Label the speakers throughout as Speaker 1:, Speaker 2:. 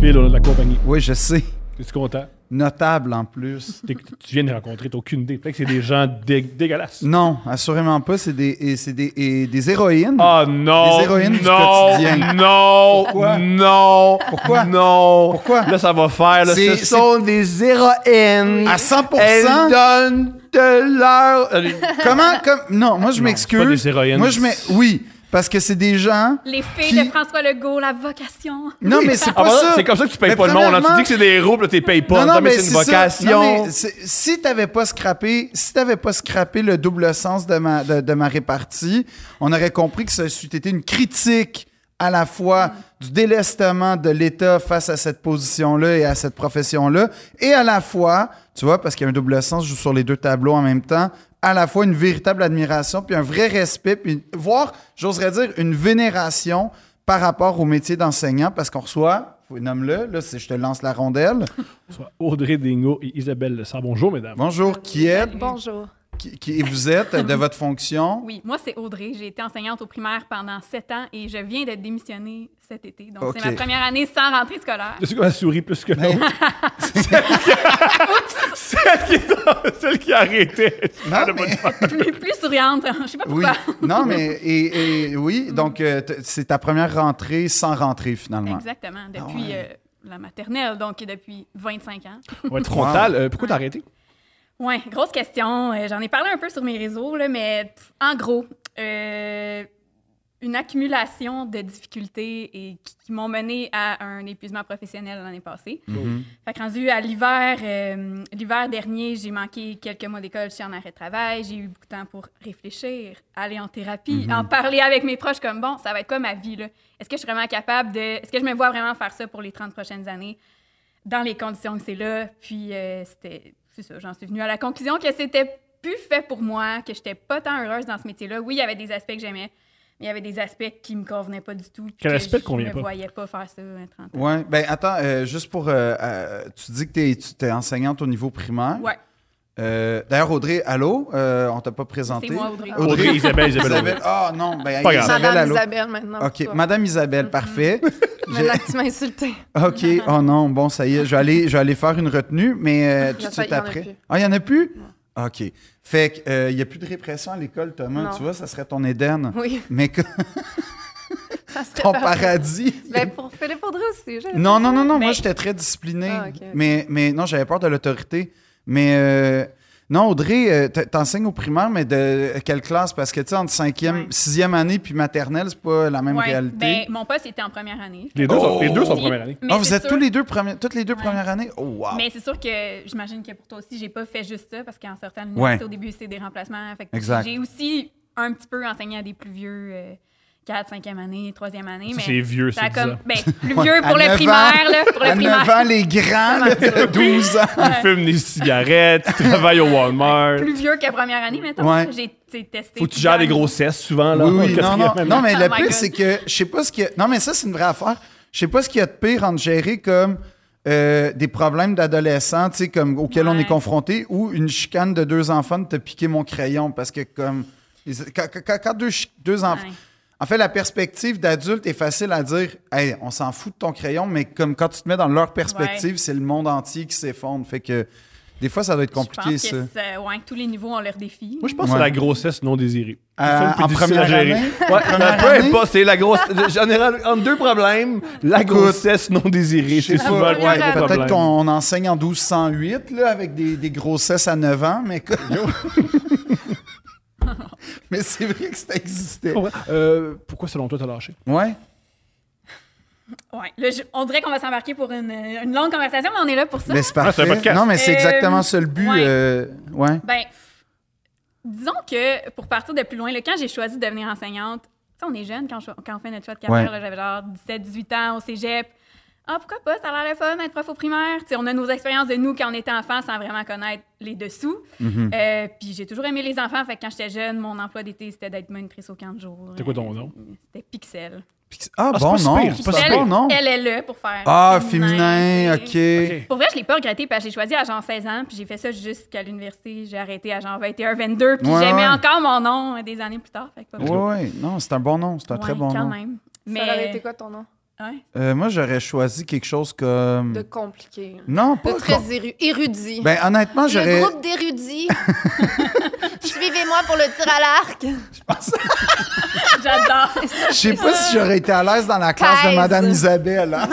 Speaker 1: 000 au nom de la compagnie.
Speaker 2: Oui, je sais.
Speaker 1: Es-tu content?
Speaker 2: Notable en plus.
Speaker 1: T'es- tu viens de les rencontrer, t'as aucune idée. Peut-être que c'est des gens dé- dégueulasses.
Speaker 2: Non, assurément pas. C'est des, et c'est des, et des héroïnes.
Speaker 1: Ah non!
Speaker 2: Des héroïnes du
Speaker 1: non,
Speaker 2: quotidien.
Speaker 1: Non!
Speaker 2: Pourquoi?
Speaker 1: Non!
Speaker 2: Pourquoi?
Speaker 1: Non!
Speaker 2: Pourquoi?
Speaker 1: Là, ça va faire. Là,
Speaker 2: C'est-
Speaker 1: ce sont des héroïnes.
Speaker 2: À 100%?
Speaker 1: Elles donnent de leur. Euh, Allez.
Speaker 2: Comment comme Non, moi je
Speaker 1: Non,
Speaker 2: m'excuse.
Speaker 1: c'est pas des héroïnes.
Speaker 2: Moi je mets oui, parce que c'est des gens
Speaker 3: Les filles
Speaker 2: Qui-
Speaker 3: de François Legault, la vocation.
Speaker 2: Non, mais c'est
Speaker 1: Ah,
Speaker 2: pas
Speaker 1: bah,
Speaker 2: ça.
Speaker 1: c'est comme ça que tu payes
Speaker 2: Mais
Speaker 1: pas le monde. hein. Tu
Speaker 2: premièrement-
Speaker 1: dis que c'est des héros, puis là, t'es payes pas. Non, mais, c'est une
Speaker 2: ça.
Speaker 1: vocation.
Speaker 2: Non, mais c'est- si t'avais pas scrappé, si t'avais pas scrappé le double sens de ma, de, de ma répartie, on aurait compris que ça eût été une critique à la fois du délestement de l'État face à cette position-là et à cette profession-là, et à la fois, tu vois, parce qu'il y a un double sens, je joue sur les deux tableaux en même temps, à la fois une véritable admiration, puis un vrai respect, puis une- voire, j'oserais dire, une vénération par rapport au métier d'enseignant, parce qu'on reçoit, nomme-le, là, c'est- je te lance la rondelle,
Speaker 1: Soit Audrey Dingo et Isabelle Le Sang. Bonjour, mesdames.
Speaker 2: Bonjour, qui êtes,
Speaker 3: Bonjour.
Speaker 2: qui, qui vous êtes, de votre fonction.
Speaker 3: Oui, moi, c'est Audrey. J'ai été enseignante au primaire pendant sept ans et je viens d'être démissionnée cet été. Donc,
Speaker 2: Ok.
Speaker 3: c'est ma première année sans rentrée scolaire.
Speaker 1: C'est quoi la souris plus que
Speaker 2: Ben,
Speaker 1: l'autre? celle, qui... celle, qui... celle qui a arrêté.
Speaker 3: Ah,
Speaker 2: Non,
Speaker 1: Elle a pas
Speaker 2: mais-
Speaker 1: de peur.
Speaker 3: plus, plus souriante, hein. je sais pas
Speaker 2: Oui,
Speaker 3: pourquoi.
Speaker 2: non, mais et, et- oui, donc euh, t- c'est ta première rentrée sans rentrée finalement.
Speaker 3: Exactement, depuis
Speaker 2: Ah ouais.
Speaker 3: euh, la maternelle, donc depuis 25 ans.
Speaker 1: On va être frontal. Euh, pourquoi t'as arrêté?
Speaker 3: Ouais, grosse question. Euh, J'en ai parlé un peu sur mes réseaux, là, mais pff, en gros, euh, une accumulation de difficultés et qui, qui m'ont mené à un épuisement professionnel l'année passée.
Speaker 2: Mhm.
Speaker 3: Fait que rendu à l'hiver, euh, l'hiver dernier, j'ai manqué quelques mois d'école, je suis en arrêt de travail, j'ai eu beaucoup de temps pour réfléchir, aller en thérapie,
Speaker 1: Mhm.
Speaker 3: en parler avec mes proches comme bon, ça va être quoi ma vie là Est-ce que je suis vraiment capable de est-ce que je me vois vraiment faire ça pour les 30 prochaines années dans les conditions que c'est là Puis euh, c'était c'est ça, j'en suis venue à la conclusion que c'était plus fait pour moi, que j'étais pas tant heureuse dans ce métier-là. Oui, il y avait des aspects que j'aimais, mais il y avait des aspects qui me convenaient pas du tout. puis
Speaker 1: Quel
Speaker 3: que
Speaker 1: aspect te
Speaker 3: je
Speaker 1: convient pas?
Speaker 3: me voyais pas faire ça à 30 ans.
Speaker 2: Ouais, ben attends, euh, juste pour, euh, euh, tu dis que t'es- tu es enseignante au niveau primaire.
Speaker 3: Ouais,
Speaker 2: Euh, D'ailleurs, Audrey, allô, euh, on t'a pas présenté.
Speaker 3: c'est moi
Speaker 1: Ah,
Speaker 3: Audrey.
Speaker 2: Audrey,
Speaker 1: Audrey, Isabelle, Isabelle. Audrey.
Speaker 2: Isabelle, ah non, ben
Speaker 1: Pas grave.
Speaker 2: Isabelle,
Speaker 4: Madame
Speaker 2: allô.
Speaker 4: Isabelle maintenant.
Speaker 2: Ok,
Speaker 4: toi.
Speaker 2: Madame
Speaker 3: Mm-hmm.
Speaker 2: Isabelle, parfait. J'ai-
Speaker 4: Maintenant que tu m'as insulté.
Speaker 2: OK. Oh non, bon, ça y est. Je vais aller, je vais aller faire une retenue, mais euh, tout
Speaker 4: Ça
Speaker 2: de
Speaker 4: fait-
Speaker 2: suite
Speaker 4: il y en a
Speaker 2: après.
Speaker 4: plus.
Speaker 2: Ah, il n'y en a plus? OK. Fait qu'il n'y a plus de répression à l'école, Thomas.
Speaker 4: Non.
Speaker 2: Tu vois, ça serait ton Éden.
Speaker 4: Oui.
Speaker 2: Mais que-
Speaker 4: Ça serait
Speaker 2: ton
Speaker 4: parfait.
Speaker 2: paradis.
Speaker 4: Ben, pour Philippe Audrey aussi. j'avais
Speaker 2: Non,
Speaker 4: pas
Speaker 2: non,
Speaker 4: ça.
Speaker 2: non, non. Moi,
Speaker 3: Mais-
Speaker 2: j'étais très discipliné.
Speaker 4: Ah, ok, ok.
Speaker 2: Mais, mais non, j'avais peur de l'autorité. Mais euh, non, Audrey, euh, t- t'enseignes au primaire, mais de euh, quelle classe? Parce que, tu sais, entre cinquième,
Speaker 3: Ouais.
Speaker 2: sixième année puis maternelle, c'est pas la même
Speaker 3: Ouais,
Speaker 2: réalité.
Speaker 3: ben, mon poste était en première année.
Speaker 1: Les deux, sont,
Speaker 2: Oh!
Speaker 1: les deux sont
Speaker 3: Puis-
Speaker 1: première année.
Speaker 3: mais
Speaker 2: Ah, vous
Speaker 3: c'est
Speaker 2: êtes
Speaker 3: sûr-
Speaker 2: tous les deux premi- toutes les deux premières années? Oh, wow!
Speaker 3: Mais c'est sûr que j'imagine que pour toi aussi, j'ai pas fait juste ça parce qu'en sortant de
Speaker 2: Ouais.
Speaker 3: l'université, au début, c'est des remplacements. Fait que
Speaker 2: Exact.
Speaker 3: J'ai aussi un petit peu enseigné à des plus vieux, 4, 5e année, 3e année.
Speaker 1: Ça,
Speaker 3: mais
Speaker 1: c'est vieux,
Speaker 3: ça a
Speaker 1: ça.
Speaker 3: comme, ben, plus
Speaker 2: Ouais,
Speaker 3: vieux
Speaker 2: à
Speaker 3: pour le
Speaker 2: neuf
Speaker 3: primaire,
Speaker 2: ans,
Speaker 3: là, pour
Speaker 2: à
Speaker 3: le
Speaker 2: 9
Speaker 3: primaire.
Speaker 2: ans, les grands, là, de 12 ans.
Speaker 1: Ils fument des cigarettes, ils travaillent au Walmart.
Speaker 3: Plus vieux qu'à première année, mettons.
Speaker 2: Ouais.
Speaker 3: J'ai t'sais, testé.
Speaker 1: Faut que tu gères les
Speaker 3: plusieurs-
Speaker 1: grossesses souvent. Là,
Speaker 2: Oui, oui,
Speaker 1: en
Speaker 2: non, non,
Speaker 1: quatrième
Speaker 2: non,
Speaker 1: année.
Speaker 2: mais
Speaker 3: Oh
Speaker 2: le
Speaker 3: my
Speaker 2: pire,
Speaker 3: God.
Speaker 2: c'est que je sais pas ce qu'il y a. Non, mais ça, c'est une vraie affaire. Je sais pas ce qu'il y a de pire entre gérer comme euh, des problèmes d'adolescents, tu sais, comme auxquels on
Speaker 3: Ouais.
Speaker 2: est confronté, ou une chicane de deux enfants de te piquer mon crayon. Parce que, comme. les- Quand, quand- quand deux, chi- deux enfants.
Speaker 3: Ouais.
Speaker 2: En fait, la perspective d'adulte est facile à dire, hey, on s'en fout de ton crayon, mais comme quand tu te mets dans leur perspective, c'est le monde entier qui s'effondre. Fait que des fois, ça doit être compliqué,
Speaker 3: Je pense
Speaker 2: ça.
Speaker 3: que ça- ouais, tous les niveaux ont leur défi.
Speaker 1: Moi, je pense que
Speaker 2: Ouais.
Speaker 1: c'est la grossesse non désirée. C'est
Speaker 2: Euh,
Speaker 1: le plus
Speaker 2: en
Speaker 1: difficile
Speaker 2: première
Speaker 1: à gérer.
Speaker 2: année?
Speaker 1: Ouais,
Speaker 2: En première
Speaker 1: peu
Speaker 2: année?
Speaker 1: importe, c'est la grossesse. Général, entre deux problèmes, la
Speaker 2: Écoute,
Speaker 1: grossesse non désirée,
Speaker 2: Je
Speaker 1: c'est
Speaker 2: sais
Speaker 1: souvent
Speaker 2: pas,
Speaker 1: le
Speaker 2: ouais,
Speaker 1: gros
Speaker 2: Peut-être
Speaker 1: problème.
Speaker 2: qu'on enseigne en 1208 là, avec des, des grossesses à 9 ans, mais que- mais c'est vrai que ça existait.
Speaker 1: Ouais. Euh, pourquoi, selon toi, t'as lâché?
Speaker 2: Ouais.
Speaker 3: Ouais. Là, je- on dirait qu'on va s'embarquer pour une, une longue conversation, mais on est là pour ça. Ah,
Speaker 2: Mais c'est
Speaker 1: c'est un
Speaker 2: parfait.
Speaker 1: podcast.
Speaker 2: non, mais c'est
Speaker 3: Euh,
Speaker 2: exactement ça le but.
Speaker 3: ouais.
Speaker 2: euh, ouais.
Speaker 3: Ben, disons que pour partir de plus loin, là, quand j'ai choisi de devenir enseignante, tu sais, on est jeune quand, je- quand on fait notre choix de carrière.
Speaker 2: Ouais.
Speaker 3: là, J'avais genre 17, 18 ans au cégep. Ah, pourquoi pas? Ça a l'air le fun d'être prof au primaire. Tu sais, on a nos expériences de nous quand on était enfant sans vraiment connaître les dessous.
Speaker 1: Mm-hmm.
Speaker 3: Euh, puis j'ai toujours aimé les enfants. Fait que quand j'étais jeune, mon emploi d'été, c'était d'être monitrice au camp de jour.
Speaker 1: C'était quoi ton nom?
Speaker 3: C'était Pixel.
Speaker 2: Puis- Ah,
Speaker 1: Ah, c'est
Speaker 2: bon,
Speaker 1: pas si
Speaker 2: non.
Speaker 1: pire, c'est pas si
Speaker 2: c'est
Speaker 3: Pixel,
Speaker 1: pire.
Speaker 2: bon, non.
Speaker 3: Elle est là pour faire.
Speaker 2: Ah, féminin,
Speaker 3: tu
Speaker 2: OK.
Speaker 3: sais. Pour vrai, je l'ai pas regretté parce que j'ai choisi à genre 16 ans, puis j'ai fait ça jusqu'à l'université. J'ai arrêté à genre 21, 22, puis
Speaker 2: Ouais,
Speaker 3: j'aimais
Speaker 2: ouais.
Speaker 3: encore mon nom euh, des années plus tard. Fait que pas
Speaker 2: Ouais, ouais. Non, c'est un bon nom. C'est un
Speaker 3: Ouais,
Speaker 2: très bon
Speaker 3: quand
Speaker 2: nom.
Speaker 3: même.
Speaker 4: Mais...
Speaker 3: Mais
Speaker 4: Ça aurait été quoi ton nom?
Speaker 3: Ouais.
Speaker 2: Euh, moi, j'aurais choisi quelque chose comme.
Speaker 4: De compliqué.
Speaker 2: Non,
Speaker 4: De
Speaker 2: Hmm. pas.
Speaker 4: très
Speaker 2: con-
Speaker 4: éru- érudit.
Speaker 2: Ben, honnêtement,
Speaker 5: Le
Speaker 2: j'aurais.
Speaker 5: groupe d'érudits. Suivez-moi pour le tir à l'arc.
Speaker 3: J'adore.
Speaker 2: Je sais pas si j'aurais été à l'aise dans la classe de
Speaker 5: Thèse.
Speaker 2: Madame Isabelle. hein.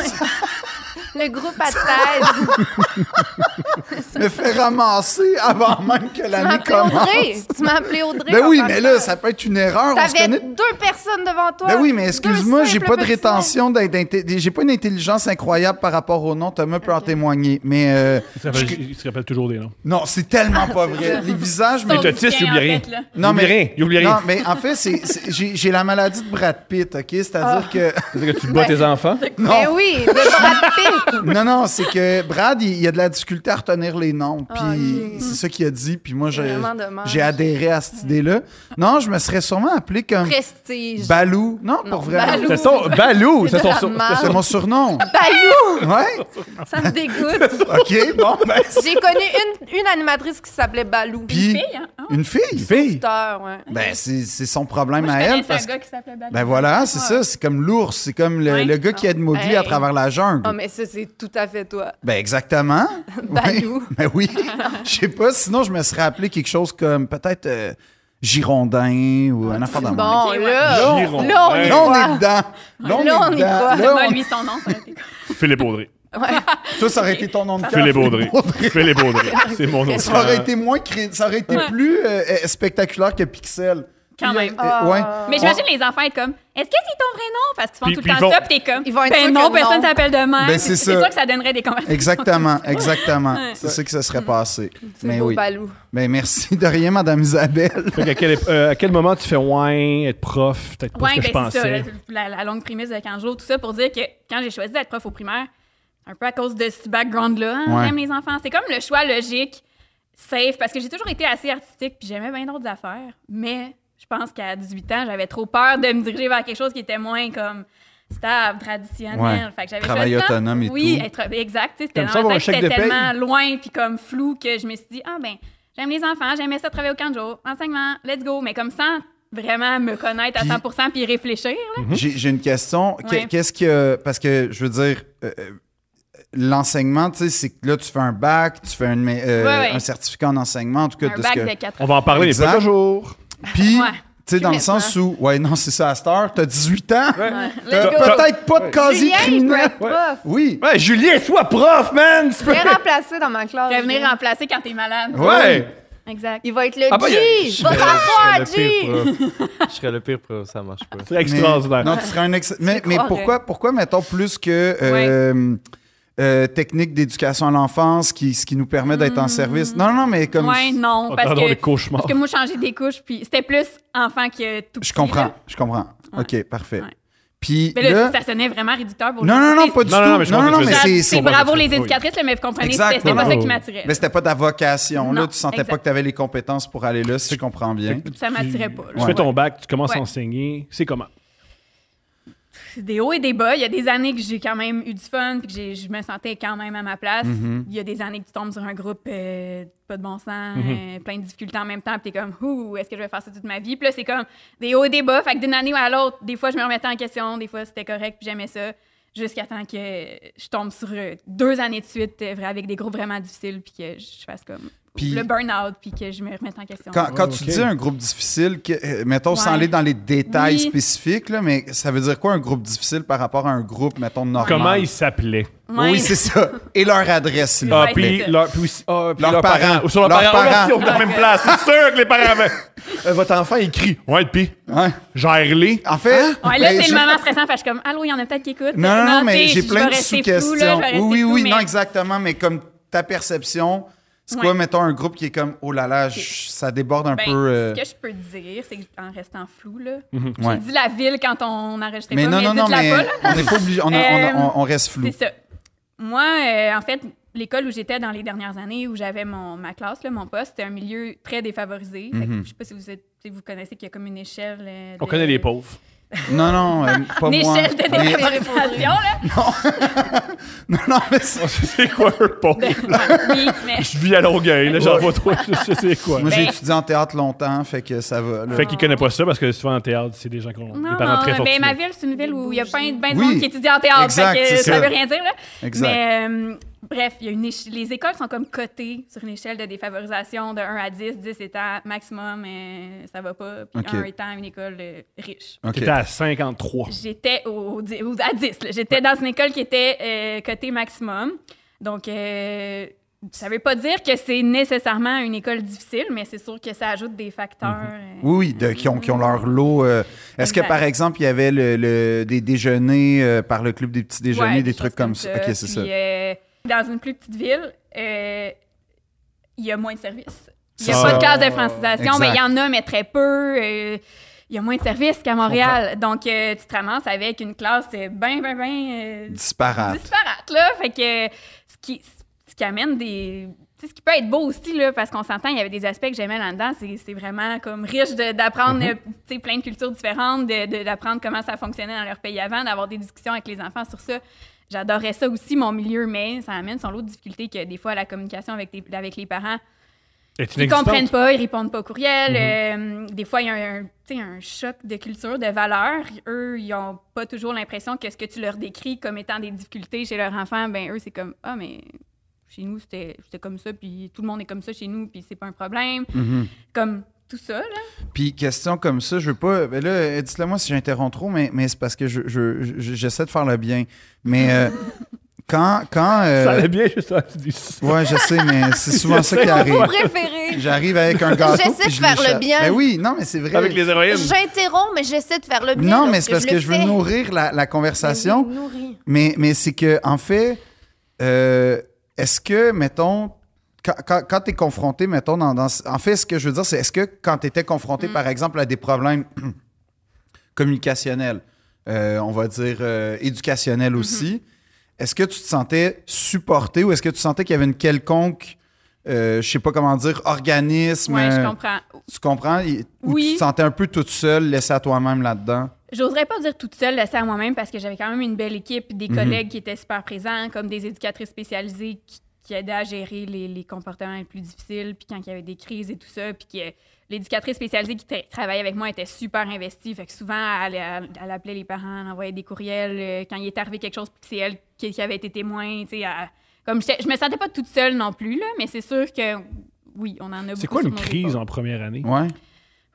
Speaker 4: Le groupe à tête.
Speaker 2: Je me fait ramasser avant même que
Speaker 4: tu m'as
Speaker 2: l'année
Speaker 4: appelé
Speaker 2: commence.
Speaker 4: Audrey. Tu m'as appelé Audrey.
Speaker 2: Ben oui,
Speaker 4: en
Speaker 2: mais
Speaker 4: partant.
Speaker 2: là, ça peut être une erreur. On se
Speaker 4: T'avais
Speaker 2: connaît.
Speaker 4: deux personnes devant toi.
Speaker 2: Ben oui, mais excuse-moi,
Speaker 4: Deux
Speaker 2: j'ai pas de
Speaker 4: simples petits
Speaker 2: rétention, d'in- d'inté- j'ai pas une intelligence incroyable par rapport au nom. Thomas peut en témoigner. Mais euh,
Speaker 1: Il se rappelle, il se rappelle toujours des noms.
Speaker 2: non, c'est
Speaker 4: Ah,
Speaker 2: tellement pas vrai. Les visages, mais.
Speaker 1: Mais Totis, il
Speaker 3: Oh, en
Speaker 1: oublie rien.
Speaker 3: fait, là.
Speaker 2: Non,
Speaker 1: il oublie
Speaker 2: mais-
Speaker 1: rien. Il oublie
Speaker 2: Non,
Speaker 1: rien.
Speaker 2: mais en fait, c'est- c'est- j'ai j'ai la maladie de Brad Pitt, OK?
Speaker 4: Ah.
Speaker 2: C'est-à-dire que.
Speaker 1: C'est-à-dire que tu bats tes enfants.
Speaker 2: Non.
Speaker 4: Ben oui, de Brad Pitt.
Speaker 2: Non, non, c'est que Brad, il, il a de la difficulté à retenir les noms. Puis
Speaker 4: Ah, ok.
Speaker 2: c'est ça qu'il a dit. Puis moi, j'ai
Speaker 4: Vraiment dommage.
Speaker 2: j'ai adhéré à cette idée-là. Non, je me serais sûrement appelé comme
Speaker 4: Prestige.
Speaker 2: Balou. Non, pour vrai.
Speaker 4: Balou.
Speaker 1: C'est son Balou. C'est son
Speaker 4: C'est de la
Speaker 1: c'est
Speaker 2: C'est mon surnom.
Speaker 4: Balou!
Speaker 2: Ouais.
Speaker 4: Ça me dégoûte.
Speaker 2: OK, bon, ben.
Speaker 4: J'ai connu une, une animatrice qui s'appelait Balou.
Speaker 2: Puis
Speaker 3: Fille, hein? Ah,
Speaker 2: une fille.
Speaker 1: son fille.
Speaker 4: Star, ouais.
Speaker 2: Ben, c'est c'est son problème
Speaker 3: Moi,
Speaker 2: à
Speaker 3: je
Speaker 2: elle.
Speaker 3: connaissais un
Speaker 2: Parce... que-
Speaker 3: gars qui s'appelait Balou.
Speaker 2: Ben voilà, c'est ça. C'est comme l'ours. C'est comme le,
Speaker 3: Ouais.
Speaker 2: le gars qui aide Mowgli à
Speaker 4: Hey.
Speaker 2: travers la jungle.
Speaker 4: Oh, mais ça, c'est tout à fait toi.
Speaker 2: Ben exactement.
Speaker 4: Balou.
Speaker 2: Oui. Ben oui. Je sais pas, sinon je me serais appelé quelque chose comme peut-être euh, Girondin ou un enfant
Speaker 4: Bon,
Speaker 2: d'un
Speaker 3: Ok, ouais.
Speaker 4: là,
Speaker 1: Giron.
Speaker 4: là, on y
Speaker 2: Là, on
Speaker 4: croit.
Speaker 2: est dedans. Là, on
Speaker 4: Là,
Speaker 2: est
Speaker 4: on y
Speaker 2: dedans.
Speaker 4: croit.
Speaker 2: Là,
Speaker 3: Moi,
Speaker 2: on-
Speaker 3: lui, son nom, ça aurait été quoi?
Speaker 1: Philippe Audrey.
Speaker 2: Toi, ça aurait été ton nom de cœur.
Speaker 1: Philippe Audrey.
Speaker 2: Audrey.
Speaker 1: Philippe Audrey. C'est mon nom.
Speaker 2: Ça aurait été moins cré- ça aurait été plus euh, euh, spectaculaire que Pixel.
Speaker 3: Quand
Speaker 2: Il y a-
Speaker 3: même.
Speaker 2: euh, ouais.
Speaker 3: Mais j'imagine les enfants être comme Est-ce que c'est ton vrai nom? Parce qu'ils font
Speaker 1: Puis-
Speaker 3: tout
Speaker 1: puis
Speaker 3: le temps
Speaker 1: ils vont-
Speaker 3: ça, puis t'es comme
Speaker 4: Ils vont être sûrs
Speaker 3: Ben non,
Speaker 4: que
Speaker 3: personne
Speaker 4: non.
Speaker 3: s'appelle de même.
Speaker 2: Ben, c'est ça.
Speaker 3: sûr que ça donnerait des conversations.
Speaker 2: Exactement, exactement.
Speaker 3: Ouais.
Speaker 2: C'est ça que ça serait passé.
Speaker 4: C'est
Speaker 2: Mais
Speaker 4: beau,
Speaker 2: oui.
Speaker 4: Balou.
Speaker 2: Ben merci de rien, Madame Isabelle.
Speaker 1: Fait qu'à quel, ép- euh, à quel moment tu fais ouin, être prof, peut-être pas ce
Speaker 3: Ouais,
Speaker 1: que je
Speaker 3: ben, c'est ça,
Speaker 1: pensais.
Speaker 3: la, la longue prémisse de 15 jours, tout ça pour dire que quand j'ai choisi d'être prof au primaire, un peu à cause de ce background-là, hein,
Speaker 2: Ouais.
Speaker 3: j'aime les enfants. C'est comme le choix logique, safe, parce que j'ai toujours été assez artistique, puis j'aimais bien d'autres affaires. Mais je pense qu'à 18 ans, j'avais trop peur de me diriger vers quelque chose qui était moins comme stable, traditionnel.
Speaker 2: Ouais.
Speaker 3: Fait que j'avais
Speaker 2: Travail
Speaker 3: choisi ça.
Speaker 2: autonome et
Speaker 3: oui,
Speaker 2: tout.
Speaker 3: être- exact. tu sais, C'était
Speaker 1: Comme
Speaker 3: dans
Speaker 1: ça,
Speaker 3: ma
Speaker 1: avoir
Speaker 3: tête,
Speaker 1: un chèque de
Speaker 3: c'était
Speaker 1: paye.
Speaker 3: tellement loin puis comme flou que je me suis dit ah ben j'aime les enfants, j'aimais ça travailler au camp de jour, enseignement, let's go, mais comme sans vraiment me connaître à
Speaker 2: Puis-
Speaker 3: 100% puis réfléchir. là.
Speaker 2: J'ai j'ai une question. Que-
Speaker 3: Ouais.
Speaker 2: Qu'est-ce que. Parce que je veux dire, euh, euh, l'enseignement, tu sais, c'est que là, tu fais un bac, tu fais une ma- euh,
Speaker 3: Ouais, ouais.
Speaker 2: un certificat en enseignement, en tout cas.
Speaker 3: Un
Speaker 2: de ce
Speaker 3: bac
Speaker 2: que-
Speaker 3: de 4
Speaker 1: On
Speaker 3: ans.
Speaker 1: va en parler, mais
Speaker 2: Exact.
Speaker 1: pas toujours.
Speaker 2: Puis,
Speaker 3: Ouais.
Speaker 2: tu sais, dans le sens où. Ouais, non, c'est ça, à cette heure, t'as 18 ans. T'as
Speaker 4: Let's go.
Speaker 2: peut-être pas de casier
Speaker 4: Julien, je peux
Speaker 2: criminel.
Speaker 4: être prof.
Speaker 2: Oui.
Speaker 1: Ouais, Julien, sois prof, man! Tu
Speaker 4: Je
Speaker 1: peux-
Speaker 4: vais remplacer dans ma classe.
Speaker 3: Je vais venir
Speaker 4: Julien.
Speaker 3: remplacer quand t'es malade.
Speaker 1: Ouais!
Speaker 3: Exact.
Speaker 4: Il va être le
Speaker 1: Ah ben, il y a-
Speaker 4: G.
Speaker 6: Je
Speaker 4: Va
Speaker 6: serais-
Speaker 4: t'asseoir,
Speaker 6: je serais
Speaker 4: G.
Speaker 6: le pire prof. Je serais le pire prof, ça marche pas.
Speaker 1: C'est extraordinaire.
Speaker 2: Non, tu serais un ex- Mais, mais
Speaker 4: correct.
Speaker 2: pourquoi, pourquoi, mettons, plus que euh, euh, technique d'éducation à l'enfance, qui, ce qui nous permet d'être en service? Non, non, mais comme.
Speaker 3: Hmm. Ouais, non,
Speaker 1: On
Speaker 3: parce
Speaker 1: parle
Speaker 3: que,
Speaker 1: des cauchemars.
Speaker 3: parce que moi, changer des couches, puis c'était plus enfant que tout petit.
Speaker 2: Je comprends,
Speaker 3: là.
Speaker 2: je comprends. OK, parfait.
Speaker 3: Ouais.
Speaker 2: Puis
Speaker 3: Mais là,
Speaker 2: là...
Speaker 3: ça sonnait vraiment réducteur pour
Speaker 2: Non,
Speaker 3: les
Speaker 2: non, non,
Speaker 3: autres.
Speaker 2: pas du
Speaker 1: Non, non, non, mais
Speaker 2: tout.
Speaker 1: je
Speaker 2: Non,
Speaker 1: comprends
Speaker 2: non,
Speaker 1: ce
Speaker 2: non,
Speaker 1: que
Speaker 2: mais
Speaker 1: tu veux
Speaker 2: c'est...
Speaker 1: dire.
Speaker 3: C'est
Speaker 1: Bon,
Speaker 3: bravo
Speaker 1: bah,
Speaker 3: les
Speaker 1: c'est-
Speaker 3: éducatrices, là, mais vous comprenez,
Speaker 2: Exact,
Speaker 3: c'était c'était pas
Speaker 2: non,
Speaker 3: ça
Speaker 1: non.
Speaker 3: qui m'attirait.
Speaker 2: Mais c'était pas ta vocation, là.
Speaker 3: Non,
Speaker 2: Tu sentais pas
Speaker 3: exact.
Speaker 2: que tu avais les compétences pour aller là, si je comprends bien.
Speaker 3: Ça m'attirait
Speaker 1: Tu-
Speaker 3: pas. là.
Speaker 1: Tu fais ton bac, tu commences à
Speaker 3: Ouais.
Speaker 1: enseigner. C'est comment?
Speaker 3: C'est des hauts et des bas. Il y a des années que j'ai quand même eu du fun, puis que j'ai- je me sentais quand même à ma place.
Speaker 2: Mhm.
Speaker 3: Il y a des années que tu tombes sur un groupe euh, pas de bon sens,
Speaker 2: Mm-hmm.
Speaker 3: euh, plein de difficultés en même temps, puis t'es comme, ouh, est-ce que je vais faire ça toute ma vie? Puis là, c'est comme des hauts et des bas. Fait que d'une année à l'autre, des fois, je me remettais en question, des fois, c'était correct, puis j'aimais ça, jusqu'à temps que je tombe sur euh, deux années de suite euh, avec des groupes vraiment difficiles, puis que je fasse comme
Speaker 2: Puis-
Speaker 3: le burn-out, puis que je me remette en question.
Speaker 2: Quand, quand tu
Speaker 1: Ah, ok.
Speaker 2: dis un groupe difficile, que, euh, mettons, sans
Speaker 3: Ouais.
Speaker 2: aller dans les détails
Speaker 3: Oui.
Speaker 2: spécifiques, là, mais ça veut dire quoi un groupe difficile par rapport à un groupe, mettons, normal?
Speaker 1: Comment ils s'appelaient?
Speaker 3: Ouais.
Speaker 2: Oui, c'est ça. Et leur adresse, s'il
Speaker 1: Ah,
Speaker 3: Ouais,
Speaker 2: vous plaît.
Speaker 1: puis,
Speaker 3: c'est-
Speaker 1: leur, puis aussi- ah, puis
Speaker 2: Leurs
Speaker 1: leurs
Speaker 2: parents.
Speaker 1: parents. Ou sur leurs
Speaker 2: Leurs
Speaker 1: parents. Oh, merci, on
Speaker 2: parents.
Speaker 1: est à la même place. C'est sûr que les parents avaient. Euh, votre enfant écrit. Ouais, puis,
Speaker 2: Ouais.
Speaker 1: gère-les.
Speaker 2: En fait...
Speaker 3: Hein?
Speaker 1: Ah,
Speaker 3: Ouais, là,
Speaker 2: ben,
Speaker 3: c'est
Speaker 2: j'ai-
Speaker 3: le moment stressant, parce que je suis comme, allô, il y en a peut-être qui écoutent. Ah,
Speaker 2: Non, non, non, mais
Speaker 3: tu sais,
Speaker 2: j'ai
Speaker 3: je
Speaker 2: plein
Speaker 3: vais
Speaker 2: de
Speaker 3: rester floue, là, je vais
Speaker 2: sous-questions.
Speaker 3: rester
Speaker 2: Oui, oui,
Speaker 3: floue,
Speaker 2: oui,
Speaker 3: mais-
Speaker 2: non, exactement, mais comme ta perception, c'est quoi,
Speaker 3: Ouais.
Speaker 2: mettons, un groupe qui est comme, oh là là, je- ça déborde un
Speaker 3: Ben,
Speaker 2: peu. euh, Mhm.
Speaker 3: Ce que je peux te dire, c'est qu'en restant flou, là,
Speaker 2: ouais.
Speaker 3: j'ai dit la ville quand on enregistrait
Speaker 2: Mais
Speaker 3: pas,
Speaker 2: non,
Speaker 3: mais
Speaker 2: non, non,
Speaker 3: dites-la
Speaker 2: mais
Speaker 3: pas, là.
Speaker 2: on n'est pas obligé, on, a- on a-
Speaker 3: Euh,
Speaker 2: on- on reste flou.
Speaker 3: C'est ça. Moi, euh, en fait, l'école où j'étais dans les dernières années, où j'avais mon, ma classe, là, mon poste, c'était un milieu très défavorisé. Fait que
Speaker 2: Mhm.
Speaker 3: je sais pas si vous, êtes- si vous connaissez qu'il y a comme une échelle... euh,
Speaker 1: On
Speaker 3: de-
Speaker 1: connaît les pauvres.
Speaker 2: Non, non, euh, pas
Speaker 3: Une
Speaker 2: moi.
Speaker 3: échelle de
Speaker 2: Mais-
Speaker 3: défavorisation, là.
Speaker 2: Non, non, mais c'est-
Speaker 1: Ah, c'est quoi un pont?
Speaker 3: Ben, ouais, oui, mais
Speaker 1: Je vis à Longueuil, là, j'en vois trop, je sais c'est quoi.
Speaker 2: Moi, j'ai
Speaker 3: Ben-
Speaker 2: étudié en théâtre longtemps, fait que ça va. là.
Speaker 1: Fait qu'il connaît pas ça parce que souvent en théâtre, c'est des gens qui ont
Speaker 3: Non,
Speaker 1: des parents
Speaker 3: non,
Speaker 1: très fortunés.
Speaker 3: ben, ma ville, c'est une ville où il y a plein, plein de
Speaker 2: Oui.
Speaker 3: monde qui étudie en théâtre.
Speaker 2: Exact,
Speaker 3: fait que
Speaker 2: c'est
Speaker 3: ça,
Speaker 2: ça.
Speaker 3: veut rien dire, là.
Speaker 2: Exact.
Speaker 3: Mais euh, bref, il y a une éche- les écoles sont comme cotées sur une échelle de défavorisation de 1 à 10. 10 étant maximum, euh, ça va pas. Puis
Speaker 2: Ok.
Speaker 3: 1 étant une école euh, riche.
Speaker 2: OK.
Speaker 1: T'étais à 53.
Speaker 3: J'étais au, au di- au- à 10. là. J'étais dans une école qui était euh, cotée maximum. Donc, euh, ça veut pas dire que c'est nécessairement une école difficile, mais c'est sûr que ça ajoute des facteurs. euh,
Speaker 2: Oui, oui, de- qui, ont, qui ont leur lot. euh, Est-ce que,
Speaker 3: Exact.
Speaker 2: par exemple, il y avait le, le- des déjeuners euh, par le club des petits déjeuners,
Speaker 3: Ouais,
Speaker 2: des
Speaker 3: choses
Speaker 2: trucs comme ça? OK, c'est ça.
Speaker 3: Puis, euh, dans une plus petite ville, euh, il y a moins de services. Il n'y a
Speaker 2: C'est
Speaker 3: pas
Speaker 2: ça.
Speaker 3: de case de francisation,
Speaker 2: Exact.
Speaker 3: mais il y en a, mais très peu. Euh, il y a moins de services qu'à Montréal. Donc, euh, tu te ramasses avec une classe euh, ben, ben, ben euh,
Speaker 2: Disparate.
Speaker 3: disparate, là. Fait que ce qui, ce qui amène des... tu sais, ce qui peut être beau aussi, là, parce qu'on s'entend, il y avait des aspects que j'aimais là-dedans. C'est c'est vraiment comme riche de- d'apprendre euh, tu sais, plein de cultures différentes, de- de- d'apprendre comment ça fonctionnait dans leur pays avant, d'avoir des discussions avec les enfants sur ça. J'adorais ça aussi, mon milieu, mais ça amène son lot de difficultés que des fois, la communication avec, tes- avec les parents,
Speaker 1: Est
Speaker 3: ils
Speaker 1: inexistante.
Speaker 3: comprennent pas, ils répondent pas aux courriels. euh, des fois, il y a un, tu sais, un choc de culture, de valeurs. Eux, ils ont pas toujours l'impression que ce que tu leur décris comme étant des difficultés chez leur enfant, ben eux, c'est comme ah mais chez nous c'était c'était comme ça, puis tout le monde est comme ça chez nous, puis c'est pas un problème.
Speaker 2: Mhm.
Speaker 3: Comme tout ça là.
Speaker 2: Puis, question comme ça, je veux pas. ben là, euh, dites-le moi si j'interromps trop, mais, mais c'est parce que je- je- je- j'essaie de faire le bien. Mais euh, quand. quand euh,
Speaker 1: Ça allait bien, juste avant que tu dis ça.
Speaker 2: ouais, je sais, mais c'est souvent ça qui
Speaker 1: J'essaie.
Speaker 2: arrive.
Speaker 4: Préféré.
Speaker 2: J'arrive avec un gâteau.
Speaker 5: J'essaie
Speaker 2: puis
Speaker 5: de
Speaker 2: je
Speaker 5: faire le
Speaker 2: l'échappe.
Speaker 5: bien.
Speaker 2: Ben oui, non, mais c'est vrai.
Speaker 1: Avec les héroïnes.
Speaker 5: J'interromps, mais j'essaie de faire le bien.
Speaker 2: Non, mais c'est parce que,
Speaker 5: le
Speaker 2: je veux
Speaker 5: fais.
Speaker 2: nourrir la, la conversation.
Speaker 5: Mais oui, nourris.
Speaker 2: Mais, mais c'est que, en fait, euh, est-ce que, mettons, quand, quand, tu es confronté, mettons, dans, dans- En fait, ce que je veux dire, c'est est-ce que quand tu étais
Speaker 5: Mm.
Speaker 2: confronté, par exemple, à des problèmes communicationnels, euh, on va dire euh, éducationnels
Speaker 5: Mm-hmm.
Speaker 2: aussi, est-ce que tu te sentais supporté ou est-ce que tu sentais qu'il y avait une quelconque, euh, je sais pas comment dire, organisme?
Speaker 3: Ouais, je
Speaker 2: euh,
Speaker 3: comprends.
Speaker 2: Tu comprends? Il- Ou
Speaker 3: Oui.
Speaker 2: tu te sentais un peu toute seule, laissée à toi-même là-dedans?
Speaker 3: J'oserais pas dire toute seule, laissée à moi-même, parce que j'avais quand même une belle équipe, des
Speaker 2: Mhm.
Speaker 3: collègues qui étaient super présents, comme des éducatrices spécialisées qui, qui aidaient à gérer les, les comportements les plus difficiles, puis quand il y avait des crises et tout ça, puis que l'éducatrice spécialisée qui tra- travaillait avec moi était super investie, fait que souvent, elle, elle- elle appelait les parents, elle envoyait des courriels, euh, quand il est arrivé quelque chose, puis que c'est elle qui, qui avait été témoin, tu sais, elle- comme j'étais- je me sentais pas toute seule non plus, là, mais c'est sûr que... Oui, on en a beaucoup.
Speaker 1: C'est quoi
Speaker 3: sur
Speaker 1: une
Speaker 3: nos
Speaker 1: crise
Speaker 3: épaules.
Speaker 1: en première année?
Speaker 2: Ouais.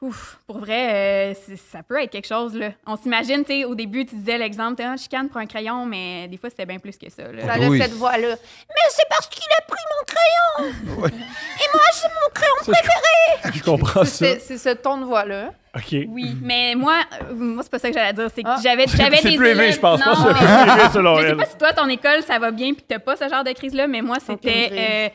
Speaker 3: Ouf, pour vrai, euh, c'est- ça peut être quelque chose, là. On s'imagine, tu sais, au début, tu disais l'exemple, t'es, ah, chicane pour un crayon, mais des fois, c'était bien plus que ça, là.
Speaker 4: Ça
Speaker 2: Oui.
Speaker 4: a cette voix-là.
Speaker 5: Mais c'est parce qu'il a pris mon
Speaker 1: Ça, je- Je comprends Ah, ça.
Speaker 4: C'est c'est ce ton de voix-là.
Speaker 1: OK.
Speaker 3: Oui, mais moi, euh, moi c'est pas ça que j'allais dire, c'est que
Speaker 4: Ah.
Speaker 3: j'avais, j'avais
Speaker 1: C'est
Speaker 3: des
Speaker 1: plus élevé,
Speaker 3: élèves-
Speaker 1: je pense.
Speaker 3: Non,
Speaker 1: pas ça.
Speaker 3: mais-
Speaker 1: C'est plus élevé, selon
Speaker 3: Je sais
Speaker 1: elle.
Speaker 3: pas si toi, ton école, ça va bien puis que t'as pas ce genre de crise-là, mais moi, c'était,
Speaker 4: crise.
Speaker 3: euh,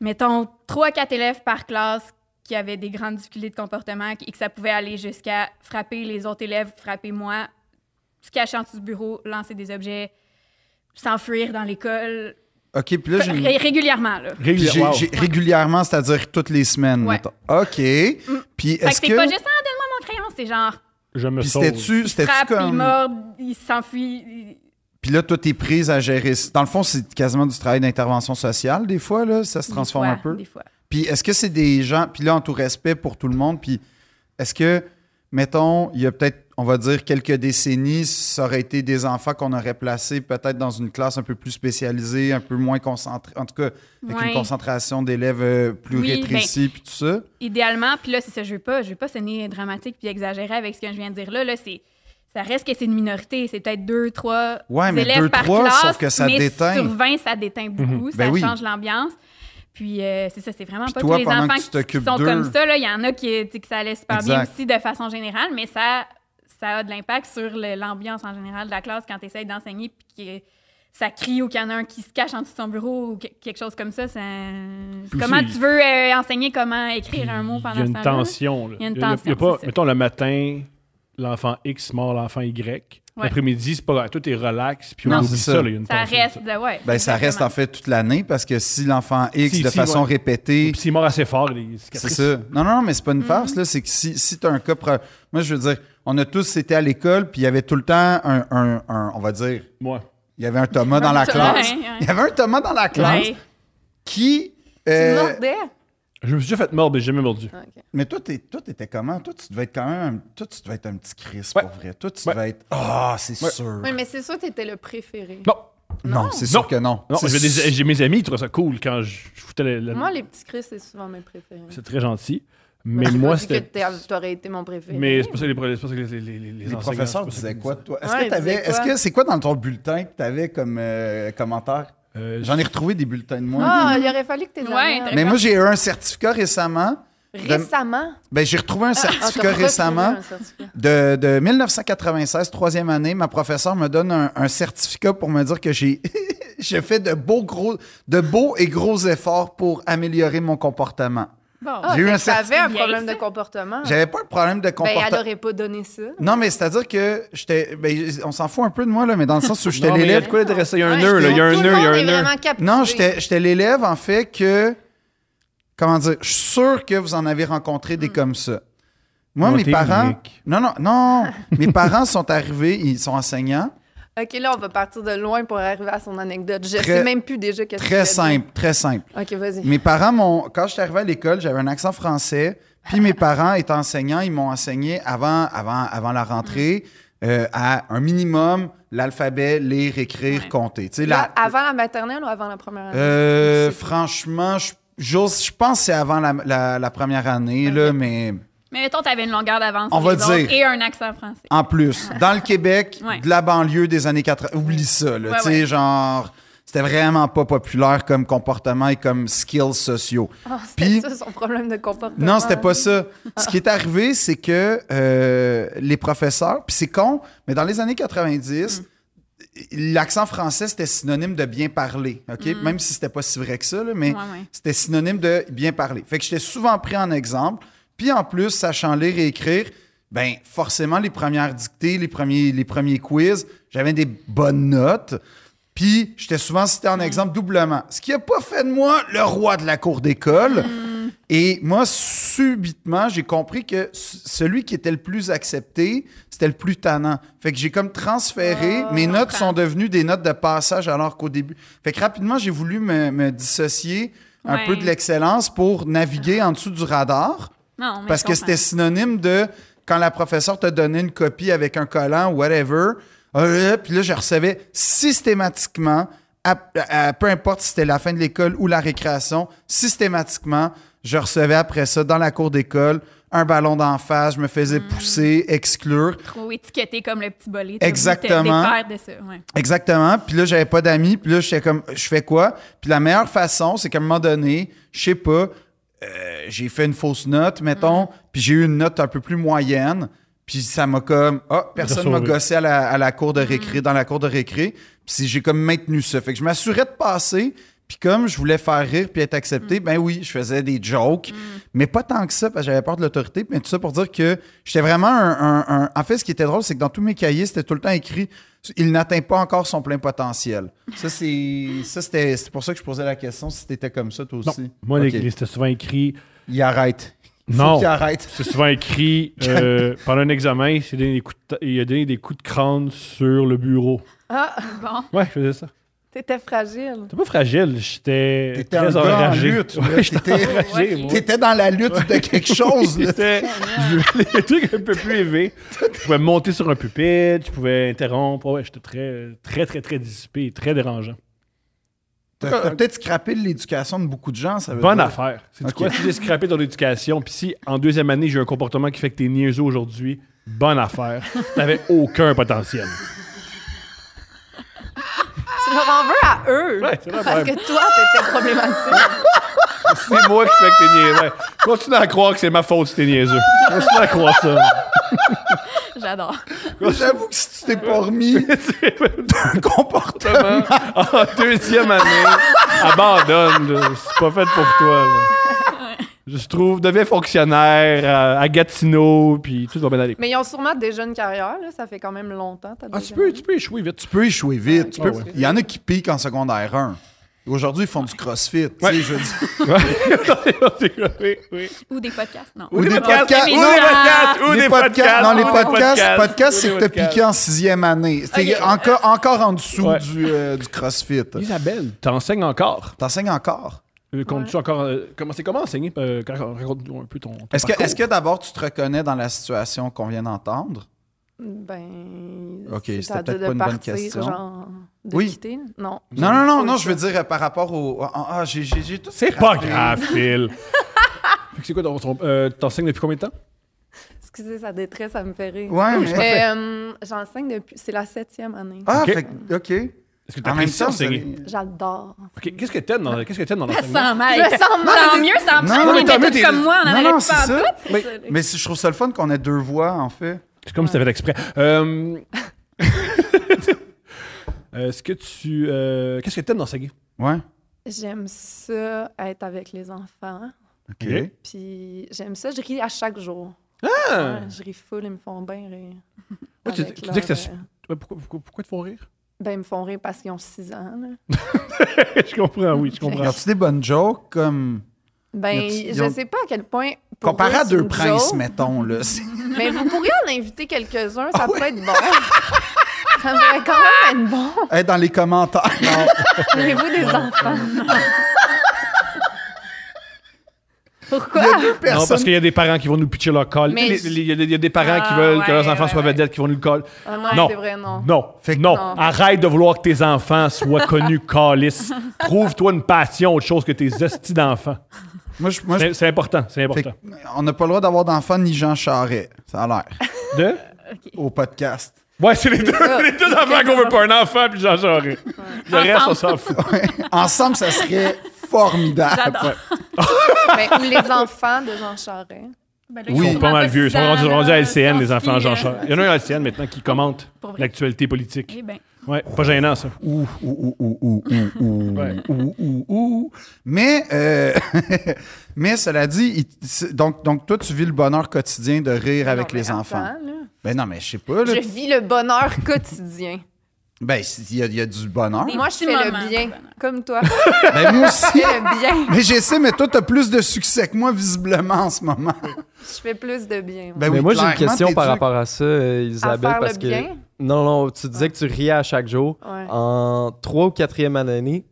Speaker 3: mettons, 3-4 élèves par classe qui avaient des grandes difficultés de comportement et que ça pouvait aller jusqu'à frapper les autres élèves, frapper moi, se cacher en dessous du bureau, lancer des objets, s'enfuir dans l'école,
Speaker 2: OK, puis là, j'ai une-
Speaker 3: Ré- régulièrement, là.
Speaker 2: Puis
Speaker 1: Régulier-
Speaker 2: j'ai-
Speaker 1: wow.
Speaker 2: j'ai- régulièrement, c'est-à-dire toutes les semaines.
Speaker 3: Ouais. Mm.
Speaker 2: mettons. OK. Puis
Speaker 3: Fait que
Speaker 2: est-ce
Speaker 3: c'est
Speaker 2: que.
Speaker 3: pas juste « Ah, donne-moi mon crayon », c'est genre
Speaker 1: Je me
Speaker 2: Puis
Speaker 1: sauve.
Speaker 2: c'était-tu
Speaker 3: «
Speaker 2: c'était-tu
Speaker 3: frappe, il
Speaker 2: comme.
Speaker 3: mord, il s'enfuit ».
Speaker 2: Puis là, toi, t'es prise à gérer. ça. Dans le fond, c'est quasiment du travail d'intervention sociale, des fois, là. Ça se transforme un peu.
Speaker 3: Des fois.
Speaker 2: Puis est-ce que c'est des gens. Puis là, en tout respect pour tout le monde, puis est-ce que, mettons, il y a peut-être, on va dire, quelques décennies, ça aurait été des enfants qu'on aurait placés peut-être dans une classe un peu plus spécialisée, un peu moins concentrée. En tout cas, avec une
Speaker 3: Ouais.
Speaker 2: concentration d'élèves euh, plus
Speaker 3: Oui, ben-
Speaker 2: rétrécie, puis tout ça.
Speaker 3: idéalement, puis là, c'est ça, je veux pas, je veux pas sonner dramatique puis exagérer avec ce que je viens de dire là, là, c'est ça reste que c'est une minorité, c'est peut-être deux, trois
Speaker 2: Ouais, mais
Speaker 3: élèves
Speaker 2: deux,
Speaker 3: par
Speaker 2: trois,
Speaker 3: classe,
Speaker 2: sauf que ça
Speaker 3: mais
Speaker 2: déteint.
Speaker 3: sur 20, ça déteint beaucoup,
Speaker 2: Ben
Speaker 3: ça
Speaker 2: oui.
Speaker 3: change l'ambiance. Puis euh, c'est ça, c'est vraiment
Speaker 2: Puis
Speaker 3: pas
Speaker 2: toi,
Speaker 3: tous les
Speaker 2: pendant que
Speaker 3: enfants
Speaker 2: tu
Speaker 3: qui, qui
Speaker 2: t'occupes
Speaker 3: sont
Speaker 2: d'eux.
Speaker 3: comme ça, là, il y en a qui, tu sais, que ça allait super bien
Speaker 2: Exact.
Speaker 3: aussi de façon générale, mais ça, ça a de l'impact sur le- l'ambiance en général de la classe quand tu essaies d'enseigner puis que ça crie ou qu'il y en a un qui se cache en dessous de son bureau ou que- quelque chose comme ça. ça... Comment
Speaker 1: aussi,
Speaker 3: tu veux euh, enseigner comment écrire un mot
Speaker 1: Il
Speaker 3: pendant
Speaker 1: y a
Speaker 3: ce
Speaker 1: une
Speaker 3: temps-là?
Speaker 1: tension. là.
Speaker 3: Il y a une
Speaker 1: il y a
Speaker 3: tension,
Speaker 1: pas,
Speaker 3: c'est ça.
Speaker 1: mettons, le matin, l'enfant X mord l'enfant Y.
Speaker 3: Ouais.
Speaker 1: L'après-midi, c'est pas grave. Tout est relax. Puis on
Speaker 2: Non,
Speaker 1: oublie
Speaker 2: c'est
Speaker 1: ça.
Speaker 2: ça.
Speaker 1: là, il y a une
Speaker 3: Ça
Speaker 1: tension,
Speaker 3: reste, de- ouais.
Speaker 2: Ben, ça reste en
Speaker 3: exactement.
Speaker 2: fait toute l'année parce que si l'enfant X,
Speaker 1: Si,
Speaker 2: de
Speaker 1: si,
Speaker 2: façon
Speaker 1: ouais.
Speaker 2: répétée,
Speaker 1: Puis s'il mord assez fort, il se
Speaker 2: c'est ça. Non, non, non, mais c'est
Speaker 3: Mm-hmm.
Speaker 2: pas une farce, là. C'est que si, si t'as un cas. pro- Moi, je veux dire, on a tous été à l'école, puis il y avait tout le temps un, un- un- on va dire,
Speaker 1: Moi.
Speaker 2: il Il y avait un Thomas dans la
Speaker 3: Thomas,
Speaker 2: classe.
Speaker 3: ouais, ouais.
Speaker 2: Il y avait un Thomas dans la classe
Speaker 3: Ouais.
Speaker 2: qui.
Speaker 4: Tu
Speaker 2: euh,
Speaker 4: mordais?
Speaker 1: Je me suis déjà fait mordre, mais j'ai jamais mordu.
Speaker 4: Ok.
Speaker 2: mais toi, t'es- toi, t'étais comment? Toi, tu devais être quand même. un- Toi, tu devais être un petit Chris
Speaker 1: Ouais.
Speaker 2: pour vrai. Toi, tu
Speaker 1: Ouais.
Speaker 2: devais être. Ah, c'est
Speaker 1: Ouais.
Speaker 2: sûr.
Speaker 4: Oui, mais c'est sûr que t'étais le préféré.
Speaker 1: Non,
Speaker 2: Non, c'est sûr
Speaker 1: Non.
Speaker 2: que non.
Speaker 1: non
Speaker 2: C'est
Speaker 1: j'ai
Speaker 2: sûr-
Speaker 1: des- j'ai mes amis, ils trouvaient ça cool quand je, je foutais la. la-
Speaker 4: Moi, les petits Chris, c'est souvent mes préférés.
Speaker 1: C'est très gentil.
Speaker 4: Moi,
Speaker 1: Mais
Speaker 4: j'ai
Speaker 1: moi,
Speaker 4: pas dit que
Speaker 1: c'était.
Speaker 4: t'es- t'aurais été mon préféré.
Speaker 1: Mais c'est pas ça que les, c'est pas ça que les, les, les, les
Speaker 2: Les
Speaker 1: enseignants,
Speaker 2: professeurs
Speaker 1: c'est pas ça
Speaker 2: disaient
Speaker 1: qu'ils
Speaker 2: quoi, de
Speaker 1: disaient.
Speaker 2: toi? Est-ce
Speaker 4: Ouais,
Speaker 2: que
Speaker 4: ils
Speaker 2: t'avais.
Speaker 4: disaient
Speaker 2: Est-ce
Speaker 4: quoi?
Speaker 2: que c'est quoi dans ton bulletin que t'avais comme euh, commentaire?
Speaker 1: Euh,
Speaker 2: J'en ai retrouvé des bulletins de moi.
Speaker 4: Ah, il aurait fallu que t'aies
Speaker 3: Ouais,
Speaker 4: jamais-
Speaker 2: Mais moi, j'ai eu un certificat récemment. de-
Speaker 4: Récemment.
Speaker 2: Ben, j'ai retrouvé un
Speaker 4: Ah, t'as
Speaker 2: certificat
Speaker 4: retrouvé
Speaker 2: récemment.
Speaker 4: un certificat.
Speaker 2: De, de 1996, troisième année, ma professeure me donne un, un certificat pour me dire que j'ai j'ai fait de beaux, gros, de beaux et gros efforts pour améliorer mon comportement.
Speaker 3: Bon.
Speaker 4: Ah,
Speaker 2: J'ai eu
Speaker 4: fait
Speaker 2: un
Speaker 4: que T'avais un
Speaker 3: certificat.
Speaker 4: problème de
Speaker 3: Bien, ça.
Speaker 4: comportement.
Speaker 2: J'avais pas un problème de
Speaker 4: Ben, elle
Speaker 2: comportement.
Speaker 4: aurait pas donné ça.
Speaker 2: non, mais c'est-à-dire que j'étais. ben, on s'en fout un peu de moi, là, mais dans le sens où j'étais
Speaker 1: Non, mais il y a
Speaker 2: l'élève.
Speaker 1: de quoi d'intéressant. Il y a un
Speaker 4: Ouais,
Speaker 1: nœud, là. Il y a un
Speaker 5: Tout le
Speaker 1: nœud, il y a
Speaker 5: monde
Speaker 1: un
Speaker 5: est
Speaker 1: nœur.
Speaker 5: vraiment captivé.
Speaker 2: Non, j'étais j'étais l'élève, en fait, que. Comment dire? Je suis sûr que vous en avez rencontré
Speaker 4: Hmm.
Speaker 2: des comme ça. Moi,
Speaker 1: Non,
Speaker 2: mes
Speaker 1: t'es
Speaker 2: parents.
Speaker 1: unique.
Speaker 2: Non, non, non. mes parents sont arrivés, ils sont enseignants.
Speaker 4: OK, là, on va partir de loin pour arriver à son anecdote. Je
Speaker 2: Très-
Speaker 4: sais même plus déjà qu'est-ce que
Speaker 2: Très
Speaker 4: tu voulais dire.
Speaker 2: simple, très simple.
Speaker 4: OK, vas-y.
Speaker 2: Mes parents m'ont. Quand je suis arrivé à l'école, j'avais un accent français. Puis mes parents, étant enseignants, ils m'ont enseigné avant, avant, avant la rentrée euh, à un minimum l'alphabet, lire, écrire,
Speaker 3: Ouais.
Speaker 2: compter. Tu sais,
Speaker 4: Là,
Speaker 2: la-
Speaker 4: avant la maternelle ou avant la première année?
Speaker 2: Euh,
Speaker 4: C'est-
Speaker 2: franchement, je, j'ose- je pense que c'est avant la, la- la première année, là, mais
Speaker 3: Mais mettons, t'avais une longueur d'avance.
Speaker 2: On
Speaker 3: sur
Speaker 2: va
Speaker 3: les autres
Speaker 2: dire.
Speaker 3: Et un accent français.
Speaker 2: en plus, dans le Québec,
Speaker 3: Ouais.
Speaker 2: de la banlieue des années 80, oublie ça, là,
Speaker 3: Ouais,
Speaker 2: tu sais,
Speaker 3: ouais.
Speaker 2: genre, c'était vraiment pas populaire comme comportement et comme skills sociaux.
Speaker 4: Ah, c'était
Speaker 2: puis-
Speaker 4: ça son problème de comportement.
Speaker 2: Non, c'était pas ça. Ce qui est arrivé, c'est que euh, les professeurs, puis c'est con, mais dans les années 90, l'accent français, c'était synonyme de bien parler, OK? Même si c'était pas si vrai que ça, là, mais
Speaker 3: Mm. Ouais, ouais.
Speaker 2: c'était synonyme de bien parler. Fait que j'étais souvent pris en exemple. Puis en plus, sachant lire et écrire, ben forcément, les premières dictées, les premiers, les premiers quiz, j'avais des bonnes notes. Puis j'étais souvent cité en exemple doublement. Ce qui a pas fait de moi le roi de la cour d'école.
Speaker 3: Mm.
Speaker 2: Et moi, subitement, j'ai compris que c- celui qui était le plus accepté, c'était le plus tannant. Fait que j'ai comme transféré.
Speaker 4: Ah,
Speaker 2: mes
Speaker 4: je
Speaker 2: notes
Speaker 3: comprends.
Speaker 2: sont devenues des notes de passage alors qu'au début. Fait que rapidement, j'ai voulu me, me dissocier un
Speaker 3: Ouais.
Speaker 2: peu de l'excellence pour naviguer en dessous du radar
Speaker 3: Non, mais
Speaker 2: parce
Speaker 3: je
Speaker 2: que
Speaker 3: comprends.
Speaker 2: c'était synonyme de quand la professeure te donnait une copie avec un collant ou whatever. euh, puis là, je recevais systématiquement, à- à- peu importe si c'était la fin de l'école ou la récréation, systématiquement, je recevais après ça dans la cour d'école un ballon d'en face, je me faisais
Speaker 3: Mm.
Speaker 2: pousser, exclure.
Speaker 3: Trop étiqueté comme le petit bolé. T'as voulu te
Speaker 2: Exactement.
Speaker 3: défaire de ça. Ouais.
Speaker 2: Exactement. Puis là, j'avais pas d'amis. Puis là, j'étais comme, je fais quoi? Puis la meilleure façon, c'est qu'à un moment donné, je sais pas, euh, j'ai fait une fausse note, mettons, puis j'ai eu une note un peu plus moyenne. Puis ça m'a comme, ah, personne m'a
Speaker 1: sauvé.
Speaker 2: gossé à la, à la cour de récré, dans la cour de récré. Puis j'ai comme maintenu ça. Fait que je m'assurais de passer. Puis comme je voulais faire rire puis être accepté, ben oui, je faisais des jokes. Mais pas tant que ça, parce que j'avais peur de l'autorité. Mais tout ça pour dire que j'étais vraiment un, un- un- En fait, ce qui était drôle, c'est que dans tous mes cahiers, c'était tout le temps écrit « Il n'atteint pas encore son plein potentiel ». Ça, c'est... Ça, c'était... C'est pour ça que je posais la question si t'étais comme ça, toi
Speaker 1: Non.
Speaker 2: aussi.
Speaker 1: Moi, les-
Speaker 2: Ok.
Speaker 1: les- c'était souvent écrit.
Speaker 2: Il arrête. Il faut
Speaker 1: Non.
Speaker 2: qu'il arrête.
Speaker 1: C'est souvent écrit euh, pendant un examen, il, s'est donné des coups de ta- il a donné des coups de crâne sur le bureau.
Speaker 4: Ah,
Speaker 3: Bon.
Speaker 1: Ouais, je faisais ça.
Speaker 4: t'étais fragile.
Speaker 1: T'es pas fragile, j'étais
Speaker 2: T'étais un
Speaker 1: très
Speaker 2: gars en
Speaker 1: enragé.
Speaker 2: lutte, là.
Speaker 1: Ouais, j'étais
Speaker 2: T'étais-
Speaker 1: enragé,
Speaker 3: Ouais.
Speaker 1: moi.
Speaker 2: T'étais dans la lutte de quelque chose, là.
Speaker 1: J'étais- je voulais des trucs un peu plus élevés. Je pouvais monter sur un pupitre, je pouvais interrompre. Ouais, j'étais très, très, très, très dissipé et très dérangeant.
Speaker 2: T'as t'as peut-être scrappé l'éducation de beaucoup de gens, ça veut
Speaker 1: Bonne
Speaker 2: dire.
Speaker 1: affaire. C'est
Speaker 2: Ok.
Speaker 1: quoi si j'ai scrappé ton éducation, puis si en deuxième année, j'ai eu un comportement qui fait que t'es niaiseux aujourd'hui, bonne affaire. T'avais aucun potentiel.
Speaker 4: Tu leur en veux à eux.
Speaker 1: Ouais, c'est vrai,
Speaker 4: parce
Speaker 1: ouais.
Speaker 4: que toi, t'étais problématique.
Speaker 1: C'est moi qui fais que t'es niaiseux. Ouais. Continue à croire que c'est ma faute si t'es niaiseux. Continue à croire ça.
Speaker 3: J'adore.
Speaker 2: J'avoue que si tu t'es pas remis d'un comportement...
Speaker 1: en deuxième année, abandonne. là. C'est pas fait pour toi. là. Je trouve, deviens fonctionnaire euh, à, à Gatineau, puis tout va bien aller.
Speaker 4: Mais ils ont sûrement déjà une carrière, là. Ça fait quand même longtemps. ta
Speaker 1: Ah, tu
Speaker 4: deuxième
Speaker 1: peux,
Speaker 4: année.
Speaker 1: tu peux échouer vite.
Speaker 2: Tu peux échouer vite. tu
Speaker 4: Ah,
Speaker 2: peux-
Speaker 4: ouais.
Speaker 2: Il y en a qui piquent en secondaire 1. Aujourd'hui, ils font du crossfit. tu sais,
Speaker 1: Ouais.
Speaker 2: je veux dire.
Speaker 1: oui, oui.
Speaker 3: Ou des podcasts, non.
Speaker 1: Ou,
Speaker 2: des
Speaker 1: des podcasts, ou
Speaker 2: podcasts. Non.
Speaker 1: des podcasts, ou
Speaker 2: les
Speaker 1: des
Speaker 2: podcasts,
Speaker 1: podcasts.
Speaker 2: Non,
Speaker 1: ou
Speaker 2: les
Speaker 1: des
Speaker 2: podcasts, podcast,
Speaker 1: ou
Speaker 2: c'est
Speaker 1: des
Speaker 2: que t'as
Speaker 1: podcasts. euh,
Speaker 2: piqué en sixième année. C'est
Speaker 3: Ok.
Speaker 2: encore, encore en dessous
Speaker 1: Ouais.
Speaker 2: du, euh, du CrossFit.
Speaker 1: Isabelle, t'enseignes encore.
Speaker 2: T'enseignes encore.
Speaker 1: Euh, comptes-tu encore euh, comment c'est comment enseigner euh, quand- Raconte-nous un peu ton, ton
Speaker 2: Est-ce que,
Speaker 1: parcours.
Speaker 2: est-ce que d'abord tu te reconnais dans la situation qu'on vient d'entendre?
Speaker 4: Ben.
Speaker 2: Ok,
Speaker 4: c'est
Speaker 2: c'était
Speaker 4: à dire
Speaker 2: peut-être
Speaker 4: de
Speaker 2: pas une bonne
Speaker 4: partir,
Speaker 2: question.
Speaker 4: Genre, de
Speaker 2: Oui.
Speaker 4: quitter, là? Non.
Speaker 2: Non, non, non, non, je veux dire euh, par rapport au. Ah, ah, j'ai, j'ai, j'ai tout
Speaker 1: C'est pas
Speaker 2: scrappé.
Speaker 1: grave, Phil. Fait que c'est quoi ton, ton- euh, t'enseignes depuis combien de temps
Speaker 4: Excusez, sa détresse, ça me fait rire.
Speaker 2: Ouais, mais.
Speaker 4: Euh, J'enseigne depuis. C'est la septième année.
Speaker 2: Ah,
Speaker 1: Ok.
Speaker 2: fait que- OK.
Speaker 1: Est-ce que
Speaker 2: En même
Speaker 1: t'apprécies
Speaker 2: temps, vous
Speaker 1: enseigner
Speaker 2: avez-
Speaker 4: J'adore.
Speaker 1: Ok, Qu'est-ce que t'aimes dans qu'est-ce que t'aimes dans
Speaker 3: Ça
Speaker 1: l'enseignement
Speaker 3: sent mal.
Speaker 4: Je me sens mal.
Speaker 3: Tant mieux, ça en
Speaker 2: Non,
Speaker 3: prend
Speaker 2: non,
Speaker 3: des
Speaker 2: mais t'as
Speaker 3: méthodes
Speaker 2: mis tes-
Speaker 3: comme moi, on
Speaker 2: Non,
Speaker 3: en aurait
Speaker 2: non,
Speaker 3: pas
Speaker 2: c'est
Speaker 3: à
Speaker 2: ça.
Speaker 3: tout.
Speaker 2: Mais, mais c'est- je trouve ça le fun qu'on ait deux voix, en fait.
Speaker 1: C'est comme si t'avais fait exprès. Euh, Est-ce que tu euh, qu'est-ce que t'aimes d'enseigner
Speaker 2: Ouais.
Speaker 4: J'aime ça, être avec les enfants.
Speaker 2: OK.
Speaker 1: Ok.
Speaker 4: Puis j'aime ça, je ris à chaque jour.
Speaker 1: Ah!
Speaker 4: Ouais, je ris full, ils me font bien rire.
Speaker 1: Ouais, tu-
Speaker 4: Avec
Speaker 1: tu dis que
Speaker 4: leur,
Speaker 1: ça-
Speaker 4: euh,
Speaker 1: Ouais, Pourquoi, pourquoi, pourquoi te font rire
Speaker 4: Ben, ils me font rire parce qu'ils ont 6 ans. là.
Speaker 1: Je comprends, oui, je comprends.
Speaker 2: As-tu des bonnes jokes comme.
Speaker 4: Ben,
Speaker 2: Y a-t-il-
Speaker 4: je
Speaker 2: y a-
Speaker 4: sais pas à quel point. pour
Speaker 2: Comparé
Speaker 4: eux,
Speaker 2: à
Speaker 4: c'est
Speaker 2: deux
Speaker 4: une
Speaker 2: princes,
Speaker 4: joke,
Speaker 2: mettons, là. c'est-
Speaker 4: Mais vous pourriez en inviter quelques-uns,
Speaker 6: Ah
Speaker 4: ça pourrait être bon. ça pourrait quand même être bon.
Speaker 2: Hey, dans les commentaires.
Speaker 4: Avez-vous des enfants? Pourquoi?
Speaker 2: Il y a deux
Speaker 1: Non,
Speaker 2: personnes.
Speaker 1: parce qu'il y a des parents qui vont nous pitcher leur call.
Speaker 4: Mais
Speaker 1: Tu sais, les- les- Il y, a des- il y a des parents qui
Speaker 3: Ah,
Speaker 1: veulent que
Speaker 3: ouais,
Speaker 1: leurs enfants
Speaker 3: ouais,
Speaker 1: soient
Speaker 3: ouais.
Speaker 1: vedettes qui vont nous le call.
Speaker 4: Ah, ouais,
Speaker 1: Non.
Speaker 4: c'est vrai, non.
Speaker 1: Non,
Speaker 2: Fait que-
Speaker 1: non.
Speaker 4: Non.
Speaker 1: Arrête de vouloir que tes enfants soient connus calices. Trouve-toi une passion, autre chose que tes hosties d'enfants.
Speaker 2: Moi, je- moi, je-
Speaker 1: C'est c'est important, c'est
Speaker 2: fait
Speaker 1: important.
Speaker 2: que on n'a pas le droit d'avoir d'enfants ni Jean Charret, ça a l'air,
Speaker 1: Deux?
Speaker 2: au podcast.
Speaker 1: Ouais, c'est les deux, les deux enfants qu'on veut pas. Un enfant puis Jean Charest. Le reste, on s'en fout.
Speaker 2: Ensemble, ça serait formidable.
Speaker 3: J'adore.
Speaker 4: Ben, ou les enfants de Jean Charest.
Speaker 3: Ben là,
Speaker 1: Ils sont
Speaker 3: sont
Speaker 1: pas mal vieux. Ils sont rendus, rendus à LCN, les enfants Jean
Speaker 3: Charles.
Speaker 1: Charest. Il y en a un à LCN maintenant qui commente
Speaker 3: hein. Pour vrai.
Speaker 1: l'actualité politique.
Speaker 3: Eh ben,
Speaker 1: Ouais, pas gênant, ça.
Speaker 2: Ouh, ouh, ouh, ouh, ouh, ouh,
Speaker 1: Ouais.
Speaker 2: ouh, ouh, ouh. Mais, euh, mais cela dit, il- c'est- donc, donc toi, tu vis le bonheur quotidien de rire avec
Speaker 4: Non, mais
Speaker 2: les enfants.
Speaker 4: attends, là.
Speaker 2: Ben non, mais je sais pas. là.
Speaker 4: Je vis le bonheur quotidien.
Speaker 2: Ben, c'est- il y, a- il y a du bonheur.
Speaker 3: Des
Speaker 4: Moi, je
Speaker 3: petits
Speaker 4: fais
Speaker 3: moments
Speaker 4: le
Speaker 3: de
Speaker 4: bien,
Speaker 3: bonheur.
Speaker 4: comme toi.
Speaker 2: Ben moi aussi.
Speaker 4: le bien.
Speaker 2: Mais j'essaie, mais toi, t'as plus de succès que moi, visiblement, en ce moment.
Speaker 4: Je fais plus de bien.
Speaker 2: Ben
Speaker 6: Mais
Speaker 2: oui,
Speaker 6: moi, j'ai une
Speaker 2: clairement,
Speaker 6: question
Speaker 2: t'es
Speaker 6: par
Speaker 2: dû-
Speaker 6: rapport à ça, euh,
Speaker 4: à
Speaker 6: Isabelle,
Speaker 4: faire
Speaker 6: parce
Speaker 4: le
Speaker 6: que... Ah,
Speaker 4: bien.
Speaker 6: Non, non, tu disais que tu riais à chaque jour.
Speaker 4: Ouais.
Speaker 6: En trois ou quatrième année,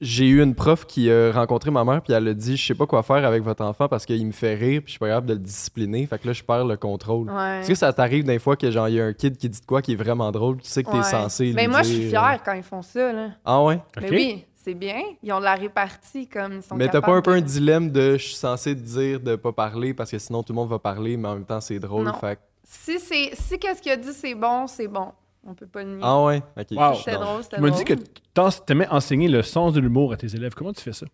Speaker 6: j'ai eu une prof qui a rencontré ma mère, puis elle a dit Je sais pas quoi faire avec votre enfant parce qu'il me fait rire, puis je suis pas capable de le discipliner. Fait que là, je perds le contrôle.
Speaker 4: Ouais.
Speaker 6: Est-ce que ça t'arrive des fois que, genre, il y a un kid qui dit de quoi qui est vraiment drôle, tu sais que t'es
Speaker 4: Ouais.
Speaker 6: censé. lui
Speaker 4: Mais moi, je
Speaker 6: dire,
Speaker 4: suis
Speaker 6: euh,
Speaker 4: fière quand ils font ça. Là.
Speaker 6: Ah ouais
Speaker 1: OK?
Speaker 4: Mais oui, c'est bien. Ils ont de la répartie comme ils sont
Speaker 6: Mais t'as pas un
Speaker 4: capables
Speaker 6: peu un
Speaker 4: de-
Speaker 6: dilemme de je suis censé te dire de pas parler parce que sinon tout le monde va parler, mais en même temps, c'est drôle.
Speaker 4: Non.
Speaker 6: Fait que-
Speaker 4: Si, c'est... si qu'est-ce qu'il a dit, c'est bon, c'est bon. On peut pas le nier.
Speaker 6: Ah ouais Ok.
Speaker 1: Wow.
Speaker 6: je suis
Speaker 4: C'était
Speaker 6: dans-
Speaker 4: drôle, c'était
Speaker 1: Tu m'as
Speaker 4: drôle.
Speaker 1: dit que tu t'aimais enseigner le sens de l'humour à tes élèves. Comment tu fais ça?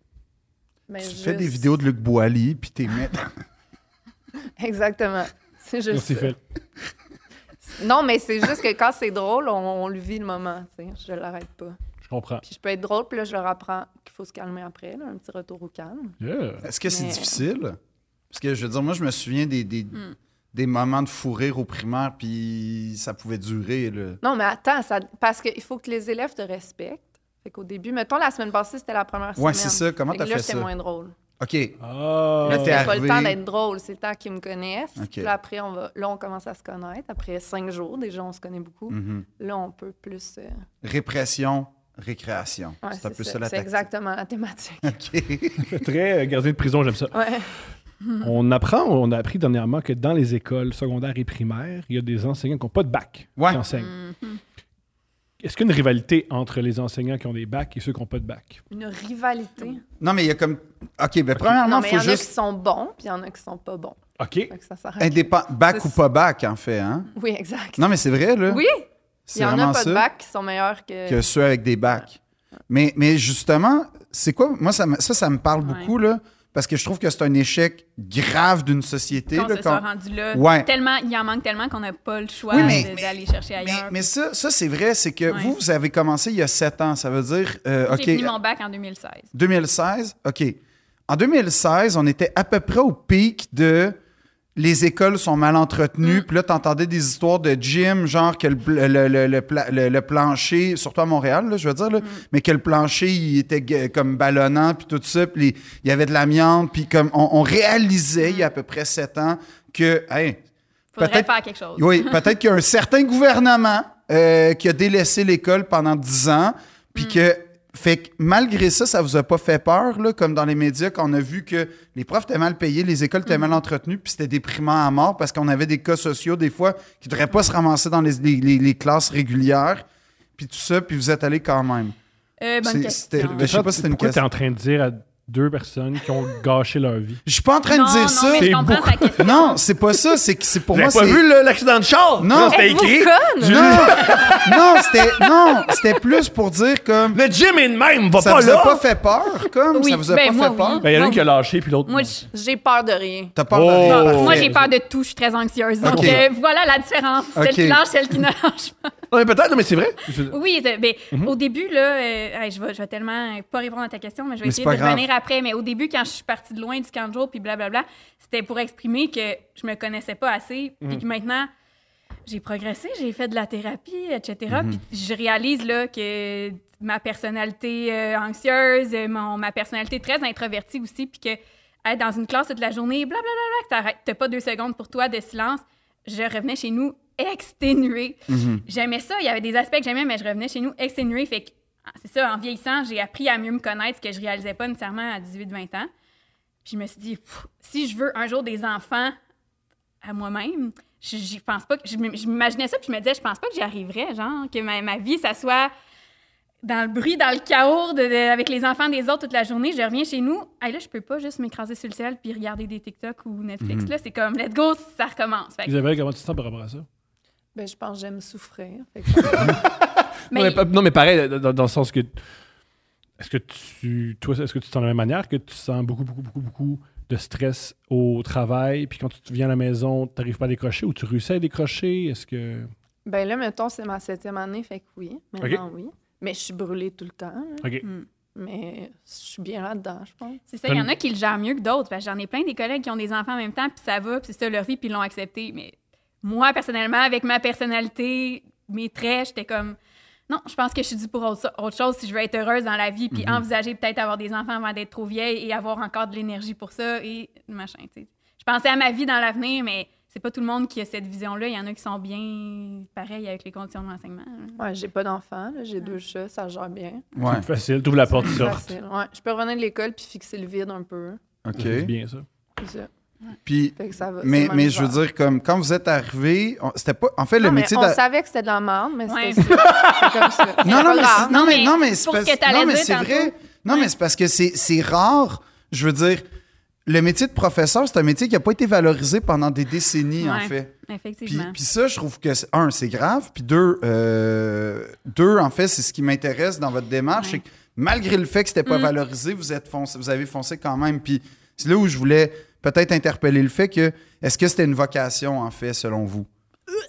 Speaker 4: Mais
Speaker 2: Tu
Speaker 4: juste-
Speaker 2: fais des vidéos de Luc Boilly, puis t'es mis-
Speaker 4: Exactement. C'est juste
Speaker 1: Merci,
Speaker 4: ça.
Speaker 1: Phil.
Speaker 4: Non, mais c'est juste que quand c'est drôle, on, on le vit le moment. tu sais. Je l'arrête pas.
Speaker 1: Je comprends.
Speaker 4: Puis je peux être drôle, puis là, je leur apprends qu'il faut se calmer après, là, un petit retour au calme.
Speaker 1: Yeah.
Speaker 2: Est-ce que c'est
Speaker 4: Mais-
Speaker 2: difficile? Parce que je veux dire, moi, je me souviens des, des,
Speaker 3: Hmm.
Speaker 2: des moments de fou rire au primaire, puis ça pouvait durer. Là.
Speaker 4: Non, mais attends, ça, parce qu'il faut que les élèves te respectent. Fait qu'au début, mettons, la semaine passée, c'était la première semaine.
Speaker 2: Ouais, c'est ça. Comment
Speaker 4: Fait que
Speaker 2: t'as
Speaker 4: là,
Speaker 2: fait
Speaker 4: j'étais
Speaker 2: ça?
Speaker 4: moins drôle.
Speaker 2: OK.
Speaker 1: Ah.
Speaker 2: Là, t'es
Speaker 4: Là, c'était pas le
Speaker 2: arrivé-
Speaker 4: temps d'être drôle, c'est le temps qu'ils me connaissent.
Speaker 2: Ok.
Speaker 4: Puis là, après, on va... là, on commence à se connaître. Après cinq jours, déjà, on se connaît beaucoup.
Speaker 2: Mhm.
Speaker 4: Là, on peut plus. euh,
Speaker 2: Répression, récréation.
Speaker 4: ouais,
Speaker 2: c'est un peu ça,
Speaker 4: ça.
Speaker 2: la
Speaker 4: C'est
Speaker 2: tactique.
Speaker 4: exactement la thématique.
Speaker 2: OK.
Speaker 1: Très euh, gardien de prison, j'aime ça.
Speaker 4: Ouais.
Speaker 1: On apprend, on a appris dernièrement que dans les écoles secondaires et primaires, il y a des enseignants qui n'ont pas de bac
Speaker 2: Ouais.
Speaker 1: qui enseignent. Est-ce qu'il y a une rivalité entre les enseignants qui ont des bacs et ceux qui n'ont pas de bac?
Speaker 4: Une rivalité.
Speaker 2: non, mais il y a comme. OK, ben, premièrement,
Speaker 4: non,
Speaker 2: il
Speaker 4: mais il
Speaker 2: faut
Speaker 4: y en a qui
Speaker 2: juste.
Speaker 4: sont bons, puis il y en a qui sont pas bons.
Speaker 1: OK.
Speaker 4: Fait que ça sert à rien.
Speaker 2: Indépend... Bac
Speaker 4: C'est-
Speaker 2: ou pas bac, en fait. Hein?
Speaker 4: Oui, exact.
Speaker 2: Non, mais c'est vrai, là.
Speaker 4: Oui, il
Speaker 2: c'est
Speaker 4: y en
Speaker 2: vraiment
Speaker 4: a pas
Speaker 2: ça.
Speaker 4: de euh. bac qui sont meilleurs que.
Speaker 2: que ceux avec des bacs. Mais, mais justement, c'est quoi? Moi, ça, me- ça, ça me parle
Speaker 3: Ouais.
Speaker 2: beaucoup, là, parce que je trouve que c'est un échec grave d'une société.
Speaker 3: qu'on
Speaker 2: là,
Speaker 3: se
Speaker 2: quand-
Speaker 3: soit rendu là,
Speaker 2: Ouais.
Speaker 3: tellement, il en manque tellement qu'on n'a pas le choix
Speaker 2: Oui, mais-
Speaker 3: de- d'aller chercher
Speaker 2: mais,
Speaker 3: ailleurs.
Speaker 2: mais ça, ça c'est vrai, c'est que
Speaker 3: Ouais.
Speaker 2: vous, vous avez commencé il y a sept ans. Ça veut dire, euh, OK,
Speaker 3: J'ai fini mon bac en 2016.
Speaker 2: 2016, OK. En 2016, on était à peu près au pic de les écoles sont mal entretenues. Puis là, t'entendais des histoires de gym, genre que le, bl- le, le- le pla- le- le plancher, surtout à Montréal, là, je veux dire, là, mais que le plancher, il était gue- comme ballonnant, puis tout ça. Puis les- il y avait de l'amiante. Puis comme on, on réalisait, il y a à peu près sept ans, que... hey,
Speaker 3: Faudrait
Speaker 2: peut-être-
Speaker 3: faire quelque chose.
Speaker 2: oui, peut-être qu'il y a un certain gouvernement euh, qui a délaissé l'école pendant 10 ans,
Speaker 3: Hmm.
Speaker 2: puis que fait que malgré ça, ça vous a pas fait peur, là, comme dans les médias, quand on a vu que les profs étaient mal payés, les écoles
Speaker 3: Hmm.
Speaker 2: étaient mal entretenues, puis c'était déprimant à mort parce qu'on avait des cas sociaux, des fois, qui ne devraient pas se ramasser dans les, les- les- les classes régulières, puis tout ça, puis vous êtes allés quand même.
Speaker 3: Euh, bonne
Speaker 2: C'est-
Speaker 3: question.
Speaker 2: c'était- mais je sais pas si c'était une
Speaker 1: Pourquoi t'es
Speaker 2: question.
Speaker 1: en train de dire à deux personnes qui ont gâché leur vie?
Speaker 2: Je suis pas en train
Speaker 3: Non,
Speaker 2: de dire
Speaker 3: non,
Speaker 2: ça.
Speaker 3: mais je
Speaker 1: C'est
Speaker 3: comprends ta question.
Speaker 2: Non, c'est pas ça. C'est que c'est pour
Speaker 1: Vous
Speaker 2: moi.
Speaker 1: avez pas
Speaker 2: c'est-
Speaker 1: vu le- l'accident de char?
Speaker 2: Non.
Speaker 1: c'était
Speaker 4: Êtes-vous
Speaker 1: écrit.
Speaker 4: conne?
Speaker 1: Du-
Speaker 2: Non, non, c'était non, c'était plus pour dire comme
Speaker 1: Le gym est de même, va
Speaker 2: ça
Speaker 1: pas
Speaker 2: vous
Speaker 1: là!
Speaker 2: a pas fait peur, comme?
Speaker 3: Oui,
Speaker 2: ça vous a
Speaker 3: ben,
Speaker 2: pas
Speaker 3: moi,
Speaker 2: fait peur?
Speaker 3: oui.
Speaker 1: Ben, il y en a une qui a lâché, puis l'autre.
Speaker 3: Moi, je-
Speaker 4: J'ai peur de rien.
Speaker 2: T'as peur
Speaker 1: Oh.
Speaker 2: de rien?
Speaker 1: Non,
Speaker 2: parfait.
Speaker 3: moi, j'ai peur de tout, je suis très anxieuse. Donc
Speaker 2: Ok.
Speaker 3: euh, voilà la différence. Celle
Speaker 2: Ok.
Speaker 3: qui lâche, celle qui ne lâche pas.
Speaker 1: Non, mais peut-être, non, mais c'est vrai. Je-
Speaker 3: Oui, c'est- ben, au début, là, euh, hey, je, vais, je vais tellement euh, pas répondre à ta question, mais je vais
Speaker 2: Mais c'est
Speaker 3: essayer de
Speaker 2: pas grave.
Speaker 3: revenir après. Mais au début, quand je suis partie de loin du camp de jour, puis blablabla, c'était pour exprimer que je me connaissais pas assez,
Speaker 2: Mm.
Speaker 3: puis que maintenant, j'ai progressé, j'ai fait de la thérapie, etc.
Speaker 2: Mm-hmm.
Speaker 3: Puis je réalise là, que ma personnalité euh, anxieuse, euh, mon, ma personnalité très introvertie aussi, puis que être dans une classe toute la journée, blablabla, que t'arrêtes- t'as pas deux secondes pour toi de silence, je revenais chez nous exténuée.
Speaker 2: Mm-hmm.
Speaker 3: J'aimais ça, il y avait des aspects que j'aimais, mais je revenais chez nous exténuée. Fait que, c'est ça, en vieillissant, j'ai appris à mieux me connaître, ce que je réalisais pas nécessairement à 18-20 ans. Puis je me suis dit, Pff, si je veux un jour des enfants à moi-même, je, j'y pense pas que, je, m- je m'imaginais ça, puis je me disais, je pense pas que j'y arriverais, genre, que ma, ma vie, ça soit dans le bruit, dans le chaos, de- de- avec les enfants des autres toute la journée. Je reviens chez nous, hey, là, je peux pas juste m'écraser sur le ciel puis regarder des TikTok ou Netflix, là, c'est comme, let's go, ça recommence. Fait que-
Speaker 1: Isabelle, comment tu te sens par rapport à ça?
Speaker 4: Ben, je pense que j'aime souffrir.
Speaker 3: mais-
Speaker 1: Non, mais, pa- non, mais pareil, dans, dans le sens que. Est-ce que tu. Toi, est-ce que tu te sens de la même manière que tu sens beaucoup, beaucoup, beaucoup, beaucoup de stress au travail, puis quand tu viens à la maison, tu n'arrives pas à décrocher ou tu réussis à décrocher? Est-ce que.
Speaker 4: ben là, mettons, c'est ma septième année, fait que oui. Maintenant, oui. Mais je suis brûlée tout le temps. hein.
Speaker 1: OK.
Speaker 4: Mais je suis bien là-dedans, je pense.
Speaker 3: C'est ça, il y en a qui le gèrent mieux que d'autres. parce que J'en ai plein des collègues qui ont des enfants en même temps, puis ça va, puis c'est ça leur vie, puis ils l'ont accepté. Mais moi, personnellement, avec ma personnalité, mes traits, j'étais comme, non, je pense que je suis due pour autre, autre chose si je veux être heureuse dans la vie, puis envisager peut-être avoir des enfants avant d'être trop vieille et avoir encore de l'énergie pour ça et machin. tu sais. Je pensais à ma vie dans l'avenir, mais c'est pas tout le monde qui a cette vision-là. Il y en a qui sont bien pareils avec les conditions de l'enseignement. hein.
Speaker 4: Ouais, j'ai pas d'enfant, là, j'ai deux chats, ça gère bien.
Speaker 2: Ouais,
Speaker 1: Facile, tu ouvres la porte, tu
Speaker 4: C'est
Speaker 1: sors.
Speaker 4: facile, ouais. Je peux revenir de l'école puis fixer le vide un peu.
Speaker 1: C'est
Speaker 2: OK.
Speaker 1: bien ça.
Speaker 4: puis ça.
Speaker 2: Puis,
Speaker 4: Fait que ça va.
Speaker 2: mais,
Speaker 4: c'est
Speaker 2: mais je veux
Speaker 4: manageable.
Speaker 2: dire, comme quand vous êtes arrivé, on- c'était pas. En fait, le
Speaker 4: Non, mais
Speaker 2: métier
Speaker 4: on
Speaker 2: d'a-
Speaker 4: savait que c'était de la merde, mais
Speaker 3: Ouais.
Speaker 4: c'était ça. C'était comme ça.
Speaker 2: Non,
Speaker 4: C'est
Speaker 2: non,
Speaker 4: pas
Speaker 2: mais,
Speaker 4: grave.
Speaker 2: c'est- non, mais,
Speaker 3: mais
Speaker 2: non, mais c'est
Speaker 3: pour
Speaker 2: parce-
Speaker 3: ce que t'allais
Speaker 2: non, mais
Speaker 3: dire
Speaker 2: c'est
Speaker 3: tantôt.
Speaker 2: vrai. Non, mais c'est parce que c'est c'est rare. Je veux dire, le métier de professeur, c'est un métier qui n'a pas été valorisé pendant des décennies, en
Speaker 3: Ouais.
Speaker 2: fait. Puis,
Speaker 3: Effectivement.
Speaker 2: puis ça, je trouve que, c'est- un, c'est grave. Puis deux, euh, deux en fait, c'est ce qui m'intéresse dans votre démarche.
Speaker 3: Ouais. Mm.
Speaker 2: C'est que malgré le fait que c'était pas valorisé, vous, êtes foncé- vous avez foncé quand même. Puis c'est là où je voulais peut-être interpeller le fait que, est-ce que c'était une vocation, en fait, selon vous?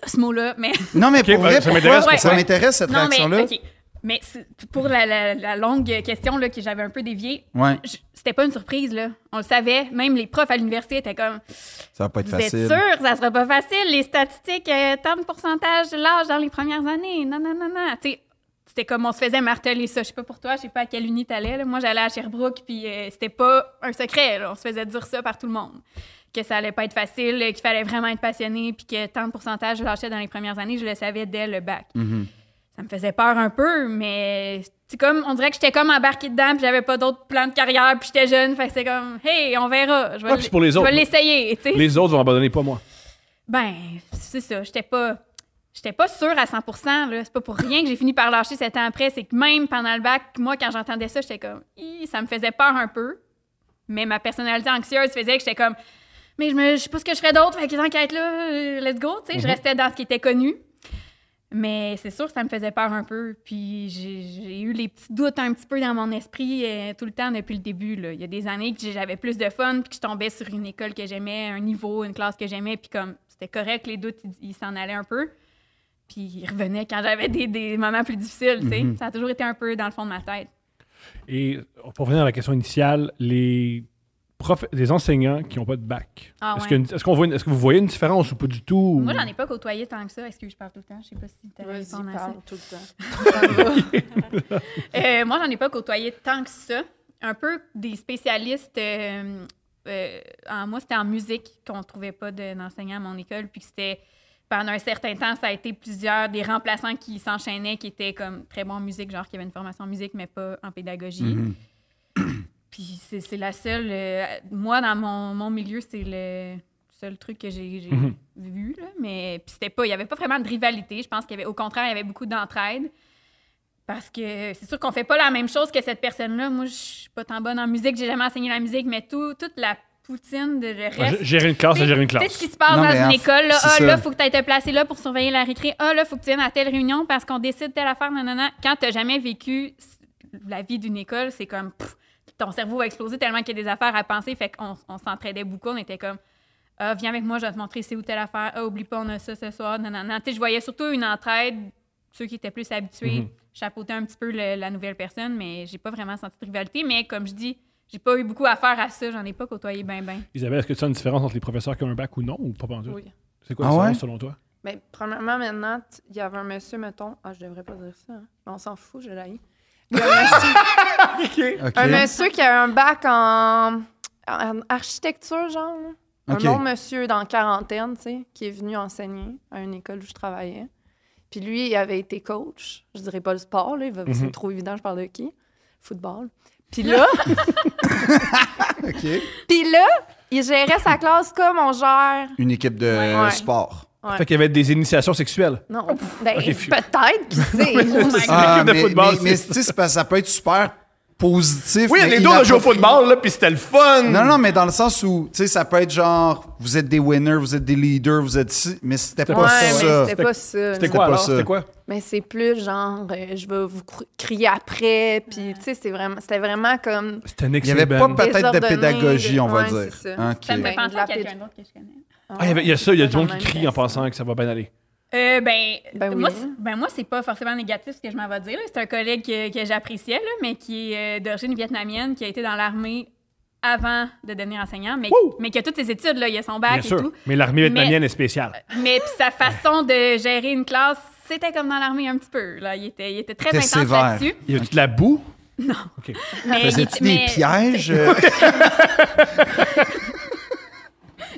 Speaker 3: Ce mot-là, mais
Speaker 2: Non, mais
Speaker 1: Ok,
Speaker 2: pour
Speaker 1: ben,
Speaker 2: vrai,
Speaker 1: ça
Speaker 2: pourquoi-
Speaker 1: m'intéresse,
Speaker 3: pourquoi?
Speaker 2: ça m'intéresse, cette
Speaker 3: non, mais
Speaker 2: réaction-là.
Speaker 3: ok. Mais c'est- pour la, la- la longue question là, que j'avais un peu déviée,
Speaker 2: Ouais,
Speaker 3: je- c'était pas une surprise, là. On le savait. Même les profs à l'université étaient comme
Speaker 2: ça va pas être
Speaker 3: Vous
Speaker 2: facile.
Speaker 3: êtes sûr, ça sera pas facile. Les statistiques, euh, tant de pourcentage de l'âge dans les premières années. Non, non, non, non. Tu sais, c'était comme on se faisait marteler ça. Je sais pas pour toi, je sais pas à quelle uni t'allais. là. Moi, j'allais à Sherbrooke, puis euh, c'était pas un secret. là. On se faisait dire ça par tout le monde. Que ça allait pas être facile, euh, qu'il fallait vraiment être passionné, puis que tant de pourcentage je lâchais dans les premières années, je le savais dès le bac
Speaker 2: Mhm.
Speaker 3: ça me faisait peur un peu, mais c'est comme on dirait que j'étais comme embarquée dedans, puis j'avais pas d'autres plans de carrière, puis j'étais jeune, fait que c'est comme hey, on verra, je vais
Speaker 1: Ouais, puis c'est pour les
Speaker 3: je
Speaker 1: autres.
Speaker 3: vais l'essayer, tu sais.
Speaker 1: Les autres vont abandonner, pas moi.
Speaker 3: Ben, c'est ça, j'étais pas j'étais pas sûre à 100 là, c'est pas pour rien que j'ai fini par lâcher sept ans après, c'est que même pendant le bac, moi quand j'entendais ça, j'étais comme Hi, ça me faisait peur un peu, mais ma personnalité anxieuse faisait que j'étais comme mais je me je sais pas ce que je ferais d'autre, fait que tant qu'à être là, euh, let's go, tu sais,
Speaker 1: Mm-hmm.
Speaker 3: je restais dans ce qui était connu. Mais c'est sûr, ça me faisait peur un peu. Puis j'ai j'ai eu les petits doutes un petit peu dans mon esprit euh, tout le temps depuis le début. là. Il y a des années que j'avais plus de fun, puis que je tombais sur une école que j'aimais, un niveau, une classe que j'aimais, puis comme c'était correct, les doutes, ils ils s'en allaient un peu. Puis ils revenaient quand j'avais des, des moments plus difficiles, tu sais. Ça a toujours été un peu dans le fond de ma tête.
Speaker 1: Et pour revenir à la question initiale, les prof- des enseignants qui n'ont pas de bac.
Speaker 3: Ah
Speaker 1: Est-ce
Speaker 3: ouais.
Speaker 1: que- est-ce qu'on voit une- est-ce que vous voyez une différence ou pas du tout?
Speaker 3: Moi, j'en ai pas côtoyé tant que ça. Excuse, je parle tout le temps. Je sais pas si tu
Speaker 4: Vas-y,
Speaker 3: répondre à ça.
Speaker 4: parle tout le temps.
Speaker 3: Euh, moi, j'en ai pas côtoyé tant que ça. Un peu des spécialistes. euh, euh, en- moi, c'était en musique qu'on trouvait pas de- d'enseignants à mon école. Puis que c'était pendant un certain temps, ça a été plusieurs des remplaçants qui s'enchaînaient, qui étaient comme très bons en musique, genre qui avaient une formation en musique, mais pas en pédagogie.
Speaker 2: Mm-hmm. Mhm.
Speaker 3: Puis c'est c'est la seule. euh, moi, dans mon, mon milieu, c'est le seul truc que j'ai j'ai
Speaker 1: Mhm.
Speaker 3: vu. Là, mais puis c'était pas. Il n'y avait pas vraiment de rivalité. Je pense qu'il y avait, au contraire, il y avait beaucoup d'entraide. Parce que c'est sûr qu'on fait pas la même chose que cette personne-là. Moi, je suis pas tant bonne en musique, j'ai jamais enseigné la musique, mais tout, toute la poutine de le
Speaker 1: Ouais,
Speaker 3: reste.
Speaker 1: g- Ah, Gérer une classe,
Speaker 3: Tu sais-
Speaker 1: c'est gérer une
Speaker 3: Tu sais ce
Speaker 1: classe.
Speaker 3: qui se passe
Speaker 2: Non, mais
Speaker 3: dans
Speaker 2: en
Speaker 3: une
Speaker 2: f-
Speaker 3: école. Là,
Speaker 2: c'est
Speaker 3: ah,
Speaker 2: ça.
Speaker 3: là, faut que tu ailles te placer là pour surveiller la récré. Ah, là, faut que tu viennes à telle réunion parce qu'on décide telle affaire. Non, non, non. Quand tu jamais vécu s- la vie d'une école, c'est comme pff, ton cerveau va exploser tellement qu'il y a des affaires à penser. Fait qu'on on s'entraidait beaucoup. On était comme ah, viens avec moi, je vais te montrer c'est où telle affaire. Ah, oublie pas, on a ça ce soir. Non, non, non. Tu sais, je voyais surtout une entraide, ceux qui étaient plus habitués,
Speaker 1: Mhm.
Speaker 3: chapeauter un petit peu le- la nouvelle personne, mais j'ai pas vraiment senti de rivalité. Mais comme je dis, j'ai pas eu beaucoup à faire à ça. J'en ai pas côtoyé ben, ben.
Speaker 1: Isabelle, est-ce que tu as une différence entre les professeurs qui ont un bac ou non, ou pas pendu?
Speaker 4: Oui.
Speaker 1: C'est quoi
Speaker 2: Ah
Speaker 1: la
Speaker 2: ouais?
Speaker 1: différence selon toi?
Speaker 4: Mais premièrement, maintenant, t- il y avait un monsieur, mettons. Ah, je devrais pas dire ça. hein. Mais on s'en fout, je l'ai. Il y a un monsieur,
Speaker 2: OK.
Speaker 4: un monsieur qui a un bac en, en architecture, genre. là. Un
Speaker 2: OK.
Speaker 4: bon monsieur dans la quarantaine, tu sais, qui est venu enseigner à une école où je travaillais. Puis lui, il avait été coach. Je dirais pas le sport, là. il va- C'est
Speaker 1: Mhm.
Speaker 4: trop évident, je parle de qui? Football. Puis là,
Speaker 2: OK.
Speaker 4: puis là, il gérait sa classe comme on gère.
Speaker 2: Une équipe de euh,
Speaker 4: Ouais.
Speaker 2: sport.
Speaker 4: Ouais.
Speaker 1: qu'il y avait des initiations sexuelles.
Speaker 4: Non, ben,
Speaker 1: Ok, phew.
Speaker 4: peut-être, qui sait.
Speaker 2: Ah,
Speaker 1: Une équipe de
Speaker 2: mais-
Speaker 1: football,
Speaker 2: mais-
Speaker 1: c'est-
Speaker 2: Mais tu sais, c'est parce que ça peut être super positif.
Speaker 7: Oui,
Speaker 2: mais
Speaker 7: les deux, on a joué au
Speaker 2: inapproprié.
Speaker 7: football, là, puis c'était le fun.
Speaker 2: Non, non, mais dans le sens où, tu sais, ça peut être genre, vous êtes des winners, vous êtes des leaders, vous êtes ci, mais c'était pas
Speaker 4: Ouais, mais
Speaker 2: ça.
Speaker 4: c'était pas ça.
Speaker 1: C'était
Speaker 4: non.
Speaker 1: quoi
Speaker 2: pas
Speaker 1: alors?
Speaker 2: ça.
Speaker 1: C'était quoi?
Speaker 4: Mais c'est plus genre, euh, je vais vous cr- crier après, puis tu sais, c'est vraiment- c'était vraiment comme.
Speaker 1: C'était un
Speaker 2: Il n'y avait pas peut-être de
Speaker 4: Désordonné,
Speaker 2: pédagogie, on va
Speaker 4: ouais,
Speaker 2: dire.
Speaker 4: c'est ça.
Speaker 2: Ok.
Speaker 3: Ça me fait
Speaker 4: Ben,
Speaker 3: penser
Speaker 4: de la
Speaker 3: à quelqu'un
Speaker 4: péd-
Speaker 3: d'autre que je connais.
Speaker 1: Hein, Ah, il y, avait- il y a ça, il y a du
Speaker 4: Dans
Speaker 1: monde
Speaker 4: la
Speaker 1: qui
Speaker 4: même
Speaker 1: crie en
Speaker 4: personne.
Speaker 1: pensant que ça va bien aller.
Speaker 3: Euh, ben,
Speaker 4: Ben oui,
Speaker 3: moi,
Speaker 4: hein.
Speaker 3: c'est- ben, moi, c'est pas forcément négatif ce que je m'en vais dire. là. C'est un collègue que, que j'appréciais, là, mais qui est euh, d'origine vietnamienne, qui a été dans l'armée avant de devenir enseignant, mais, mais qui a toutes ses études, là, il a son bac
Speaker 1: Bien
Speaker 3: et
Speaker 1: sûr.
Speaker 3: tout.
Speaker 1: Mais l'armée
Speaker 3: Mais-
Speaker 1: vietnamienne est spéciale.
Speaker 3: Mais puis sa façon de gérer une classe, c'était comme dans l'armée un petit peu. Là. Il, était, il était très
Speaker 2: C'était
Speaker 3: intense
Speaker 2: sévère.
Speaker 3: là-dessus.
Speaker 1: Il y a de la boue?
Speaker 3: Mais il
Speaker 2: Faisais-tu
Speaker 3: était-
Speaker 2: des
Speaker 3: mais-
Speaker 2: pièges?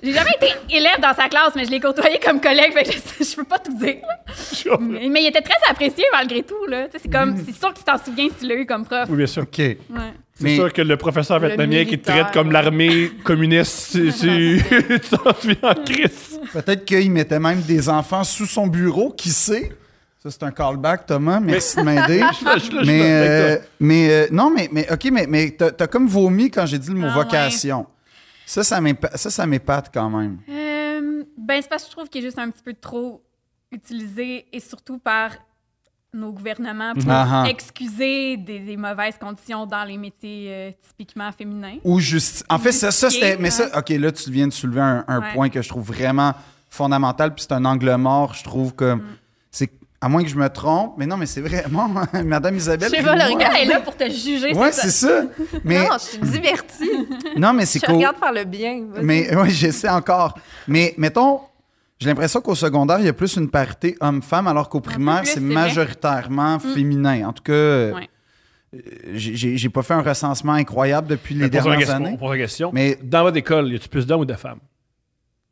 Speaker 3: J'ai jamais été élève dans sa classe, mais je l'ai côtoyé comme collègue, fait que je, je peux pas tout dire.
Speaker 4: Mm.
Speaker 3: mais, mais il était très apprécié malgré tout. là. Tu sais, C'est comme, c'est sûr que tu t'en souviens si tu l'as eu comme prof.
Speaker 1: Oui, bien sûr.
Speaker 2: OK.
Speaker 3: Ouais.
Speaker 1: C'est
Speaker 2: Mais-
Speaker 1: sûr que le professeur
Speaker 4: Le
Speaker 1: vietnamien qui te traite
Speaker 4: militaire.
Speaker 1: comme l'armée communiste, c'est- c'est- tu t'en souviens en crise.
Speaker 2: Peut-être qu'il mettait même des enfants sous son bureau, qui sait? Ça, c'est un callback, Thomas. Merci de m'aider.
Speaker 1: là, je suis là, je suis
Speaker 2: mais,
Speaker 1: là, Ben, avec
Speaker 2: euh, mais euh, non, mais, mais OK, mais, mais t'as t'as comme vomi quand j'ai dit le mot
Speaker 3: Ah,
Speaker 2: vocation. Ça, ça m'épa- ça, ça m'épate quand même.
Speaker 3: Euh, ben, c'est parce que je trouve qu'il est juste un petit peu trop utilisé et surtout par nos gouvernements pour
Speaker 2: Ah, ah.
Speaker 3: excuser des, des mauvaises conditions dans les métiers euh, typiquement féminins.
Speaker 2: Ou juste. En fait, ça, ça c'était.
Speaker 3: Justifié,
Speaker 2: Mais ça,
Speaker 3: ouais.
Speaker 2: OK, là, tu viens de soulever un, un
Speaker 3: Ouais.
Speaker 2: point que je trouve vraiment fondamental, puis c'est un angle mort, je trouve, comme. c'est À moins que je me trompe, mais non, mais c'est vraiment. Madame Isabelle.
Speaker 4: Je sais pas, le
Speaker 2: ris-moi.
Speaker 4: regard.
Speaker 3: Elle est là pour te juger.
Speaker 2: Ouais, c'est ça. Mais
Speaker 4: Non, je suis divertie.
Speaker 2: non, mais c'est
Speaker 4: Je
Speaker 2: cool.
Speaker 4: regarde faire le bien. vas-y.
Speaker 2: Mais oui, j'essaie encore. Mais mettons, j'ai l'impression qu'au secondaire, il y a plus une parité homme-femme, alors qu'au primaire,
Speaker 3: plus,
Speaker 2: c'est
Speaker 3: c'est vrai.
Speaker 2: majoritairement féminin. En tout cas, euh,
Speaker 3: Ouais.
Speaker 2: j'ai- j'ai j'ai pas fait un recensement incroyable depuis les
Speaker 1: On pose la
Speaker 2: dernières
Speaker 1: question-
Speaker 2: années.
Speaker 1: on pose la question.
Speaker 2: Mais
Speaker 1: Dans votre école, y a-tu plus d'hommes ou de femmes?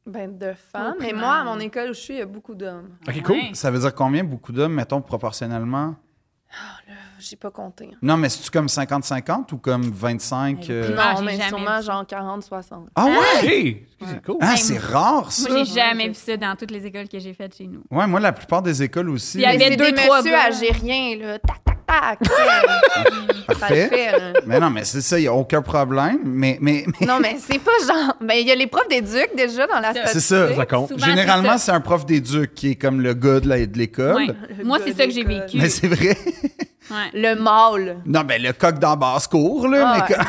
Speaker 4: Ben, de femmes.
Speaker 3: Au
Speaker 4: Mais
Speaker 3: primaire.
Speaker 4: moi, à mon école où je suis, il y a beaucoup d'hommes.
Speaker 1: Ok, cool.
Speaker 2: ça veut dire combien beaucoup d'hommes, mettons, proportionnellement?
Speaker 4: J'ai pas compté. hein.
Speaker 2: Non, mais c'est-tu comme 50-50 ou comme 25? euh?
Speaker 3: Ah,
Speaker 4: non,
Speaker 3: j'ai
Speaker 4: mais
Speaker 3: jamais
Speaker 4: sûrement
Speaker 3: vu ça.
Speaker 4: genre 40-60.
Speaker 2: Ah ouais?
Speaker 1: Ok, c'est cool.
Speaker 2: Ah, c'est rare, ça!
Speaker 3: Moi, j'ai
Speaker 4: ça.
Speaker 3: jamais vu ça dans toutes les écoles que j'ai faites chez nous.
Speaker 2: Ouais, moi, la plupart des écoles aussi.
Speaker 3: Il y
Speaker 2: mais-
Speaker 3: avait
Speaker 4: C'est
Speaker 3: deux,
Speaker 4: des
Speaker 3: trois
Speaker 4: messieurs
Speaker 3: gars.
Speaker 4: algériens, là. Tac, tac, tac. hein. Puis, ça le
Speaker 2: Parfait.
Speaker 4: fait, là.
Speaker 2: Mais non, mais c'est ça, il n'y a aucun problème. Mais, mais, mais-
Speaker 4: Non, mais c'est pas genre. Ben, il y a les profs d'éduc déjà dans la
Speaker 3: C'est
Speaker 2: c'est
Speaker 4: statistique.
Speaker 2: ça.
Speaker 1: Ça compte.
Speaker 3: Souvent,
Speaker 2: Généralement,
Speaker 3: c'est
Speaker 2: c'est un prof d'éduc qui est comme le gars de la- de
Speaker 3: ça.
Speaker 2: l'école.
Speaker 3: Ouais. Moi, c'est ça que j'ai
Speaker 4: gars d'école.
Speaker 3: vécu.
Speaker 2: Mais c'est vrai.
Speaker 3: Ouais.
Speaker 4: Le mâle.
Speaker 2: Non, mais le coq dans basse cour, là.
Speaker 4: Ah,
Speaker 2: mais que-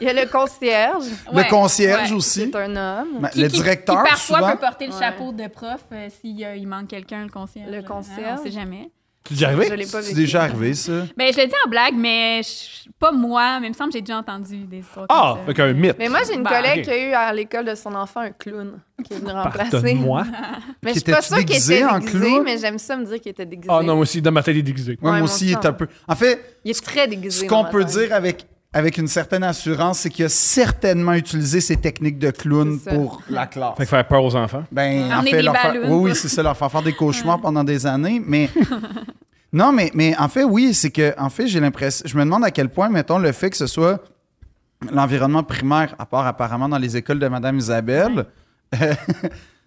Speaker 4: Il y a le concierge.
Speaker 3: Ouais,
Speaker 2: le concierge
Speaker 3: ouais.
Speaker 2: aussi.
Speaker 4: C'est un homme.
Speaker 2: Mais
Speaker 3: Qui-
Speaker 2: le
Speaker 3: qui-
Speaker 2: directeur,
Speaker 3: qui parfois
Speaker 2: souvent.
Speaker 3: peut porter le
Speaker 4: Ouais.
Speaker 3: chapeau de prof euh, s'il euh, il manque quelqu'un, le concierge.
Speaker 4: Le
Speaker 3: Hein,
Speaker 4: concierge.
Speaker 3: on sait jamais.
Speaker 2: Tu déjà arrivé?
Speaker 4: Je l'ai pas
Speaker 2: C'est
Speaker 4: vécu.
Speaker 2: déjà arrivé, ça?
Speaker 3: Ben, je le dis en blague, mais je- pas moi, mais il me semble que j'ai déjà entendu des histoires
Speaker 1: Ah,
Speaker 3: comme ça.
Speaker 1: avec un mythe.
Speaker 4: Mais moi, j'ai une
Speaker 3: Bah,
Speaker 4: collègue
Speaker 1: ok.
Speaker 4: qui a eu à l'école de son enfant un clown qui est venu remplacer.
Speaker 1: Pardonne-moi.
Speaker 4: Mais je suis
Speaker 2: Qui
Speaker 4: pas
Speaker 2: était-tu
Speaker 4: sûre qu'il était
Speaker 2: déguisé
Speaker 4: déguisé,
Speaker 2: en clown?
Speaker 4: mais j'aime ça me dire qu'il était déguisé.
Speaker 1: Ah non, moi aussi, dans ma tête, il est déguisé.
Speaker 2: Ouais,
Speaker 4: Ouais,
Speaker 2: moi
Speaker 4: mon
Speaker 2: aussi, il est
Speaker 4: sang.
Speaker 2: un peu. En fait,
Speaker 4: Il est très déguisé.
Speaker 2: ce
Speaker 4: dans
Speaker 2: qu'on
Speaker 4: ma
Speaker 2: peut
Speaker 4: tête.
Speaker 2: dire avec, avec une certaine assurance, c'est qu'il a certainement utilisé ces techniques de clown
Speaker 4: C'est ça.
Speaker 2: pour la classe.
Speaker 1: Fait que faire peur aux enfants.
Speaker 2: Ben,
Speaker 3: On
Speaker 2: en
Speaker 3: est
Speaker 2: fait,
Speaker 3: des
Speaker 2: leur faire-
Speaker 3: ballons,
Speaker 2: Oui, oui,
Speaker 3: quoi.
Speaker 2: c'est ça, leur faire faire des cauchemars pendant des années. Mais non, mais, mais en fait, oui, c'est que, en fait, j'ai l'impression. Je me demande à quel point, mettons, le fait que ce soit l'environnement primaire, à part apparemment dans les écoles de Madame Isabelle. euh,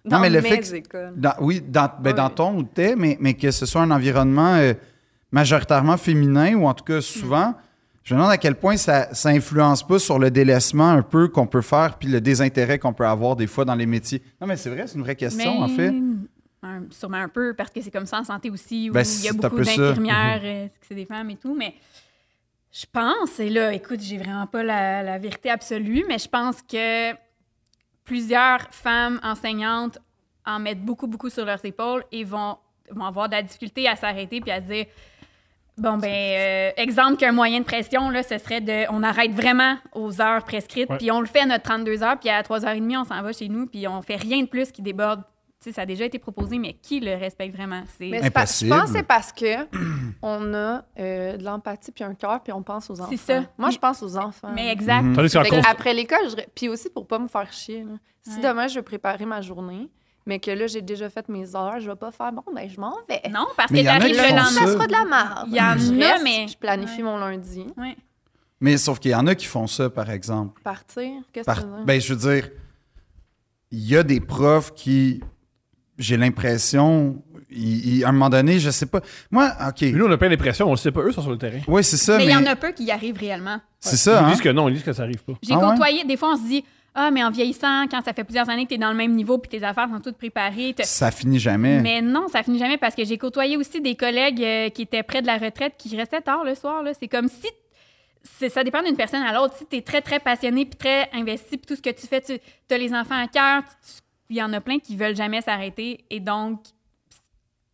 Speaker 4: Dans
Speaker 2: Non, mais le
Speaker 4: mes
Speaker 2: fait que-
Speaker 4: écoles.
Speaker 2: Dans- oui, dans, ben,
Speaker 4: Oui.
Speaker 2: dans ton ou t'es, mais, mais que ce soit un environnement euh, majoritairement féminin ou en tout cas souvent, je me demande à quel point ça, ça influence pas sur le délaissement un peu qu'on peut faire puis le désintérêt qu'on peut avoir des fois dans les métiers. Non, mais c'est vrai, c'est une vraie question en fait.
Speaker 3: un- sûrement un peu, parce que c'est comme ça en santé aussi, où
Speaker 2: Ben,
Speaker 3: il y
Speaker 2: c'est
Speaker 3: a
Speaker 2: un
Speaker 3: beaucoup
Speaker 2: peu ça. Mhm.
Speaker 3: d'infirmières, euh, c'est des femmes et tout, mais je pense, et là, écoute, j'ai vraiment pas la, la vérité absolue, mais je pense que plusieurs femmes enseignantes en mettent beaucoup, beaucoup sur leurs épaules et vont, vont avoir de la difficulté à s'arrêter puis à se dire Bon, ben, euh, exemple qu'un moyen de pression, là, ce serait de. On arrête vraiment aux heures prescrites,
Speaker 1: Ouais.
Speaker 3: puis on le fait à notre 32 heures, puis à 3h30, on s'en va chez nous, puis on fait rien de plus qui déborde. Tu sais, ça a déjà été proposé, mais qui le respecte vraiment? C'est.
Speaker 4: Mais c'est pas- je
Speaker 2: Impossible.
Speaker 4: pense que c'est parce que on a euh, de l'empathie puis un cœur puis on pense aux enfants.
Speaker 3: ça.
Speaker 4: Moi, je pense aux enfants.
Speaker 3: Mais exact.
Speaker 2: Mhm.
Speaker 1: Tandis qu'en
Speaker 4: Fait
Speaker 1: cons-
Speaker 4: que après l'école, je... puis aussi pour pas me faire chier. là. Si
Speaker 3: Ouais.
Speaker 4: demain je veux préparer ma journée, mais que là j'ai déjà fait mes heures, je vais pas faire bon ben je m'en vais.
Speaker 3: Non, parce
Speaker 2: Mais
Speaker 3: que
Speaker 2: y en a
Speaker 3: t'arrives
Speaker 2: qui
Speaker 3: le
Speaker 2: font
Speaker 4: lundi,
Speaker 2: ça.
Speaker 4: ça
Speaker 3: lendemain.
Speaker 4: sera de la merde.
Speaker 3: Il y en
Speaker 4: Je
Speaker 3: a,
Speaker 4: reste,
Speaker 3: mais-
Speaker 4: Je planifie
Speaker 3: Ouais.
Speaker 4: mon lundi.
Speaker 3: Ouais.
Speaker 2: Mais sauf qu'il y en a qui font ça, par exemple.
Speaker 4: Partir, qu'est-ce que
Speaker 2: Par-
Speaker 4: tu veux?
Speaker 2: ben, je veux dire, il y a des profs qui, j'ai l'impression, ils- ils- à un moment donné, je sais pas. Moi, OK.
Speaker 1: Nous, on a plein d'impressions, on le sait pas, eux sont sur le terrain.
Speaker 2: Oui, c'est ça,
Speaker 3: Mais
Speaker 2: mais,
Speaker 3: il y en a peu qui y arrivent réellement.
Speaker 2: c'est ça,
Speaker 1: Ils
Speaker 2: hein?
Speaker 1: disent que non, ils disent que ça arrive pas.
Speaker 3: J'ai
Speaker 2: Ah ouais?
Speaker 3: côtoyé, des fois, on se dit Ah, mais en vieillissant, quand ça fait plusieurs années que t'es dans le même niveau, puis tes affaires sont toutes préparées, t'as-
Speaker 2: Ça finit jamais.
Speaker 3: Mais non, ça finit jamais parce que j'ai côtoyé aussi des collègues euh, qui étaient près de la retraite qui restaient tard le soir. là. C'est comme si. c'est- Ça dépend d'une personne à l'autre. Si tu es très, très passionné puis très investi, puis tout ce que tu fais, tu as les enfants à cœur. tu- tu- Il y en a plein qui veulent jamais s'arrêter. Et donc,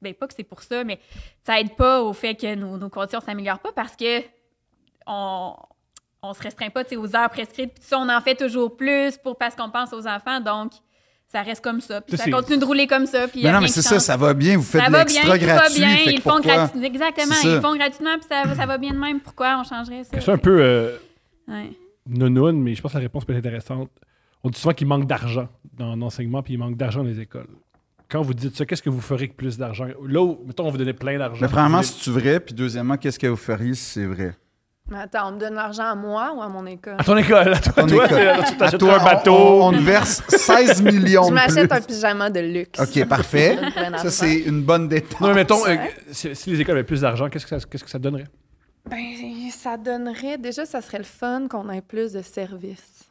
Speaker 3: ben, pas que c'est pour ça, mais ça aide pas au fait que nos, nos conditions s'améliorent pas parce que on, on se restreint pas tu sais, aux heures prescrites. Puis ça, on en fait toujours plus pour, parce qu'on pense aux enfants. Donc, ça reste comme ça. Puis
Speaker 1: Ça,
Speaker 3: ça
Speaker 1: c'est-
Speaker 3: continue de rouler comme ça. Puis il y
Speaker 2: Mais
Speaker 3: a
Speaker 2: Ben non, mais
Speaker 3: rien qui
Speaker 2: c'est ça,
Speaker 3: change.
Speaker 2: ça va bien, vous faites
Speaker 3: Ça
Speaker 2: de
Speaker 3: va bien,
Speaker 2: l'extra
Speaker 3: tout va
Speaker 2: gratuit.
Speaker 3: bien,
Speaker 2: fait que
Speaker 3: ils le font
Speaker 2: pourquoi-
Speaker 3: gratuitement. Exactement,
Speaker 2: C'est ça.
Speaker 3: ils font gratuitement, puis ça, va- ça va bien de même. Pourquoi on changerait ça?
Speaker 1: C'est un peu euh,
Speaker 3: Ouais.
Speaker 1: nounoun, mais je pense que la réponse peut être intéressante. On dit souvent qu'il manque d'argent dans l'enseignement, puis il manque d'argent dans les écoles. Quand vous dites ça, qu'est-ce que vous ferez avec plus d'argent? Là, où- mettons, on vous donnait plein d'argent.
Speaker 2: Mais premièrement,
Speaker 1: Vous voulez-
Speaker 2: c'est-tu vrai? Puis deuxièmement, qu'est-ce que vous feriez si c'est vrai?
Speaker 4: Mais attends, on me donne l'argent à moi ou à mon école?
Speaker 1: À ton école, à toi,
Speaker 2: Ton
Speaker 1: toi,
Speaker 2: école.
Speaker 1: c'est- tu t'achètes
Speaker 2: Toi,
Speaker 1: un
Speaker 2: on-
Speaker 1: bateau.
Speaker 2: On, on te verse 16 millions
Speaker 4: je
Speaker 2: de plus.
Speaker 4: m'achète un pyjama de luxe.
Speaker 2: OK, parfait.
Speaker 4: Je me donne plein
Speaker 2: Ça,
Speaker 4: d'argent.
Speaker 2: c'est une bonne détente.
Speaker 1: Non, mais mettons, euh, si, si les écoles avaient plus d'argent, qu'est-ce que ça, qu'est-ce que ça donnerait?
Speaker 4: Ben, ça donnerait... Déjà, ça serait le fun qu'on ait plus de services.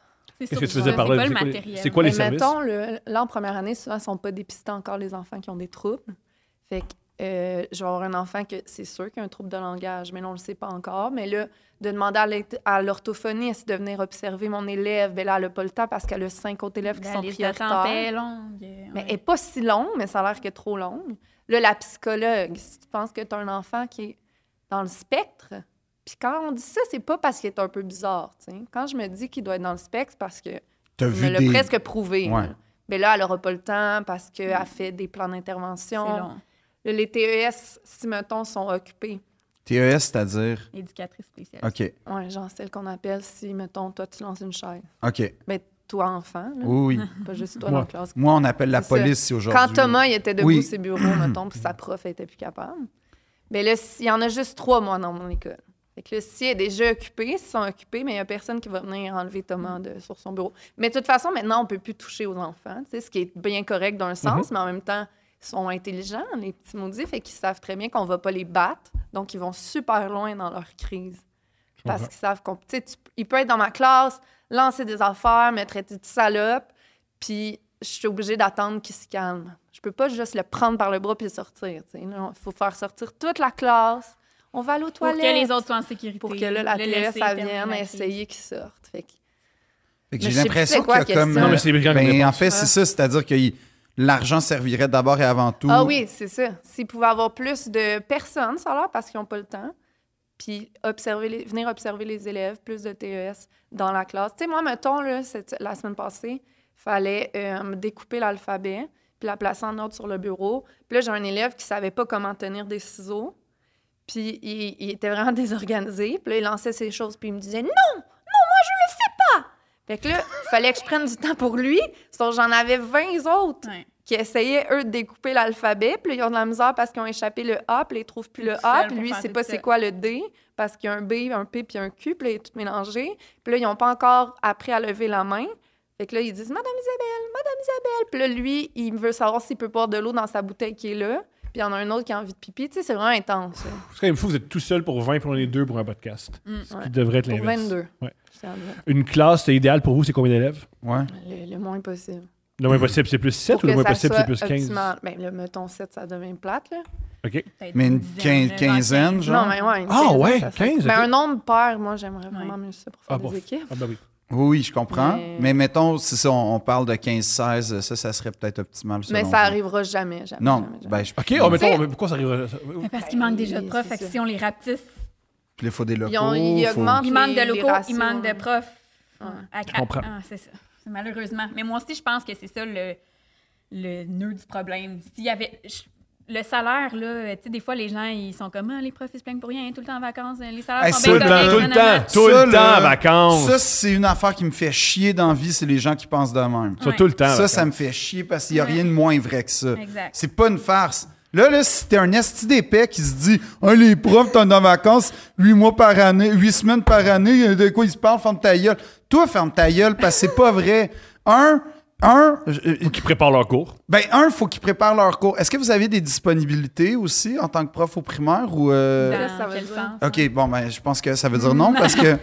Speaker 1: Qu'est-ce
Speaker 3: C'est sûr
Speaker 1: que tu faisais
Speaker 3: ça,
Speaker 1: par là?
Speaker 3: C'est
Speaker 1: C'est
Speaker 3: pas
Speaker 1: quoi
Speaker 3: le
Speaker 1: les-
Speaker 3: matériel.
Speaker 1: C'est quoi les
Speaker 4: Mais
Speaker 1: services?
Speaker 4: mettons, le- là, en première année, souvent, ils sont pas dépistés encore les enfants qui ont des troubles. Fait que euh, je vais avoir un enfant que c'est sûr qu'il a un trouble de langage, mais là, on le sait pas encore. Mais là, de demander à l'é- à l'orthophoniste de venir observer mon élève, ben là, elle n'a pas le temps parce qu'elle a cinq autres élèves qui
Speaker 3: La
Speaker 4: sont
Speaker 3: liste d'attente est
Speaker 4: prioritaires.
Speaker 3: longue. euh,
Speaker 4: Mais
Speaker 3: ouais.
Speaker 4: elle n'est pas si longue, mais ça a l'air que trop longue. Là, la psychologue, si tu penses que tu as un enfant qui est dans le spectre, puis quand on dit ça, c'est pas parce qu'il est un peu bizarre. tu sais. Quand je me dis qu'il doit être dans le spectre, c'est parce que
Speaker 2: T'as
Speaker 4: je me
Speaker 2: vu
Speaker 4: l'a
Speaker 2: des...
Speaker 4: presque prouvé.
Speaker 2: Ouais.
Speaker 4: là. Mais là, elle n'aura pas le temps parce qu'elle a fait des plans
Speaker 3: C'est
Speaker 4: d'intervention.
Speaker 3: long.
Speaker 4: Là, Les TES, si mettons, sont occupés.
Speaker 2: TES, E c'est-à-dire...
Speaker 3: Éducatrice spéciale.
Speaker 2: OK,
Speaker 4: Ouais, genre celle qu'on appelle si, mettons, toi, tu lances une chaise.
Speaker 2: OK,
Speaker 4: Mais toi, enfant, là,
Speaker 2: oui, oui.
Speaker 4: pas juste toi dans
Speaker 1: Ouais.
Speaker 4: la classe.
Speaker 2: Moi, on appelle la
Speaker 4: C'est ça.
Speaker 2: police si aujourd'hui...
Speaker 4: Quand Thomas il était debout
Speaker 2: Oui.
Speaker 4: à ses bureaux, mettons, puis sa prof elle était plus capable. Mais là, s'il y en a juste trois, moi, dans mon école. Fait que là, si elle est déjà occupée, s'ils sont occupés, mais il n'y a personne qui va venir enlever Thomas de, sur son bureau. Mais de toute façon, maintenant, on ne peut plus toucher aux enfants, tu sais, ce qui est bien correct d'un
Speaker 2: Mm-hmm.
Speaker 4: sens, mais en même temps, ils sont intelligents, les petits maudits, fait qu'ils savent très bien qu'on ne va pas les battre. Donc, ils vont super loin dans leur crise.
Speaker 1: Je
Speaker 4: Parce
Speaker 1: comprends.
Speaker 4: qu'ils savent qu'on. Tu sais, tu- il peut être dans ma classe, lancer des affaires, me traiter de salope, puis je suis obligée d'attendre qu'il se calme. Je peux pas juste le prendre par le bras puis le sortir. Il faut faire sortir toute la classe. On va aller aux
Speaker 3: Pour
Speaker 4: toilettes.
Speaker 3: que les autres soient en sécurité.
Speaker 4: Pour que là, la
Speaker 3: Le
Speaker 4: TS,
Speaker 3: laisser
Speaker 4: ça
Speaker 3: terminer
Speaker 4: vienne
Speaker 3: la crise.
Speaker 4: essayer qu'ils sortent. Fait que-
Speaker 2: Fait que J'ai
Speaker 4: Mais je sais plus
Speaker 2: l'impression
Speaker 4: c'est quoi
Speaker 2: qu'il y a
Speaker 4: la
Speaker 2: comme...
Speaker 4: question.
Speaker 1: Non, mais c'est brillant.
Speaker 2: Ben,
Speaker 1: comme réponse.
Speaker 2: en fait, c'est ça, c'est-à-dire que il- l'argent servirait d'abord et avant tout.
Speaker 4: Ah oui, c'est ça. S'ils pouvaient avoir plus de personnes sur l'heure parce qu'ils n'ont pas le temps, puis observer les- venir observer les élèves, plus de TES dans la classe. Tu sais, moi, mettons, là, cette- la semaine passée, fallait euh, découper l'alphabet, puis la placer en ordre sur le bureau. Puis là, j'ai un élève qui savait pas comment tenir des ciseaux, puis il, il était vraiment désorganisé. Puis là, il lançait ses choses, puis il me disait « Non! Non, moi, je le fais pas! » Fait que là, il fallait que je prenne du temps pour lui, sauf que j'en avais 20 autres
Speaker 3: Ouais.
Speaker 4: qui essayaient, eux, de découper l'alphabet. Puis là, ils ont de la misère parce qu'ils ont échappé le A, puis là, ils trouvent plus
Speaker 3: Ils
Speaker 4: le
Speaker 3: sont
Speaker 4: A,
Speaker 3: seuls
Speaker 4: puis
Speaker 3: pour
Speaker 4: lui,
Speaker 3: faire
Speaker 4: c'est
Speaker 3: tout
Speaker 4: pas
Speaker 3: ça.
Speaker 4: c'est quoi le D, parce qu'il y a un B, un P, puis un Q, puis là, il est tout mélangé. Puis là, ils n'ont pas encore appris à lever la main. Fait que là, ils disent « Madame Isabelle, Madame Isabelle! » Puis là, lui, il veut savoir s'il peut boire de l'eau dans sa bouteille qui est là. Puis il y en a un autre qui a envie de pipi. Tu sais, c'est vraiment intense. hein, là.
Speaker 1: C'est quand même fou, vous êtes tout seul pour 20, puis on est deux pour un podcast.
Speaker 3: Mm.
Speaker 1: ce qui
Speaker 4: Ouais.
Speaker 1: devrait être
Speaker 4: Pour
Speaker 1: l'inverse.
Speaker 4: 22.
Speaker 1: Ouais.
Speaker 4: C'est en vrai.
Speaker 1: Une classe, c'est idéal pour vous, c'est combien d'élèves?
Speaker 2: Ouais.
Speaker 4: Le, le moins possible.
Speaker 1: Le
Speaker 2: Mm.
Speaker 1: moins possible, c'est plus 7
Speaker 4: Pour
Speaker 1: ou le
Speaker 4: que
Speaker 1: moins
Speaker 4: ça
Speaker 1: possible, c'est
Speaker 4: soit
Speaker 1: plus 15?
Speaker 4: optimal. Ben, là, mettons 7, ça devient plate, là.
Speaker 1: OK.
Speaker 3: Peut-être
Speaker 2: Mais une
Speaker 3: dizaine,
Speaker 2: quin-
Speaker 3: là,
Speaker 2: quinzaine,
Speaker 3: dans
Speaker 2: genre?
Speaker 4: Non, mais ouais. une
Speaker 1: Ah,
Speaker 4: quinzaine,
Speaker 1: ouais,
Speaker 4: ça serait-
Speaker 1: 15,
Speaker 4: Ben,
Speaker 1: ok.
Speaker 4: un nombre pair, moi, j'aimerais vraiment mieux ça pour faire
Speaker 1: Ah,
Speaker 4: des
Speaker 1: bon.
Speaker 4: équipes.
Speaker 1: Ah, ben oui.
Speaker 2: Oui, oui, je comprends. Mais,
Speaker 4: Mais- euh,
Speaker 2: mettons, si ça, on, on parle de 15-16, ça, ça serait peut-être optimal.
Speaker 4: Mais
Speaker 2: selon
Speaker 4: ça
Speaker 2: vous.
Speaker 4: arrive jamais, jamais.
Speaker 2: Non,
Speaker 4: jamais, jamais.
Speaker 2: ben, je...
Speaker 1: OK, oh,
Speaker 2: mais...
Speaker 1: mettons, mais pourquoi ça arrive? ça-
Speaker 3: Mais parce qu'il manque déjà de
Speaker 4: Oui,
Speaker 3: profs,
Speaker 4: c'est
Speaker 3: fait que
Speaker 4: ça.
Speaker 3: si on les rapetisse,
Speaker 2: il faut des locaux.
Speaker 4: Ils ont- ils
Speaker 2: faut-
Speaker 4: augmentent.
Speaker 3: il manque de
Speaker 4: les- les
Speaker 3: locaux, il
Speaker 4: ratios,
Speaker 3: manque de
Speaker 4: hein.
Speaker 3: profs.
Speaker 4: Ouais.
Speaker 3: À-
Speaker 1: Je
Speaker 3: à-
Speaker 1: comprends.
Speaker 3: ah, c'est ça. C'est Malheureusement. Mais moi aussi, je pense que c'est ça le, le nœud du problème. S'il y avait. je- le salaire, là, euh, tu sais, des fois, les gens, ils sont comme, ah, les profs, ils se plaignent pour rien, tout le temps en vacances, euh, les salaires
Speaker 2: Hey,
Speaker 3: sont
Speaker 2: ça,
Speaker 3: bien
Speaker 2: le-
Speaker 3: corrects,
Speaker 2: tout le
Speaker 3: nanana.
Speaker 1: temps. Tout
Speaker 2: Ça,
Speaker 1: le
Speaker 2: là,
Speaker 1: temps, vacances.
Speaker 2: Ça, c'est une affaire qui me fait chier dans la vie, c'est les gens qui pensent de même.
Speaker 1: Ça, tout le temps.
Speaker 2: Ça,
Speaker 1: là.
Speaker 2: ça me fait chier parce qu'il n'y a
Speaker 3: Ouais.
Speaker 2: rien de moins vrai que ça.
Speaker 3: Exact.
Speaker 2: C'est pas une farce. Là, là, si t'es un esti d'épais qui se dit Ah, les profs, t'en as en vacances huit mois par année, huit semaines par année, euh, de quoi ils se parlent, ferme ta gueule. Toi, ferme ta gueule parce que c'est pas vrai. Un, un, euh,
Speaker 1: Ou qui préparent leur cours.
Speaker 2: ben un, faut qu'ils préparent leur cours. Est-ce que vous avez des disponibilités aussi en tant que prof au primaire ou euh,
Speaker 3: Dans
Speaker 4: Ça veut
Speaker 3: quel
Speaker 4: dire-
Speaker 3: sens?
Speaker 2: Ok, bon ben je pense que ça veut dire non parce que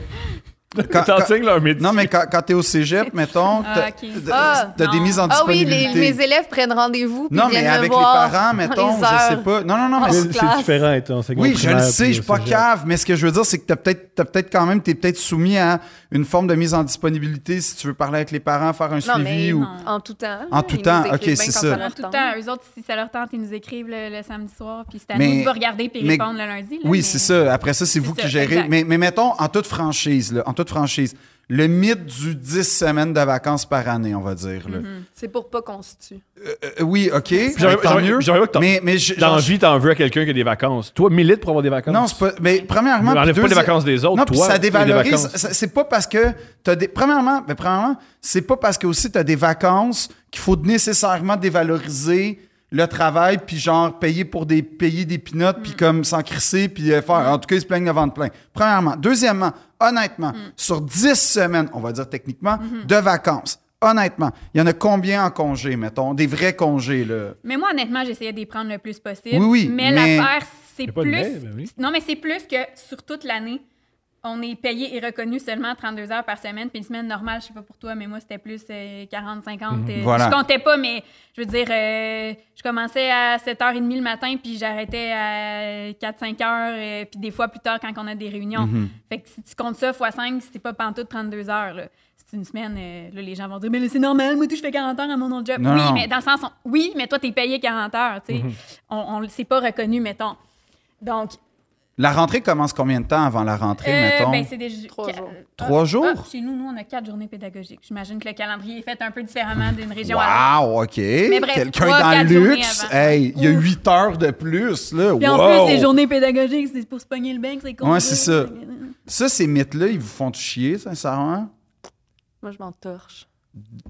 Speaker 2: quand- quand-
Speaker 1: T'enseignes leur métier.
Speaker 2: non mais quand, quand t'es au cégep, mettons, t'as
Speaker 3: Ah, ok.
Speaker 2: t'as- t'as des
Speaker 3: non.
Speaker 2: mises en
Speaker 4: Ah oui,
Speaker 2: disponibilité.
Speaker 4: les, mes élèves prennent rendez-vous. puis
Speaker 2: Non,
Speaker 4: viennent
Speaker 2: mais
Speaker 4: me
Speaker 2: avec les
Speaker 4: voir
Speaker 2: parents,
Speaker 4: dans
Speaker 2: mettons,
Speaker 4: les
Speaker 2: je sais
Speaker 4: heures.
Speaker 2: pas. Non, non, non.
Speaker 4: Ah,
Speaker 2: mais-
Speaker 1: C'est c'est
Speaker 4: classe.
Speaker 1: différent être enseignant
Speaker 2: Oui,
Speaker 1: au
Speaker 2: je le
Speaker 1: primaire
Speaker 2: sais,
Speaker 1: puis
Speaker 2: je suis
Speaker 1: au
Speaker 2: pas
Speaker 1: cégep.
Speaker 2: cave, mais ce que je veux dire, c'est que t'as peut-être, t'as peut-être quand même, t'es peut-être soumis à une forme de mise en disponibilité si tu veux parler avec les parents, faire un
Speaker 4: Non,
Speaker 2: suivi
Speaker 4: mais
Speaker 2: ou.
Speaker 3: non.
Speaker 4: en tout temps.
Speaker 2: En
Speaker 4: là,
Speaker 2: tout
Speaker 4: ils nous
Speaker 2: temps,
Speaker 4: écrivent
Speaker 2: ok,
Speaker 4: bien
Speaker 2: c'est
Speaker 4: quand
Speaker 2: ça.
Speaker 4: leur
Speaker 3: Alors, tout le
Speaker 4: tente.
Speaker 3: temps, eux autres, si ça leur tente, ils nous écrivent le, le samedi soir, puis c'est à
Speaker 2: Mais-
Speaker 3: nous de regarder puis
Speaker 2: mais-
Speaker 3: répondre le lundi. là,
Speaker 2: Oui,
Speaker 3: mais-
Speaker 2: c'est ça. Après ça, c'est vous
Speaker 3: ça,
Speaker 2: qui gérez.
Speaker 3: exact.
Speaker 2: Mais, mais mettons, en toute franchise, là, en toute franchise, le mythe du 10 semaines de vacances par année, on va dire. là.
Speaker 4: C'est pour pas qu'on se tue.
Speaker 2: Euh, euh, oui, OK.
Speaker 1: Mm-hmm. J'aurais-
Speaker 2: tant
Speaker 1: j'aurais-
Speaker 2: mieux.
Speaker 1: j'aurais pas que t'en-
Speaker 2: mais, mais je-
Speaker 1: Dans la
Speaker 2: genre,
Speaker 1: vie, t'en veux à quelqu'un qui a des vacances. Toi, milite pour avoir des vacances.
Speaker 2: Non, c'est pas. Mais premièrement.
Speaker 1: Mais enlève
Speaker 2: puis
Speaker 1: pas les
Speaker 2: deuxi-
Speaker 1: vacances des autres,
Speaker 2: Non, puis
Speaker 1: toi,
Speaker 2: ça
Speaker 1: t'as des
Speaker 2: dévalorise.
Speaker 1: vacances.
Speaker 2: Ça- C'est pas parce que t'as des. Premièrement, ben, premièrement, c'est pas parce que aussi t'as des vacances qu'il faut nécessairement dévaloriser le travail puis genre payer pour des payer des pinottes
Speaker 3: Mm.
Speaker 2: puis comme s'en crisser puis euh, faire en tout cas ils se plaignent avant de plaindre. Premièrement, deuxièmement, honnêtement,
Speaker 3: Mm.
Speaker 2: sur 10 semaines, on va dire techniquement
Speaker 3: Mm-hmm.
Speaker 2: de vacances. Honnêtement, il y en a combien en congé mettons, des vrais congés là.
Speaker 3: Mais moi, honnêtement, j'essayais d'y prendre le plus possible.
Speaker 2: Oui, oui,
Speaker 3: Mais,
Speaker 2: mais-
Speaker 3: l'affaire, c'est
Speaker 1: Y a
Speaker 3: plus.
Speaker 1: pas de mais, ben oui.
Speaker 3: Non, mais c'est plus que sur toute l'année, on est payé et reconnu seulement 32 heures par semaine. Puis une semaine normale, je sais pas pour toi, mais moi, c'était plus euh, 40, 50.
Speaker 1: Mhm.
Speaker 3: euh,
Speaker 2: Voilà.
Speaker 3: Je comptais pas, mais je veux dire, euh, je commençais à 7h30 le matin, puis j'arrêtais à 4, 5 heures, euh, puis des fois plus tard quand on a des réunions.
Speaker 1: Mm-hmm.
Speaker 3: Fait que si tu comptes ça x 5, c'est pas pantoute 32 heures. Là. C'est une semaine, euh, là, les gens vont dire, mais là, c'est normal, moi, tout, je fais 40 heures à mon autre job.
Speaker 2: Non,
Speaker 3: oui,
Speaker 2: non. Mhm.
Speaker 3: mais dans le sens, on- oui, mais toi, t'es payé 40 heures, tu sais. On, on- c'est pas reconnu, mettons. Donc,
Speaker 2: La rentrée commence combien de temps avant la rentrée
Speaker 3: euh,
Speaker 2: mettons
Speaker 3: ben, c'est des
Speaker 4: Trois
Speaker 3: qua-
Speaker 4: jours.
Speaker 2: Trois
Speaker 3: Ah,
Speaker 2: jours?
Speaker 3: ah, chez nous, nous, on a quatre journées pédagogiques. J'imagine que le calendrier est fait un peu différemment d'une région à l'autre.
Speaker 2: Wow, OK.
Speaker 3: bref,
Speaker 2: Quelqu'un
Speaker 3: trois,
Speaker 2: dans
Speaker 3: quatre
Speaker 2: le
Speaker 3: journées
Speaker 2: luxe,
Speaker 3: avant.
Speaker 2: hey, il y a
Speaker 3: Ouf.
Speaker 2: 8 heures de plus, là.
Speaker 3: Puis
Speaker 2: Wow!
Speaker 3: en plus, les journées pédagogiques, c'est pour se pogner le bec, c'est con.
Speaker 2: Ouais, c'est ça. Ça, ces mythes-là, ils vous font chier, sincèrement?
Speaker 4: Moi, je m'en torche.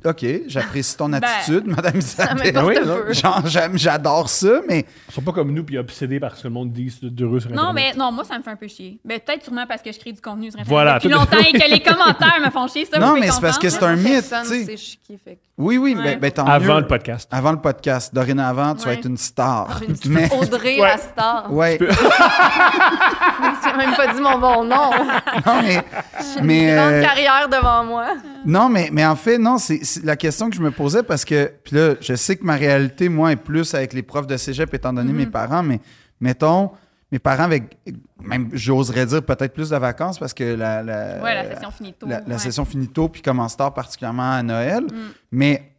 Speaker 2: OK, j'apprécie ton
Speaker 3: Ben,
Speaker 2: attitude, Madame
Speaker 4: Ça
Speaker 2: Isabelle.
Speaker 4: m'importe
Speaker 1: oui, non.
Speaker 4: peu.
Speaker 2: Genre, j'aime- j'adore ça, mais
Speaker 1: Ils sont pas comme nous, puis obsédés par ce que le monde dit d'heureux sur Internet.
Speaker 3: Non, mais non, moi, ça me fait un peu chier. Ben, peut-être sûrement parce que je crée du contenu sur Internet
Speaker 1: Voilà,
Speaker 3: depuis
Speaker 1: tout à fait.
Speaker 3: longtemps et que les commentaires me font chier. Ça,
Speaker 2: Non,
Speaker 3: je peux
Speaker 2: mais c'est parce
Speaker 3: comprendre.
Speaker 2: que c'est un mythe,
Speaker 4: Personne
Speaker 2: tu sais.
Speaker 4: sait je suis qui, fait que-
Speaker 2: oui, oui, ben-
Speaker 3: Ouais.
Speaker 2: ben, tant
Speaker 1: Avant
Speaker 2: mieux.
Speaker 1: le podcast.
Speaker 2: Avant le podcast. Dorénavant, tu vas
Speaker 3: Ouais.
Speaker 2: être une star.
Speaker 4: Une petite
Speaker 2: Mais,
Speaker 4: Audrey
Speaker 1: Ouais.
Speaker 4: la star.
Speaker 2: ouais.
Speaker 4: J'ai même pas dit mon bon nom.
Speaker 2: Non, mais... mais
Speaker 4: Grande
Speaker 2: euh,
Speaker 4: carrière devant moi.
Speaker 2: Non, mais, mais en fait, non, c'est c'est la question que je me posais parce que, puis là, je sais que ma réalité, moi, est plus avec les profs de cégep, étant donné mes parents, mais mettons, mes parents avec, même, j'oserais dire peut-être plus de vacances parce que la, la,
Speaker 3: Ouais, la session finit tôt.
Speaker 2: Euh, la, la
Speaker 3: ouais.
Speaker 2: session finit tôt, puis commence tard, particulièrement à Noël. Mais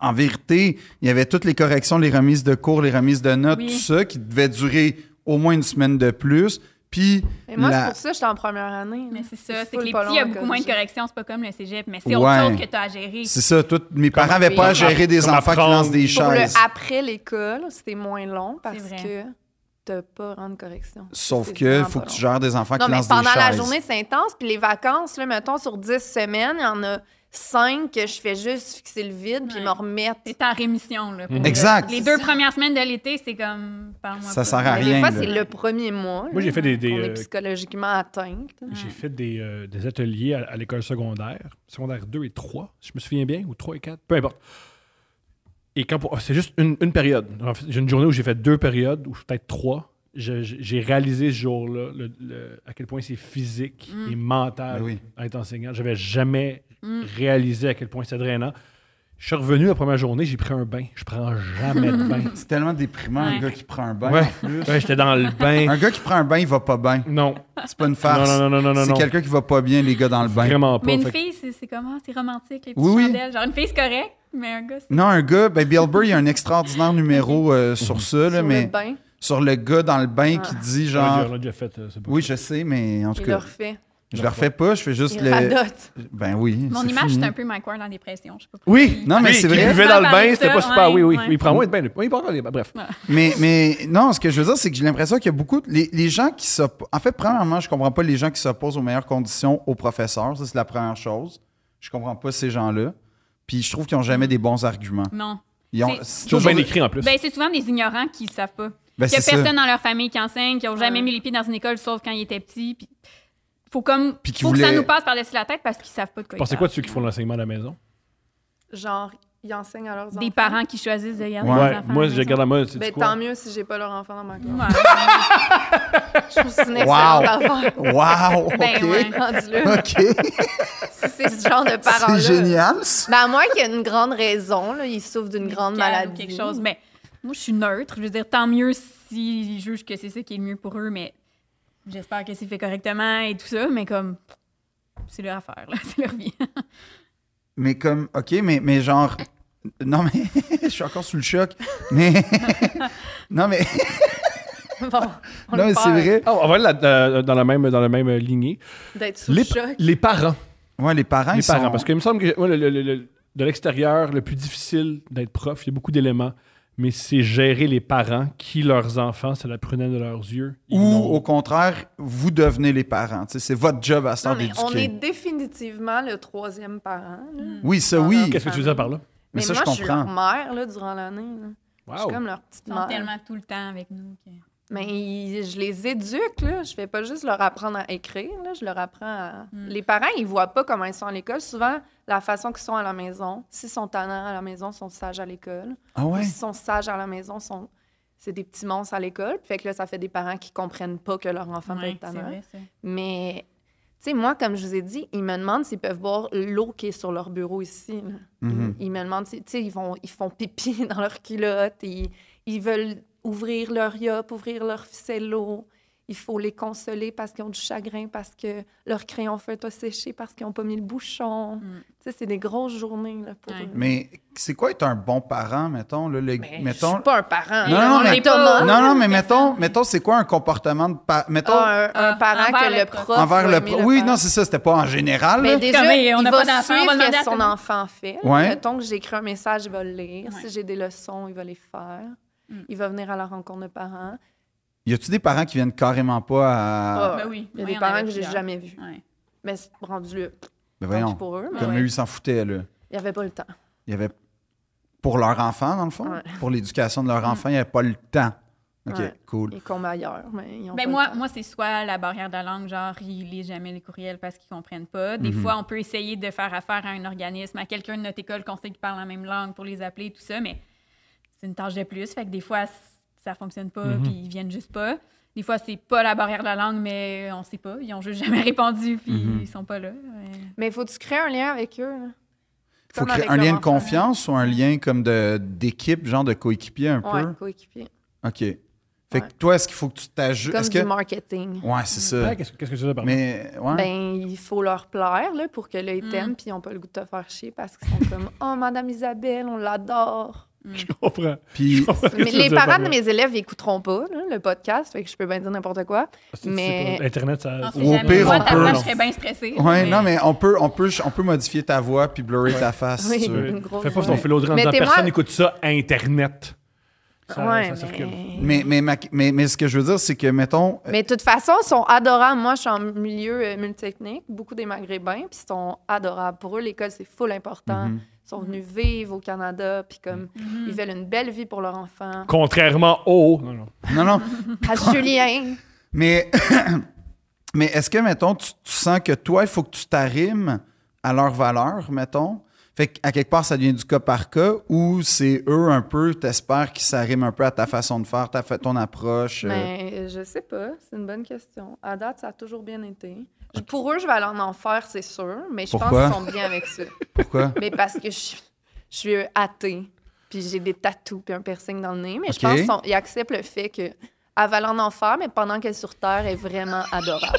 Speaker 2: en vérité, il y avait toutes les corrections, les remises de cours, les remises de notes,
Speaker 3: Oui.
Speaker 2: tout ça, qui devait durer au moins une semaine de plus. Puis,
Speaker 4: Mais moi,
Speaker 2: la-
Speaker 4: c'est pour ça que j'étais en première année.
Speaker 3: Mais c'est ça,
Speaker 4: C'est
Speaker 3: c'est que
Speaker 4: full
Speaker 3: les
Speaker 4: pas
Speaker 3: petits, il y a
Speaker 4: long à
Speaker 3: beaucoup moins de
Speaker 4: corriger.
Speaker 3: corrections, c'est pas comme le cégep, mais
Speaker 2: Ouais.
Speaker 3: c'est autre chose que tu as à gérer.
Speaker 2: c'est ça, tout, mes parents n'avaient
Speaker 4: Comme
Speaker 2: pas à gérer des
Speaker 1: comme
Speaker 2: enfants qui
Speaker 1: apprendre.
Speaker 2: lancent des
Speaker 4: Pour
Speaker 2: chaises.
Speaker 4: le après l'école, c'était moins long parce
Speaker 3: vrai.
Speaker 4: que t'as pas rendre correction.
Speaker 2: Sauf
Speaker 4: C'est
Speaker 2: que
Speaker 4: vraiment
Speaker 2: faut
Speaker 4: pas
Speaker 2: que tu
Speaker 4: long.
Speaker 2: gères des enfants
Speaker 4: Non,
Speaker 2: qui
Speaker 4: mais
Speaker 2: lancent des chaises.
Speaker 4: pendant la journée, c'est intense. Puis les vacances, là, mettons, sur 10 semaines, il y en a 5 que je fais juste fixer le vide puis
Speaker 3: Ouais.
Speaker 4: me remettre.
Speaker 3: T'es en rémission, là. pour
Speaker 1: Mhm.
Speaker 3: le-
Speaker 2: Exact.
Speaker 3: Les deux premières semaines de l'été, c'est comme. Parle-moi
Speaker 2: Ça
Speaker 3: pas.
Speaker 2: sert à
Speaker 4: Mais
Speaker 2: rien,
Speaker 4: des fois,
Speaker 2: là.
Speaker 4: c'est le premier mois.
Speaker 1: Moi, j'ai
Speaker 4: là,
Speaker 1: fait des- des,
Speaker 4: qu'on est
Speaker 1: euh,
Speaker 4: psychologiquement atteint.
Speaker 3: Ah.
Speaker 1: J'ai fait des, euh, des ateliers à, à l'école secondaire, secondaire 2 et 3, si je me souviens bien, ou 3 et 4, peu importe. Et quand pour- c'est juste une, une période. En fait, j'ai une journée où j'ai fait deux périodes, ou peut-être trois. Je- je- J'ai réalisé ce jour-là le- le- à quel point c'est physique
Speaker 3: Mm.
Speaker 1: et mental
Speaker 2: Ben oui.
Speaker 1: d'être enseignant. J'avais jamais réalisé à quel point c'était drainant. Je suis revenu la première journée, j'ai pris un bain. Je prends jamais de bain.
Speaker 2: C'est tellement déprimant, un
Speaker 3: Ouais.
Speaker 2: gars qui prend un bain.
Speaker 1: Ouais, ouais, j'étais dans le bain.
Speaker 2: Un gars qui prend un bain, il va pas bien.
Speaker 1: Non,
Speaker 2: C'est pas une farce.
Speaker 1: non, non, non, non, non,
Speaker 2: c'est
Speaker 1: non.
Speaker 2: quelqu'un qui va pas bien, les gars, dans le bain.
Speaker 1: Vraiment pas.
Speaker 3: Mais une
Speaker 1: Fait que-
Speaker 3: fille, c'est c'est comment? C'est romantique, les petites
Speaker 2: Oui, oui.
Speaker 3: chandelles. Genre, une fille, c'est correct, mais un gars, c'est.
Speaker 2: Non, un gars, ben Bill Burr, il y a un extraordinaire numéro euh, sur ça, là,
Speaker 4: Sur
Speaker 2: mais
Speaker 4: le bain, Ah.
Speaker 2: sur le gars dans le bain
Speaker 1: On
Speaker 2: qui dit
Speaker 1: l'a déjà-
Speaker 2: genre.
Speaker 1: on l'a déjà fait, euh, c'est pas
Speaker 2: Oui, je sais, mais en tout
Speaker 4: il le
Speaker 2: cas,
Speaker 4: refait.
Speaker 2: je le refais pas, je fais juste
Speaker 4: Il
Speaker 2: le.
Speaker 4: radote.
Speaker 2: Ben oui.
Speaker 3: Mon
Speaker 2: c'est
Speaker 3: image,
Speaker 2: fini.
Speaker 3: c'est un peu Mike Ward en dépression. Je sais pas pourquoi.
Speaker 1: Oui,
Speaker 2: Non, mais
Speaker 1: Lui,
Speaker 2: c'est
Speaker 1: Ah, qui
Speaker 2: vrai.
Speaker 1: buvait dans le bain,
Speaker 3: Parler
Speaker 1: c'était pas
Speaker 3: de ça,
Speaker 1: super. oui, oui,
Speaker 3: ouais,
Speaker 1: oui. Il prend moins de bain. lui. Oui, il prend encore des bains. Bref.
Speaker 2: Mais, mais non, ce que je veux dire, c'est que j'ai l'impression qu'il y a beaucoup. de- Les, les gens qui s'opposent. En fait, premièrement, je comprends pas les gens qui s'opposent aux meilleures conditions aux professeurs. Ça, c'est la première chose. Je comprends pas ces gens-là. Puis je trouve qu'ils ont jamais des bons arguments.
Speaker 3: Non.
Speaker 2: Ils ont,
Speaker 3: C'est-
Speaker 2: c'est
Speaker 1: Toujours bien écrit en plus.
Speaker 3: Ben, c'est souvent des ignorants qui savent pas.
Speaker 2: Ben,
Speaker 3: qu'il y a
Speaker 2: c'est ça.
Speaker 3: personne dans leur famille qui enseigne, qui n'ont jamais
Speaker 4: Ouais.
Speaker 3: mis les pieds dans une école sauf quand ils étaient petits. Puis faut comme
Speaker 2: Puis qu'ils
Speaker 3: faut que ça
Speaker 2: voulaient-
Speaker 3: nous passe par-dessus la tête parce qu'ils savent pas de quoi ils
Speaker 1: Pensez quoi de
Speaker 3: parlent.
Speaker 1: ceux qui font l'enseignement à la maison?
Speaker 4: Genre, ils enseignent à leurs enfants.
Speaker 3: Des parents qui choisissent de garder
Speaker 2: Ouais.
Speaker 3: leurs enfants. à
Speaker 1: moi,
Speaker 3: la
Speaker 1: je
Speaker 3: maison.
Speaker 1: garde à moi.
Speaker 4: Ben, tant mieux si j'ai pas leur enfant dans ma classe.
Speaker 3: Ouais.
Speaker 4: Je trouve que c'est une
Speaker 2: Wow.
Speaker 4: excellente affaire.
Speaker 2: Wow! OK.
Speaker 4: Ben ouais, rendu-le.
Speaker 2: OK.
Speaker 4: Si c'est ce genre de parents-là.
Speaker 2: c'est génial, ça.
Speaker 4: Ben, à moins qu'il y ait une grande raison, là, il souffre d'une grande
Speaker 3: médicale
Speaker 4: maladie.
Speaker 3: ou quelque chose. Mais moi, je suis neutre. Je veux dire, tant mieux s'ils jugent que c'est ça qui est le mieux pour eux, mais j'espère que c'est fait correctement et tout ça. Mais comme, c'est leur affaire, là. c'est leur vie.
Speaker 2: Mais comme, OK, mais, mais genre. Non, mais je suis encore sous le choc. Mais. non, mais,
Speaker 4: Bon, on
Speaker 2: non,
Speaker 4: le
Speaker 2: mais c'est vrai.
Speaker 4: perd.
Speaker 1: on va aller là- euh, dans la même, dans la même euh, lignée.
Speaker 4: D'être sous le
Speaker 1: Les,
Speaker 4: choc.
Speaker 1: les parents.
Speaker 2: Ouais, les parents,
Speaker 1: les
Speaker 2: Ah, ils
Speaker 1: parents.
Speaker 2: sont.
Speaker 1: Parce qu'il me semble que moi, le- le- le- le- de l'extérieur, le plus difficile d'être prof, il y a beaucoup d'éléments, mais c'est gérer les parents qui, leurs enfants, c'est la prunelle de leurs yeux. Ils
Speaker 2: Ou
Speaker 1: n'ont-
Speaker 2: au contraire, vous devenez les parents. Tu sais, C'est votre job à ce
Speaker 4: Non,
Speaker 2: temps
Speaker 4: mais on est
Speaker 2: d'éduquer.
Speaker 4: définitivement le troisième parent. là.
Speaker 2: Oui, ça, oui.
Speaker 1: Qu'est-ce que tu veux dire par là?
Speaker 2: Mais
Speaker 4: Mais,
Speaker 2: ça,
Speaker 4: moi,
Speaker 2: je
Speaker 4: je, suis leur
Speaker 2: comprends.
Speaker 4: mère là, durant l'année. là. Je suis comme leur petite
Speaker 3: Ils
Speaker 4: mère.
Speaker 3: sont tellement tout le temps avec nous. que-
Speaker 4: Mais ils- je les éduque. Là. Je fais pas juste leur apprendre à écrire. Là. Je leur apprends à...
Speaker 3: Hmm.
Speaker 4: Les parents, ils voient pas comment ils sont à l'école. Souvent, la façon qu'ils sont à la maison. S'ils sont tannants à la maison, ils sont sages à l'école.
Speaker 2: Ah ouais?
Speaker 4: S'ils sont sages à la maison, sont... c'est des petits monstres à l'école. Fait que là, ça fait des parents qui comprennent pas que leur enfant peut
Speaker 3: Ouais,
Speaker 4: être
Speaker 3: c'est
Speaker 4: tannant.
Speaker 3: vrai, ça.
Speaker 4: Mais, tu sais, moi, comme je vous ai dit, ils me demandent s'ils peuvent boire l'eau qui est sur leur bureau ici. là.
Speaker 2: Mhm.
Speaker 4: Ils me demandent, si- tu sais, ils, vont- ils font pipi dans leur culotte, ils, ils veulent ouvrir leur yop, ouvrir leur ficello. Il faut les consoler parce qu'ils ont du chagrin, parce que leur crayon feutre a séché, parce qu'ils n'ont pas mis le bouchon.
Speaker 3: Mm.
Speaker 4: Tu sais, c'est des grosses journées là, pour
Speaker 3: Ouais.
Speaker 4: eux.
Speaker 2: Mais c'est quoi être un bon parent, mettons? Là, le-
Speaker 4: Mais Ben, je
Speaker 2: mettons
Speaker 4: suis pas un parent.
Speaker 2: Non,
Speaker 4: là,
Speaker 2: non,
Speaker 4: on
Speaker 2: mais-
Speaker 4: est pas
Speaker 3: Non,
Speaker 4: mort.
Speaker 2: non, non, mais
Speaker 3: personne.
Speaker 2: mettons, mettons c'est quoi un comportement de parent? Mettons,
Speaker 4: Ah, un, un
Speaker 3: Ah,
Speaker 4: parent
Speaker 3: envers
Speaker 4: que
Speaker 3: le
Speaker 4: le
Speaker 3: prof.
Speaker 4: prof.
Speaker 2: envers
Speaker 4: va
Speaker 2: le...
Speaker 4: aimer
Speaker 2: pro- Oui,
Speaker 4: parent.
Speaker 2: non, c'est ça. C'était pas en général.
Speaker 4: Mais
Speaker 2: là.
Speaker 4: déjà,
Speaker 3: Comme, hey, on
Speaker 4: il
Speaker 3: n'a
Speaker 4: va
Speaker 3: pas d'enfant,
Speaker 4: suivre
Speaker 3: on va demander
Speaker 4: ce
Speaker 3: à
Speaker 4: que
Speaker 3: tout le
Speaker 4: son
Speaker 3: monde.
Speaker 4: enfant fait.
Speaker 2: Ouais.
Speaker 4: Mettons que j'écris un message, il va le lire.
Speaker 3: Ouais.
Speaker 4: Si j'ai des leçons, il va les faire.
Speaker 3: Mm.
Speaker 4: Il va venir à la rencontre de parents.
Speaker 2: Y a-tu des parents qui viennent carrément pas à...
Speaker 4: Ah,
Speaker 3: Ben oui.
Speaker 4: Il y a
Speaker 3: Oui,
Speaker 4: des
Speaker 3: on
Speaker 4: parents
Speaker 3: avait
Speaker 4: que j'ai
Speaker 3: plusieurs.
Speaker 4: jamais vus.
Speaker 3: Ouais.
Speaker 4: Mais c'est rendu le
Speaker 2: Ben
Speaker 4: tant pis
Speaker 2: voyons,
Speaker 4: pour eux. mais
Speaker 2: comme
Speaker 3: Ouais.
Speaker 2: eux, ils s'en foutaient, là.
Speaker 4: Il n'y avait pas le temps.
Speaker 2: Il y avait... Pour leur enfant, dans le fond?
Speaker 4: Ouais. Mm.
Speaker 2: Pour l'éducation de leur enfant, il n'y avait pas le temps. OK,
Speaker 4: Ouais.
Speaker 2: cool.
Speaker 4: Ils combattent ailleurs. Mais ils ont pas
Speaker 3: Ben
Speaker 4: le
Speaker 3: moi,
Speaker 4: temps.
Speaker 3: moi c'est soit la barrière de la langue, genre, ils lisent jamais les courriels parce qu'ils comprennent pas. Des
Speaker 2: Mhm.
Speaker 3: fois, on peut essayer de faire affaire à un organisme, à quelqu'un de notre école qu'on sait qui parle la même langue pour les appeler, tout ça, mais c'est une tâche de plus. Fait que des fois, c- ça fonctionne pas,
Speaker 1: Mhm.
Speaker 3: puis ils viennent juste pas. Des fois, c'est pas la barrière de la langue, mais on sait pas. Ils ont juste jamais répondu, puis
Speaker 2: Mhm.
Speaker 3: ils sont pas là. Ouais.
Speaker 4: Mais faut que tu crées un lien avec eux. là.
Speaker 2: Faut
Speaker 4: Comme
Speaker 2: créer
Speaker 4: avec
Speaker 2: un
Speaker 4: leur
Speaker 2: lien de
Speaker 4: enfant.
Speaker 2: confiance ou un lien comme de d'équipe, genre de coéquipier un
Speaker 4: Ouais,
Speaker 2: peu?
Speaker 4: coéquipier.
Speaker 2: OK. Fait
Speaker 4: Ouais.
Speaker 2: que toi, est-ce qu'il faut que tu t'ajustes?
Speaker 4: Comme
Speaker 2: Est-ce
Speaker 4: du
Speaker 2: que...
Speaker 4: marketing.
Speaker 2: Ouais, c'est ça.
Speaker 1: Ouais, Qu'est-ce qu'est-ce que tu veux par là?
Speaker 2: euh, Mais, ouais.
Speaker 4: Ben, il faut leur plaire là, pour que là,
Speaker 3: Mm.
Speaker 4: ils t'aiment, puis ils n'ont pas le goût de te faire chier parce qu'ils sont comme « Oh, Madame Isabelle, on l'adore! »
Speaker 1: Je comprends.
Speaker 2: Puis,
Speaker 4: Mais
Speaker 1: Qu'est-ce que
Speaker 4: les
Speaker 1: tu veux par
Speaker 4: parents de
Speaker 1: là?
Speaker 4: mes élèves n'écouteront pas là, le podcast, fait que je peux bien dire n'importe quoi.
Speaker 1: Parce que
Speaker 4: mais-
Speaker 1: c'est pas- Internet,
Speaker 3: On
Speaker 1: ça.
Speaker 3: sait
Speaker 2: Ou au
Speaker 3: jamais.
Speaker 2: pire,
Speaker 3: Moi,
Speaker 2: on
Speaker 3: ta
Speaker 2: peut,
Speaker 3: place,
Speaker 2: non.
Speaker 3: je serais bien stressée.
Speaker 2: ouais, non, mais on peut, on, peut, on peut modifier ta voix puis blurrer ta face, si
Speaker 4: Oui.
Speaker 2: tu veux.
Speaker 4: Une grosse
Speaker 1: Fais pas ton
Speaker 4: journée.
Speaker 1: philodré en disant
Speaker 4: Mettez-moi-
Speaker 1: personne n'écoute ça Internet. Ça,
Speaker 4: ouais,
Speaker 1: ça circule.
Speaker 4: mais...
Speaker 2: Mais, mais, ma- mais, mais ce que je veux dire, c'est que, mettons, euh,
Speaker 4: mais de toute façon, ils sont adorables. Moi, je suis en milieu euh, multithnique, beaucoup des Maghrébins, puis ils sont adorables. Pour eux, l'école, c'est full important.
Speaker 2: Mhm.
Speaker 4: Ils sont venus vivre au Canada, puis comme
Speaker 1: Mhm.
Speaker 4: ils veulent une belle vie pour leur enfant.
Speaker 1: Contrairement au. Non, non.
Speaker 2: non, non,
Speaker 4: À Julien,
Speaker 2: mais, mais est-ce que, mettons, tu, tu sens que toi, il faut que tu t'arrimes à leurs valeurs, mettons? Fait qu'à quelque part, ça devient du cas par cas ou c'est eux un peu, t'espères qu'ils s'arriment un peu à ta façon de faire, ta, fa- ton approche? euh,
Speaker 4: mais euh, je sais pas, c'est une bonne question. À date, ça a toujours bien été. Je- Pour eux, je vais aller en enfer, c'est sûr, mais je pense
Speaker 2: Pourquoi?
Speaker 4: qu'ils sont bien avec ça.
Speaker 2: Pourquoi?
Speaker 4: Mais parce que je, je suis athée, puis j'ai des tatous, puis un piercing dans le nez. Mais
Speaker 2: Ok.
Speaker 4: je pense qu'ils acceptent le fait que elle va aller en enfer, mais pendant qu'elle est sur Terre, elle est vraiment adorable.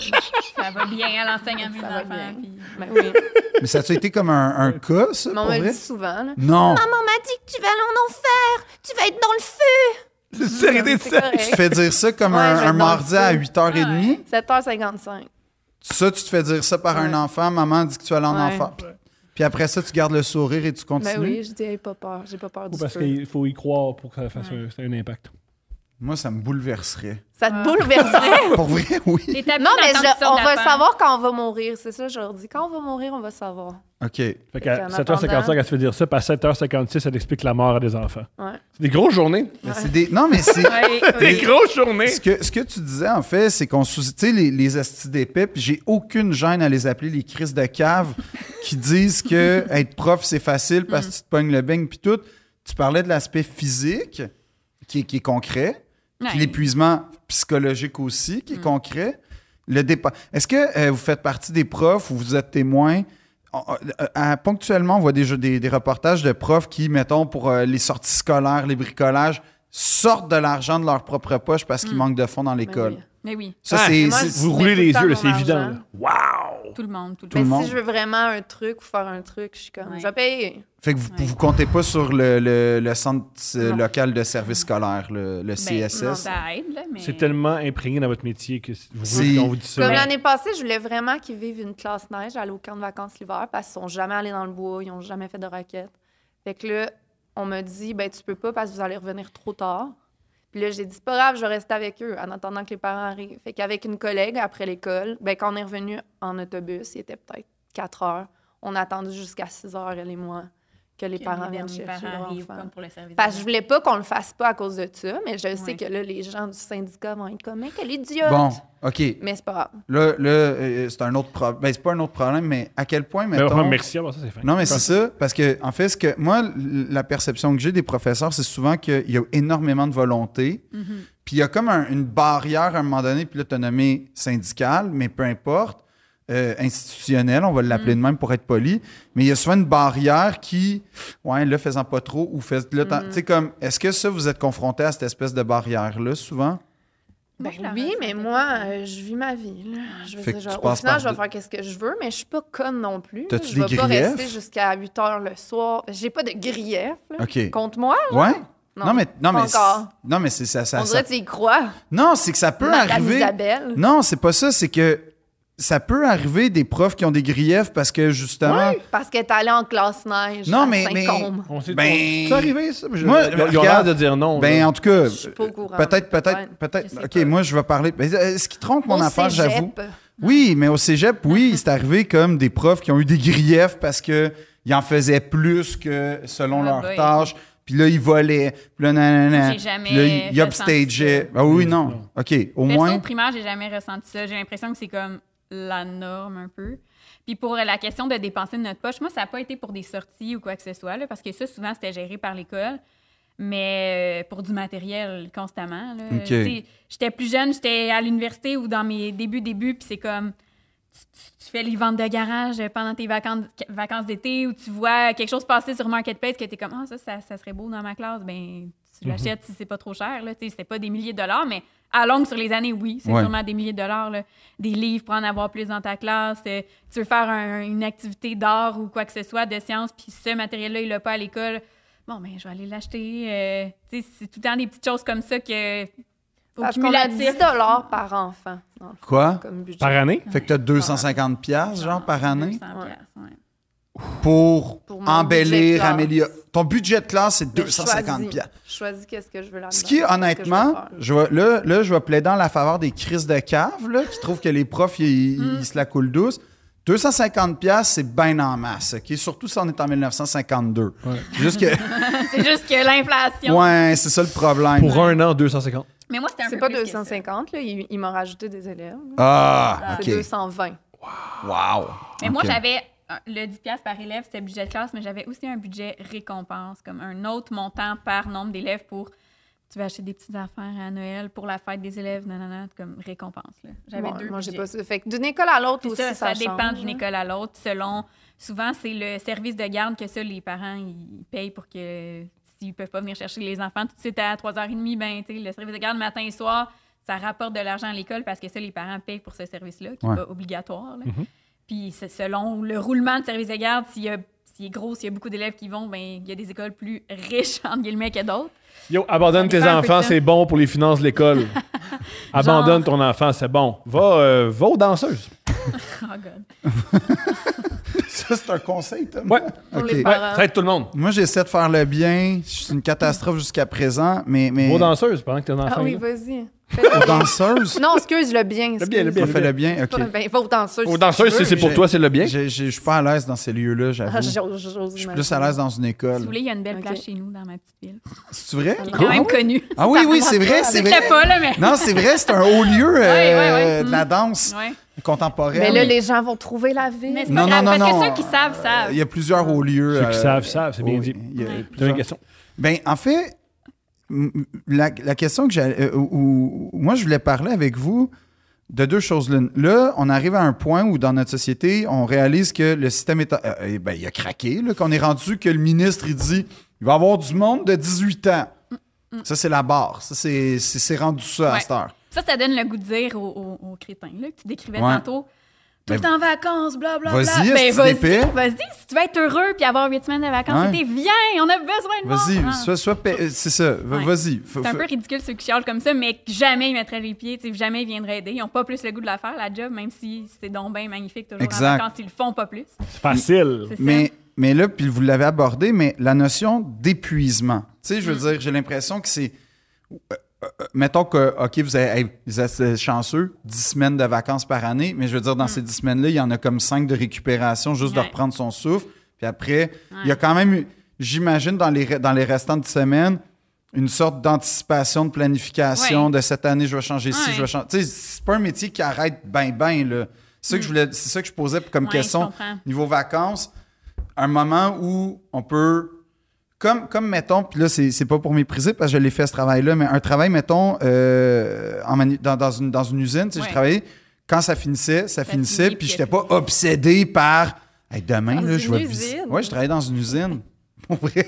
Speaker 3: Ça va bien, elle enseigne à mes
Speaker 4: Ça va
Speaker 3: enfants.
Speaker 4: bien.
Speaker 3: puis-
Speaker 4: Ben oui.
Speaker 2: Mais ça a été comme un, un cas, ça,
Speaker 4: Mais
Speaker 2: pour
Speaker 4: on me le
Speaker 2: vrai?
Speaker 4: dit souvent. là.
Speaker 2: Non,
Speaker 5: Maman m'a dit que tu vas aller en enfer. Tu vas être dans le feu.
Speaker 1: Sincérité de
Speaker 4: C'est
Speaker 1: ça.
Speaker 2: tu te
Speaker 4: correct.
Speaker 2: fais dire ça comme
Speaker 4: Ouais,
Speaker 2: un,
Speaker 4: je vais
Speaker 2: un
Speaker 4: dans
Speaker 2: mardi
Speaker 4: le
Speaker 2: à
Speaker 4: feu.
Speaker 2: 8h30.
Speaker 3: Ah ouais.
Speaker 4: 7h55.
Speaker 2: Ça, tu te fais dire ça par un
Speaker 4: Ouais.
Speaker 2: enfant, maman dit que tu vas aller en
Speaker 4: Ouais.
Speaker 2: enfer. Puis après ça, tu gardes le sourire et tu continues.
Speaker 4: Ben oui, je dis, Hey, pas peur, j'ai pas peur
Speaker 1: Ou
Speaker 4: du
Speaker 1: parce
Speaker 4: feu.
Speaker 1: qu'il faut y croire pour que ça fasse un, un impact.
Speaker 2: Moi, ça me bouleverserait.
Speaker 4: Ça te bouleverserait.
Speaker 2: Pour vrai, oui.
Speaker 3: Les tapis
Speaker 4: non, mais
Speaker 3: d'attente
Speaker 4: je-
Speaker 3: qui sortent
Speaker 4: on
Speaker 3: de
Speaker 4: va
Speaker 3: la
Speaker 4: le savoir quand on va mourir. C'est ça, je leur dis. Quand on va mourir, on va savoir.
Speaker 2: OK.
Speaker 1: Fait qu'à
Speaker 4: qu'en
Speaker 1: 7h55, elle se fait dire ça, puis à 7h56, elle explique la mort à des enfants.
Speaker 4: Ouais.
Speaker 1: C'est des grosses journées.
Speaker 2: Mais c'est des... Non, mais c'est.
Speaker 3: Ouais,
Speaker 1: Des
Speaker 3: oui.
Speaker 1: grosses journées.
Speaker 2: Ce que, ce que tu disais, en fait, c'est qu'on sous... Tu sais, les, les hosties d'épais, puis j'ai aucune gêne à les appeler les crises de cave qui disent que être prof, c'est facile parce que tu te pognes le beigne, puis tout. Tu parlais de l'aspect physique, qui est, qui est concret, puis
Speaker 3: Ouais.
Speaker 2: l'épuisement psychologique aussi, qui est concret. Le dépa- Est-ce que euh, vous faites partie des profs ou vous êtes témoin? On- on- euh, à- ponctuellement, on voit des, jeux- des, des reportages de profs qui, mettons, pour euh, les sorties scolaires, les bricolages, sortent de l'argent de leur propre poche parce qu'il manque de fonds dans l'école.
Speaker 4: Ben oui.
Speaker 3: Mais oui,
Speaker 2: Ça,
Speaker 1: Ouais.
Speaker 2: c'est.
Speaker 4: Mais moi,
Speaker 2: c'est-
Speaker 4: je-
Speaker 1: Vous
Speaker 4: Mais
Speaker 1: roulez
Speaker 4: tout le
Speaker 1: les
Speaker 4: temps,
Speaker 1: yeux, là,
Speaker 4: mon
Speaker 1: c'est évident.
Speaker 4: argent.
Speaker 1: là. Wow!
Speaker 3: tout le monde, tout le
Speaker 2: le
Speaker 3: monde.
Speaker 4: Mais
Speaker 2: monde.
Speaker 4: si je veux vraiment un truc ou faire un truc, je suis comme,
Speaker 3: Ouais.
Speaker 4: je vais payer.
Speaker 2: Fait que vous,
Speaker 3: Ouais.
Speaker 2: vous comptez pas sur le, le- le centre euh,
Speaker 4: Non.
Speaker 2: local de service scolaire, le, le
Speaker 3: Ben, non,
Speaker 2: CSS.
Speaker 3: ça aide, là, mais...
Speaker 1: C'est tellement imprégné dans votre métier que c'est- vous
Speaker 2: C'est-
Speaker 1: on vous dit ça.
Speaker 4: Comme l'année passée, je voulais vraiment qu'ils vivent une classe neige, aller au camp de vacances l'hiver, parce qu'ils sont jamais allés dans le bois, ils n'ont jamais fait de raquettes. Fait que là, on me dit, ben tu peux pas parce que vous allez revenir trop tard. Puis là, j'ai dit, c'est pas grave, je vais rester avec eux en attendant que les parents arrivent. Fait qu'avec une collègue, après l'école, ben quand on est revenu en autobus, il était peut-être 4 heures. On a attendu jusqu'à 6 heures, elle et moi, que les
Speaker 3: que
Speaker 4: parents
Speaker 3: les
Speaker 4: viennent
Speaker 3: derniers
Speaker 4: chercher
Speaker 3: parents
Speaker 4: leur
Speaker 3: arrivent,
Speaker 4: enfant.
Speaker 3: comme pour le service.
Speaker 4: Parce que je
Speaker 3: d'urgence.
Speaker 4: voulais pas qu'on le fasse pas à cause de ça, mais je
Speaker 3: Ouais.
Speaker 4: sais que là, les gens du syndicat vont être comme, mais quelle idiote!
Speaker 2: Bon, OK.
Speaker 4: Mais c'est pas grave.
Speaker 2: Là, là euh, c'est un autre problème. Ben, c'est pas un autre problème, mais à quel point,
Speaker 1: Ben,
Speaker 2: mettons...
Speaker 1: vraiment, merci, ah, bon, ça c'est fin.
Speaker 2: Ben, Non, mais c'est ça, parce que, en fait, ce que moi, l- la perception que j'ai des professeurs, c'est souvent qu'il y a énormément de volonté,
Speaker 3: Mhm.
Speaker 2: puis il y a comme un- une barrière à un moment donné, puis là, t'as nommé syndicale, mais peu importe, euh, institutionnelle, on va l'appeler
Speaker 4: Mhm.
Speaker 2: de même pour être poli, mais il y a souvent une barrière qui, ouais, là, faisant pas trop, ou fais, là,
Speaker 4: Mhm.
Speaker 2: t'en- tu sais, comme, est-ce que ça, vous êtes confronté à cette espèce de barrière-là, souvent?
Speaker 3: Moi,
Speaker 4: Ben
Speaker 3: je la
Speaker 4: oui,
Speaker 3: ressens
Speaker 4: mais
Speaker 3: pas
Speaker 4: moi,
Speaker 3: tant.
Speaker 4: euh, je vis ma vie. là. Je veux
Speaker 2: Fait
Speaker 4: dire,
Speaker 2: que tu
Speaker 4: genre, au
Speaker 2: passes par
Speaker 4: final, je vais
Speaker 2: deux-
Speaker 4: faire quest ce que je veux, mais je suis pas conne non plus. là.
Speaker 2: T'as-tu
Speaker 4: Je
Speaker 2: des
Speaker 4: vais pas
Speaker 2: griefs?
Speaker 4: rester jusqu'à 8 heures le soir. J'ai pas de grief. là.
Speaker 2: OK.
Speaker 4: Contre moi?
Speaker 2: Ouais?
Speaker 4: Non,
Speaker 2: mais, non,
Speaker 4: pas
Speaker 2: mais, c'est-
Speaker 4: encore.
Speaker 2: non, mais c'est ça, ça,
Speaker 4: On
Speaker 2: ça-
Speaker 4: dirait que tu y crois.
Speaker 2: non, c'est que ça peut
Speaker 4: Madame
Speaker 2: arriver.
Speaker 4: Isabelle.
Speaker 2: Non, c'est pas ça, c'est que ça peut arriver des profs qui ont des griefs parce que justement.
Speaker 4: Parce qu'elle est allée en classe neige.
Speaker 2: Non,
Speaker 4: à
Speaker 2: mais-
Speaker 4: Saint-Côme.
Speaker 1: On sait
Speaker 2: Ben-
Speaker 1: on- c'est arrivé, ça? Je-
Speaker 2: Moi,
Speaker 1: ils ont- ils ont l'air
Speaker 2: regarde,
Speaker 1: de dire non.
Speaker 2: Ben,
Speaker 1: là.
Speaker 2: en tout cas.
Speaker 4: Je suis pas au courant.
Speaker 2: Peut-être, peut-être,
Speaker 4: Ouais, je
Speaker 2: peut-être.
Speaker 4: sais
Speaker 2: OK,
Speaker 4: pas.
Speaker 2: moi, je vais parler. Mais, euh, Est-ce qui trompe mon
Speaker 4: Au
Speaker 2: affaire,
Speaker 4: cégep, Mm-hmm.
Speaker 2: j'avoue? Oui, mais au cégep, oui, c'est arrivé comme des profs qui ont eu des griefs parce que ils en faisaient plus que selon
Speaker 3: Ah
Speaker 2: leur
Speaker 3: ben.
Speaker 2: tâche. Puis là, ils volaient. Puis là, nanana.
Speaker 3: J'ai jamais
Speaker 2: Puis là, ils- ils
Speaker 3: ressenti
Speaker 2: upstageaient. Ah oui, non.
Speaker 1: Non.
Speaker 2: OK, au
Speaker 3: Perso,
Speaker 2: moins.
Speaker 3: au primaire, j'ai jamais ressenti ça. J'ai l'impression que c'est comme la norme un peu. Puis pour la question de dépenser de notre poche, moi, ça n'a pas été pour des sorties ou quoi que ce soit, là, parce que ça, souvent, c'était géré par l'école, mais euh, pour du matériel constamment. là.
Speaker 2: OK.
Speaker 3: Tu sais, J'étais plus jeune, j'étais à l'université ou dans mes débuts, débuts, puis c'est comme tu- tu fais les ventes de garage pendant tes vacances, vacances d'été ou tu vois quelque chose passer sur Marketplace que tu es comme Ah, ça, ça, ça serait beau dans ma classe, ben tu
Speaker 2: Mhm.
Speaker 3: l'achètes si c'est pas trop cher. Là. Tu sais, C'était pas des milliers de dollars, mais à longue sur les années, oui, c'est
Speaker 2: Ouais.
Speaker 3: sûrement des milliers de dollars. là. Des livres pour en avoir plus dans ta classe. euh, tu veux faire un- une activité d'art ou quoi que ce soit, de science, puis ce matériel-là, il l'a pas à l'école. Bon, ben je vais aller l'acheter. euh, tu sais, c'est tout le temps des petites choses comme ça que. au
Speaker 4: Parce qu'on a 10
Speaker 3: cumulatif,
Speaker 4: par enfant dans le fond,
Speaker 2: Quoi?
Speaker 4: comme budget.
Speaker 1: Par année?
Speaker 2: Fait que
Speaker 4: Ah.
Speaker 2: t'as 250 piastres, genre, par année
Speaker 3: 200 piastres, ouais.
Speaker 2: pour,
Speaker 4: Pour mon budget de
Speaker 2: embellir,
Speaker 4: classe.
Speaker 2: améliorer. Ton budget de classe, c'est
Speaker 4: Mais
Speaker 2: 250 piastres.
Speaker 4: je choisis- Je choisis qu'est-ce que je veux là
Speaker 2: Ce qui, honnêtement, je vais- là, là, je vais plaider en la faveur des crises de cave, là, qui trouvent que les profs, ils,
Speaker 4: Mm.
Speaker 2: ils- ils se la coulent douce. 250 pièces c'est bien en masse, OK? Surtout si on est en 1952. C'est Juste que,
Speaker 3: C'est juste que l'inflation.
Speaker 2: ouais, c'est ça le problème.
Speaker 1: Pour un an, 250.
Speaker 3: Mais moi, c'était un
Speaker 4: C'est
Speaker 3: peu
Speaker 4: pas
Speaker 3: plus que ça.
Speaker 4: 250, là. Ils, ils m'ont rajouté des élèves.
Speaker 2: Ah,
Speaker 4: C'est
Speaker 2: OK.
Speaker 4: 220.
Speaker 2: Wow.
Speaker 3: Mais moi,
Speaker 2: OK.
Speaker 3: j'avais euh, le 10$ piastres par élève, c'était budget de classe, mais j'avais aussi un budget récompense, comme un autre montant par nombre d'élèves pour. Tu vas acheter des petites affaires à Noël pour la fête des élèves, non, non, non, comme récompense. là. J'avais
Speaker 4: Bon,
Speaker 3: deux.
Speaker 4: Moi, j'ai
Speaker 3: budgets.
Speaker 4: pas ça. Fait que d'une école à l'autre
Speaker 3: Puis
Speaker 4: aussi,
Speaker 3: ça, ça,
Speaker 4: ça,
Speaker 3: dépend
Speaker 4: change, hein.
Speaker 3: d'une
Speaker 4: là.
Speaker 3: école à l'autre. Selon, souvent, c'est le service de garde que ça, les parents, ils payent pour que s'ils peuvent pas venir chercher les enfants tout de suite à 3h30, ben, tu sais, le service de garde matin et soir, ça rapporte de l'argent à l'école parce que ça, les parents payent pour ce service-là, qui
Speaker 2: Ouais. Mm-hmm.
Speaker 3: n'est pas obligatoire. là.
Speaker 1: Mhm.
Speaker 3: Puis c'est selon le roulement de service de garde, s'il y a- s'il est gros, s'il y a beaucoup d'élèves qui vont, ben, il y a des écoles plus riches, entre guillemets, que d'autres.
Speaker 1: Yo, abandonne
Speaker 3: Ça
Speaker 1: tes
Speaker 3: dépend un peu
Speaker 1: enfants,
Speaker 3: de ça.
Speaker 1: c'est bon pour les finances de l'école. abandonne ton enfant, c'est bon. Va, euh, va aux danseuses.
Speaker 3: Oh God.
Speaker 2: Ça, c'est un conseil, Tom.
Speaker 1: Ouais,
Speaker 4: Pour
Speaker 2: Ok.
Speaker 4: les
Speaker 1: ouais,
Speaker 4: parents.
Speaker 1: ça aide tout le monde.
Speaker 2: Moi, j'essaie de faire le bien. Je suis une catastrophe jusqu'à présent, mais... mais...
Speaker 1: Va aux danseuses pendant que t'es un enfant.
Speaker 4: Ah oui,
Speaker 1: là.
Speaker 4: vas-y.
Speaker 2: Aux danseuses?
Speaker 4: Non, excuse le bien.
Speaker 1: Le bien, le
Speaker 4: excuse.
Speaker 1: bien.
Speaker 2: On fait le bien? OK.
Speaker 4: Ben, va aux danseuses.
Speaker 1: Aux
Speaker 4: si
Speaker 1: danseuses,
Speaker 4: tu
Speaker 1: c'est
Speaker 4: veux.
Speaker 1: c'est pour
Speaker 2: J'ai-
Speaker 1: toi, c'est le bien.
Speaker 2: Je je- je suis pas à l'aise dans ces lieux-là,
Speaker 4: Ah,
Speaker 2: j'avoue.
Speaker 4: j'ose-
Speaker 2: Je
Speaker 4: j'ose
Speaker 2: suis
Speaker 4: imaginer.
Speaker 2: plus à l'aise dans une
Speaker 3: Si
Speaker 2: école.
Speaker 3: vous voulez, il y a une belle
Speaker 4: Ok.
Speaker 3: place chez nous dans ma petite ville.
Speaker 2: C'est vrai?
Speaker 3: Elle est quand même connue.
Speaker 2: Ah oui, oui, c'est vrai,
Speaker 3: Je
Speaker 2: c'est
Speaker 3: ne
Speaker 2: vrai.
Speaker 3: pas, là, mais.
Speaker 2: Non, c'est vrai, c'est un haut lieu euh,
Speaker 3: Ouais, ouais, ouais.
Speaker 2: de la danse
Speaker 3: Ouais.
Speaker 2: contemporaine.
Speaker 4: Mais là, les gens vont trouver la
Speaker 3: Mais
Speaker 4: ville.
Speaker 3: c'est
Speaker 2: Non,
Speaker 3: pas grave,
Speaker 2: non, non,
Speaker 3: parce
Speaker 2: non,
Speaker 3: que ceux qui
Speaker 2: euh,
Speaker 3: savent,
Speaker 2: Euh,
Speaker 3: savent.
Speaker 2: Il y a plusieurs hauts lieux.
Speaker 1: Ceux qui
Speaker 2: euh,
Speaker 1: savent, savent, c'est bien
Speaker 2: oui,
Speaker 1: dit.
Speaker 2: il y a
Speaker 3: Ouais.
Speaker 1: T'as une
Speaker 2: plusieurs-
Speaker 1: question.
Speaker 2: Ben, en fait, m- m- la, la question que j'ai, où, où- moi je voulais parler avec vous de deux choses. L'une, Là, on arrive à un point où dans notre société, on réalise que le système est, euh, eh ben, il a craqué, là, qu'on est rendu que le ministre il dit, il va y avoir du monde de 18 ans. Ça c'est la barre. Ça c'est, c'est, c'est rendu ça à
Speaker 3: Ouais.
Speaker 2: cette heure.
Speaker 3: Ça, ça donne le goût de dire aux, aux- aux crétins là, que tu décrivais
Speaker 2: Ouais.
Speaker 3: tantôt. Tout le
Speaker 2: Ben,
Speaker 3: temps en vacances, blablabla.
Speaker 2: vas-y, est-ce
Speaker 3: ben,
Speaker 2: que tu
Speaker 3: vas-y,
Speaker 2: l'épais?
Speaker 3: vas-y, si tu veux être heureux puis avoir huit semaines de vacances,
Speaker 2: Ouais.
Speaker 3: c'était viens, on a besoin de
Speaker 2: Vas-y,
Speaker 3: monde. Ah.
Speaker 2: sois, sois pa- euh, c'est ça. va-
Speaker 3: Ouais.
Speaker 2: Vas-y. F-
Speaker 3: C'est un
Speaker 2: f-
Speaker 3: peu ridicule ceux qui chialent comme ça, mais que jamais ils mettraient les pieds, tu sais, jamais ils viendraient aider. Ils n'ont pas plus le goût de la faire, la job, même si c'est donc bien magnifique toujours
Speaker 2: Exact.
Speaker 3: en vacances, ils le font pas plus.
Speaker 1: C'est facile.
Speaker 3: C'est ça.
Speaker 2: Mais, mais là, puis vous l'avez abordé, mais la notion d'épuisement. Tu sais, je veux
Speaker 3: Mm.
Speaker 2: dire, j'ai l'impression que c'est. euh, euh, Mettons que, OK, vous avez, hey, vous êtes euh, chanceux, 10 semaines de vacances par année, mais je veux dire, dans ces 10 semaines-là, il y en a comme 5 de récupération, juste de
Speaker 3: Mm. Ouais.
Speaker 2: reprendre son souffle. Puis après, il y a quand même, eu- j'imagine, dans les, re- dans les restantes semaines, une sorte d'anticipation, de planification
Speaker 3: Ouais.
Speaker 2: de cette année, je vais changer ci,
Speaker 3: Ouais.
Speaker 2: je vais changer. Tu sais, c'est pas un métier qui arrête ben, ben, là. C'est ça que je voulais, c'est ça que je posais comme
Speaker 3: Mm. Ouais, je
Speaker 2: question
Speaker 3: comprends.
Speaker 2: niveau vacances, un moment où on peut. Comme, comme mettons, puis là, c'est c'est pas pour mépriser parce que je l'ai fait ce travail-là, mais un travail, mettons, euh, en manu- dans, dans une, dans une usine, tu sais,
Speaker 3: Ouais.
Speaker 2: je travaillais, quand ça finissait, ça,
Speaker 3: Ça
Speaker 2: finissait,
Speaker 3: finit,
Speaker 2: puis
Speaker 3: puis
Speaker 2: j'étais
Speaker 3: après.
Speaker 2: pas obsédé par. Hey, demain,
Speaker 4: Dans
Speaker 2: là,
Speaker 4: une
Speaker 2: je vais.
Speaker 4: usine.
Speaker 2: Ouais, je travaillais dans une usine. Pour vrai.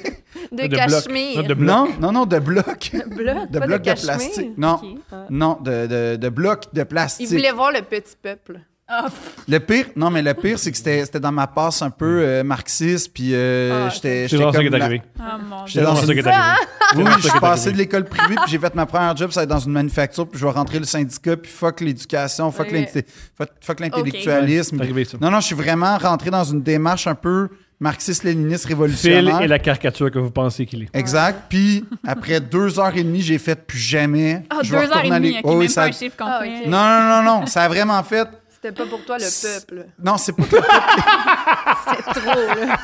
Speaker 4: De,
Speaker 1: bloc.
Speaker 4: cachemire.
Speaker 1: Note de bloc.
Speaker 2: Non, non, non, de blocs.
Speaker 4: bloc,
Speaker 2: De
Speaker 4: pas
Speaker 2: blocs de,
Speaker 4: cachemire.
Speaker 2: plastique. Non,
Speaker 3: Ok.
Speaker 2: non, de, de, de blocs de
Speaker 4: Ils
Speaker 2: plastique.
Speaker 4: voulaient voir le petit peuple.
Speaker 3: Ah, pff,
Speaker 2: Le pire, non, mais le pire, c'est que c'était c'était dans ma passe un peu euh, marxiste, puis euh,
Speaker 4: Ah,
Speaker 2: j'étais.
Speaker 1: C'est
Speaker 2: j'étais
Speaker 1: genre ça
Speaker 2: comme
Speaker 1: qui est
Speaker 2: la-
Speaker 1: arrivé.
Speaker 3: ah, mon
Speaker 1: C'est
Speaker 2: dans
Speaker 1: genre ça qui est arrivé. C'est
Speaker 2: Oui, je
Speaker 1: ça qui
Speaker 2: suis
Speaker 1: est
Speaker 2: passé de
Speaker 1: arrivé.
Speaker 2: l'école privée, puis j'ai fait ma première job, ça va être dans une manufacture, puis je vais rentrer le syndicat, puis fuck l'éducation, fuck
Speaker 4: Oui.
Speaker 2: l'inte- fuck- fuck l'intellectualisme.
Speaker 1: C'est arrivé, ça.
Speaker 2: Non, non, je suis vraiment rentré dans une démarche un peu marxiste-léniniste
Speaker 1: Phil
Speaker 2: révolutionnaire.
Speaker 1: est la caricature que vous pensez qu'il est.
Speaker 2: Exact. Puis après deux heures et demie, j'ai fait plus jamais.
Speaker 3: Ah,
Speaker 2: je vais
Speaker 3: deux heures et
Speaker 2: retourner à
Speaker 3: demie,
Speaker 2: l'é-
Speaker 3: ok,
Speaker 2: Oh, oui,
Speaker 3: même
Speaker 2: ça-
Speaker 3: pas un chiffre qu'on
Speaker 4: Ah,
Speaker 3: fait.
Speaker 4: ok.
Speaker 2: Non, non, non, non, ça a vraiment fait.
Speaker 4: C'était pas pour toi le
Speaker 2: C'est-
Speaker 4: peuple.
Speaker 2: Non, c'est pas que le peuple-
Speaker 4: C'est trop, là.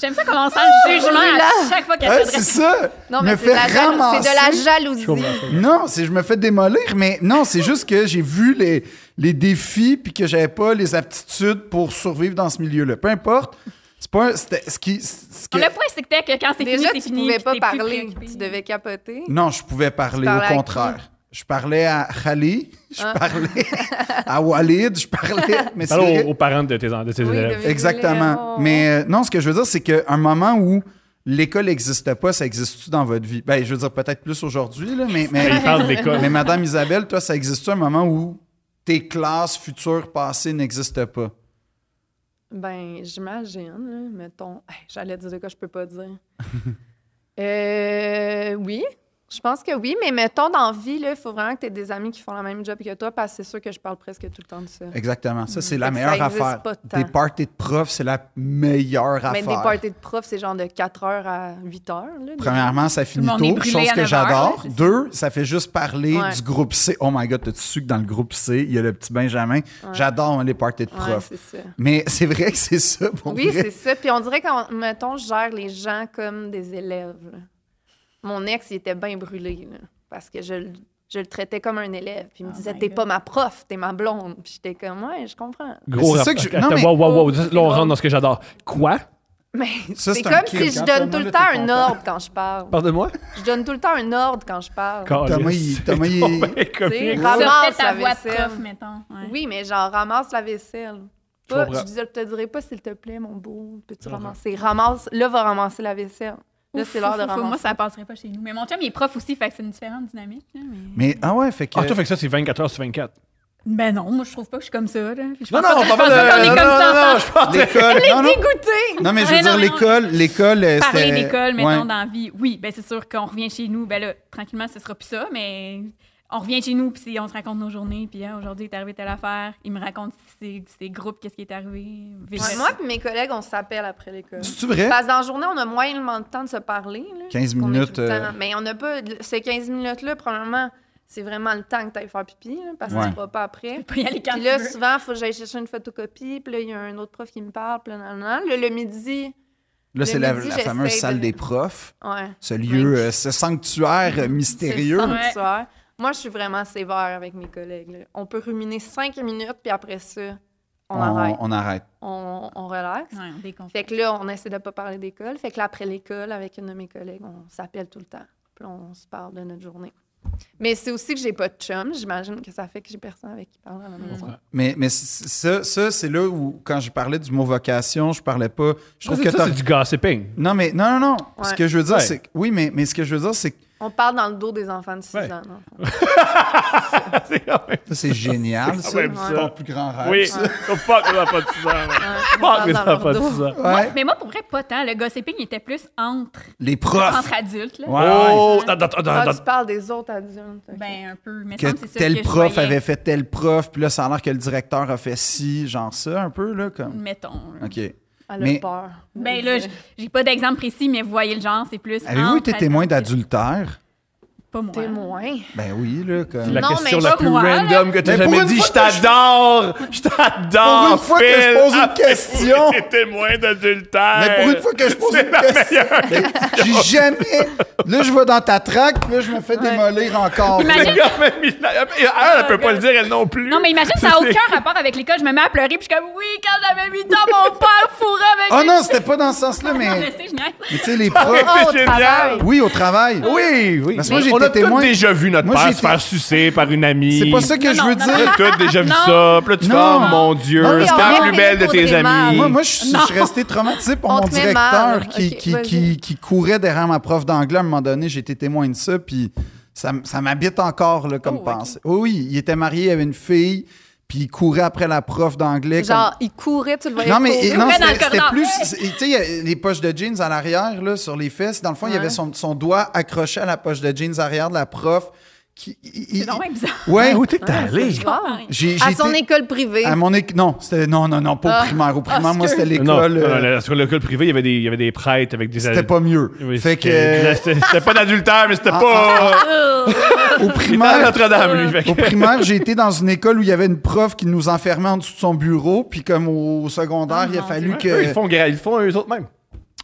Speaker 3: J'aime ça qu'on lance le jugement à chaque fois qu'elle
Speaker 2: Hein,
Speaker 3: s'adresse
Speaker 2: c'est ça.
Speaker 4: Non, mais
Speaker 2: Me
Speaker 4: c'est de,
Speaker 2: fait
Speaker 4: la jal- c'est de la
Speaker 2: ramasser.
Speaker 4: jalousie.
Speaker 2: Non, c'est je me fais démolir, mais non, c'est juste que j'ai vu les, les défis puis que j'avais pas les aptitudes pour survivre dans ce milieu-là. Peu importe. C'est pas un- c'était- ce qui. ce que-
Speaker 3: Le point, c'était que quand c'est fini,
Speaker 4: Déjà,
Speaker 3: c'est
Speaker 4: tu
Speaker 3: fini.
Speaker 4: pouvais
Speaker 3: puis
Speaker 4: pas
Speaker 3: t'es plus
Speaker 4: parler.
Speaker 3: préoccupé.
Speaker 4: Tu devais capoter.
Speaker 2: non, je pouvais parler,
Speaker 4: parlais à
Speaker 2: au
Speaker 4: qui?
Speaker 2: contraire. Je parlais à Khali, je
Speaker 4: Ah.
Speaker 2: parlais à Walid, je parlais. Mais c'est
Speaker 1: Parle
Speaker 2: vrai-
Speaker 1: aux, aux parents de tes, en- de tes
Speaker 4: Oui,
Speaker 1: élèves.
Speaker 4: de-
Speaker 2: Exactement.
Speaker 4: Léon.
Speaker 2: Mais euh, non, ce que je veux dire, c'est qu'un moment où l'école n'existe pas, ça existe-tu dans votre vie? Ben, je veux dire, peut-être plus aujourd'hui, là, mais, mais,
Speaker 1: Mais ils parlent de l'école.
Speaker 2: mais Madame Isabelle, toi, ça existe-tu un moment où tes classes futures, passées n'existent pas?
Speaker 4: Ben, j'imagine, là, mettons. Hey, J'allais dire de quoi je peux pas dire. Euh, oui, je pense que oui, mais mettons dans vie, il faut vraiment que tu aies des amis qui font la même job que toi parce que c'est sûr que je parle presque tout le temps de ça.
Speaker 2: Exactement. Ça, c'est la
Speaker 4: Fait que ça
Speaker 2: meilleure
Speaker 4: existe
Speaker 2: affaire.
Speaker 4: pas tant.
Speaker 2: Des parties de profs, c'est la meilleure
Speaker 4: Mais
Speaker 2: affaire.
Speaker 4: des parties de profs, c'est genre de 4 heures à 8 heures. Là, des-
Speaker 2: Premièrement, ça finit
Speaker 3: monde est
Speaker 2: tôt,
Speaker 3: brûlé
Speaker 2: chose
Speaker 3: à
Speaker 2: que
Speaker 3: 9 heures,
Speaker 2: j'adore.
Speaker 3: ouais, c'est ça.
Speaker 2: Deux, ça fait juste parler
Speaker 4: Ouais.
Speaker 2: du groupe C. Oh my God, t'as-tu su que dans le groupe C, il y a le petit Benjamin? J'adore hein, les parties de
Speaker 4: Ouais,
Speaker 2: profs.
Speaker 4: c'est ça.
Speaker 2: Mais c'est vrai que c'est ça, pour
Speaker 4: Oui,
Speaker 2: vrai.
Speaker 4: c'est ça. Puis on dirait qu'on, mettons, je gère les gens comme des élèves. là. Mon ex, il était bien brûlé, là, parce que je, le- je le traitais comme un élève. Puis il me
Speaker 3: Oh
Speaker 4: disait,
Speaker 3: my
Speaker 4: t'es
Speaker 3: God.
Speaker 4: pas ma prof, t'es ma blonde. Puis j'étais comme, ouais, je comprends.
Speaker 1: Gros
Speaker 2: Mais c'est ça
Speaker 1: rapport.
Speaker 2: que je- non, mais-
Speaker 1: Wow, wow, wow. Là,
Speaker 4: C'est
Speaker 1: on
Speaker 4: drôle.
Speaker 1: rentre dans ce que j'adore. Quoi?
Speaker 4: Mais
Speaker 2: Ça,
Speaker 4: c'est
Speaker 2: c'est un
Speaker 4: comme
Speaker 2: kick.
Speaker 4: si je
Speaker 2: Quand
Speaker 4: donne
Speaker 2: Thomas,
Speaker 4: tout le
Speaker 2: là,
Speaker 4: temps
Speaker 2: t'es
Speaker 4: un
Speaker 2: content.
Speaker 4: ordre quand je parle.
Speaker 1: Pardonne-moi?
Speaker 4: Je donne tout le temps un ordre quand je parle.
Speaker 2: Thomas, il-
Speaker 1: C'est
Speaker 2: Thomas, il-
Speaker 1: donc bien
Speaker 4: Tu sais,
Speaker 1: comique.
Speaker 4: ramasse
Speaker 3: Sortez ta
Speaker 4: la
Speaker 3: voix de
Speaker 4: vaisselle.
Speaker 3: prof, mettons. ouais.
Speaker 4: Oui, mais genre, ramasse la vaisselle.
Speaker 1: Je
Speaker 4: Pas,
Speaker 1: comprends.
Speaker 4: je, dis, je te dirai pas, s'il te plaît, mon beau, peux-tu
Speaker 1: comprends.
Speaker 4: ramasser? Ramasse, là, va ramasser la vaisselle. Là,
Speaker 3: Ouf,
Speaker 4: c'est l'heure
Speaker 3: ouf,
Speaker 4: de
Speaker 3: ouf, Moi,
Speaker 4: ramasser.
Speaker 3: ça passerait pas chez nous. Mais mon chum, il est prof aussi, fait que c'est une différente dynamique. là, mais...
Speaker 2: Mais ah ouais, fait que.
Speaker 1: Ah, toi, fait que ça, c'est 24 heures sur 24.
Speaker 3: Ben non, moi, je trouve pas que je suis comme ça. Là. Puis Je
Speaker 1: Non, non,
Speaker 3: pense pas-
Speaker 1: on
Speaker 3: je pense
Speaker 1: parle
Speaker 3: pas qu'on
Speaker 1: de-
Speaker 3: est
Speaker 1: non,
Speaker 3: comme
Speaker 1: non,
Speaker 3: ça
Speaker 1: non,
Speaker 3: ensemble.
Speaker 1: je pense
Speaker 2: l'école. non, non,
Speaker 4: Dégoûté!
Speaker 2: non, mais je
Speaker 3: Ouais,
Speaker 2: veux dire,
Speaker 3: non, mais on-
Speaker 2: l'école, l'école, euh,
Speaker 3: Parler
Speaker 2: c'était-
Speaker 3: d'école,
Speaker 2: ouais.
Speaker 3: mettons, dans la vie. Oui, ben c'est sûr qu'on revient chez nous. Ben là, tranquillement, ce sera plus ça, mais on revient chez nous, puis c'est- on se raconte nos journées, puis hein, aujourd'hui, il est arrivé telle affaire. Il me raconte ses, ses groupes, qu'est-ce qui est arrivé. vice-versa.
Speaker 4: Ouais, moi et mes collègues, on s'appelle après l'école.
Speaker 2: C'est-tu vrai?
Speaker 4: Parce que dans la journée, on a moyennement le temps de se parler. là,
Speaker 2: 15
Speaker 4: qu'on est
Speaker 2: minutes,
Speaker 4: tout le temps.
Speaker 2: euh,
Speaker 4: Mais on n'a pas. Ces 15 minutes-là, premièrement, c'est vraiment le temps que tu ailles faire pipi, là, parce que
Speaker 2: Ouais.
Speaker 4: tu ne pourras pas après.
Speaker 3: Faut y aller quand
Speaker 4: Puis là,
Speaker 3: tu veux.
Speaker 4: souvent, il faut que j'aille chercher une photocopie. Puis là, il y a un autre prof qui me parle. Puis là, nan, nan, nan. Là, le midi,
Speaker 2: Là, c'est la,
Speaker 4: midi,
Speaker 2: la
Speaker 4: j'essaie
Speaker 2: fameuse
Speaker 4: de-
Speaker 2: salle des profs,
Speaker 4: ouais.
Speaker 2: ce lieu,
Speaker 4: Ouais.
Speaker 2: euh, ce sanctuaire euh, mystérieux.
Speaker 4: C'est le sanctuaire. Moi, je suis vraiment sévère avec mes collègues. là. On peut ruminer 5 minutes, puis après ça, on, arrête.
Speaker 2: On arrête.
Speaker 4: On, on relaxe.
Speaker 3: Ouais, on déconfine.
Speaker 4: Fait que là, on essaie de pas parler d'école. Fait que là, après l'école, avec une de mes collègues, on s'appelle tout le temps. Puis là, on se parle de notre journée. Mais c'est aussi que j'ai pas de chum. J'imagine que ça fait que j'ai personne avec qui parler à la maison.
Speaker 2: Mais, mais c- ça, ça c'est là où, quand je parlais du mot vocation, je parlais pas. Je trouve que
Speaker 1: ça,
Speaker 2: t'as-
Speaker 1: c'est du gossiping.
Speaker 2: Non, mais non, non, non. Ce
Speaker 4: Ouais.
Speaker 2: que je veux dire,
Speaker 1: Ouais.
Speaker 2: c'est. que- Oui, mais, mais ce que je veux dire, c'est que
Speaker 4: On parle dans le dos des enfants de 6
Speaker 1: Ouais.
Speaker 4: ans. non?
Speaker 2: ça, c'est génial.
Speaker 1: C'est
Speaker 2: ça.
Speaker 1: quand même
Speaker 2: C'est
Speaker 1: ça.
Speaker 2: mon plus grand rêve.
Speaker 1: Oui,
Speaker 2: ça.
Speaker 1: on fuck les enfants de 10 ans. man.
Speaker 4: Ouais, on
Speaker 1: Fuck
Speaker 4: parle
Speaker 1: les
Speaker 4: dans leur
Speaker 1: enfants de
Speaker 4: dos.
Speaker 1: 10 ans.
Speaker 2: Ouais.
Speaker 3: Mais moi, pour vrai, pas tant. Le gossiping il était plus entre,
Speaker 2: Les profs.
Speaker 3: entre adultes. Là.
Speaker 2: Ouais,
Speaker 1: Oh, attends, attends,
Speaker 4: Ah,
Speaker 1: attends,
Speaker 4: tu parles des autres adultes. ok.
Speaker 3: Ben, un peu. Mais
Speaker 2: que
Speaker 3: semble, c'est ça
Speaker 2: tel
Speaker 3: que je
Speaker 2: prof
Speaker 3: voyais.
Speaker 2: avait fait tel prof, puis là, ça a l'air que le directeur a fait ci, genre ça, un peu, là, comme.
Speaker 3: Mettons. là.
Speaker 2: OK.
Speaker 4: Elle a
Speaker 2: mais-
Speaker 4: peur.
Speaker 3: Ben là, j- j'ai pas d'exemple précis, mais vous voyez le genre, c'est plus.
Speaker 2: Avez-vous
Speaker 3: entre
Speaker 2: été
Speaker 3: adultes.
Speaker 2: témoin d'adultère?
Speaker 3: Pas moi.
Speaker 4: Témoin.
Speaker 2: Ben oui, là, comme.
Speaker 1: La
Speaker 4: Non,
Speaker 1: question
Speaker 4: mais
Speaker 1: la
Speaker 4: pas
Speaker 1: plus
Speaker 3: moi, là.
Speaker 1: random que t'as
Speaker 2: Mais pour
Speaker 1: jamais
Speaker 2: une
Speaker 1: dit.
Speaker 2: fois
Speaker 1: Je t'adore! Je t'adore!
Speaker 2: Pour une fois que
Speaker 1: Phil.
Speaker 2: je pose
Speaker 1: Ah,
Speaker 2: une question!
Speaker 1: T'es témoin d'adultère!
Speaker 2: Mais pour une fois que je pose une question, ben, j'ai jamais. Là, je vais dans ta traque, puis là, je me fais démolir encore. là.
Speaker 3: Imagine-
Speaker 1: C'est quand même hilar- Et Elle, elle peut pas le dire, elle non plus.
Speaker 3: Non, mais imagine, ça n'a aucun rapport avec l'école. Je me mets à pleurer, puis je suis comme, oui, quand j'avais 8 ans, mon père fourrait avec.
Speaker 2: Oh
Speaker 3: les-
Speaker 2: non, c'était pas dans ce sens-là,
Speaker 3: Non, je
Speaker 2: mais.
Speaker 3: sais, je niaise.
Speaker 2: mais tu sais, les profs.
Speaker 1: C'est
Speaker 4: au
Speaker 1: génial.
Speaker 4: travail.
Speaker 2: Oui, au travail.
Speaker 1: Oui, oui.
Speaker 2: Parce que moi, j'ai
Speaker 1: on a
Speaker 2: été
Speaker 1: tous
Speaker 2: témoin.
Speaker 1: déjà vu notre
Speaker 2: Moi, j'ai
Speaker 1: père se
Speaker 2: été-
Speaker 1: faire sucer par une amie.
Speaker 2: C'est pas ça que
Speaker 3: Non,
Speaker 2: je
Speaker 3: non,
Speaker 2: veux
Speaker 3: non,
Speaker 2: dire.
Speaker 1: On a tous déjà vu
Speaker 3: Non.
Speaker 1: ça. Puis là, tu fais,
Speaker 2: Non.
Speaker 1: oh mon Dieu,
Speaker 2: Non, mais
Speaker 1: c'est
Speaker 2: on
Speaker 1: la
Speaker 2: est
Speaker 1: plus belle de
Speaker 4: pour des
Speaker 1: tes amies.
Speaker 2: Moi, moi je, suis- je suis resté traumatisé pour
Speaker 4: On
Speaker 2: mon
Speaker 4: te met
Speaker 2: directeur
Speaker 4: mal.
Speaker 2: qui,
Speaker 4: Ok,
Speaker 2: qui,
Speaker 4: vas-y.
Speaker 2: qui- qui courait derrière ma prof d'anglais. À un moment donné, j'ai été témoin de ça, puis ça, m- ça m'habite encore là, comme
Speaker 4: Oh, ok.
Speaker 2: pensée. Oui, oui, il était marié avec une fille, puis il courait après la prof d'anglais. comme-
Speaker 4: Genre, il courait, tu le voyais.
Speaker 2: Non, mais
Speaker 4: courir.
Speaker 2: non,
Speaker 3: courait dans
Speaker 2: c'était
Speaker 3: le
Speaker 2: c'était
Speaker 3: corridor.
Speaker 2: plus.
Speaker 3: Hey!
Speaker 2: c'est- Tu sais, il y a les poches de jeans à l'arrière, là, sur les fesses. Dans le fond, il y
Speaker 4: Ouais.
Speaker 2: avait son, son doigt accroché à la poche de jeans arrière de la prof. Qui, il- il-
Speaker 3: C'est donc bien bizarre.
Speaker 2: ouais,
Speaker 1: où t'es allé?
Speaker 4: C'est bizarre.
Speaker 2: j'ai j'ai
Speaker 4: À son
Speaker 2: été-
Speaker 4: école privée.
Speaker 2: à mon école. Non, c'était- non, non, non, pas au
Speaker 4: Ah.
Speaker 2: primaire. Au primaire, moi, c'était
Speaker 1: Non,
Speaker 2: l'école.
Speaker 1: non,
Speaker 2: euh,
Speaker 1: non, là, sur l'école privée, il y avait des, il y avait des prêtres avec des
Speaker 2: C'était pas mieux.
Speaker 1: Oui,
Speaker 2: fait
Speaker 1: c'était-
Speaker 2: que euh,
Speaker 1: là, C'était c'était pas d'adultère, mais c'était
Speaker 2: Ah,
Speaker 1: pas.
Speaker 2: au
Speaker 1: C'était à
Speaker 2: primaire,
Speaker 1: Notre-Dame, lui. fait que-
Speaker 2: au primaire, j'ai été dans une école où il y avait une prof qui nous enfermait en dessous de son bureau, puis comme au secondaire, il a fallu
Speaker 1: Eux, ils
Speaker 2: que
Speaker 1: font, gra- ils font eux autres même.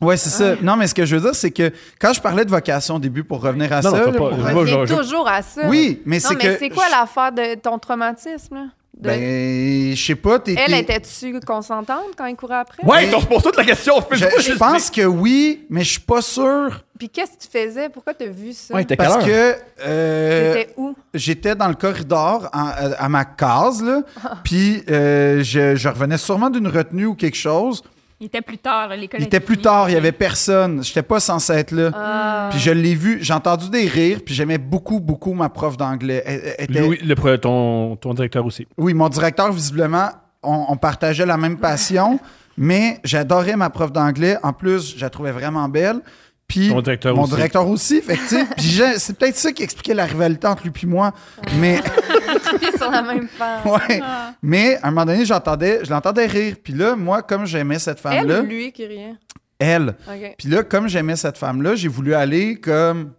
Speaker 2: Ouais, c'est ça. Non, mais ce que je veux dire c'est que quand je parlais de vocation au début pour revenir à
Speaker 1: Non,
Speaker 2: ça,
Speaker 1: non,
Speaker 2: là,
Speaker 1: faut pas-
Speaker 2: pour-
Speaker 4: On
Speaker 1: Moi,
Speaker 4: revient
Speaker 1: je- je-
Speaker 4: toujours à ça.
Speaker 2: Oui, mais c'est
Speaker 4: Non, mais
Speaker 2: que
Speaker 4: c'est quoi l'affaire de ton traumatisme, là? de-
Speaker 2: Ben, je sais pas, t'es.
Speaker 4: Elle
Speaker 2: t'es-
Speaker 4: était-tu consentante quand il courait après?
Speaker 2: Ouais,
Speaker 7: Ouais, on se pose toute la question. Puis moi,
Speaker 2: Je, je
Speaker 7: me
Speaker 2: pense que oui, mais je suis pas sûr
Speaker 4: Puis qu'est-ce que tu faisais? Pourquoi t'as vu ça?
Speaker 7: Ouais, t'es
Speaker 2: parce
Speaker 7: quelle heure?
Speaker 2: que euh,
Speaker 4: T'étais où?
Speaker 2: j'étais dans le corridor en- à, à ma case, là, puis euh, je, je revenais sûrement d'une retenue ou quelque chose.
Speaker 3: Il était plus tard, là, l'école
Speaker 2: Il
Speaker 3: était
Speaker 2: était plus
Speaker 3: finie.
Speaker 2: tard, il y avait personne. J'étais pas censé être là.
Speaker 4: Ah.
Speaker 2: Puis je l'ai vu, j'ai entendu des rires, puis j'aimais beaucoup, beaucoup ma prof d'anglais. Elle- elle- elle était-
Speaker 1: Louis, le, pro- ton, ton directeur aussi.
Speaker 2: Oui, mon directeur, visiblement, on, on partageait la même passion, mais j'adorais ma prof d'anglais. En plus, je la trouvais vraiment belle. Puis
Speaker 1: Ton directeur
Speaker 2: mon
Speaker 1: aussi.
Speaker 2: directeur aussi, fait que, tu sais, puis j'ai- c'est peut-être ça qui expliquait la rivalité entre lui et moi. Mais,
Speaker 4: T'es sur la même pente.
Speaker 2: ouais.
Speaker 3: Ah.
Speaker 2: mais à un moment donné, j'entendais, je l'entendais rire. Puis là, moi, comme j'aimais cette
Speaker 4: Elle
Speaker 2: femme-là,
Speaker 4: ou lui qui riait?
Speaker 2: elle,
Speaker 4: OK.
Speaker 2: puis là, comme j'aimais cette femme-là, j'ai voulu aller comme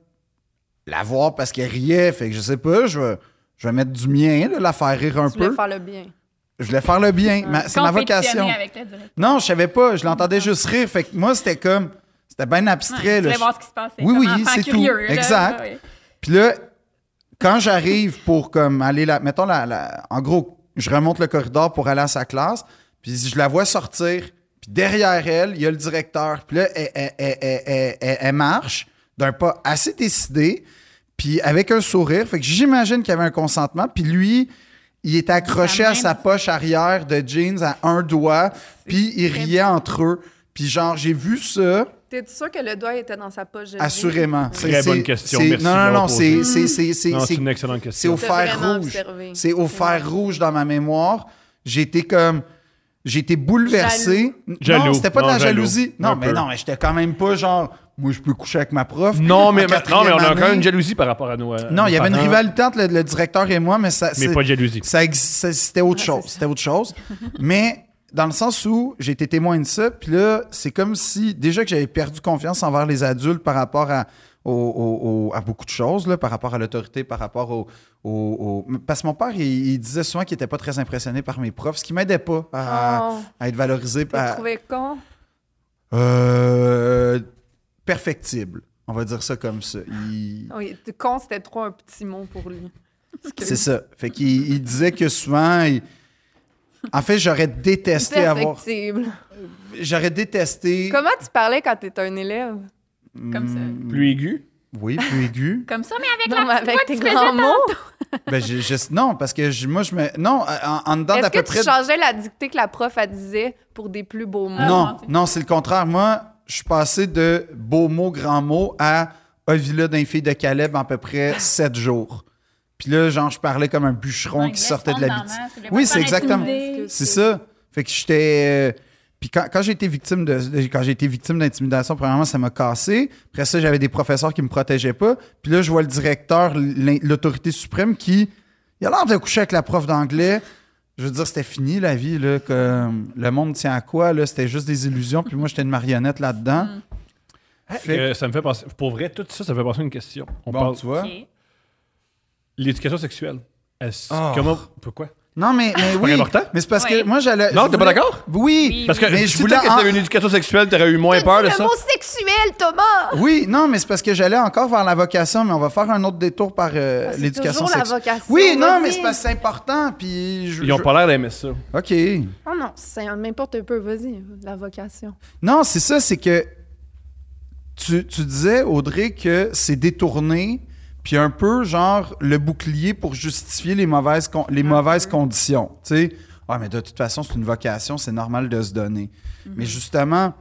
Speaker 2: la voir parce qu'elle riait. Fait que je sais pas, je vais, je vais mettre du mien, là, la faire rire un
Speaker 4: Tu voulais
Speaker 2: peu.
Speaker 4: faire le bien.
Speaker 2: Je voulais faire le bien. Ma- C'est ma
Speaker 3: Compétitionner
Speaker 2: vocation.
Speaker 3: avec le directeur.
Speaker 2: Non, je savais pas. Je l'entendais juste rire. Fait que moi, c'était comme. C'était bien abstrait. là.
Speaker 3: Ouais, Tu voulais voir ce qui se passait.
Speaker 2: Oui,
Speaker 3: comme
Speaker 2: oui,
Speaker 3: enfant
Speaker 2: c'est tout.
Speaker 3: curieux, là.
Speaker 2: Exact.
Speaker 3: Ouais.
Speaker 2: Puis là, quand j'arrive pour comme aller là. Mettons, la, la- en gros, je remonte le corridor pour aller à sa classe. Puis je la vois sortir. Puis derrière elle, il y a le directeur. Puis là, elle, elle- elle- elle- elle- elle- elle marche d'un pas assez décidé. Puis avec un sourire. Fait que j'imagine qu'il y avait un consentement. Puis lui. Il était accroché
Speaker 3: Sa
Speaker 2: à
Speaker 3: main
Speaker 2: sa poche arrière de jeans à un doigt, puis il
Speaker 3: très
Speaker 2: riait entre eux. Puis genre, j'ai vu ça,
Speaker 4: T'es sûr que le doigt était dans sa poche? de Oh,
Speaker 2: Assurément. C'est-
Speaker 1: Très bonne
Speaker 2: c'est-
Speaker 1: question.
Speaker 2: c'est-
Speaker 1: Merci
Speaker 2: Non,
Speaker 1: de
Speaker 2: non,
Speaker 1: l'avoir
Speaker 2: non, c'est
Speaker 1: posé.
Speaker 2: c'est- c'est- c'est-
Speaker 1: Non, c'est
Speaker 2: c'est-
Speaker 1: une excellente
Speaker 2: c'est
Speaker 1: question.
Speaker 2: au
Speaker 4: T'as
Speaker 2: fer
Speaker 4: vraiment
Speaker 2: rouge.
Speaker 4: observé.
Speaker 2: C'est au fer rouge dans ma mémoire. J'ai été comme. J'ai été bouleversé.
Speaker 1: Jaloux.
Speaker 2: Non, c'était pas de
Speaker 1: Non,
Speaker 2: la
Speaker 1: jaloux.
Speaker 2: jalousie. Non,
Speaker 1: Un
Speaker 2: mais
Speaker 1: peu.
Speaker 2: non, mais j'étais quand même pas genre. Moi, je peux coucher avec ma prof.
Speaker 1: Non, mais,
Speaker 2: En
Speaker 1: mais- non, mais on a
Speaker 2: quatrième
Speaker 1: quand même une
Speaker 2: année.
Speaker 1: jalousie par rapport à nos. à
Speaker 2: Non,
Speaker 1: nos
Speaker 2: il y avait une
Speaker 1: parents,
Speaker 2: rivalité entre le, le directeur et moi, mais ça.
Speaker 1: Mais
Speaker 2: c'est-
Speaker 1: pas de jalousie.
Speaker 2: ça ex- ça- c'était autre chose. C'était autre chose. Mais dans le sens où j'ai été témoin de ça, puis là, c'est comme si déjà que j'avais perdu confiance envers les adultes par rapport à, au- au- au- à beaucoup de choses, là, par rapport à l'autorité, par rapport au, au- au- Parce que mon père, il, il disait souvent qu'il n'était pas très impressionné par mes profs, ce qui m'aidait pas à,
Speaker 4: Oh,
Speaker 2: à être valorisé
Speaker 4: t'es
Speaker 2: par.
Speaker 4: trouvé con?
Speaker 2: Euh, perfectible. On va dire ça comme ça. Il-
Speaker 4: Oui, t- con, c'était trop un petit mot pour lui. Parce que-
Speaker 2: C'est ça. Fait qu'il il disait que souvent. il- En fait, j'aurais détesté avoir.
Speaker 4: Perfectible.
Speaker 2: J'aurais détesté. Hmm.
Speaker 4: Comment tu parlais quand t'étais un élève?
Speaker 3: Comme ça.
Speaker 1: Plus aigu.
Speaker 2: Oui, plus aigu.
Speaker 3: Comme ça, mais avec
Speaker 4: Non, mais
Speaker 3: la petite voix
Speaker 4: avec
Speaker 3: que
Speaker 4: tes
Speaker 3: tu faisais
Speaker 4: grands mots.
Speaker 2: ben, je- je- non, parce que je- moi, je me. Non, en, en dedans
Speaker 4: Est-ce
Speaker 2: d'à
Speaker 4: que
Speaker 2: peu
Speaker 4: tu
Speaker 2: près.
Speaker 4: changeais la dictée que la prof elle disait pour des plus beaux mots?
Speaker 2: Non, non, c'est le contraire. Moi, je suis passé de beaux mots, grands mots à Ovila d'un fille de Caleb en à peu près sept jours. Puis là, genre, je parlais comme un bûcheron qui sortait de la
Speaker 3: vie.
Speaker 2: boutique. Oui, c'est exactement- C'est ça. Fait que j'étais. euh, Puis quand, quand j'ai été victime de, de- quand j'ai été victime d'intimidation, premièrement, ça m'a cassé. Après ça, j'avais des professeurs qui me protégeaient pas. Puis là, je vois le directeur, l'in- l'autorité suprême, qui il a l'air de coucher avec la prof d'anglais. Je veux dire, c'était fini la vie là. Comme le monde tient à quoi là C'était juste des illusions. Puis moi, j'étais une marionnette là-dedans. Fait-
Speaker 1: Euh, ça me fait penser. Pour vrai, tout ça, ça me fait penser à une question. On
Speaker 2: bon,
Speaker 1: parle.
Speaker 2: tu vois.
Speaker 1: L'éducation sexuelle. Est-ce-
Speaker 2: Oh.
Speaker 1: Comment. Pourquoi
Speaker 2: Non, mais, mais
Speaker 1: pas
Speaker 2: oui.
Speaker 1: important?
Speaker 2: Mais c'est parce
Speaker 3: Ouais.
Speaker 2: que moi, j'allais.
Speaker 7: Non,
Speaker 2: je
Speaker 7: t'es pas
Speaker 2: voulais-
Speaker 7: d'accord?
Speaker 2: Oui.
Speaker 1: Parce que
Speaker 2: Mais je
Speaker 1: je
Speaker 2: voulais
Speaker 1: voulais que
Speaker 2: en-
Speaker 1: c'était une éducation sexuelle, t'aurais eu moins peur de
Speaker 5: le
Speaker 1: ça.
Speaker 5: mot sexuel, Thomas!
Speaker 2: Oui, non, mais c'est parce que j'allais encore vers la vocation, mais on va faire un autre détour par euh,
Speaker 4: Ah, C'est
Speaker 2: l'éducation
Speaker 4: toujours la
Speaker 2: sexuelle.
Speaker 4: vocation.
Speaker 2: Oui, non,
Speaker 4: vas-y.
Speaker 2: mais c'est parce que c'est important, puis je,
Speaker 1: Ils ont
Speaker 2: je-
Speaker 1: pas l'air d'aimer ça.
Speaker 2: OK.
Speaker 4: Oh non, c'est n'importe peu, vas-y, la vocation.
Speaker 2: Non, c'est ça, c'est que tu, tu disais, Audrey, que c'est détourné, puis un peu genre le bouclier pour justifier les mauvaises, con- les mauvaises conditions. Tu sais, ah, mais de toute façon, c'est une vocation, c'est normal de se donner. Mais justement,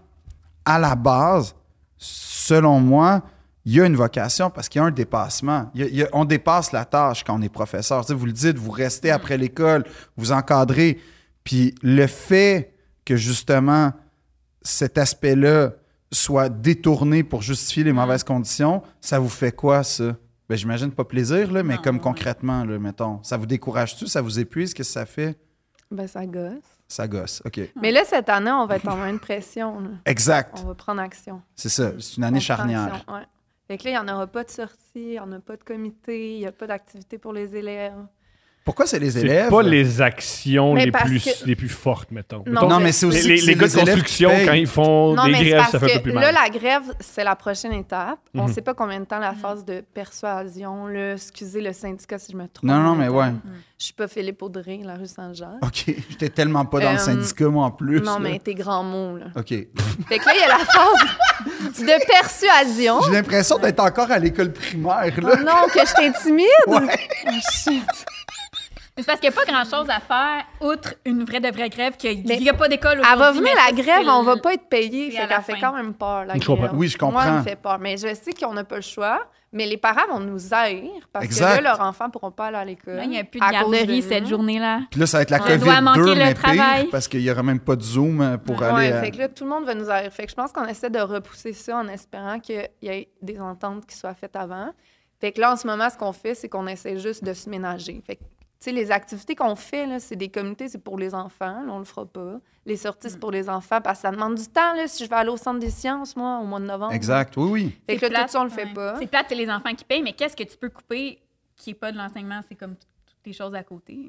Speaker 2: à la base, selon moi, il y a une vocation parce qu'il y a un dépassement. Il y a- il y a- on dépasse la tâche quand on est professeur. Tu sais, vous le dites, vous restez après l'école, vous encadrez. Puis le fait que justement cet aspect-là soit détourné pour justifier les mauvaises conditions, ça vous fait quoi, ça? Ben, j'imagine pas plaisir, là, mais
Speaker 3: Non,
Speaker 2: comme
Speaker 3: ouais.
Speaker 2: concrètement, là, mettons, ça vous décourage-tu, ça vous épuise, qu'est-ce que ça fait?
Speaker 4: Ben, ça gosse.
Speaker 2: Ça gosse, OK.
Speaker 4: Mais là, cette année, on va être en moins de pression. là.
Speaker 2: Exact,
Speaker 4: On va prendre action.
Speaker 2: c'est ça, c'est une
Speaker 4: On
Speaker 2: année
Speaker 4: prend
Speaker 2: charnière.
Speaker 4: action, ouais. Fait que là, il n'y en aura pas de sortie, il n'y en a pas de comité, il n'y a pas d'activité pour les élèves.
Speaker 2: Pourquoi c'est les
Speaker 1: C'est
Speaker 2: élèves?
Speaker 1: pas les actions
Speaker 4: Mais
Speaker 1: les
Speaker 4: parce
Speaker 1: plus,
Speaker 4: que-
Speaker 1: les plus fortes, mettons.
Speaker 4: Non,
Speaker 1: Mettons,
Speaker 2: Non, mais c'est
Speaker 1: les,
Speaker 2: aussi
Speaker 1: les, les
Speaker 2: que c'est
Speaker 1: gars de
Speaker 2: élèves qui
Speaker 1: construction,
Speaker 2: payent.
Speaker 1: quand ils font
Speaker 4: Non,
Speaker 1: des
Speaker 4: mais c'est
Speaker 1: grèves,
Speaker 4: parce
Speaker 1: ça fait un peu
Speaker 4: que
Speaker 1: plus
Speaker 4: là,
Speaker 1: mal.
Speaker 4: la grève, c'est la prochaine étape. On
Speaker 1: Mhm.
Speaker 4: ne sait pas combien de temps la phase de persuasion, là, excusez le syndicat si je me trompe.
Speaker 2: Non, non, mais ouais.
Speaker 4: Je suis pas Philippe Audrey, la rue Saint-Jacques.
Speaker 2: OK. J'étais tellement pas dans le
Speaker 4: Euh,
Speaker 2: syndicat, moi, en plus.
Speaker 4: non,
Speaker 2: là.
Speaker 4: mais tes grands mots, là.
Speaker 2: OK. J'ai
Speaker 4: Fait que là, il y a la phase de persuasion.
Speaker 2: l'impression d'être encore à l'école primaire,
Speaker 4: Oh
Speaker 2: là.
Speaker 4: non, que je t'intimide? Ah, shit.
Speaker 3: Mais C'est parce qu'il n'y a pas grand-chose à faire, outre une vraie de vraie grève, qu'il
Speaker 4: Mais
Speaker 3: n'y a pas d'école
Speaker 4: Elle va
Speaker 3: aujourd'hui, mais
Speaker 4: venir, la
Speaker 3: ça,
Speaker 4: grève,
Speaker 3: c'est
Speaker 4: on va
Speaker 3: le-
Speaker 4: pas être payé.
Speaker 3: c'est
Speaker 4: Fait
Speaker 3: à la
Speaker 4: qu'elle fait
Speaker 3: fin.
Speaker 4: quand même peur, la
Speaker 1: Je comprends.
Speaker 4: grève.
Speaker 2: Oui, je
Speaker 4: Moi, elle
Speaker 2: comprends.
Speaker 4: me fait peur. Mais je sais qu'on n'a pas le choix, mais les parents vont nous haïr parce
Speaker 2: Exact.
Speaker 4: que là, leurs enfants pourront pas aller à l'école.
Speaker 3: Là, Il n'y a plus
Speaker 4: à
Speaker 3: de
Speaker 4: cause
Speaker 3: garderie
Speaker 4: nous.
Speaker 3: cette journée-là.
Speaker 2: Puis là, ça va être la
Speaker 3: On doit manquer
Speaker 2: COVID-2,
Speaker 3: le
Speaker 2: mais pire,
Speaker 3: travail.
Speaker 2: parce qu'il y aura même pas de Zoom euh, pour aller...
Speaker 4: Ouais,
Speaker 2: à-
Speaker 4: fait que là, tout le monde va nous haïr. Fait que je pense qu'on essaie de repousser ça en espérant qu'il y ait des ententes qui soient faites avant. Fait que là, en ce moment, ce qu'on fait, c'est qu'on essaie juste de se ménager. Fait que, tu sais, les activités qu'on fait, là, c'est des comités, c'est pour les enfants, là, on le fera pas. Les sorties, c'est pour les enfants, parce que ça demande du temps, là, si je vais aller au Centre des sciences, moi, au mois de novembre.
Speaker 2: Exact, oui, oui.
Speaker 4: Fait
Speaker 3: C'est
Speaker 4: que là,
Speaker 3: plate,
Speaker 4: tout ça, on le fait
Speaker 3: ouais.
Speaker 4: pas.
Speaker 3: C'est plate, c'est les enfants qui payent, mais qu'est-ce que tu peux couper qui n'est pas de l'enseignement? C'est comme t- toutes les choses à côté.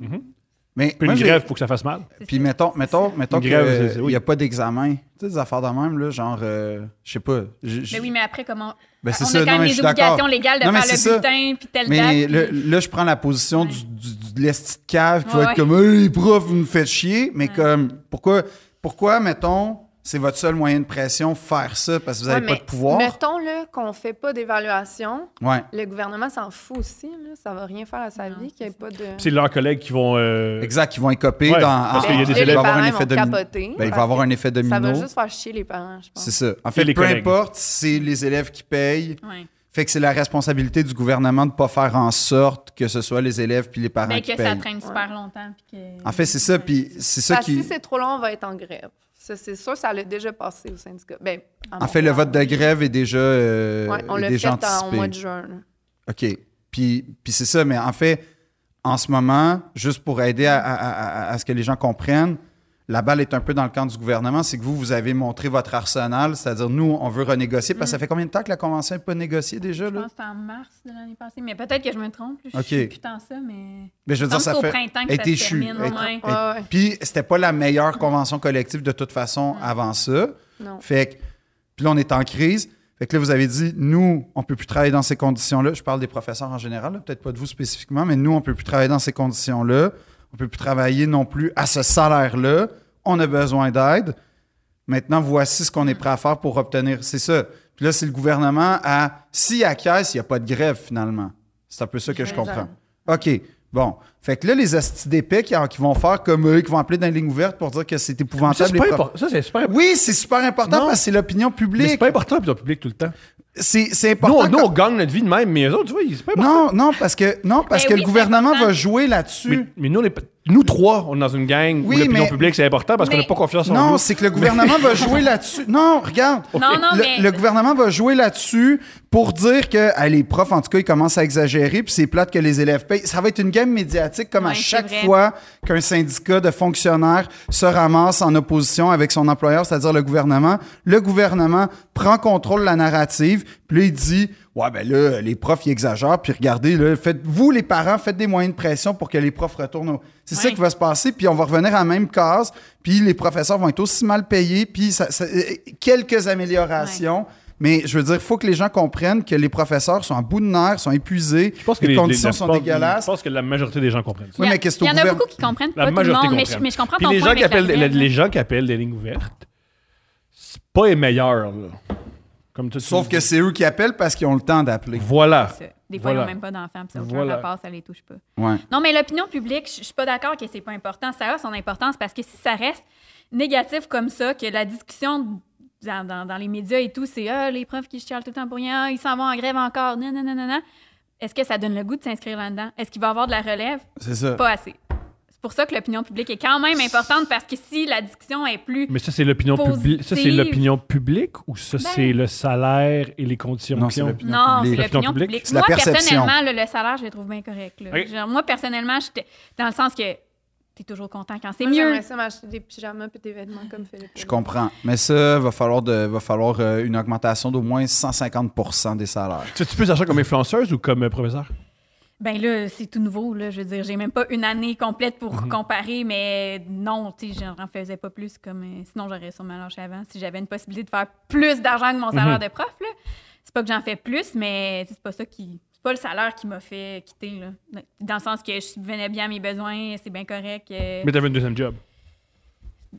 Speaker 2: Mais
Speaker 1: Puis
Speaker 2: moi,
Speaker 1: une
Speaker 2: j'ai-
Speaker 1: grève pour que ça fasse mal.
Speaker 3: C'est
Speaker 2: Puis
Speaker 3: ça.
Speaker 2: mettons, mettons, mettons
Speaker 1: Une
Speaker 2: qu'il n'y
Speaker 1: grève, c'est- c'est- oui.
Speaker 2: a pas d'examen. Tu sais, des affaires de même, là, genre, euh, je sais pas. j- j-
Speaker 3: Mais Ben oui, mais après, comment.
Speaker 2: ben, c'est
Speaker 3: on
Speaker 2: ça,
Speaker 3: a quand
Speaker 2: non, mais
Speaker 3: même
Speaker 2: je
Speaker 3: des
Speaker 2: suis d'accord.
Speaker 3: obligations légales de
Speaker 2: Non, mais
Speaker 3: faire le
Speaker 2: c'est ça.
Speaker 3: bulletin, puis telle date.
Speaker 2: Mais le-
Speaker 3: puis-
Speaker 2: là, je prends la position
Speaker 3: Ouais.
Speaker 2: du, du, du- de l'esti de cave qui
Speaker 3: Ouais,
Speaker 2: va être
Speaker 3: ouais.
Speaker 2: comme Hey, les profs, vous me faites chier. Mais comme, pourquoi, pourquoi, mettons, c'est votre seul moyen de pression faire ça parce que vous
Speaker 4: Ouais,
Speaker 2: n'avez pas
Speaker 4: mais
Speaker 2: de pouvoir?
Speaker 4: Mettons, là, qu'on fait pas d'évaluation,
Speaker 2: Ouais,
Speaker 4: le gouvernement s'en fout aussi, là. Ça va rien faire à sa
Speaker 3: Non,
Speaker 4: vie qu'il y ait pas de...
Speaker 1: Puis C'est leurs collègues qui vont. euh,
Speaker 2: exact, ils vont écoper
Speaker 1: Ouais,
Speaker 2: dans.
Speaker 1: parce
Speaker 4: Fait
Speaker 1: qu'il y a
Speaker 4: que
Speaker 1: des
Speaker 4: là,
Speaker 1: élèves-
Speaker 4: les
Speaker 2: il va avoir
Speaker 4: parents
Speaker 2: un
Speaker 4: vont
Speaker 2: effet domino.
Speaker 4: capoter,
Speaker 2: Ben, il
Speaker 4: parce
Speaker 2: va avoir
Speaker 4: que
Speaker 2: un effet domino.
Speaker 4: Ça va juste faire chier les parents, je pense.
Speaker 2: C'est ça. En fait,
Speaker 1: les
Speaker 2: peu
Speaker 1: collègues.
Speaker 2: importe, c'est les élèves qui payent.
Speaker 3: Ouais.
Speaker 2: Fait que c'est la responsabilité du gouvernement de ne pas faire en sorte que ce soit les élèves puis les parents
Speaker 3: Ben,
Speaker 2: qui
Speaker 3: que
Speaker 2: payent.
Speaker 3: ça traîne super longtemps. Puis que...
Speaker 2: Ah, En fait, c'est ça.
Speaker 3: Ouais.
Speaker 2: Puis c'est ça
Speaker 4: Parce que
Speaker 2: qui.
Speaker 4: si c'est trop long, on va être en grève. Ça, c'est sûr, ça l'a déjà passé au syndicat. Ben, à
Speaker 2: En fait, le
Speaker 4: Montréal.
Speaker 2: vote de grève est déjà, euh,
Speaker 4: Ouais, on
Speaker 2: est
Speaker 4: l'a fait
Speaker 2: déjà
Speaker 4: en- au
Speaker 2: anticipé.
Speaker 4: mois de juin. là.
Speaker 2: OK. Puis, puis c'est ça, mais en fait, en ce moment, juste pour aider à, à- à- à- à ce que les gens comprennent, la balle est un peu dans le camp du gouvernement, c'est que vous, vous avez montré votre arsenal, c'est-à-dire nous, on veut renégocier, parce que ça fait combien de temps que la convention n'est pas négociée déjà?
Speaker 3: Mm. Je
Speaker 2: Là?
Speaker 3: pense que c'était en mars de l'année passée. Mais peut-être que je me trompe. là, Je
Speaker 2: Ok.
Speaker 3: suis plus tant ça, mais.
Speaker 2: Mais Ben, je veux
Speaker 3: Comme
Speaker 2: dire,
Speaker 3: c'est
Speaker 2: ça
Speaker 3: au
Speaker 2: fait...
Speaker 3: printemps que
Speaker 2: elle
Speaker 3: ça
Speaker 2: était
Speaker 3: se
Speaker 2: chue,
Speaker 3: termine,
Speaker 2: elle-
Speaker 3: ouais.
Speaker 2: elle-
Speaker 4: Ouais, ouais.
Speaker 2: Puis c'était pas la meilleure convention collective de toute façon avant ça.
Speaker 4: Non.
Speaker 2: Fait que, puis là, on est en crise. Fait que là, vous avez dit, nous, on peut plus travailler dans ces conditions-là. Je parle des professeurs en général, là, peut-être pas de vous spécifiquement, mais nous, on peut plus travailler dans ces conditions-là. On peut plus travailler non plus à ce salaire-là. On a besoin d'aide. Maintenant, voici ce qu'on est prêt à faire pour obtenir. C'est ça. Puis là, c'est le gouvernement à. S'il acquiesce, il n'y a pas de grève, finalement. C'est un peu ça que je comprends. OK. Bon. Fait que là, les astis d'épais qui, qui vont faire comme eux, qui vont appeler dans les lignes ouvertes pour dire que c'est
Speaker 1: Mais Ça,
Speaker 2: épouvantable.
Speaker 1: c'est
Speaker 2: les
Speaker 1: pas
Speaker 2: profs-
Speaker 1: important. Ça, c'est super important.
Speaker 2: oui, c'est super important
Speaker 1: Non.
Speaker 2: parce que c'est l'opinion
Speaker 1: Mais c'est
Speaker 2: publique.
Speaker 1: pas important pour le public tout le temps.
Speaker 2: C'est c'est
Speaker 1: Nous,
Speaker 2: important.
Speaker 1: on- nous,
Speaker 2: que-
Speaker 1: on gagne notre vie de même, mais eux autres, tu vois, c'est pas important.
Speaker 2: non, non, parce que, non, parce
Speaker 3: Ben
Speaker 2: que
Speaker 3: oui,
Speaker 2: le
Speaker 3: c'est
Speaker 2: gouvernement
Speaker 3: important.
Speaker 2: va jouer
Speaker 1: Mais,
Speaker 2: là-dessus.
Speaker 1: mais nous, on est pas- nous trois, on est dans une gang
Speaker 2: Oui,
Speaker 1: où l'opinion
Speaker 2: mais-
Speaker 1: publique, c'est important parce qu'on
Speaker 3: Mais-
Speaker 1: n'a pas confiance en nous.
Speaker 2: Non, c'est que le gouvernement va jouer là-dessus. Non, regarde.
Speaker 3: Non, non,
Speaker 2: le,
Speaker 3: mais-
Speaker 2: le gouvernement va jouer là-dessus pour dire que ah, les profs, en tout cas, ils commencent à exagérer, puis c'est plate que les élèves payent. Ça va être une game médiatique comme à
Speaker 3: Ouais, c'est
Speaker 2: chaque
Speaker 3: vrai.
Speaker 2: fois qu'un syndicat de fonctionnaires se ramasse en opposition avec son employeur, c'est-à-dire le gouvernement. Le gouvernement prend contrôle de la narrative, puis là, il dit Ouais, ben là, les profs, ils exagèrent, puis regardez, là, faites, vous, les parents, faites des moyens de pression pour que les profs retournent au. C'est ça
Speaker 3: Ouais.
Speaker 2: qui va se passer, puis on va revenir à la même case, puis les professeurs vont être aussi mal payés, puis ça- ça- euh, quelques améliorations. Mais je veux dire, il faut que les gens comprennent que les professeurs sont à bout de nerfs, sont épuisés,
Speaker 1: Je pense que
Speaker 2: les,
Speaker 1: les
Speaker 2: conditions
Speaker 1: les-
Speaker 2: sont
Speaker 1: je pense-
Speaker 2: dégueulasses.
Speaker 1: Je pense que la majorité des gens comprennent ça.
Speaker 2: Oui,
Speaker 3: Il y a-
Speaker 2: mais qu'est-ce
Speaker 3: Il
Speaker 2: au
Speaker 3: y en a
Speaker 2: gouvernement-
Speaker 3: beaucoup qui comprennent
Speaker 1: La
Speaker 3: pas tout le
Speaker 1: majorité
Speaker 3: monde, mais je,
Speaker 1: comprennent.
Speaker 3: mais je comprends
Speaker 1: Puis
Speaker 3: ton
Speaker 1: les
Speaker 3: point
Speaker 1: gens, qui
Speaker 3: avec la
Speaker 1: appellent, les,
Speaker 3: grève, là.
Speaker 1: les gens qui appellent des lignes ouvertes, c'est pas les meilleurs. là. Comme tout-
Speaker 2: Sauf que c'est eux qui appellent parce qu'ils ont le temps d'appeler.
Speaker 1: Voilà.
Speaker 3: Ça. Des fois, ils
Speaker 1: Voilà.
Speaker 3: n'ont même pas d'enfants, puis ça n'a aucun
Speaker 1: Voilà.
Speaker 3: rapport, ça les touche pas.
Speaker 2: Ouais.
Speaker 3: Non, mais l'opinion publique, je je suis pas d'accord que c'est pas important. Ça a son importance parce que si ça reste négatif comme ça, que la discussion dans, dans- dans les médias et tout, c'est ah, les profs qui chialent tout le temps pour rien, ah, ils s'en vont en grève encore, non, non, non, non, non. Est-ce que ça donne le goût de s'inscrire là-dedans? Est-ce qu'il va y avoir de la relève?
Speaker 2: C'est ça.
Speaker 3: Pas assez. C'est pour ça que l'opinion publique est quand même importante parce que si la discussion est plus.
Speaker 1: Mais ça, c'est l'opinion
Speaker 3: Positive.
Speaker 1: publique. Ça, c'est l'opinion publique ou
Speaker 3: Ben.
Speaker 1: ça, c'est le salaire et les conditions
Speaker 2: Non,
Speaker 1: qu'ils
Speaker 2: c'est
Speaker 1: ont?
Speaker 2: l'opinion
Speaker 3: Non, c'est
Speaker 2: publique.
Speaker 1: L'opinion
Speaker 3: l'opinion
Speaker 1: publique.
Speaker 3: publique.
Speaker 2: C'est la
Speaker 3: Moi,
Speaker 2: perception.
Speaker 3: personnellement, le, le salaire, je le trouve bien correct. là.
Speaker 1: Ok.
Speaker 3: Genre, moi, personnellement, j'étais dans le sens que t'es toujours content quand c'est
Speaker 4: Moi,
Speaker 3: mieux.
Speaker 4: J'aimerais ça m'acheter des pyjamas et des vêtements comme Philippe.
Speaker 2: Je comprends. Mais ça, va falloir, de, va falloir euh, une augmentation d'au moins 150 des salaires.
Speaker 1: Tu tu peux t'acheter comme influenceuse ou comme euh, professeur?
Speaker 3: Ben là, c'est tout nouveau. Là. Je veux dire, j'ai même pas une année complète pour
Speaker 1: Mhm.
Speaker 3: comparer, mais non, tu sais, j'en faisais pas plus comme. euh, sinon, j'aurais sûrement lâché avant si j'avais une possibilité de faire plus d'argent que mon
Speaker 1: Mhm.
Speaker 3: salaire de prof. Là. C'est pas que j'en fais plus, mais tu sais, c'est pas ça qui. C'est pas le salaire qui m'a fait quitter. Là. Dans le sens que je subvenais bien à mes besoins, c'est bien correct. euh,
Speaker 1: Mais t'avais une deuxième job.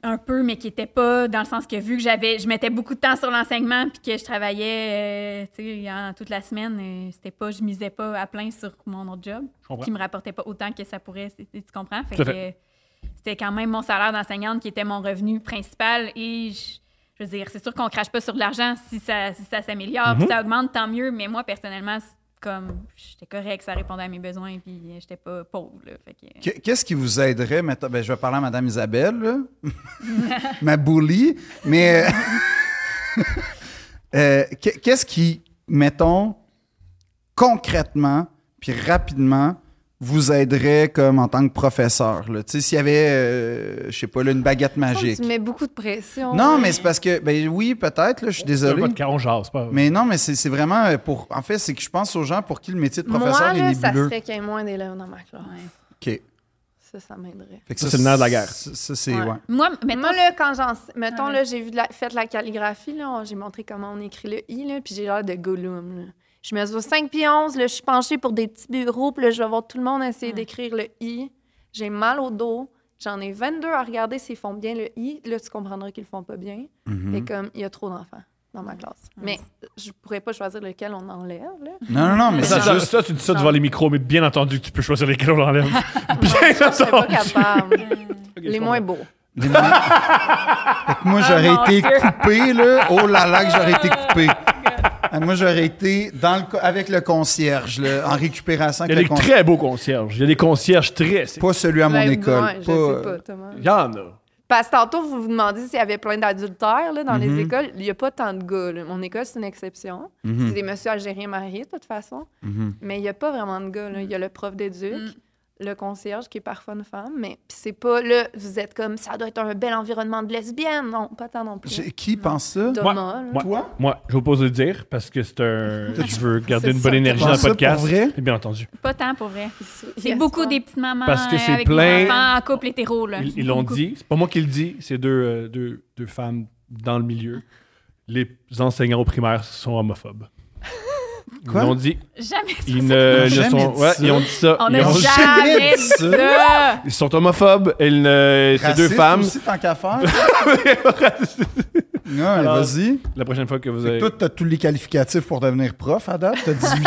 Speaker 3: un peu, mais qui n'était pas dans le sens que vu que j'avais, je mettais beaucoup de temps sur l'enseignement puis que je travaillais, euh, tu sais, en- toute la semaine, euh, c'était pas, je misais pas à plein sur mon autre job
Speaker 1: Je comprends.
Speaker 3: qui me rapportait pas autant que ça pourrait, c'est- tu comprends? Fait
Speaker 1: Tout à
Speaker 3: que, euh, c'était quand même mon salaire d'enseignante qui était mon revenu principal et je, je veux dire, c'est sûr qu'on crache pas sur de l'argent si ça, si ça s'améliore, puis
Speaker 1: Mhm.
Speaker 3: ça augmente, tant mieux, mais moi, personnellement, c'est comme, j'étais correct, ça répondait à mes besoins puis euh, j'étais pas pauvre, là. Fait que, euh,
Speaker 2: Que- Qu'est-ce qui vous aiderait, maintenant? Ben, je vais parler à Madame Isabelle, là. ma bully. Mais euh, euh, que- qu'est-ce qui, mettons, concrètement, puis rapidement, vous aiderait comme en tant que professeur? là? Tu sais, s'il y avait, euh, je sais pas, là, une baguette magique.
Speaker 4: Tu mets beaucoup de pression. hein.
Speaker 2: Non, mais c'est parce que, ben oui, peut-être, là, je suis désolé.
Speaker 1: Pas de cas, on jase pas.
Speaker 2: Mais non, mais c'est c'est vraiment euh, pour. En fait, c'est que je pense aux gens pour qui le métier de
Speaker 4: Moi,
Speaker 2: professeur est
Speaker 4: là, ça
Speaker 2: nébuleux.
Speaker 4: serait qu'il y ait moins d'élèves dans ma classe.
Speaker 3: ouais.
Speaker 2: OK.
Speaker 4: Ça, ça m'aiderait.
Speaker 2: Fait que
Speaker 1: Ça, c'est le nerf de la guerre.
Speaker 2: Ça, ça, c'est.
Speaker 4: Ouais.
Speaker 2: ouais.
Speaker 3: Moi, Ah maintenant,
Speaker 4: Moi, là, quand j'en... Mettons,
Speaker 3: Ouais.
Speaker 4: là, j'ai vu de la... fait de la calligraphie, là, on- j'ai montré comment on écrit le « i », là, puis j'ai l'air de Gollum, là. Je mesure 5 pieds 11, là, je suis penchée pour des petits bureaux, puis là, je vais voir tout le monde essayer
Speaker 3: Ouais.
Speaker 4: d'écrire le « i ». J'ai mal au dos. J'en ai 22 à regarder s'ils font bien le « i ». Là, tu comprendras qu'ils le font pas bien.
Speaker 2: Mhm.
Speaker 4: Et comme, il y a trop d'enfants dans ma classe.
Speaker 3: Ouais.
Speaker 4: Mais je pourrais pas choisir lequel on enlève, là.
Speaker 2: Non, non, non, mais
Speaker 1: Mais
Speaker 2: c'est
Speaker 1: ça, ça,
Speaker 2: juste.
Speaker 1: ça, tu dis ça devant les micros, mais bien entendu que tu peux choisir lesquels on enlève. bien
Speaker 4: Je serais pas
Speaker 1: entendu.
Speaker 4: capable.
Speaker 1: Ok, je
Speaker 4: Les
Speaker 1: comprends.
Speaker 4: moins beaux.
Speaker 2: Fait que moi,
Speaker 3: Ah,
Speaker 4: Oh,
Speaker 2: j'aurais
Speaker 3: mon
Speaker 2: été
Speaker 3: Dieu.
Speaker 2: coupé, là. Oh là là, que j'aurais été coupé. Ah, Moi, j'aurais été dans le, co- avec le concierge, là, en récupération
Speaker 1: Il y
Speaker 2: avec
Speaker 1: a des
Speaker 2: le concierge.
Speaker 1: très beaux concierges. Il y a des concierges très.
Speaker 2: Pas celui à mon
Speaker 4: Ouais,
Speaker 2: école.
Speaker 4: Ben, ouais, je
Speaker 2: pas- euh,
Speaker 4: sais pas, Thomas.
Speaker 1: Il y en a.
Speaker 4: Parce que tantôt, vous vous demandez s'il y avait plein d'adultères là, dans
Speaker 2: Mhm.
Speaker 4: les écoles. Il n'y a pas tant de gars. là. Mon école, c'est une exception.
Speaker 2: Mhm,
Speaker 4: C'est des messieurs algériens mariés, de toute façon.
Speaker 2: mhm.
Speaker 4: Mais il n'y a pas vraiment de gars. là. Il y a le prof d'éduc,
Speaker 3: Mhm.
Speaker 4: le concierge, qui est parfois une femme. Mais puis c'est pas là, vous êtes comme ça doit être un bel environnement de lesbiennes. Non, pas tant non plus.
Speaker 2: J'ai- Qui pense ça?
Speaker 4: Thomas, là.
Speaker 1: Ouais.
Speaker 2: Toi?
Speaker 1: Moi, je vais pas oser le dire parce que c'est un. Je veux garder
Speaker 4: C'est
Speaker 1: une
Speaker 4: ça.
Speaker 1: bonne énergie dans le
Speaker 2: Pense ça pour
Speaker 1: podcast.
Speaker 2: vrai?
Speaker 1: Et bien entendu.
Speaker 3: pas tant pour vrai. C'est
Speaker 4: Yes,
Speaker 3: beaucoup
Speaker 4: ouais.
Speaker 3: des petites mamans
Speaker 1: Parce que
Speaker 3: euh,
Speaker 1: c'est
Speaker 3: avec
Speaker 1: plein-
Speaker 3: des enfants en couple hétéro. Là.
Speaker 1: Ils ils l'ont
Speaker 3: Beaucoup.
Speaker 1: dit. C'est pas moi qui le dis, c'est deux, euh, deux, deux femmes dans le milieu. Les enseignants au primaire sont homophobes.
Speaker 2: Quoi?
Speaker 1: Ils l'ont dit.
Speaker 3: Jamais ça.
Speaker 1: Ils ne,
Speaker 2: Ils ont
Speaker 1: ne
Speaker 2: jamais
Speaker 1: sont.
Speaker 2: dit
Speaker 1: ouais,
Speaker 2: ça.
Speaker 1: ils ont dit ça.
Speaker 3: On
Speaker 1: ils,
Speaker 3: n'a
Speaker 1: ont-
Speaker 2: jamais
Speaker 3: jamais
Speaker 2: dit
Speaker 3: dit
Speaker 2: ça.
Speaker 3: ça.
Speaker 1: ils sont homophobes. Ils ne- Ces deux
Speaker 2: Raciste
Speaker 1: femmes.
Speaker 2: aussi, tant qu'à faire. non, mais
Speaker 1: Alors,
Speaker 2: vas-y.
Speaker 1: La prochaine fois que vous
Speaker 2: Fait que
Speaker 1: avez.
Speaker 2: Toi, t'as tous les qualificatifs pour devenir prof à date. T'as 18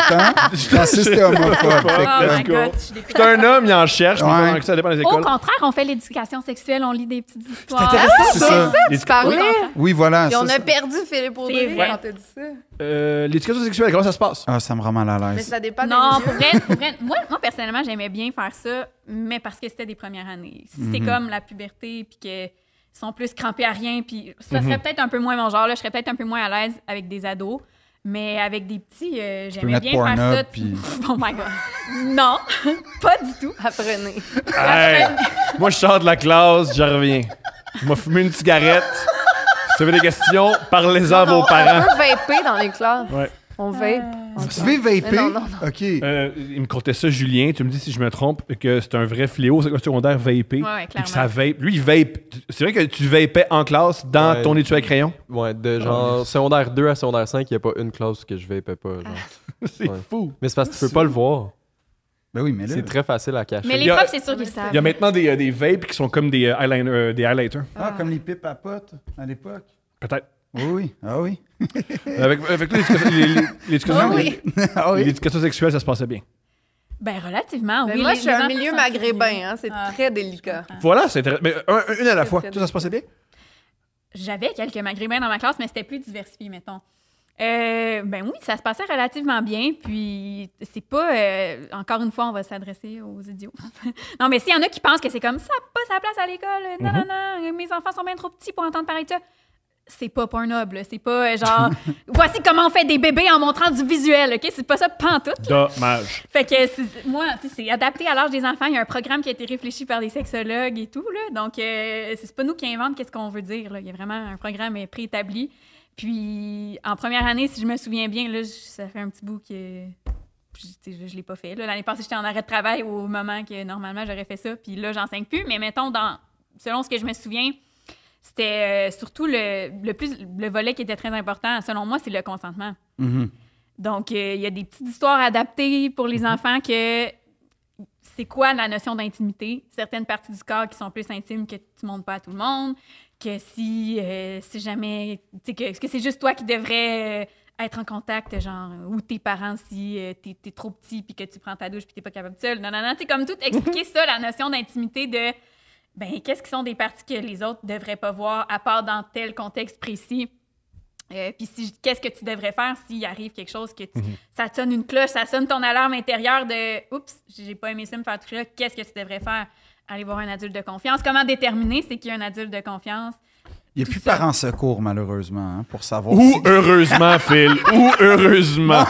Speaker 2: ans. Raciste et homophobe. Fait
Speaker 3: Oh
Speaker 2: que,
Speaker 1: Let's
Speaker 3: my
Speaker 1: go.
Speaker 3: God, je suis dégoûtée.
Speaker 1: C'est un homme, il en cherche, mais
Speaker 2: Ouais.
Speaker 1: pendant que ça dépend des
Speaker 3: Au
Speaker 1: écoles.
Speaker 3: contraire, on fait l'éducation sexuelle, on lit des petites histoires.
Speaker 2: c'est
Speaker 4: C'est
Speaker 2: ça.
Speaker 4: ça,
Speaker 1: Les-
Speaker 4: tu parlais.
Speaker 2: Oui, voilà.
Speaker 4: Puis
Speaker 2: ça,
Speaker 4: on
Speaker 2: ça-
Speaker 4: a perdu Philippe Audrey
Speaker 3: C'est vrai.
Speaker 4: quand t'as dit ça.
Speaker 1: Euh, L'éducation sexuelle, comment ça se passe?
Speaker 2: Ah, ça me rend mal à
Speaker 4: Mais
Speaker 2: l'aise.
Speaker 4: ça dépend des
Speaker 3: Non,
Speaker 4: milieux.
Speaker 3: pour vrai, pour vrai, moi, moi, personnellement, j'aimais bien faire ça, mais parce que c'était des premières années. Si c'est
Speaker 2: Mhm.
Speaker 3: comme la puberté, puis que ils sont plus crampés à rien, puis ça serait peut-être un peu moins mon genre, là, je serais peut-être un peu moins à l'aise avec des ados, mais avec des petits, euh, j'aimais
Speaker 2: mettre
Speaker 3: bien faire
Speaker 2: Pornhub,
Speaker 3: ça.
Speaker 2: puis-
Speaker 3: Oh my God. Non, pas du tout.
Speaker 4: Apprenez.
Speaker 1: Hey, moi, je sors de la classe, je reviens. Je m'a fumé une cigarette. Si vous avez des questions, parlez-en à vos
Speaker 4: on,
Speaker 1: parents.
Speaker 4: on peut vaper dans les classes.
Speaker 1: Ouais.
Speaker 4: On vape.
Speaker 3: Ah.
Speaker 2: Tu veux vaper?
Speaker 4: Non, non, non.
Speaker 2: OK.
Speaker 1: Euh, il me contait ça, Julien. Tu me dis si je me trompe que c'est un vrai fléau, c'est quoi secondaire vapé.
Speaker 3: Ouais, ouais,
Speaker 1: Puis que
Speaker 3: clairement.
Speaker 1: ça vape. Lui, il vape. C'est vrai que tu vapais en classe dans
Speaker 6: Ouais.
Speaker 1: ton étui à crayon.
Speaker 6: Ouais, de genre secondaire 2 à secondaire 5, il n'y a pas une classe que je vapais pas. genre.
Speaker 1: C'est
Speaker 6: Ouais.
Speaker 1: fou.
Speaker 6: Mais c'est parce que tu peux pas le voir.
Speaker 2: Ben oui, mais là.
Speaker 6: C'est très facile à cacher.
Speaker 3: Mais
Speaker 1: Il
Speaker 3: les
Speaker 1: y a-
Speaker 3: profs, c'est sûr qu'ils le savent.
Speaker 1: Il y a maintenant des, euh, des vapes qui sont comme des, euh, eyeliner, euh, des highlighters.
Speaker 2: Ah, comme les pipes à potes à l'époque.
Speaker 1: Peut-être.
Speaker 2: Oui, oui. Ah oui.
Speaker 1: Avec, avec lui, l'éducation- les- les-
Speaker 3: Oh,
Speaker 1: l'éducation
Speaker 4: Ah oui.
Speaker 2: ah oui.
Speaker 1: l'éducation sexuelle, ça se passait bien.
Speaker 3: Ben, relativement,
Speaker 4: Mais
Speaker 3: oui.
Speaker 4: moi,
Speaker 3: les-
Speaker 4: je suis
Speaker 3: les
Speaker 4: un
Speaker 3: enfants
Speaker 4: milieu
Speaker 3: sont
Speaker 4: maghrébin, hein, c'est
Speaker 3: Ah.
Speaker 4: très délicat.
Speaker 1: Voilà, c'est intéressant. Mais un- une à la
Speaker 4: C'est
Speaker 1: fois.
Speaker 4: très
Speaker 1: Tout ça se passait bien?
Speaker 3: J'avais quelques maghrébins dans ma classe, mais c'était plus diversifié, mettons. Euh, ben oui, ça se passait relativement bien. Puis c'est pas. euh, encore une fois, on va s'adresser aux idiots. non, mais s'il y en a qui pensent que c'est comme ça, a pas sa place à l'école. euh, Non,
Speaker 1: Mhm.
Speaker 3: non, non, mes enfants sont bien trop petits pour entendre parler de ça. C'est pas Pornhub, là. C'est pas euh, genre. voici comment on fait des bébés en montrant du visuel, OK? C'est pas ça, pantoute.
Speaker 1: Dommage.
Speaker 3: Fait que c'est- moi, tu sais, c'est adapté à l'âge des enfants. Il y a un programme qui a été réfléchi par des sexologues et tout. Là. Donc, euh, c'est c'est pas nous qui inventons qu'est-ce qu'on veut dire. là. Il y a vraiment un programme euh, préétabli. Puis, en première année, si je me souviens bien, là, je- ça fait un petit bout que je, tu sais, je- je l'ai pas fait. là. L'année passée, j'étais en arrêt de travail au moment que normalement j'aurais fait ça, puis là, j'enseigne plus. Mais mettons, dans, selon ce que je me souviens, c'était euh, surtout le, le plus le volet qui était très important, selon moi, c'est le consentement.
Speaker 2: Mhm.
Speaker 3: Donc, euh, il y a des petites histoires adaptées pour les enfants que c'est quoi la notion d'intimité? Certaines parties du corps qui sont plus intimes que tu ne montres pas à tout le monde, que si euh, c'est jamais. tu sais, que, est-ce que c'est juste toi qui devrais euh, être en contact, genre, ou tes parents si tu es, trop petit puis que tu prends ta douche puis tu n'es pas capable seul? Non, non, non. Tu sais, comme tout expliquer ça, la notion d'intimité de. Ben, qu'est-ce qui sont des parties que les autres ne devraient pas voir, à part dans tel contexte précis? Euh, Puis si- qu'est-ce que tu devrais faire s'il arrive quelque chose que tu- ça te sonne une cloche, ça sonne ton alarme intérieure de oups, j'ai pas aimé ça me faire toucher là, qu'est-ce que tu devrais faire Aller voir un adulte de confiance. Comment déterminer c'est qu'il y a un adulte de confiance
Speaker 2: Il n'y a plus de parents secours, malheureusement, hein, pour savoir si...
Speaker 1: Ou heureusement, Phil. Ou heureusement.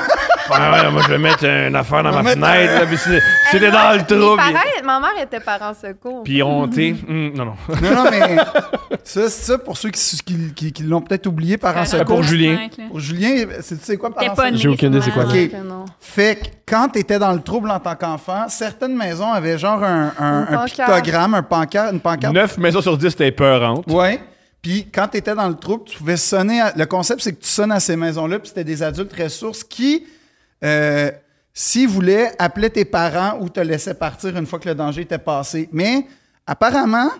Speaker 1: Ah ouais, moi, je vais mettre une affaire dans ma
Speaker 2: mettre
Speaker 1: fenêtre. là, puis c'est- C'était
Speaker 4: Hey,
Speaker 1: dans
Speaker 4: moi,
Speaker 1: le trou.
Speaker 4: mes
Speaker 1: puis-
Speaker 4: parents- Ma mère était parent secours.
Speaker 1: Puis on, tu sais, hum, non, non.
Speaker 2: Non, non, mais ça, c'est ça pour ceux qui, qui, qui- qui l'ont peut-être oublié, parents secours.
Speaker 3: Faire un
Speaker 1: Ah, pour
Speaker 3: cours
Speaker 1: Julien.
Speaker 3: cinq, là.
Speaker 2: Ah, Pour Julien, c'est tu sais quoi,
Speaker 3: T'es
Speaker 2: parents
Speaker 3: pas
Speaker 2: secours?
Speaker 6: J'ai aucune idée c'est quoi.
Speaker 2: Ok.
Speaker 4: sûrement que euh, non.
Speaker 2: Fait que quand tu étais dans le trouble en tant qu'enfant, certaines maisons avaient genre un, un-
Speaker 4: Une
Speaker 2: un
Speaker 4: pancarte.
Speaker 2: pictogramme, un pancarte, une pancarte.
Speaker 1: 9 maisons sur 10, c'était épeurante.
Speaker 2: Ouais. Puis quand tu étais dans le trouble, tu pouvais sonner. à- Le concept, c'est que tu sonnes à ces maisons-là, puis c'était des adultes ressources qui, euh, s'ils voulaient, appelaient tes parents ou te laissaient partir une fois que le danger était passé. Mais apparemment,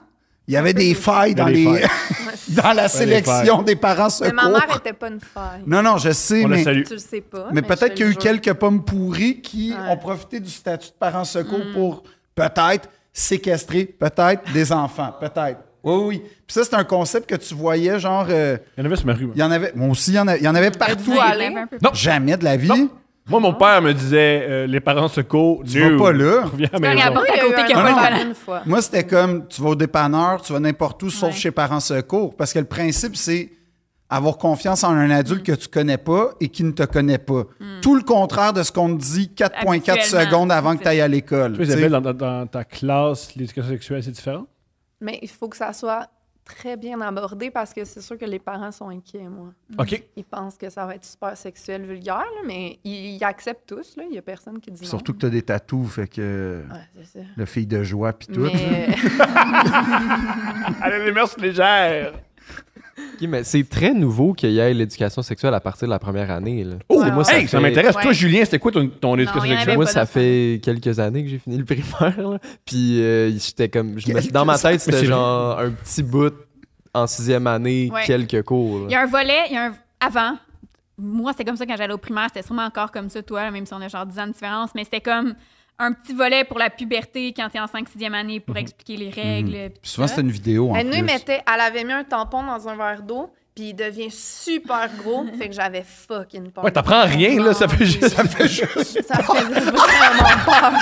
Speaker 2: il y avait des failles
Speaker 1: Il y a
Speaker 2: dans,
Speaker 1: des
Speaker 2: les-
Speaker 1: failles.
Speaker 2: dans la sélection
Speaker 1: failles.
Speaker 2: des parents
Speaker 4: Mais
Speaker 2: secours.
Speaker 4: ma mère était pas une faille.
Speaker 2: Non, non, je sais,
Speaker 1: On la
Speaker 2: mais,
Speaker 1: salue.
Speaker 4: Tu le sais pas.
Speaker 2: mais
Speaker 4: ben, je te
Speaker 2: peut-être qu'il y a
Speaker 4: le
Speaker 2: eu
Speaker 4: jure.
Speaker 2: quelques pommes pourries qui
Speaker 4: Ouais.
Speaker 2: ont profité du statut de parents secours pour peut-être séquestrer, peut-être des enfants, peut-être. Oui, oui. Puis ça, c'est un concept que tu voyais, genre, euh,
Speaker 1: Il y en avait sur ma rue.
Speaker 2: il y en avait, moi aussi, il y en, a- il y en avait partout.
Speaker 4: Êtes-vous allé?
Speaker 3: Lève ben, un peu.
Speaker 1: Non.
Speaker 2: Jamais de la vie.
Speaker 1: Non. Moi, mon père me disait euh, les parents secours,
Speaker 2: Tu vas
Speaker 1: no.
Speaker 2: pas là.
Speaker 1: Reviens à la
Speaker 3: Regarde,
Speaker 1: maison.
Speaker 3: bon, t'as
Speaker 4: Il y a eu
Speaker 3: côté
Speaker 4: un
Speaker 3: qui a pas
Speaker 2: enfant.
Speaker 3: le
Speaker 4: enfant
Speaker 3: talent.
Speaker 4: une fois.
Speaker 2: Moi, c'était comme, tu vas au dépanneur, tu vas n'importe où, sauf
Speaker 3: Ouais.
Speaker 2: chez parents secours. Parce que le principe, c'est avoir confiance en un adulte que tu connais pas et qui ne te connaît pas. Tout le contraire de ce qu'on te dit 4,4
Speaker 3: Habituellement,
Speaker 2: secondes avant
Speaker 3: c'est
Speaker 2: que tu ailles à l'école.
Speaker 1: Toi,
Speaker 2: tu sais.
Speaker 1: Isabelle, dans, dans- dans ta classe, l'éducation sexuelle, c'est différent?
Speaker 4: Mais il faut que ça soit très bien abordé parce que c'est sûr que les parents sont inquiets, moi.
Speaker 1: OK.
Speaker 4: Ils pensent que ça va être super sexuel, vulgaire, là, mais ils, ils acceptent tous. là. Il n'y a personne qui dit
Speaker 2: Surtout que tu as des tatous, fait que
Speaker 4: non. Ouais, c'est ça.
Speaker 2: le fille de joie puis tout.
Speaker 4: Mais
Speaker 1: Allez, les mœurs légères.
Speaker 6: Ok, mais c'est très nouveau qu'il y ait l'éducation sexuelle à partir de la première année.
Speaker 3: Ah,
Speaker 6: là.
Speaker 1: Oh,
Speaker 6: Tu sais,
Speaker 4: moi,
Speaker 1: hey, ça
Speaker 6: fait-
Speaker 1: m'intéresse.
Speaker 3: Ouais.
Speaker 1: Toi, Julien, c'était quoi ton, ton éducation
Speaker 3: il y en avait
Speaker 1: sexuelle?
Speaker 6: Moi,
Speaker 3: ben, pas
Speaker 6: ça
Speaker 3: d'enfant.
Speaker 6: fait quelques années que j'ai fini le primaire. là. Puis euh, j'étais comme. je me- dans ma tête,
Speaker 1: Mais
Speaker 6: c'était
Speaker 1: c'est-
Speaker 6: genre un petit bout en sixième année,
Speaker 3: Ouais.
Speaker 6: quelques cours. là.
Speaker 3: Il y a un volet, il y a un avant. Moi, c'était comme ça quand j'allais au primaire, c'était sûrement encore comme ça, toi, même si on a genre 10 ans de différence, mais c'était comme un petit volet pour la puberté quand t'es en 5-6e année pour expliquer les règles. puis tout
Speaker 2: Puis souvent,
Speaker 3: ça.
Speaker 2: c'est une vidéo en
Speaker 4: elle nous,
Speaker 2: plus.
Speaker 4: il Ben, mettait, elle avait mis un tampon dans un verre d'eau, puis il devient super gros, fait que j'avais fucking peur.
Speaker 1: Ouais, t'apprends rien, là. Ça fait juste.
Speaker 4: Ça fait juste. Ça faisait vraiment peur.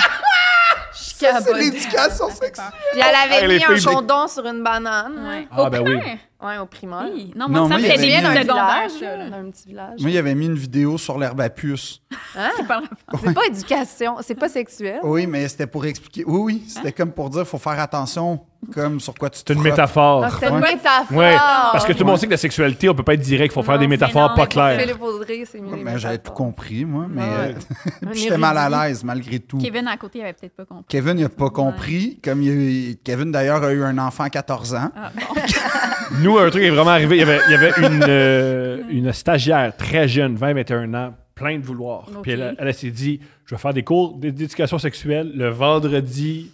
Speaker 4: Je
Speaker 2: C'est
Speaker 4: capote.
Speaker 2: l'éducation sexuelle.
Speaker 4: Puis elle avait
Speaker 1: Hey, les
Speaker 4: mis
Speaker 1: filles,
Speaker 4: un
Speaker 1: j'ai-
Speaker 4: condom sur une banane.
Speaker 3: Ouais.
Speaker 1: Ah,
Speaker 3: Au
Speaker 1: ben oui.
Speaker 3: primaire?
Speaker 4: Ouais, au primaire.
Speaker 3: Oui. Non,
Speaker 2: Non,
Speaker 3: moi, ça
Speaker 2: moi,
Speaker 3: me
Speaker 2: il y
Speaker 3: fait
Speaker 2: avait une-
Speaker 3: des
Speaker 4: C'était
Speaker 3: secondaires.
Speaker 4: d'un village,
Speaker 3: ça, là.
Speaker 4: là, d'un petit village.
Speaker 2: Moi, il avait mis une vidéo sur l'herbe à puce.
Speaker 4: Hein?
Speaker 3: C'est pas grave.
Speaker 4: C'est pas éducation, c'est pas sexuel.
Speaker 2: Ah Oui, mais c'était pour expliquer. Oui, oui,
Speaker 4: Hein?
Speaker 2: c'était comme pour dire faut faire attention, comme sur quoi tu te
Speaker 1: C'est une
Speaker 2: frottes.
Speaker 1: métaphore.
Speaker 4: Ah, c'est une
Speaker 2: Ouais.
Speaker 4: métaphore.
Speaker 1: Ouais, parce que tout le
Speaker 2: Ouais.
Speaker 1: monde sait que la sexualité, on peut pas être direct, faut faire
Speaker 3: Ah. Non,
Speaker 1: des
Speaker 3: mais
Speaker 1: métaphores
Speaker 3: non,
Speaker 1: pas
Speaker 3: mais
Speaker 1: claires.
Speaker 4: Philippe Audrey, c'est mieux. les
Speaker 2: Mais j'avais tout
Speaker 4: métaphores.
Speaker 2: compris, moi. Mais euh,
Speaker 4: Ouais.
Speaker 2: Puis
Speaker 4: Un
Speaker 2: j'étais mal à
Speaker 4: érudit.
Speaker 2: l'aise malgré tout.
Speaker 3: Kevin à côté, il avait peut-être pas compris.
Speaker 2: Kevin n'a pas compris. Comme il a eu- Kevin, d'ailleurs, a eu un enfant à 14 ans.
Speaker 3: Ah,
Speaker 1: Nous, un truc est vraiment arrivé. Il y avait, il y avait une, euh, une stagiaire très jeune, 20-21 ans, plein de vouloir.
Speaker 3: Ok.
Speaker 1: Puis elle, a- elle, elle s'est dit je vais faire des cours d'éducation sexuelle le vendredi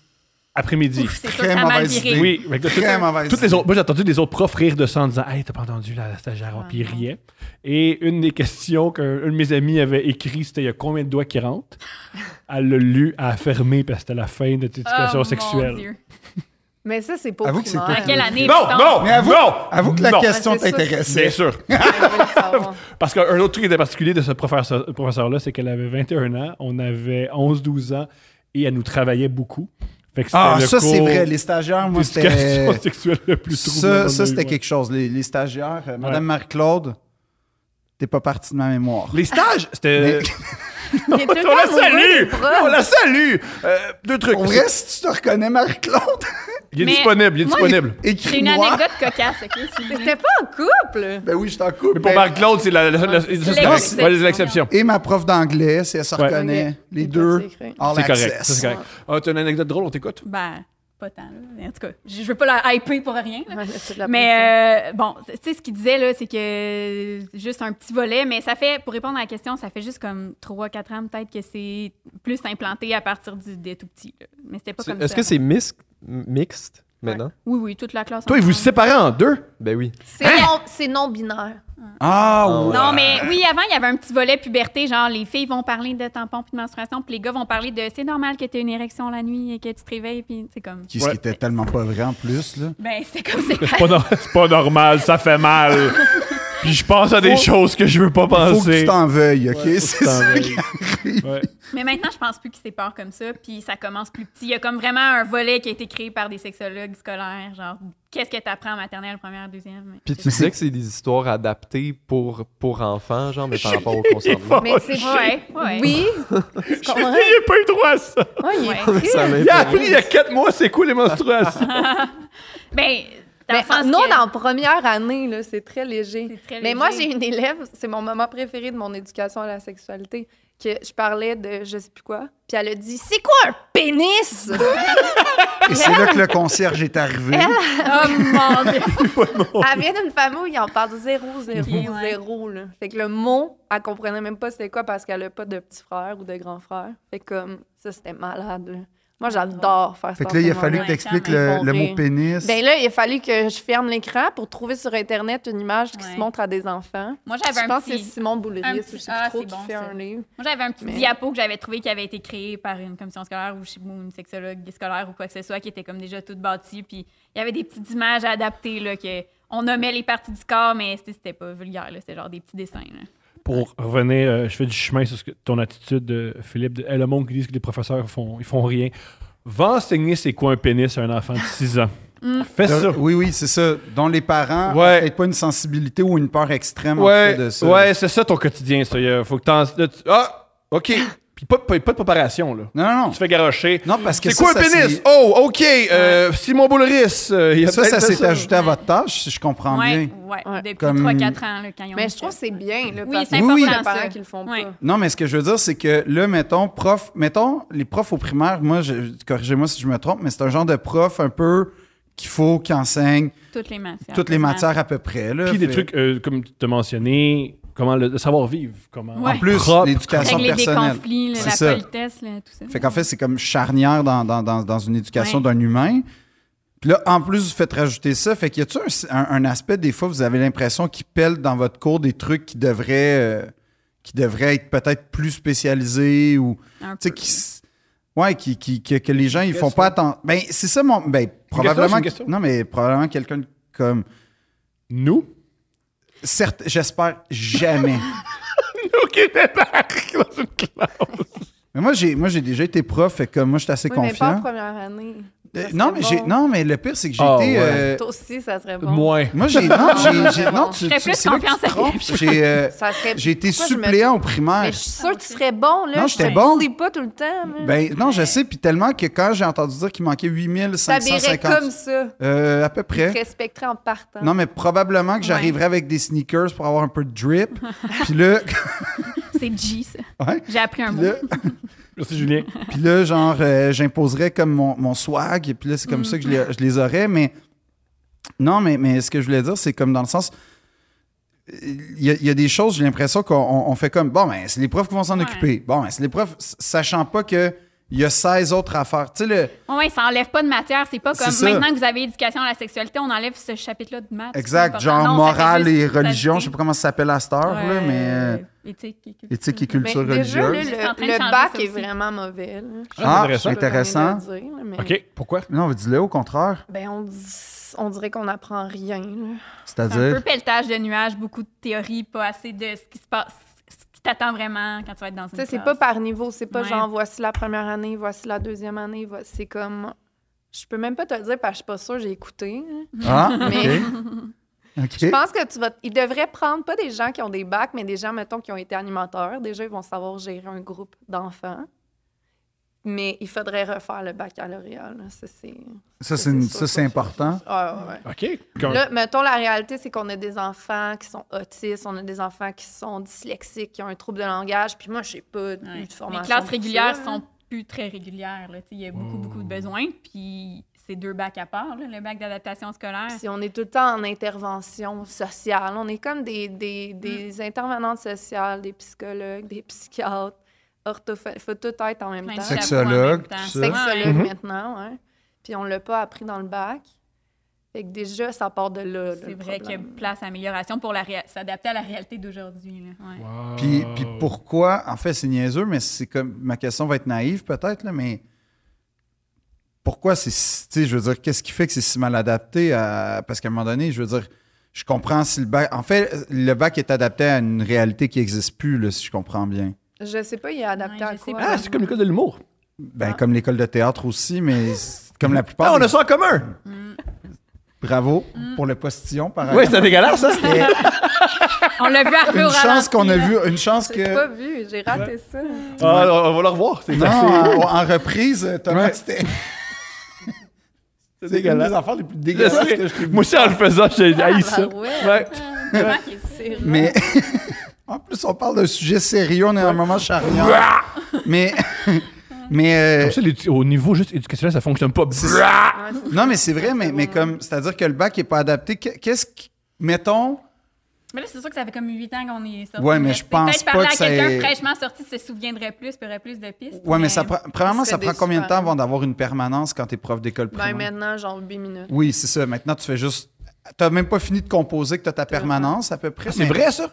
Speaker 1: après-midi.
Speaker 3: Ouf, c'est sûr
Speaker 2: Très
Speaker 3: que ça a mal
Speaker 2: mauvaise
Speaker 3: viré.
Speaker 2: idée.
Speaker 1: Oui, mais que-
Speaker 2: Très mauvaise
Speaker 1: toutes les
Speaker 2: idée.
Speaker 1: autres. Moi, j'ai entendu des autres profs rire de ça en disant Hey, t'as pas entendu la, la stagiaire,
Speaker 3: Ah,
Speaker 1: puis ils riaient. Et une des questions qu'un un de mes amis avait écrit, c'était Il y a combien de doigts qui rentrent Elle l'a lu, elle a fermé, parce que c'était la fin de l'éducation
Speaker 3: Oh, mon
Speaker 1: sexuelle.
Speaker 3: Dieu.
Speaker 4: Mais ça, c'est pas
Speaker 2: Avoue que c'est
Speaker 4: primaire.
Speaker 2: pas
Speaker 3: À quelle année?
Speaker 1: Non,
Speaker 3: mettons?
Speaker 1: non,
Speaker 2: Mais avoue,
Speaker 1: non,
Speaker 2: avoue que la
Speaker 1: non.
Speaker 2: question
Speaker 4: Ah, c'est ça.
Speaker 1: Bien
Speaker 2: t'intéressait.
Speaker 1: sûr.
Speaker 4: Elle voulait le savoir.
Speaker 1: Parce qu'un autre truc qui était particulier de ce professeur- professeur-là, c'est qu'elle avait 21 ans, on avait 11-12 ans et elle nous travaillait beaucoup. Fait que c'était
Speaker 2: Ah,
Speaker 1: le
Speaker 2: ça, c'est
Speaker 1: cours
Speaker 2: vrai. Les stagiaires, moi, c'était.
Speaker 1: d'éducation sexuelle le plus troublant
Speaker 2: Ça,
Speaker 1: qu'on a
Speaker 2: ça
Speaker 1: eu,
Speaker 2: c'était
Speaker 1: ouais.
Speaker 2: quelque chose. Les, les stagiaires, euh, Madame Marie-Claude, t'es pas partie de ma mémoire.
Speaker 1: Les stages, c'était.
Speaker 4: Il est tout le temps
Speaker 1: on la
Speaker 4: amoureux des
Speaker 1: salue!
Speaker 4: profs.
Speaker 1: On la salue! Euh, deux trucs.
Speaker 2: Pour vrai, si tu te reconnais, Marie-Claude,
Speaker 7: Il est
Speaker 3: Mais
Speaker 7: disponible, il est
Speaker 3: moi,
Speaker 7: disponible.
Speaker 3: C'est une
Speaker 2: Écris-moi.
Speaker 3: anecdote cocasse, OK? si vous voulez.
Speaker 4: T'es pas en couple?
Speaker 2: Ben oui, je t'en coupe.
Speaker 7: Mais pour
Speaker 2: Ben,
Speaker 7: Marc-Claude, c'est la, la- la- ça, c'est correct.
Speaker 3: l'exception.
Speaker 7: Ouais, c'est l'exception.
Speaker 2: Et ma prof d'anglais, si elle se
Speaker 7: Ouais.
Speaker 2: reconnaît.
Speaker 4: Ok.
Speaker 2: Les
Speaker 4: C'est
Speaker 2: deux,
Speaker 4: secret.
Speaker 2: all
Speaker 7: C'est correct.
Speaker 2: access.
Speaker 7: ça, c'est correct. Ah, t'as une anecdote drôle, on t'écoute.
Speaker 3: Ben, pas tant, là. Mais En tout cas, je je veux pas la hyper pour rien, là.
Speaker 4: Ouais, c'est de la pression.
Speaker 3: Mais euh, bon, tu sais, ce qu'il disait, là, c'est que euh, juste un petit volet, mais ça fait, pour répondre à la question, ça fait juste comme 3-4 ans peut-être que c'est plus implanté à partir du, des tout petits. là. Mais c'était pas
Speaker 6: C'est-
Speaker 3: comme
Speaker 6: Est-ce
Speaker 3: ça.
Speaker 6: que
Speaker 3: avant.
Speaker 6: c'est mis- mixte maintenant?
Speaker 3: Oui, oui, toute la classe.
Speaker 7: Toi, il vous
Speaker 3: ensemble.
Speaker 7: séparez en deux.
Speaker 6: Ben oui.
Speaker 4: C'est
Speaker 2: Hein?
Speaker 4: non- C'est non-binaire.
Speaker 2: Ah, ouais.
Speaker 3: Non, mais oui, avant, il y avait un petit volet puberté, genre les filles vont parler de tampons puis de menstruation, puis les gars vont parler de c'est normal que tu aies une érection la nuit et que tu te réveilles, puis c'est comme.
Speaker 2: Qui- Ce
Speaker 7: Ouais.
Speaker 2: qui était tellement pas vrai en plus, là.
Speaker 3: Ben, c'est comme c'est
Speaker 1: C'est pas, no- c'est pas normal, ça fait mal. Puis je pense à des
Speaker 2: Faut-
Speaker 1: choses que je veux pas
Speaker 7: Ah,
Speaker 2: Faut que tu
Speaker 1: penser.
Speaker 2: t'en veuilles, OK?
Speaker 1: Ouais, faut que tu
Speaker 2: c'est
Speaker 1: t'en
Speaker 2: ça
Speaker 1: veuilles.
Speaker 2: qui
Speaker 1: Ouais.
Speaker 3: Mais maintenant, je pense plus qu'ils séparent comme ça, puis ça commence plus petit. Il y a comme vraiment un volet qui a été créé par des sexologues scolaires, genre qu'est-ce que tu apprends en maternelle, première, deuxième.
Speaker 6: Puis tu disais que c'est des histoires adaptées pour, pour enfants, genre, mais par rapport au consentement.
Speaker 4: Mais c'est
Speaker 3: Ouais, ouais.
Speaker 4: Oui.
Speaker 1: Il a pas eu droit à ça.
Speaker 4: Ouais, il est
Speaker 3: Ouais.
Speaker 4: triste.
Speaker 6: Ça m'intéresse.
Speaker 7: Il a appris il y a quatre mois c'est quoi les menstruations.
Speaker 3: Ben, dans
Speaker 4: Mais
Speaker 3: le sens
Speaker 4: non,
Speaker 3: que-
Speaker 4: en première année, là, c'est très léger.
Speaker 3: C'est très
Speaker 4: Mais moi,
Speaker 3: léger.
Speaker 4: j'ai une élève, c'est mon moment préféré de mon éducation à la sexualité, que je parlais de je sais plus quoi, puis elle a dit C'est quoi un pénis
Speaker 2: Et c'est là que le concierge est arrivé.
Speaker 3: Oh mon Dieu!
Speaker 4: Elle vient d'une famille où ils en parlent zéro, zéro,
Speaker 3: Ouais.
Speaker 4: zéro. Là. Fait que le mot, elle comprenait même pas c'était quoi parce qu'elle a pas de petit frère ou de grand frère. Fait que comme ça, c'était malade. là.
Speaker 3: Ah,
Speaker 4: Moi, j'adore faire ça.
Speaker 2: Fait que là, il a
Speaker 4: en ce
Speaker 2: fallu
Speaker 4: moment.
Speaker 2: que t'expliques le, le mot pénis.
Speaker 4: Ben là, il a fallu que je ferme l'écran pour trouver sur Internet une image qui
Speaker 3: Ouais.
Speaker 4: se montre à des enfants.
Speaker 3: Moi,
Speaker 4: Je
Speaker 3: j'avais un
Speaker 4: pense que c'est
Speaker 3: petit,
Speaker 4: Simon
Speaker 3: un
Speaker 4: Boulris,
Speaker 3: petit-
Speaker 4: je sais
Speaker 3: ah,
Speaker 4: plus trop,
Speaker 3: c'est
Speaker 4: qui
Speaker 3: bon,
Speaker 4: fait
Speaker 3: ça.
Speaker 4: un livre.
Speaker 3: moi, j'avais un petit
Speaker 4: Mais-
Speaker 3: diapo que j'avais trouvé qui avait été créé par une commission scolaire ou chez- ou une sexologue scolaire ou quoi que ce soit, qui était comme déjà toute bâtie. Puis il y avait des petites images à adapter, là, que on nommait les parties du corps, mais c'était c'était pas vulgaire, là, c'était genre des petits dessins. là.
Speaker 1: Pour revenir, euh, je fais du chemin sur ce que- ton attitude, de Philippe. De, Eh, le monde qui dit que les professeurs font, ils font rien. Va enseigner c'est quoi un pénis à un enfant de 6 ans.
Speaker 3: Mm.
Speaker 1: Fais
Speaker 2: De-
Speaker 1: ça.
Speaker 2: Oui, oui, c'est ça. Dont les parents n'ont
Speaker 7: Ouais.
Speaker 2: peut-être pas une sensibilité ou une peur extrême en
Speaker 7: Ouais,
Speaker 2: fait de ça.
Speaker 7: ouais c'est ça ton quotidien. Ça. Il y a- faut que t'en... là, tu- Ah, OK. Puis pas, pas, pas de préparation, là.
Speaker 2: Non, non, non.
Speaker 7: Tu fais garocher.
Speaker 2: Non, parce que
Speaker 7: C'est
Speaker 2: ça,
Speaker 7: quoi
Speaker 2: ça,
Speaker 7: un pénis?
Speaker 2: s'est-
Speaker 7: Oh, OK. euh, Simon Boulris. euh, il a
Speaker 2: Ça,
Speaker 7: peut-être
Speaker 2: ça
Speaker 7: fait
Speaker 2: s'est ajouté à votre tâche, si je comprends
Speaker 3: Ouais,
Speaker 2: bien.
Speaker 3: ouais,
Speaker 4: Ouais.
Speaker 3: depuis
Speaker 2: Comme-
Speaker 3: 3-4 ans, là, quand ils ont
Speaker 4: Mais
Speaker 3: mis
Speaker 4: je trouve que
Speaker 3: ça.
Speaker 4: c'est bien, là,
Speaker 3: Oui,
Speaker 4: parce
Speaker 3: c'est
Speaker 4: que
Speaker 2: Oui,
Speaker 4: les
Speaker 2: important,
Speaker 4: parents
Speaker 3: ça.
Speaker 4: qui le font
Speaker 3: Ouais.
Speaker 4: pas.
Speaker 2: Non, mais ce que je veux dire, c'est que là, mettons, prof, mettons, les profs au primaire, moi, je- corrigez-moi si je me trompe, mais c'est un genre de prof un peu qu'il faut qu'il enseigne
Speaker 3: Toutes les matières.
Speaker 2: toutes les
Speaker 3: quasiment.
Speaker 2: matières à peu près. Là,
Speaker 1: Puis des
Speaker 2: Fait-
Speaker 1: trucs, euh, comme tu as mentionné, comment le, le savoir-vivre. Comment,
Speaker 3: Ouais.
Speaker 2: En plus,
Speaker 1: Propre.
Speaker 2: l'éducation
Speaker 3: Régler des
Speaker 2: personnelle.
Speaker 3: conflits, là,
Speaker 2: C'est
Speaker 3: la
Speaker 2: ça.
Speaker 3: politesse, là, tout ça.
Speaker 2: Fait qu'en fait, c'est comme charnière dans, dans, dans, dans une éducation
Speaker 3: Ouais.
Speaker 2: d'un humain. Puis là, en plus, vous faites rajouter ça. Fait qu'il y a-tu un, un- un aspect, des fois, vous avez l'impression qu'il pèle dans votre cours des trucs qui devraient, euh, qui devraient être peut-être plus spécialisés ou.
Speaker 3: Un
Speaker 2: Tu sais,
Speaker 3: peu.
Speaker 2: qui. s- Ouais, qui, qui- que, que les gens, ils font
Speaker 7: Question.
Speaker 2: pas attention. Ben, c'est ça mon. Ben, probablement.
Speaker 7: une question?
Speaker 2: Non, mais probablement quelqu'un comme.
Speaker 1: Nous,
Speaker 2: Certes, j'espère jamais.
Speaker 7: Nous qui débarque dans une classe.
Speaker 2: mais moi, j'ai moi, j'ai déjà été prof, fait que moi, je suis assez
Speaker 4: Oui, mais pas en
Speaker 2: confiant.
Speaker 4: première année.
Speaker 2: Euh,
Speaker 4: Ça
Speaker 2: non,
Speaker 4: serait
Speaker 2: mais j'ai,
Speaker 4: bon.
Speaker 2: non, mais le pire, c'est que j'ai
Speaker 1: Ah,
Speaker 2: été.
Speaker 1: ouais.
Speaker 2: euh,
Speaker 4: Toi aussi, ça serait bon.
Speaker 1: moins.
Speaker 2: Moi, j'ai. Non, j'ai. j'ai- non, tu,
Speaker 3: Je ferais
Speaker 2: tu-
Speaker 3: plus
Speaker 2: c'est là que tu
Speaker 3: confiance
Speaker 2: te
Speaker 3: à
Speaker 2: trompes.
Speaker 3: Philippe.
Speaker 2: J'ai, euh,
Speaker 4: Ça serait...
Speaker 2: j'ai été
Speaker 4: Pourquoi je me-
Speaker 2: suppléant au
Speaker 4: Mais
Speaker 2: primaire.
Speaker 4: je suis sûre que tu serais bon, là.
Speaker 2: Non,
Speaker 4: Tu
Speaker 2: j'étais
Speaker 4: te
Speaker 2: bon.
Speaker 4: lis pas tout le temps. man.
Speaker 2: Ben, non, je sais, puis tellement que quand j'ai entendu dire qu'il manquait
Speaker 4: T'habillerais
Speaker 2: 8550.
Speaker 4: comme ça.
Speaker 2: Euh, à peu
Speaker 4: Tu
Speaker 2: près.
Speaker 4: te respecterais en partant.
Speaker 2: Non, mais probablement que
Speaker 3: Ouais.
Speaker 2: j'arriverais avec des sneakers pour avoir un peu de drip. puis là,
Speaker 3: C'est G, ça.
Speaker 2: ouais,
Speaker 3: J'ai appris un
Speaker 2: puis
Speaker 3: mot.
Speaker 2: là,
Speaker 1: Merci, Julien.
Speaker 2: puis là, genre, euh, j'imposerais comme mon, mon swag, et puis là, c'est comme ça que je les,
Speaker 3: Mm-hmm.
Speaker 2: je les aurais. Mais non, mais, mais ce que je voulais dire, c'est comme dans le sens. Il y, a, il y a des choses, j'ai l'impression qu'on on- on fait comme bon, ben, c'est les profs qui vont s'en
Speaker 3: Ouais.
Speaker 2: occuper. Bon, ben, c'est les profs, s- sachant pas que. Il y a 16 autres affaires. Tu sais, le-
Speaker 3: Oui, ça enlève pas de matière. C'est pas comme
Speaker 2: C'est ça.
Speaker 3: maintenant que vous avez éducation à la sexualité, on enlève ce chapitre-là de maths.
Speaker 2: exact,
Speaker 3: C'est pas important.
Speaker 2: genre
Speaker 3: Non, ça fait
Speaker 2: morale
Speaker 3: juste
Speaker 2: et religion,
Speaker 3: s'ajouter.
Speaker 2: je sais pas comment ça s'appelle à cette heure, là,
Speaker 3: Ouais, Ben,
Speaker 2: mais euh,
Speaker 3: Éthique et culture.
Speaker 2: éthique et
Speaker 4: Mais
Speaker 2: culture
Speaker 4: déjà,
Speaker 2: religieuse.
Speaker 4: là, le,
Speaker 3: Juste en train de
Speaker 4: le
Speaker 3: changer
Speaker 4: bac
Speaker 3: ça
Speaker 4: est
Speaker 3: aussi.
Speaker 4: vraiment mauvais. là.
Speaker 2: Ah,
Speaker 1: Ah, c'est
Speaker 4: Je
Speaker 1: intéressant.
Speaker 4: peux pas
Speaker 2: Intéressant.
Speaker 4: rien dire, là, mais-
Speaker 1: OK, pourquoi?
Speaker 2: Non, dis-le au contraire.
Speaker 4: Ben, on, dis- on dirait qu'on n'apprend rien. là.
Speaker 3: C'est un peu
Speaker 2: C'est-à-dire.
Speaker 3: pelletage de nuages, beaucoup de théories, pas assez de ce qui se passe, ce qui t'attend vraiment quand tu vas être dans une
Speaker 4: Tu sais, c'est pas
Speaker 3: classe.
Speaker 4: par niveau. C'est pas
Speaker 3: Ouais.
Speaker 4: genre, voici la première année, voici la deuxième année. voici- C'est comme... Je peux même pas te le dire parce que je suis pas sûre, j'ai écouté. là.
Speaker 2: Ah,
Speaker 4: Mais-
Speaker 2: OK. OK.
Speaker 4: Je pense que tu vas... Ils devraient prendre pas des gens qui ont des bacs, mais des gens, mettons, qui ont été animateurs. Déjà, ils vont savoir gérer un groupe d'enfants. Mais il faudrait refaire le baccalauréat. là. Ça, c'est.
Speaker 2: Ça, c'est une-
Speaker 4: sûr,
Speaker 2: ça, c'est important.
Speaker 4: Ah, ouais.
Speaker 1: OK. Comme-
Speaker 4: Là, mettons, la réalité, c'est qu'on a des enfants qui sont autistes, on a des enfants qui sont dyslexiques, qui ont un trouble de langage, puis moi, je sais pas eu
Speaker 3: Ouais.
Speaker 4: de formation.
Speaker 3: Les classes
Speaker 4: pour
Speaker 3: régulières
Speaker 4: ça.
Speaker 3: sont plus très régulières. là. Tu sais, Il y a beaucoup, beaucoup de besoins. Puis c'est deux bacs à part, là, le bac d'adaptation scolaire.
Speaker 4: Si on est tout le temps en intervention sociale, on est comme des, des,
Speaker 3: Mm.
Speaker 4: des intervenantes sociales, des psychologues, des psychiatres, orthophonistes, il faut tout être en même
Speaker 3: Plein de
Speaker 4: temps.
Speaker 3: chapeaux en
Speaker 2: Sexologue,
Speaker 3: même temps.
Speaker 2: tout ça.
Speaker 4: Sexologue
Speaker 1: Mhm.
Speaker 4: maintenant, ouais. Puis on l'a pas appris dans le bac. Fait que déjà, ça part de là. là,
Speaker 3: C'est
Speaker 4: le
Speaker 3: vrai qu'il y a
Speaker 4: problème.
Speaker 3: place à amélioration pour la réa- s'adapter à la réalité d'aujourd'hui. là. Ouais.
Speaker 1: Wow.
Speaker 2: Puis, puis pourquoi, en fait, c'est niaiseux, mais c'est comme, ma question va être naïve peut-être, là, mais pourquoi c'est, si- tu sais, je veux dire, qu'est-ce qui fait que c'est si mal adapté à, parce qu'à un moment donné, je veux dire, je comprends si le bac, en fait, le bac est adapté à une réalité qui n'existe plus, là, si je comprends bien.
Speaker 4: Je sais pas, il est adapté
Speaker 3: Ouais,
Speaker 4: à
Speaker 3: je sais
Speaker 4: quoi.
Speaker 3: pas.
Speaker 7: Ah, c'est comme l'école de l'humour.
Speaker 2: Ben, comme l'école de théâtre aussi, mais c'est comme la plupart.
Speaker 7: Ah, on
Speaker 2: des-
Speaker 7: a ça en commun.
Speaker 2: Bravo pour le postillon, par
Speaker 7: Oui,
Speaker 2: exemple.
Speaker 7: c'était dégueulasse, hein, ça.
Speaker 2: C'était
Speaker 3: On l'a vu arriver au
Speaker 2: une chance
Speaker 3: ralenti,
Speaker 2: qu'on a
Speaker 3: là.
Speaker 2: vu, une chance
Speaker 4: J'ai pas
Speaker 2: que.
Speaker 4: vu, j'ai raté ça.
Speaker 7: Ah, on va le revoir. C'est
Speaker 2: Non, en, en reprise, Thomas,
Speaker 7: Ouais.
Speaker 2: c'était.
Speaker 7: c'est
Speaker 2: C'est une
Speaker 7: dégueulasse.
Speaker 2: des affaires les plus
Speaker 7: Je
Speaker 2: dégueulasses que je
Speaker 7: sais. Moi aussi, en le faisant, j'ai
Speaker 3: Ah,
Speaker 7: haï
Speaker 3: bah
Speaker 7: ça.
Speaker 4: ouais,
Speaker 7: Ouais.
Speaker 4: c'est rare.
Speaker 2: Mais en plus, on parle d'un sujet sérieux, on est à un moment charnière. mais mais euh,
Speaker 1: Comme ça, l'édu- au niveau juste éducationnel, ça fonctionne pas.
Speaker 3: Ah.
Speaker 4: Ouais, c'est-
Speaker 2: non, mais c'est vrai, mais, mais
Speaker 4: bon.
Speaker 2: comme c'est-à-dire que le bac est pas adapté. Qu- Qu'est-ce qui mettons
Speaker 3: Mais là, c'est sûr que ça fait comme 8 ans qu'on est sorti.
Speaker 2: Ouais, mais je pense
Speaker 3: Peut-être
Speaker 2: pas
Speaker 3: parler
Speaker 2: que
Speaker 3: à
Speaker 2: ça
Speaker 3: quelqu'un
Speaker 2: ait-
Speaker 3: fraîchement sorti se souviendrait plus, puis aurait plus de pistes.
Speaker 2: Ouais, mais ça prend premièrement
Speaker 4: ça
Speaker 2: ça
Speaker 4: fait
Speaker 2: prend
Speaker 4: des
Speaker 2: combien de
Speaker 4: super-
Speaker 2: temps avant d'avoir une permanence quand tu es prof d'école
Speaker 4: Ben,
Speaker 2: primaire
Speaker 4: maintenant, genre 8 minutes.
Speaker 2: Oui, c'est ça. Maintenant tu fais juste T'as même pas fini de composer que t'as ta permanence à peu près.
Speaker 7: C'est
Speaker 2: mais-
Speaker 7: vrai, ça?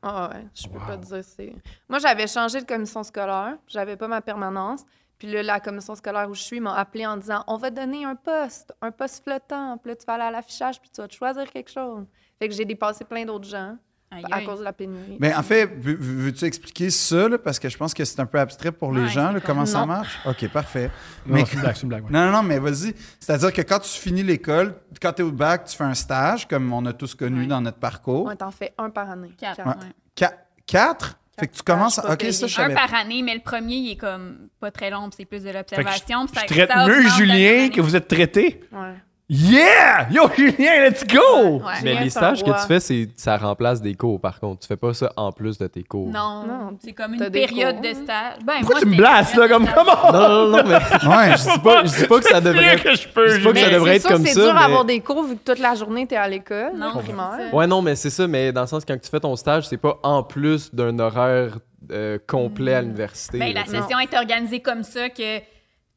Speaker 4: Ah ouais, je peux pas te dire c'est. Moi, j'avais changé de commission scolaire, j'avais pas ma permanence. Puis là, la commission scolaire où je suis m'a appelé en disant On va te donner un poste, un poste flottant. Puis là, tu vas aller à l'affichage, puis tu vas te choisir quelque chose. Fait que j'ai dépassé plein d'autres gens
Speaker 3: Aïe,
Speaker 4: à
Speaker 3: aïe.
Speaker 4: cause de la pénurie.
Speaker 2: Mais en fait, veux- veux- veux-tu expliquer ça là, parce que je pense que c'est un peu abstrait pour les
Speaker 3: Ouais,
Speaker 2: gens
Speaker 3: c'est
Speaker 2: là,
Speaker 3: con.
Speaker 2: comment ça
Speaker 4: Non.
Speaker 2: marche OK, parfait.
Speaker 1: Non,
Speaker 2: Mais-
Speaker 1: c'est une blague, c'est une blague. ouais.
Speaker 2: Non, non, non, mais vas-y. C'est-à-dire que quand tu finis l'école, quand tu es au bac, tu fais un stage, comme on a tous connu
Speaker 3: Ouais.
Speaker 2: dans notre parcours.
Speaker 4: On t'en fait un par année.
Speaker 3: Quatre,
Speaker 2: Ouais.
Speaker 3: ouais.
Speaker 2: Qua- quatre? Fait que tu commences.
Speaker 4: stages pas
Speaker 2: OK, ça,
Speaker 4: payés.
Speaker 2: je
Speaker 3: Un
Speaker 2: savais pas.
Speaker 3: par année, mais le premier, il est comme pas très long, puis c'est plus de l'observation. puis
Speaker 7: Je
Speaker 3: ça-
Speaker 7: traite
Speaker 3: ça
Speaker 7: mieux
Speaker 3: augmente
Speaker 7: Julien
Speaker 3: l'année.
Speaker 7: que vous êtes traité.
Speaker 4: Ouais.
Speaker 7: Yeah! Yo, Julien, let's go!
Speaker 3: Ouais.
Speaker 6: Mais
Speaker 4: Julien,
Speaker 6: les
Speaker 4: c'est un
Speaker 6: stages que
Speaker 4: roi.
Speaker 6: tu fais, c'est ça remplace des cours, par contre. Tu fais pas ça en plus de tes cours.
Speaker 3: Non,
Speaker 4: Non,
Speaker 3: c'est comme
Speaker 4: t'as
Speaker 3: une
Speaker 4: des
Speaker 3: période
Speaker 4: cours.
Speaker 3: de stage. Ben,
Speaker 7: Pourquoi
Speaker 3: moi,
Speaker 7: tu me
Speaker 3: c'était
Speaker 7: blases, là,
Speaker 3: une
Speaker 7: comme
Speaker 3: période de
Speaker 7: comment?
Speaker 6: Non, non, non, non, mais
Speaker 2: Ouais, je-
Speaker 6: je dis pas, je dis pas que ça devrait
Speaker 7: que je peux,
Speaker 6: je dis pas que
Speaker 7: Julien.
Speaker 6: ça devrait être
Speaker 4: c'est sûr
Speaker 6: comme
Speaker 4: que c'est
Speaker 6: ça,
Speaker 4: dur
Speaker 6: mais-
Speaker 4: d'avoir des cours vu que toute la journée, t'es à l'école,
Speaker 3: Non, c'est
Speaker 4: primaire.
Speaker 3: ça.
Speaker 6: Ouais, non, mais c'est ça, mais dans le sens, quand tu fais ton stage, c'est pas en plus d'un horaire euh, complet à l'université.
Speaker 3: Ben,
Speaker 6: là,
Speaker 3: la
Speaker 6: tu sais.
Speaker 3: session est organisée comme ça que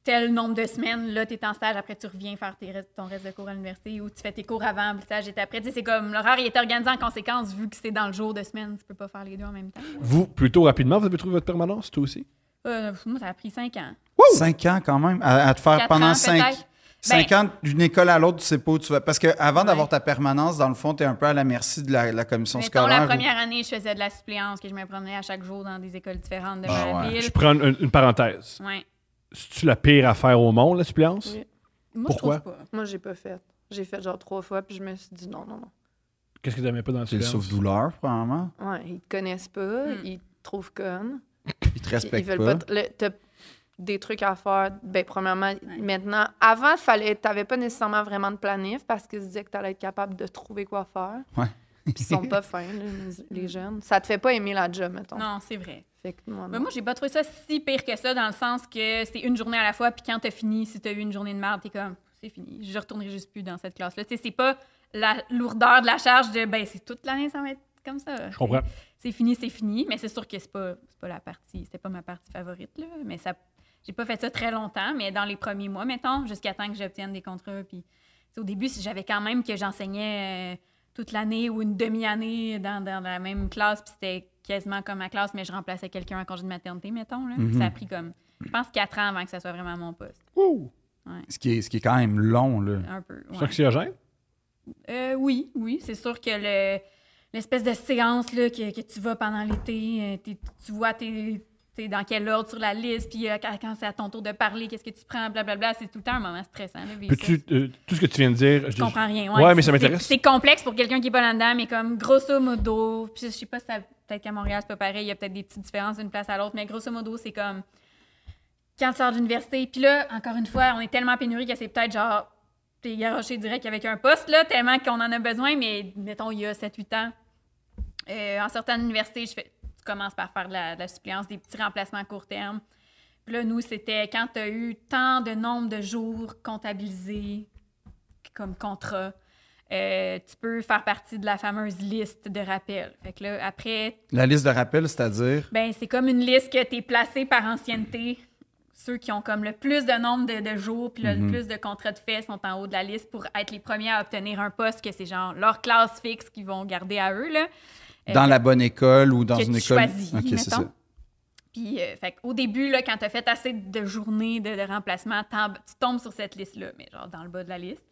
Speaker 3: tel nombre de semaines, là, tu es en stage, après tu reviens faire tes restes- ton reste de cours à l'université ou tu fais tes cours avant, puis le stage est après. Tu sais, c'est comme l'horaire il est organisé en conséquence vu que c'est dans le jour de semaine, tu peux pas faire les deux en même temps.
Speaker 1: Vous, plutôt rapidement, vous avez trouvé votre permanence, toi aussi?
Speaker 3: Euh, moi, ça a pris cinq ans.
Speaker 2: Cinq ans quand même, à, à te faire
Speaker 3: Quatre
Speaker 2: Ah, pendant
Speaker 3: ans,
Speaker 2: cinq,
Speaker 3: peut-être. Ben
Speaker 2: cinq ans d'une école à l'autre, tu sais pas où tu vas. Parce qu'avant d'avoir
Speaker 3: Ouais.
Speaker 2: ta permanence, dans le fond, tu es un peu à la merci de la, la commission
Speaker 3: Mettons,
Speaker 2: scolaire.
Speaker 3: la
Speaker 2: ou-
Speaker 3: première année, je faisais de la suppléance, que je me promenais à chaque jour dans des écoles différentes de
Speaker 2: Ah
Speaker 3: ma
Speaker 2: ouais.
Speaker 1: Je
Speaker 3: ville.
Speaker 1: prends une, une parenthèse.
Speaker 3: Ouais.
Speaker 1: C'est-tu la pire affaire au monde, la suppléance?
Speaker 4: Oui.
Speaker 3: Moi,
Speaker 1: Pourquoi?
Speaker 3: je trouve pas.
Speaker 4: Moi, j'ai pas fait. J'ai fait genre trois fois, puis je me suis dit non, non, non.
Speaker 1: Qu'est-ce que tu n'aimais pas dans la
Speaker 2: C'est le
Speaker 1: suppléance?
Speaker 2: souffle-douleur, probablement.
Speaker 4: Ouais, ils te connaissent pas,
Speaker 3: Mm.
Speaker 4: ils te trouvent conne.
Speaker 2: Ils te
Speaker 4: puis Ils
Speaker 2: respectent
Speaker 4: veulent
Speaker 2: pas.
Speaker 4: pas. te- le- T'as des trucs à faire. Ben, premièrement, maintenant, avant, fallait, t'avais pas nécessairement vraiment de planif parce qu'ils se disaient que t'allais être capable de trouver quoi faire.
Speaker 2: Ouais.
Speaker 4: Puis ils sont pas fins, là, les, les jeunes. Ça te fait pas aimer la job, mettons.
Speaker 3: Non, c'est vrai.
Speaker 4: Fait que moi,
Speaker 3: Mais
Speaker 4: non.
Speaker 3: moi, j'ai pas trouvé ça si pire que ça, dans le sens que c'est une journée à la fois, puis quand t'as fini, si t'as eu une journée de merde, t'es comme, c'est fini, je retournerai juste plus dans cette classe-là. Tu sais, c'est pas la lourdeur de la charge de, ben, c'est toute l'année, ça va être comme ça.
Speaker 1: Je comprends.
Speaker 3: C'est fini, c'est fini, mais c'est sûr que c'est pas, c'est pas la partie, c'était pas ma partie favorite, là. Mais ça, j'ai pas fait ça très longtemps, mais dans les premiers mois, mettons, jusqu'à temps que j'obtienne des contrats, puis tu sais, au début, si j'avais quand même que j'enseignais euh, toute l'année ou une demi-année dans, dans la même classe, puis c'était quasiment comme ma classe, mais je remplaçais quelqu'un en congé de maternité, mettons. Là. Puis Ça a pris comme, je pense, quatre ans avant que ça soit vraiment mon poste.
Speaker 2: Ce qui, est, ce qui est quand même long, là.
Speaker 3: Un peu.
Speaker 1: C'est
Speaker 3: ouais.
Speaker 1: anxiogène?
Speaker 3: Euh, oui, oui, c'est sûr que le, l'espèce de séance là, que, que tu vas pendant l'été, euh, t'es- tu vois t'es, t'es dans quel ordre sur la liste, puis euh, quand, quand c'est à ton tour de parler, qu'est-ce que tu prends, blablabla, c'est tout le temps un moment stressant. là, vivre ça.
Speaker 1: Peux-tu, euh, tout ce que tu viens de dire,
Speaker 3: Je comprends rien.
Speaker 1: Ouais, mais ça
Speaker 3: c'est-
Speaker 1: m'intéresse.
Speaker 3: C'est complexe pour quelqu'un qui est pas là-dedans, mais comme grosso modo, puis je sais pas si ça- peut-être qu'à Montréal c'est pas pareil, il y a peut-être des petites différences d'une place à l'autre, mais grosso modo c'est comme quand tu sors de l'université. Puis là, encore une fois, on est tellement pénurie que c'est peut-être genre, t'es garoché direct avec un poste, là, tellement qu'on en a besoin, mais mettons, il y a 7-8 ans, euh, en sortant de l'université, je fais, tu commences par faire de la, de la suppléance, des petits remplacements à court terme. Puis là, nous, c'était quand tu as eu tant de nombre de jours comptabilisés comme contrat, euh, tu peux faire partie de la fameuse liste de rappel. Fait que là, après,
Speaker 2: La liste de rappel, c'est-à-dire.
Speaker 3: ben, c'est comme une liste que tu es placée par ancienneté. Ceux qui ont comme le plus de nombre de, de jours puis le
Speaker 2: Mhm.
Speaker 3: plus de contrats de fait sont en haut de la liste pour être les premiers à obtenir un poste que c'est genre leur classe fixe qu'ils vont garder à eux. Là. Euh,
Speaker 2: Dans la bonne école ou dans
Speaker 3: que
Speaker 2: une
Speaker 3: tu
Speaker 2: école.
Speaker 3: choisis,
Speaker 2: Ok, c'est ça.
Speaker 3: mettons. Puis, euh, fait au début, là, quand tu as fait assez de journées de, de remplacement, t'en- tu tombes sur cette liste-là, mais genre dans le bas de la liste.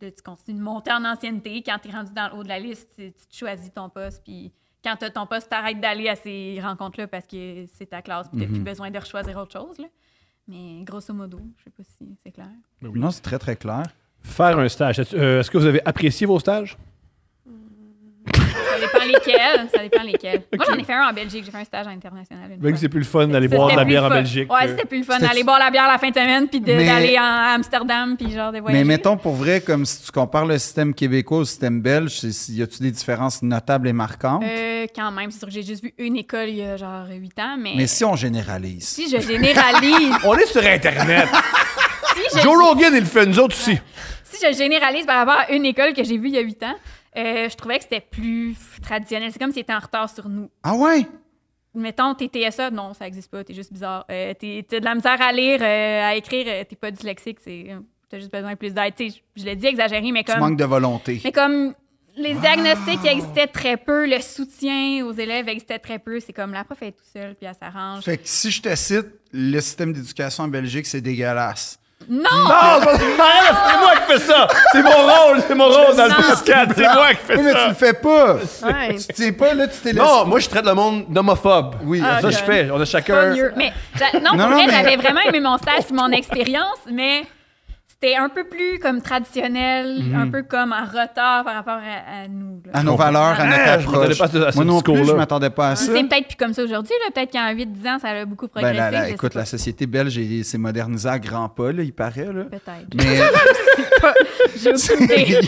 Speaker 3: Là, tu continues de monter en ancienneté. Quand tu es rendu dans le haut de la liste, tu, tu te choisis ton poste. Puis, quand tu as ton poste, tu arrêtes d'aller à ces rencontres-là parce que c'est ta classe. Puis, tu
Speaker 2: Mhm.
Speaker 3: plus besoin de choisir autre chose. Là. Mais grosso modo, je sais pas si c'est clair.
Speaker 2: Non, c'est très, très clair.
Speaker 1: Faire un stage. Est-ce euh, est-ce que vous avez apprécié vos stages?
Speaker 3: Ça dépend lesquels. Ça dépend lesquels. Moi, j'en ai fait un en Belgique. J'ai fait un stage international.
Speaker 1: Même
Speaker 3: une
Speaker 1: que
Speaker 3: fois.
Speaker 1: c'est plus le fun d'aller
Speaker 3: Ça,
Speaker 1: boire de
Speaker 3: c'était
Speaker 1: la
Speaker 3: plus
Speaker 1: bière
Speaker 3: le
Speaker 1: en
Speaker 3: fun.
Speaker 1: Belgique. euh,
Speaker 3: Ouais,
Speaker 1: que-
Speaker 3: c'était plus le fun
Speaker 2: C'était-
Speaker 3: d'aller boire la bière la fin de semaine, puis de-
Speaker 2: Mais-
Speaker 3: d'aller en Amsterdam, puis genre de voyager.
Speaker 2: Mais mettons, pour vrai, comme si tu compares le système québécois au système belge, c'est- c'est- y a-tu des différences notables et marquantes?
Speaker 3: Euh, quand même, c'est sûr que j'ai juste vu une école il y a genre 8 ans, mais,
Speaker 2: Mais si on généralise.
Speaker 3: si je généralise,
Speaker 7: On est sur Internet.
Speaker 3: si, je,
Speaker 7: Joe Rogan, il le fait, nous autres aussi.
Speaker 3: si je généralise par rapport à une école que j'ai vue il y a 8 ans, euh, je trouvais que c'était plus traditionnel. C'est comme si c'était en retard sur nous.
Speaker 2: Ah ouais?
Speaker 3: Mettons, t'es TSA, non, ça existe pas, t'es juste bizarre. Euh, t'es- t'as de la misère à lire, euh, à écrire, euh, t'es pas dyslexique, c'est, euh, t'as juste besoin de plus d'aide. Tu sais, Je, je l'ai dit exagéré, mais
Speaker 2: Tu
Speaker 3: comme...
Speaker 2: manques de volonté.
Speaker 3: Mais comme les diagnostics existaient très peu, le soutien aux élèves existait très peu, c'est comme la prof elle est tout seule puis elle s'arrange.
Speaker 2: Fait que si je te cite, le système d'éducation en Belgique, c'est dégueulasse.
Speaker 3: Non!
Speaker 7: Non, c'est pas- c'est moi qui fais ça. C'est mon rôle, c'est mon rôle dans le
Speaker 3: Non.
Speaker 7: podcast. C'est moi qui fais
Speaker 2: Oui, mais tu
Speaker 7: ça.
Speaker 2: le fais pas!
Speaker 4: Ouais.
Speaker 2: Tu tiens pas, là, tu t'es laissé.
Speaker 7: Non, moi, je traite le monde d'homophobe.
Speaker 2: Oui,
Speaker 3: Ah,
Speaker 7: Ça,
Speaker 3: ok.
Speaker 7: je fais. On a chacun.
Speaker 3: Mais j'a- non, pour
Speaker 2: Non, non,
Speaker 3: vrai,
Speaker 2: mais-
Speaker 3: j'avais vraiment aimé mon stage puis mon expérience, mais c'était un peu plus comme traditionnel,
Speaker 2: Mhm.
Speaker 3: un peu comme en retard par rapport à, à nous. là.
Speaker 2: à nos valeurs, à
Speaker 7: Ah, je
Speaker 2: notre
Speaker 7: m'attendais
Speaker 2: approche.
Speaker 7: pas à ce- à ce
Speaker 2: moi non plus,
Speaker 7: discours-là.
Speaker 2: je m'attendais pas à ça.
Speaker 3: C'est peut-être plus comme ça aujourd'hui, là. peut-être qu'en 8-10 ans, ça a beaucoup
Speaker 2: Ben,
Speaker 3: progressé.
Speaker 2: la- la-
Speaker 3: je sais
Speaker 2: écoute,
Speaker 3: pas.
Speaker 2: la société belge elle s'est modernisée à grands pas, là, il paraît. Là.
Speaker 3: Peut-être.
Speaker 2: Mais,
Speaker 3: J'ai aucune idée.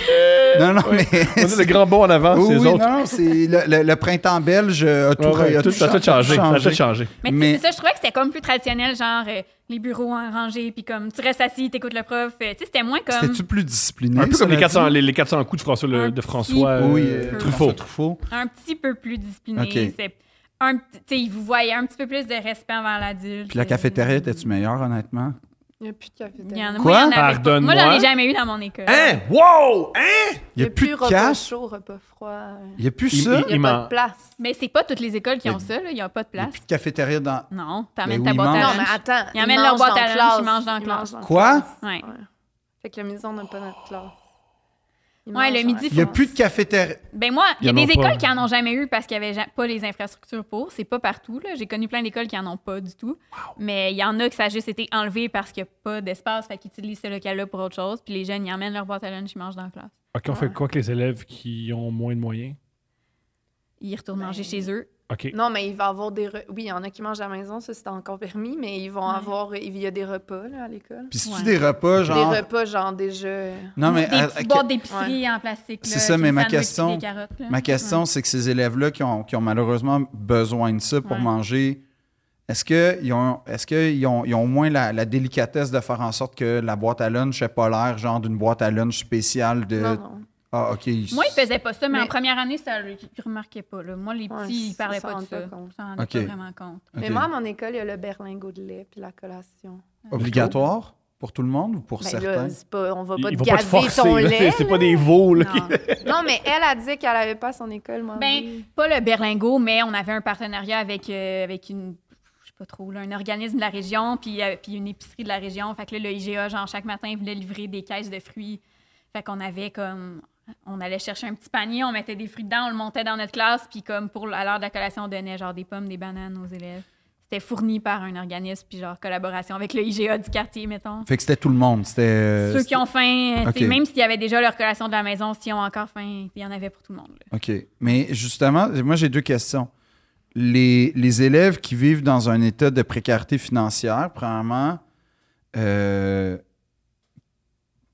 Speaker 2: non, non, mais...
Speaker 7: On a le grand bond en
Speaker 1: Ah,
Speaker 7: avant,
Speaker 2: Oui,
Speaker 7: c'est les
Speaker 2: oui,
Speaker 7: autres.
Speaker 2: non, non, c'est le, le- le printemps belge a tout,
Speaker 1: Ouais, ouais,
Speaker 2: a
Speaker 1: tout,
Speaker 2: tout
Speaker 1: ça a tout changé. Ça a tout changé.
Speaker 3: Mais, tu sais,
Speaker 2: Mais-
Speaker 3: c'est ça, je trouvais que c'était comme plus traditionnel, genre euh, les bureaux en rangée, puis comme tu restes assis, t'écoutes le prof. euh, tu sais, c'était moins comme
Speaker 2: C'était-tu plus discipliné?
Speaker 1: Un peu comme
Speaker 2: cela
Speaker 1: les 400,
Speaker 2: dit?
Speaker 1: les, les 400 coups de François, le-
Speaker 3: Un
Speaker 1: de
Speaker 3: petit
Speaker 1: François euh,
Speaker 2: Oui, euh,
Speaker 1: Truffaut.
Speaker 2: Truffaut.
Speaker 3: un petit peu plus discipliné.
Speaker 2: Ok.
Speaker 3: C'est un, p- tu sais, ils vous voyaient un petit peu plus de respect envers l'adulte.
Speaker 2: Puis la cafétéria, était-tu meilleure, honnêtement?
Speaker 4: Il n'y a plus de
Speaker 3: Il y
Speaker 4: cafétéria.
Speaker 3: en a-
Speaker 2: Quoi?
Speaker 3: moi, il y en avait pas.
Speaker 1: Pardonne-moi.
Speaker 3: Moi, j'en ai jamais eu dans mon école.
Speaker 7: Hein? Wow! Hein?
Speaker 2: Il n'y a plus de
Speaker 4: repas
Speaker 2: cash?
Speaker 4: chaud, repas froid.
Speaker 2: Il n'y a plus
Speaker 1: Il-
Speaker 2: ça?
Speaker 1: il-
Speaker 4: Il n'y a pas
Speaker 1: m'en-
Speaker 4: de place.
Speaker 3: Mais c'est pas toutes les écoles qui ont
Speaker 2: Mais-
Speaker 3: ça, là. Il n'y a pas de
Speaker 2: Il n'y a
Speaker 3: place.
Speaker 2: plus de cafétéria dans...
Speaker 3: Non,
Speaker 2: Mais
Speaker 3: t'amènes
Speaker 2: oui,
Speaker 3: ta
Speaker 2: ils
Speaker 3: boîte à
Speaker 2: mangent.
Speaker 4: Non,
Speaker 3: lunch.
Speaker 4: mais attends.
Speaker 3: Ils emmènent leur
Speaker 4: mangent
Speaker 3: boîte
Speaker 4: dans
Speaker 3: à
Speaker 4: la
Speaker 3: lunch,
Speaker 4: classe.
Speaker 3: ils mangent dans la
Speaker 4: Ils
Speaker 3: classe.
Speaker 4: mangent dans la
Speaker 2: Quoi?
Speaker 4: classe.
Speaker 3: Ouais.
Speaker 4: Ouais. Fait que le midi, on n'a pas notre classe. Ils
Speaker 3: Ouais, le
Speaker 4: mangent dans
Speaker 3: midi,
Speaker 4: la
Speaker 2: Il n'y a
Speaker 4: classe.
Speaker 2: plus de cafétéria.
Speaker 3: Ben moi, il y
Speaker 1: Ils
Speaker 3: a
Speaker 1: en
Speaker 3: des
Speaker 1: ont
Speaker 3: écoles
Speaker 1: pas.
Speaker 3: qui en ont jamais eu parce qu'il n'y avait ja- pas les infrastructures pour. C'est pas partout. là. J'ai connu plein d'écoles qui en ont pas du tout. Mais il y en a que ça a juste été enlevé parce qu'il n'y a pas d'espace. Fait qu'ils utilisent ce local-là pour autre chose. Puis les jeunes, ils emmènent leur boîte à lunch, ils mangent dans la classe.
Speaker 1: OK, on fait quoi que les élèves qui ont moins de moyens?
Speaker 3: Ils retournent
Speaker 4: Ben,
Speaker 3: manger chez eux.
Speaker 1: OK.
Speaker 4: Non, mais il va avoir des. re- Oui, il y en a qui mangent à la maison, ça c'est encore permis, mais ils vont
Speaker 3: Ouais.
Speaker 4: avoir. Il y a des repas là, à l'école.
Speaker 2: Puis c'est-tu
Speaker 3: Ouais.
Speaker 2: des repas, genre... Euh,
Speaker 4: Des repas, genre déjà.
Speaker 2: Non, mais...
Speaker 3: des
Speaker 2: à- à-
Speaker 3: petites boîtes d'épicerie en plastique.
Speaker 2: C'est
Speaker 3: là,
Speaker 2: ça,
Speaker 3: avec
Speaker 2: mais
Speaker 3: des
Speaker 2: ma
Speaker 3: sandwichs
Speaker 2: question-
Speaker 3: puis des carottes, là.
Speaker 2: Ma question, c'est que ces élèves-là qui ont, qui ont malheureusement besoin de ça pour
Speaker 3: Ouais.
Speaker 2: manger, est-ce qu'ils ont, est qu'ils ont, ils ont au moins la, la délicatesse de faire en sorte que la boîte à lunch n'ait pas l'air genre d'une boîte à lunch spéciale de.
Speaker 4: Non, non.
Speaker 2: Ah, OK. ils-
Speaker 3: Moi, ils faisaient pas ça, mais,
Speaker 4: Mais-
Speaker 3: en première année, ça, ils remarquaient pas. là. Moi, les petits,
Speaker 4: Ouais,
Speaker 3: ils
Speaker 4: ça,
Speaker 3: parlaient
Speaker 4: ça
Speaker 3: pas
Speaker 4: rend
Speaker 3: de
Speaker 4: pas
Speaker 3: ça.
Speaker 4: compte.
Speaker 3: Ça en
Speaker 2: Ok.
Speaker 3: pas vraiment compte.
Speaker 2: OK.
Speaker 4: Mais moi, à mon école, il y a le berlingot de lait puis la collation.
Speaker 2: Obligatoire pour tout le monde ou pour
Speaker 4: Ben
Speaker 2: certains?
Speaker 4: là, c'est pas, on va pas
Speaker 1: Ils
Speaker 4: te
Speaker 1: vont pas te
Speaker 4: gaver
Speaker 1: forcer.
Speaker 4: ton
Speaker 1: là.
Speaker 4: lait.
Speaker 1: C'est- C'est pas des veaux. Là, qui-
Speaker 3: Non.
Speaker 4: Non, mais elle a dit qu'elle avait pas à son école, moi.
Speaker 3: Ben, pas le berlingot, mais on avait un partenariat avec, euh, avec une. Je sais pas trop, là, un organisme de la région, puis, euh, puis une épicerie de la région. Fait que là, le IGA, genre, chaque matin, il voulait livrer des caisses de fruits. Fait qu'on avait comme. On allait chercher un petit panier, on mettait des fruits dedans, on le montait dans notre classe, puis comme pour à l'heure de la collation, on donnait genre des pommes, des bananes aux élèves. C'était fourni par un organisme, puis genre collaboration avec le IGA du quartier, mettons.
Speaker 2: Fait que c'était tout le monde. C'était. euh,
Speaker 3: Ceux
Speaker 2: c'était-
Speaker 3: qui ont faim, euh, tu sais,
Speaker 2: Ok.
Speaker 3: même s'il y avait déjà leur collation de la maison, s'ils ont encore faim, il y en avait pour tout le monde. là.
Speaker 2: OK. Mais justement, moi, j'ai deux questions. les, les élèves qui vivent dans un état de précarité financière, premièrement, euh,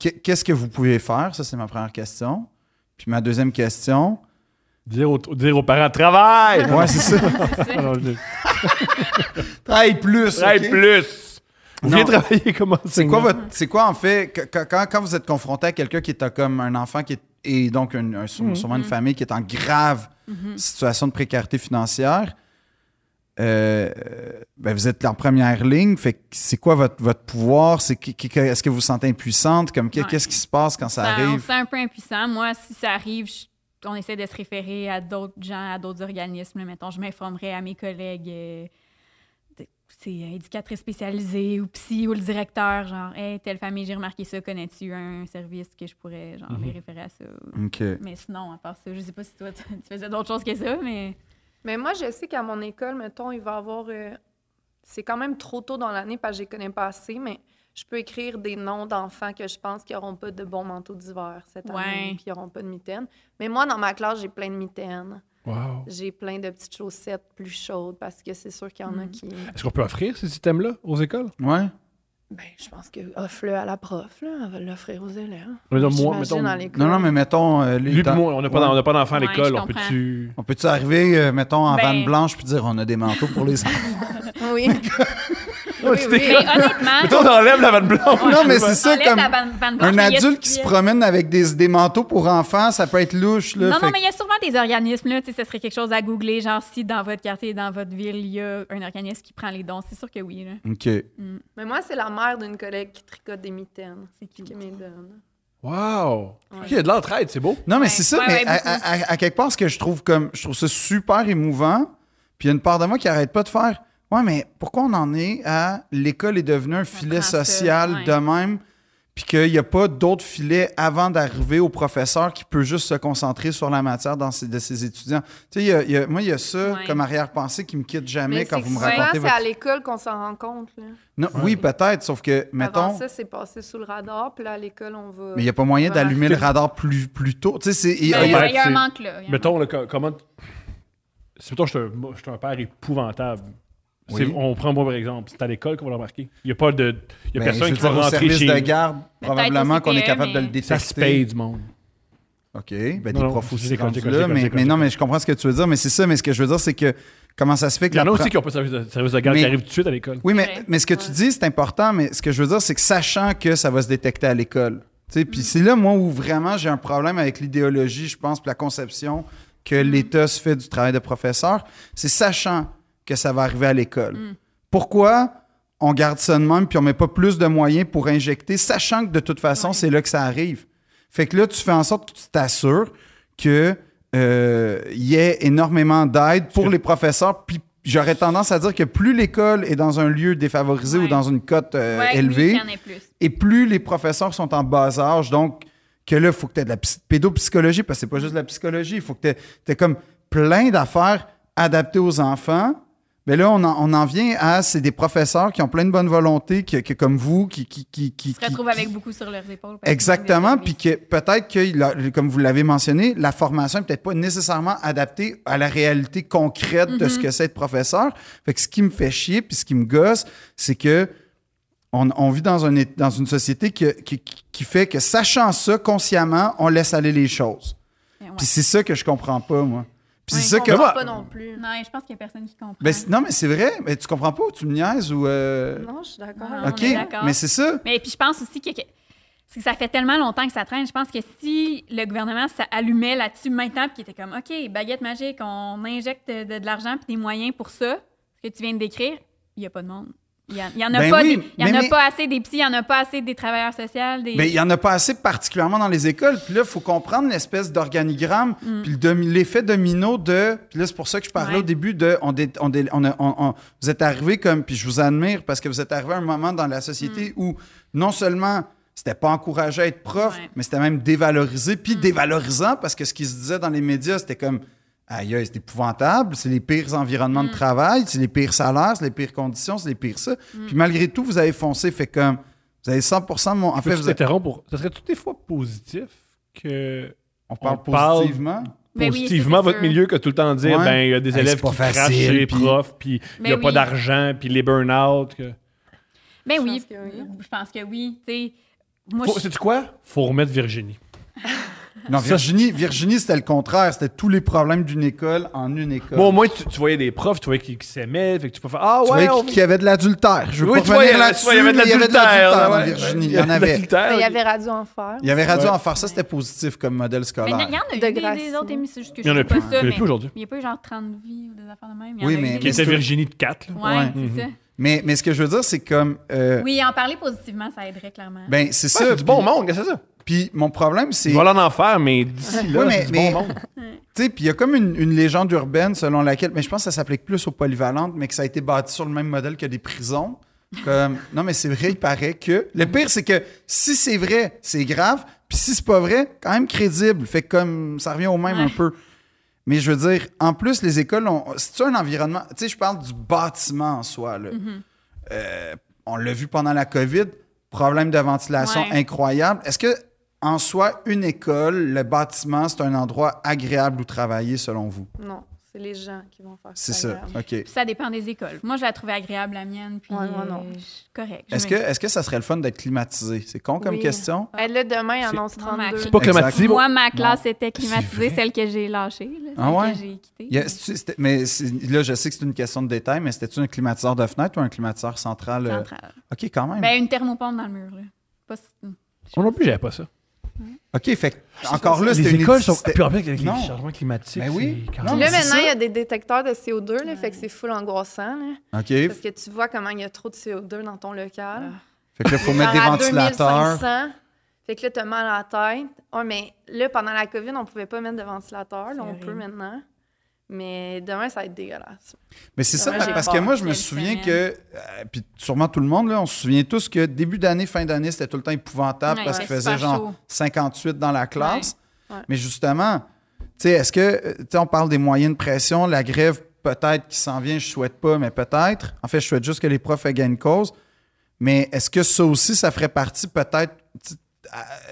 Speaker 2: qu'e- qu'est-ce que vous pouvez faire? Ça, c'est ma première question. Puis ma deuxième question.
Speaker 1: Dire, aux- dire aux parents, travaille!
Speaker 2: Ouais, c'est ça.
Speaker 1: Alors, je-
Speaker 2: Travaille plus.
Speaker 7: Travaille
Speaker 2: ok?
Speaker 7: plus! Vous
Speaker 2: Non.
Speaker 7: venez travailler comme
Speaker 2: C'est quoi,
Speaker 7: enseignant.
Speaker 2: votre, c'est quoi en fait, que- que- quand, quand vous êtes confronté à quelqu'un qui est euh, comme un enfant qui est, et donc un- un-
Speaker 3: Mm-hmm.
Speaker 2: sûrement une famille qui est en grave situation de précarité financière, euh, ben, vous êtes en première ligne. Fait que c'est quoi votre, votre pouvoir? C'est, qui- qui- est-ce que vous vous sentez impuissante? Comme, que-
Speaker 3: Ouais.
Speaker 2: Qu'est-ce qui se passe quand ça,
Speaker 3: Ça, on se
Speaker 2: arrive?
Speaker 3: sent un peu impuissant. Moi, si ça arrive, je- on essaie de se référer à d'autres gens, à d'autres organismes. là. Mettons, je m'informerai à mes collègues, euh, de- c'est euh, éducatrice spécialisée ou psy ou le directeur, genre, hey, telle famille, j'ai remarqué ça, connais-tu un service que je pourrais, genre,
Speaker 2: Mhm.
Speaker 3: me référer à ça?
Speaker 2: OK.
Speaker 3: Mais sinon, à part ça, je sais pas si toi, tu tu faisais d'autres choses que ça, mais.
Speaker 4: Mais moi, je sais qu'à mon école, mettons, il va y avoir. euh, c'est quand même trop tôt dans l'année parce que je les connais pas assez, mais je peux écrire des noms d'enfants que je pense qu'ils n'auront pas de bons manteaux d'hiver cette
Speaker 3: Ouais.
Speaker 4: année, puis ils n'auront pas de mitaines. Mais moi, dans ma classe, j'ai plein de mitaines.
Speaker 1: Wow.
Speaker 4: J'ai plein de petites chaussettes plus chaudes parce que c'est sûr qu'il y en a
Speaker 3: Mm.
Speaker 4: qui.
Speaker 1: Est-ce qu'on peut offrir ces systèmes-là aux écoles?
Speaker 2: Ouais.
Speaker 4: Ben, je pense que offre-le à la prof, là. Elle va l'offrir aux élèves.
Speaker 1: Je veux dire, moi,
Speaker 4: J'imagine
Speaker 1: mettons,
Speaker 4: à l'école.
Speaker 2: Non, non, mais mettons, euh, les
Speaker 1: Lui pis
Speaker 2: temps-
Speaker 1: moi, on n'a pas,
Speaker 2: Ouais.
Speaker 1: d'en- on n'a pas d'enfants à
Speaker 3: Ouais,
Speaker 1: l'école.
Speaker 3: je
Speaker 1: on peut-tu.
Speaker 2: On peut-tu arriver, euh, mettons, en
Speaker 3: Ben-
Speaker 2: vanne blanche puis dire on a des manteaux pour les enfants?
Speaker 4: Oui.
Speaker 1: Ouais,
Speaker 4: oui, Ah,
Speaker 1: c'était-
Speaker 3: Mais honnêtement,
Speaker 7: Mettons, on enlève la vanne blanche.
Speaker 2: non, mais c'est ça
Speaker 3: enlève
Speaker 2: comme.
Speaker 3: ta vanne- vanne blanche,
Speaker 2: Un
Speaker 3: mais il y a-
Speaker 2: adulte qui se promène avec des, des manteaux pour enfants, ça peut être louche. Là,
Speaker 3: Non,
Speaker 2: fait
Speaker 3: non,
Speaker 2: que-
Speaker 3: mais il y a sûrement des organismes, là. Tu sais, ce serait quelque chose à googler, genre si dans votre quartier, dans votre ville, il y a un organisme qui prend les dons. C'est sûr que oui, là.
Speaker 2: OK.
Speaker 4: mais moi, c'est la mère d'une collègue qui tricote des mitaines. C'est qui
Speaker 3: cute.
Speaker 4: qui me les donne.
Speaker 1: Wow!
Speaker 4: Ouais.
Speaker 1: Ok, Il y a de l'entraide, c'est beau.
Speaker 2: Non, mais
Speaker 3: Ouais.
Speaker 2: c'est ça,
Speaker 3: Ouais,
Speaker 2: mais
Speaker 3: ouais,
Speaker 2: à,
Speaker 3: beaucoup.
Speaker 2: à- à- à quelque part, ce que je trouve comme. Je trouve ça super émouvant. Puis il y a une part de moi qui arrête pas de faire Ouais, mais pourquoi on en est à l'école est devenue un filet
Speaker 3: prend ça,
Speaker 2: social
Speaker 3: ouais.
Speaker 2: de même, puis qu'il n'y a pas d'autres filets avant d'arriver au professeur qui peut juste se concentrer sur la matière dans ses- de ses étudiants. Tu sais, il y a- il y a- moi, il y a ça
Speaker 3: Ouais.
Speaker 2: comme arrière-pensée qui me quitte jamais
Speaker 4: Mais
Speaker 2: quand
Speaker 4: c'est
Speaker 2: vous me
Speaker 4: que souvent,
Speaker 2: racontez
Speaker 4: c'est à
Speaker 2: votre.
Speaker 4: l'école qu'on s'en rend compte. Là.
Speaker 2: Non, Oui, peut-être, sauf que,
Speaker 4: Avant
Speaker 2: mettons.
Speaker 4: ça, c'est passé sous le radar, puis là, à l'école, on va.
Speaker 2: Mais il n'y a pas moyen
Speaker 4: Ouais.
Speaker 2: d'allumer le radar plus, plus tôt. Tu sais, c'est. il y a-
Speaker 3: Ben,
Speaker 2: il
Speaker 3: Il
Speaker 2: y a-
Speaker 3: y a un
Speaker 1: c'est-
Speaker 3: manque, là. Il y a un
Speaker 1: Mettons, là, co- comment. Si mettons, je suis un, moi, je suis un père épouvantable.
Speaker 2: Oui.
Speaker 1: C'est- On prend moi par exemple, c'est à l'école qu'on va le remarquer. Il n'y a pas de. Il y a
Speaker 2: Ben, je
Speaker 1: personne
Speaker 2: veux
Speaker 1: qui va
Speaker 2: dire, au
Speaker 1: rentrer
Speaker 2: service
Speaker 1: chez.
Speaker 2: de garde,
Speaker 3: Peut-être
Speaker 2: probablement
Speaker 3: au
Speaker 2: qu'on est
Speaker 3: CPE,
Speaker 2: capable de le
Speaker 3: mais-
Speaker 1: Ça
Speaker 2: détecter.
Speaker 1: se paye du monde.
Speaker 2: OK. Ben, des
Speaker 1: Non, non,
Speaker 2: profs aussi
Speaker 1: j'ai
Speaker 2: rendus
Speaker 1: déconne,
Speaker 2: là.
Speaker 1: déconne,
Speaker 2: Mais,
Speaker 1: déconne,
Speaker 2: mais non,
Speaker 1: déconne.
Speaker 2: mais je comprends ce que tu veux dire. Mais c'est ça. Mais ce que je veux dire, c'est que comment ça se fait que
Speaker 1: Il y en a
Speaker 2: la pro-
Speaker 1: aussi qui n'ont pas de service de, service de garde
Speaker 2: Mais-
Speaker 1: qui arrivent tout de suite à l'école.
Speaker 2: Oui,
Speaker 3: C'est
Speaker 2: mais,
Speaker 3: vrai.
Speaker 2: mais ce que tu dis, c'est important, mais ce que je veux dire, c'est que sachant que ça va se détecter à l'école. tu sais, Puis
Speaker 3: Mm.
Speaker 2: c'est là, moi, où vraiment j'ai un problème avec l'idéologie, je pense, puis la conception que
Speaker 3: Mm.
Speaker 2: l'État se fait du travail de professeur. C'est sachant que ça va arriver à l'école.
Speaker 3: Mm.
Speaker 2: Pourquoi on garde ça de même puis on met pas plus de moyens pour injecter, sachant que de toute façon, c'est là que ça arrive? Fait que là, tu fais en sorte que tu t'assures que euh, y ait énormément d'aide pour les professeurs. Puis j'aurais tendance à dire que plus l'école est dans un lieu défavorisé
Speaker 3: Ouais.
Speaker 2: ou dans une cote euh,
Speaker 3: Ouais, oui,
Speaker 2: élevée,
Speaker 3: qu'il y en ait plus.
Speaker 2: et plus les professeurs sont en bas âge, donc que là, il faut que tu aies de la psy- pédopsychologie, parce que c'est pas juste de la psychologie, il faut que tu aies, comme plein d'affaires adaptées aux enfants. Mais là, on en, on en vient à, c'est des professeurs qui ont plein de bonne volonté, qui, qui- comme vous, qui... qui, qui, qui
Speaker 3: Ils se retrouvent avec beaucoup sur leurs épaules. parce qu'ils
Speaker 2: Exactement,
Speaker 3: manquent de
Speaker 2: puis
Speaker 3: services.
Speaker 2: que peut-être que, il a- comme vous l'avez mentionné, la formation est peut-être pas nécessairement adaptée à la réalité concrète de
Speaker 3: Mm-hmm.
Speaker 2: ce que c'est être professeur. Fait que ce qui me fait chier, puis ce qui me gosse, c'est que on, on vit dans, un, é- dans une société que- qui, qui fait que, sachant ça, consciemment, on laisse aller les choses.
Speaker 3: Mais Eh ouais.
Speaker 2: Puis c'est ça que je comprends pas, moi. Puis
Speaker 3: Ouais,
Speaker 2: c'est ça
Speaker 4: On
Speaker 2: que...
Speaker 4: ne
Speaker 2: moi-
Speaker 4: pas non plus.
Speaker 3: Non, je pense qu'il y a personne qui comprend.
Speaker 2: Ben, c'est- non, mais c'est vrai. Mais tu comprends pas ou tu me niaises ou... euh,
Speaker 4: Non, je suis Ah, d'accord.
Speaker 3: Non,
Speaker 2: OK,
Speaker 3: on est d'accord.
Speaker 2: mais c'est ça.
Speaker 3: Mais puis je pense aussi que, que- parce que ça fait tellement longtemps que ça traîne. Je pense que si le gouvernement s'allumait là-dessus maintenant, puis qu'il était comme, OK, baguette magique, on injecte de, de l'argent puis des moyens pour ça, ce que tu viens de décrire, il n'y a pas de monde. Il n'y en a,
Speaker 2: Ben
Speaker 3: pas,
Speaker 2: oui,
Speaker 3: des- il y en
Speaker 2: mais-
Speaker 3: a
Speaker 2: mais-
Speaker 3: pas assez des petits, il n'y en a pas assez des travailleurs sociaux.
Speaker 7: Ben,
Speaker 3: Des...
Speaker 2: Mais Ben, il n'y en a pas assez, particulièrement dans les écoles. Puis là, il faut comprendre l'espèce d'organigramme, puis le domi- l'effet domino de. Puis là, c'est pour ça que je parlais
Speaker 3: Mm. Ouais.
Speaker 2: au début de. On dé- on dé- on a- on- on- vous êtes arrivé comme. Puis je vous admire parce que vous êtes arrivé à un moment dans la société
Speaker 3: Mm.
Speaker 2: où non seulement c'était pas encouragé à être prof,
Speaker 3: Ouais. Mm.
Speaker 2: mais c'était même dévalorisé, puis dévalorisant parce que ce qui se disait dans les médias, c'était comme. Aïe, aïe, c'est épouvantable, c'est les pires environnements
Speaker 3: Mm.
Speaker 2: de travail, c'est les pires salaires, c'est les pires conditions, c'est les pires ça.
Speaker 3: Mm.
Speaker 2: Puis malgré tout, vous avez foncé, fait comme. Vous avez 100 de mon. En fait,
Speaker 1: Peux-tu
Speaker 2: vous avez-
Speaker 1: t'interrompre pour. Ça serait-tu des fois positif que.
Speaker 2: On
Speaker 1: parle
Speaker 2: parle
Speaker 1: On parle-
Speaker 2: positivement.
Speaker 3: Ben oui,
Speaker 7: positivement
Speaker 3: c'est
Speaker 7: votre
Speaker 3: sûr.
Speaker 7: milieu que tout le temps dire
Speaker 2: Ouais.
Speaker 7: ben il y a des
Speaker 2: Hey,
Speaker 7: élèves
Speaker 2: c'est pas
Speaker 7: qui crachent
Speaker 2: facile,
Speaker 7: chez les
Speaker 2: puis-
Speaker 7: profs puis il n'y a
Speaker 3: Ben
Speaker 7: pas
Speaker 3: oui.
Speaker 7: d'argent puis les burn-out que-
Speaker 3: Ben
Speaker 4: Je
Speaker 3: oui,
Speaker 4: pense que oui.
Speaker 3: je pense que oui. Tu sais, moi,
Speaker 7: Faut-
Speaker 3: je-
Speaker 7: sais-tu quoi faut remettre Virginie
Speaker 2: Non, Virginie, Virginie c'était le contraire. C'était tous les problèmes d'une école en une école.
Speaker 7: bon au moins tu, tu voyais des profs tu voyais qu'ils qu'ils s'aimaient fait que tu peux faire ah
Speaker 2: Euh. tu
Speaker 7: ouais
Speaker 2: voyais
Speaker 7: on-
Speaker 2: qu'il y avait de l'adultère. Je veux
Speaker 7: Oui,
Speaker 2: pas
Speaker 7: tu vois, il y
Speaker 2: revenir
Speaker 7: avait-
Speaker 2: là-dessus,
Speaker 7: tu vois, il y avait de
Speaker 2: mais il y avait de l'adultère
Speaker 7: l'adultère.
Speaker 2: dans
Speaker 7: ouais.
Speaker 2: Virginie. Il y en
Speaker 7: de
Speaker 2: avait.
Speaker 7: l'adultère.
Speaker 4: Il y avait Radio Enfer.
Speaker 2: Il y avait Radio
Speaker 7: Ouais.
Speaker 2: Enfer, ça c'était positif comme modèle
Speaker 3: mais
Speaker 2: scolaire.
Speaker 3: Ben, il y en a eu
Speaker 4: De
Speaker 3: des,
Speaker 4: grâce.
Speaker 3: des autres émissions, juste que
Speaker 7: Il y en
Speaker 3: je
Speaker 7: a
Speaker 3: sais
Speaker 7: plus.
Speaker 3: pas
Speaker 7: Il y en
Speaker 3: ça,
Speaker 7: a
Speaker 3: mais
Speaker 7: plus aujourd'hui.
Speaker 3: il n'y a pas eu genre 30 vies ou des affaires de même. Il y
Speaker 2: Oui,
Speaker 3: en a eu
Speaker 2: mais-
Speaker 3: des-
Speaker 7: Qui était Mhm.
Speaker 2: c'est-
Speaker 7: Virginie de 4.
Speaker 3: Ouais,
Speaker 2: Ouais.
Speaker 3: c'est ça.
Speaker 2: Mais, mais ce que je veux dire, c'est comme. euh,
Speaker 3: Oui, en parler positivement, ça aiderait clairement.
Speaker 2: Ben, c'est ça.
Speaker 7: c'est du bon monde, qu'est-ce que c'est ça?
Speaker 2: Puis mon problème, c'est.
Speaker 7: Il va en enfer, mais d'ici là,
Speaker 2: Ouais, mais-
Speaker 7: c'est du
Speaker 2: mais-
Speaker 7: bon monde.
Speaker 2: Tu sais, puis il y a comme une, une légende urbaine selon laquelle, mais je pense que ça s'applique plus aux polyvalentes, mais que ça a été bâti sur le même modèle que des prisons. Comme, non, mais c'est vrai, il paraît que. Le pire, c'est que si c'est vrai, c'est grave, puis si c'est pas vrai, quand même crédible. Fait que comme, ça revient au même un peu. Mais je veux dire, en plus, les écoles, ont, c'est un environnement. Tu sais, je parle du bâtiment en soi, là. Euh, on l'a vu pendant la COVID, problème de ventilation
Speaker 3: Ouais.
Speaker 2: incroyable. Est-ce que, en soi, une école, le bâtiment, c'est un endroit agréable où travailler, selon vous?
Speaker 4: Non, c'est les gens qui vont faire
Speaker 2: C'est
Speaker 4: ça.
Speaker 2: ça.
Speaker 4: regarde.
Speaker 2: OK.
Speaker 3: Puis ça dépend des écoles. Moi, je la trouvais agréable, la mienne, puis
Speaker 4: Ouais, moi, non.
Speaker 3: euh, je- correct. je
Speaker 2: Est-ce que,
Speaker 3: m'écoute.
Speaker 2: est-ce que ça serait le fun d'être climatisé? C'est con comme
Speaker 4: Oui.
Speaker 2: question.
Speaker 4: Hey, Eh, là, demain, ils annonce
Speaker 3: Non, mais-
Speaker 4: 32.
Speaker 3: C'est
Speaker 7: Pas
Speaker 2: Exact.
Speaker 7: climatisé.
Speaker 3: Moi, ma classe était
Speaker 7: C'est
Speaker 3: climatisée,
Speaker 7: vrai.
Speaker 3: celle que j'ai lâchée, là, celle
Speaker 2: Ah ouais?
Speaker 3: que j'ai quittée.
Speaker 2: Il y a- c'est-tu- c'était- mais c'est- là, je sais que c'est une question de détail, mais c'était-tu un climatiseur de fenêtre ou un climatiseur central? euh?
Speaker 3: Centrale.
Speaker 2: OK, quand même.
Speaker 3: Ben, une thermopompe dans le mur, là. Pas si-
Speaker 1: Moi non plus, j'avais pas ça.
Speaker 2: OK, fait que encore là, c'était
Speaker 1: les
Speaker 2: une
Speaker 1: écoles sont.
Speaker 2: c'était-
Speaker 1: Puis en plus, avec les
Speaker 2: Non.
Speaker 1: changements climatiques.
Speaker 2: Ben oui.
Speaker 1: c'est quand
Speaker 2: Non,
Speaker 4: Puis
Speaker 1: même-
Speaker 2: mais
Speaker 4: là,
Speaker 2: c'est
Speaker 4: maintenant,
Speaker 2: ça.
Speaker 4: il y a des détecteurs de CO2, là, fait que c'est full angoissant. là,
Speaker 2: OK.
Speaker 4: parce que tu vois comment il y a trop de CO2 dans ton local.
Speaker 2: Fait que là, faut
Speaker 4: Il
Speaker 2: mettre des
Speaker 4: part à
Speaker 2: ventilateurs.
Speaker 4: 2500. Fait que là, t'as mal à la tête. Oh, mais là, pendant la COVID, on pouvait pas mettre de ventilateur.
Speaker 3: C'est
Speaker 4: Là, on
Speaker 3: horrible.
Speaker 4: peut maintenant. Mais demain, ça va être dégueulasse.
Speaker 2: Mais c'est ça,
Speaker 4: Ouais, j'ai
Speaker 2: parce que
Speaker 4: peur.
Speaker 2: moi, je me
Speaker 3: Quelle
Speaker 2: souviens
Speaker 3: semaine.
Speaker 2: que, euh, puis sûrement tout le monde, là, on se souvient tous que début d'année, fin d'année, c'était tout le temps épouvantable
Speaker 3: Ouais,
Speaker 2: parce qu'il
Speaker 3: ouais,
Speaker 2: faisait
Speaker 3: super
Speaker 2: genre
Speaker 3: chaud.
Speaker 2: 58 dans la classe.
Speaker 4: Ouais, ouais.
Speaker 2: Mais justement, tu sais, est-ce que, euh, tu sais, on parle des moyens de pression, la grève peut-être qui s'en vient, je souhaite pas, mais peut-être. En fait, je souhaite juste que les profs aient gain de cause. Mais est-ce que ça aussi, ça ferait partie peut-être tu sais,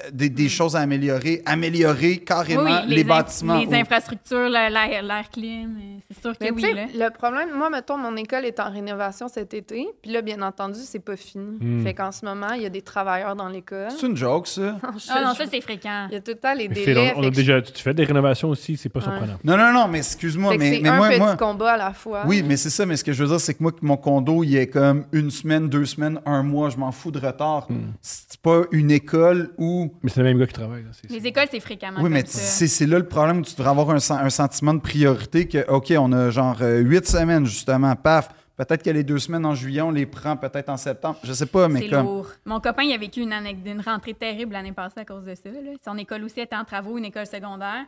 Speaker 2: euh, des, des choses à améliorer, améliorer carrément
Speaker 3: Oui, oui,
Speaker 2: les,
Speaker 3: inf-
Speaker 2: bâtiments? Ben,
Speaker 3: Les
Speaker 2: ou-
Speaker 3: infrastructures, la- l'air l'air clim, euh, c'est sûr
Speaker 4: Mais
Speaker 3: que
Speaker 4: tu
Speaker 3: oui,
Speaker 4: sais,
Speaker 3: là.
Speaker 4: le problème, moi, mettons, mon école est en rénovation cet été. Puis là, bien entendu, c'est pas fini.
Speaker 1: Hmm.
Speaker 4: Fait qu'en ce moment, il y a des travailleurs dans l'école.
Speaker 2: C'est une joke, ça?
Speaker 3: Ah non, ça, c'est fréquent.
Speaker 4: Il y a tout le temps les
Speaker 1: Mais
Speaker 4: délais.
Speaker 1: Phil, on- on
Speaker 4: fait
Speaker 1: a
Speaker 4: que-
Speaker 1: déjà. Tu tu fais des rénovations aussi, c'est pas
Speaker 4: Ouais.
Speaker 1: surprenant.
Speaker 2: Non, non, non, mais excuse-moi,
Speaker 4: fait que
Speaker 2: mais,
Speaker 4: c'est
Speaker 2: mais
Speaker 4: un
Speaker 2: moi,
Speaker 4: petit
Speaker 2: moi,
Speaker 4: combat à la fois.
Speaker 2: Oui, mais c'est ça. Mais ce que je veux dire, c'est que moi, que mon condo, il est comme une semaine, deux semaines, un mois, je m'en fous de retard. C'est pas une école où.
Speaker 1: Mais c'est le même gars qui travaille. là, c'est- c'est-
Speaker 3: Les écoles, c'est fréquemment
Speaker 2: Oui, mais
Speaker 3: comme ça.
Speaker 2: c'est c'est là le problème où tu devrais avoir un, sen- un sentiment de priorité que, OK, on a genre euh, huit semaines, justement, paf. Peut-être que les deux semaines en juillet, on les prend peut-être en septembre. Je sais pas, mais
Speaker 3: C'est
Speaker 2: comme.
Speaker 3: lourd. Mon copain, il a vécu une, anec- une rentrée terrible l'année passée à cause de ça. là. Son école aussi était en travaux, une école secondaire.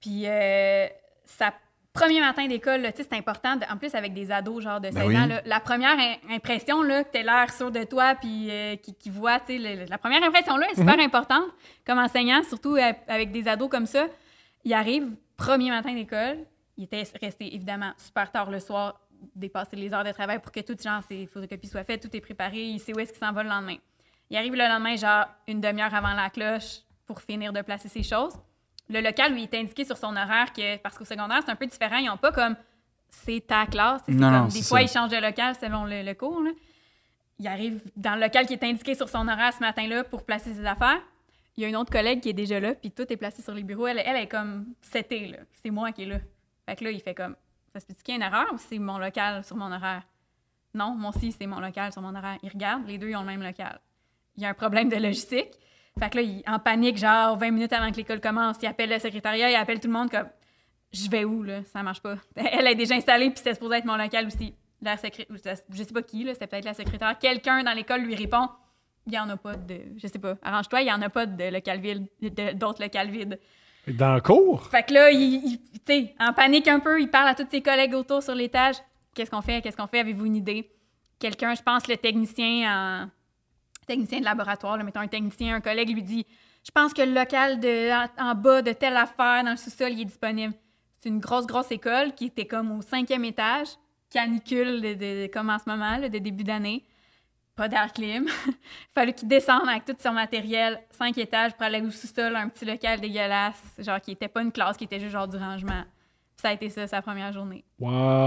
Speaker 3: Puis, euh, sa premier matin d'école, là, tu sais, c'est important. de- en plus, avec des ados, genre de 16
Speaker 2: Ben oui.
Speaker 3: ans, là, la première im- impression, là, que t'es l'air sûr de toi, puis euh, qui, qui voit, tu sais, le- le- la première impression-là est
Speaker 2: Mhm.
Speaker 3: super importante comme enseignant, surtout euh, avec des ados comme ça. Il arrive, premier matin d'école, il était resté évidemment super tard le soir, dépasser les heures de travail pour que toutes genre, ses photocopies soient faites, tout est préparé, il sait où est-ce qu'il s'en va le lendemain. Il arrive le lendemain, genre une demi-heure avant la cloche pour finir de placer ses choses. Le local, lui, il est indiqué sur son horaire que, parce qu'au secondaire, c'est un peu différent, ils n'ont pas comme c'est ta classe. C'est
Speaker 2: Non,
Speaker 3: comme,
Speaker 2: non,
Speaker 3: des
Speaker 2: c'est
Speaker 3: fois,
Speaker 2: ça.
Speaker 3: ils changent de local selon le, le cours. là. Il arrive dans le local qui est indiqué sur son horaire ce matin-là pour placer ses affaires. Il y a une autre collègue qui est déjà là, puis tout est placé sur les bureaux. Elle, elle est comme c'était là. C'est moi qui est là. Fait que là, il fait comme ça se peut qu'il y a une erreur ou c'est mon local sur mon horaire? Non, moi aussi, c'est mon local sur mon horaire. Ils regardent, les deux, ils ont le même local. Il y a un problème de logistique. Fait que là, il, en panique, genre 20 minutes avant que l'école commence, il appelle le secrétariat, il appelle tout le monde comme Je vais où, là? Ça marche pas. Elle est déjà installée, puis c'était supposé être mon local aussi. La secré- ou ça- Je sais pas qui, là, c'était peut-être la secrétaire. Quelqu'un dans l'école lui répond Il y en a pas de. Je sais pas, arrange-toi, il y en a pas de local vide, de- d'autres locales vides.
Speaker 1: Dans le cours?
Speaker 3: Fait que là, il, il- tu sais, en panique un peu, il parle à tous ses collègues autour sur l'étage. Qu'est-ce qu'on fait? Qu'est-ce qu'on fait? Avez-vous une idée? Quelqu'un, je pense, le technicien en- technicien de laboratoire, là, mettons un technicien, un collègue lui dit Je pense que le local de, en, en bas de telle affaire, dans le sous-sol, il est disponible. C'est une grosse, grosse école qui était comme au cinquième étage, canicule de, de- comme en ce moment, là, de début d'année. pas d'air clim. Fallait qu'il descende avec tout son matériel, cinq étages, pour aller au sous-sol, un petit local dégueulasse, genre qui était pas une classe, qui était juste genre du rangement. Puis ça a été ça, sa première journée.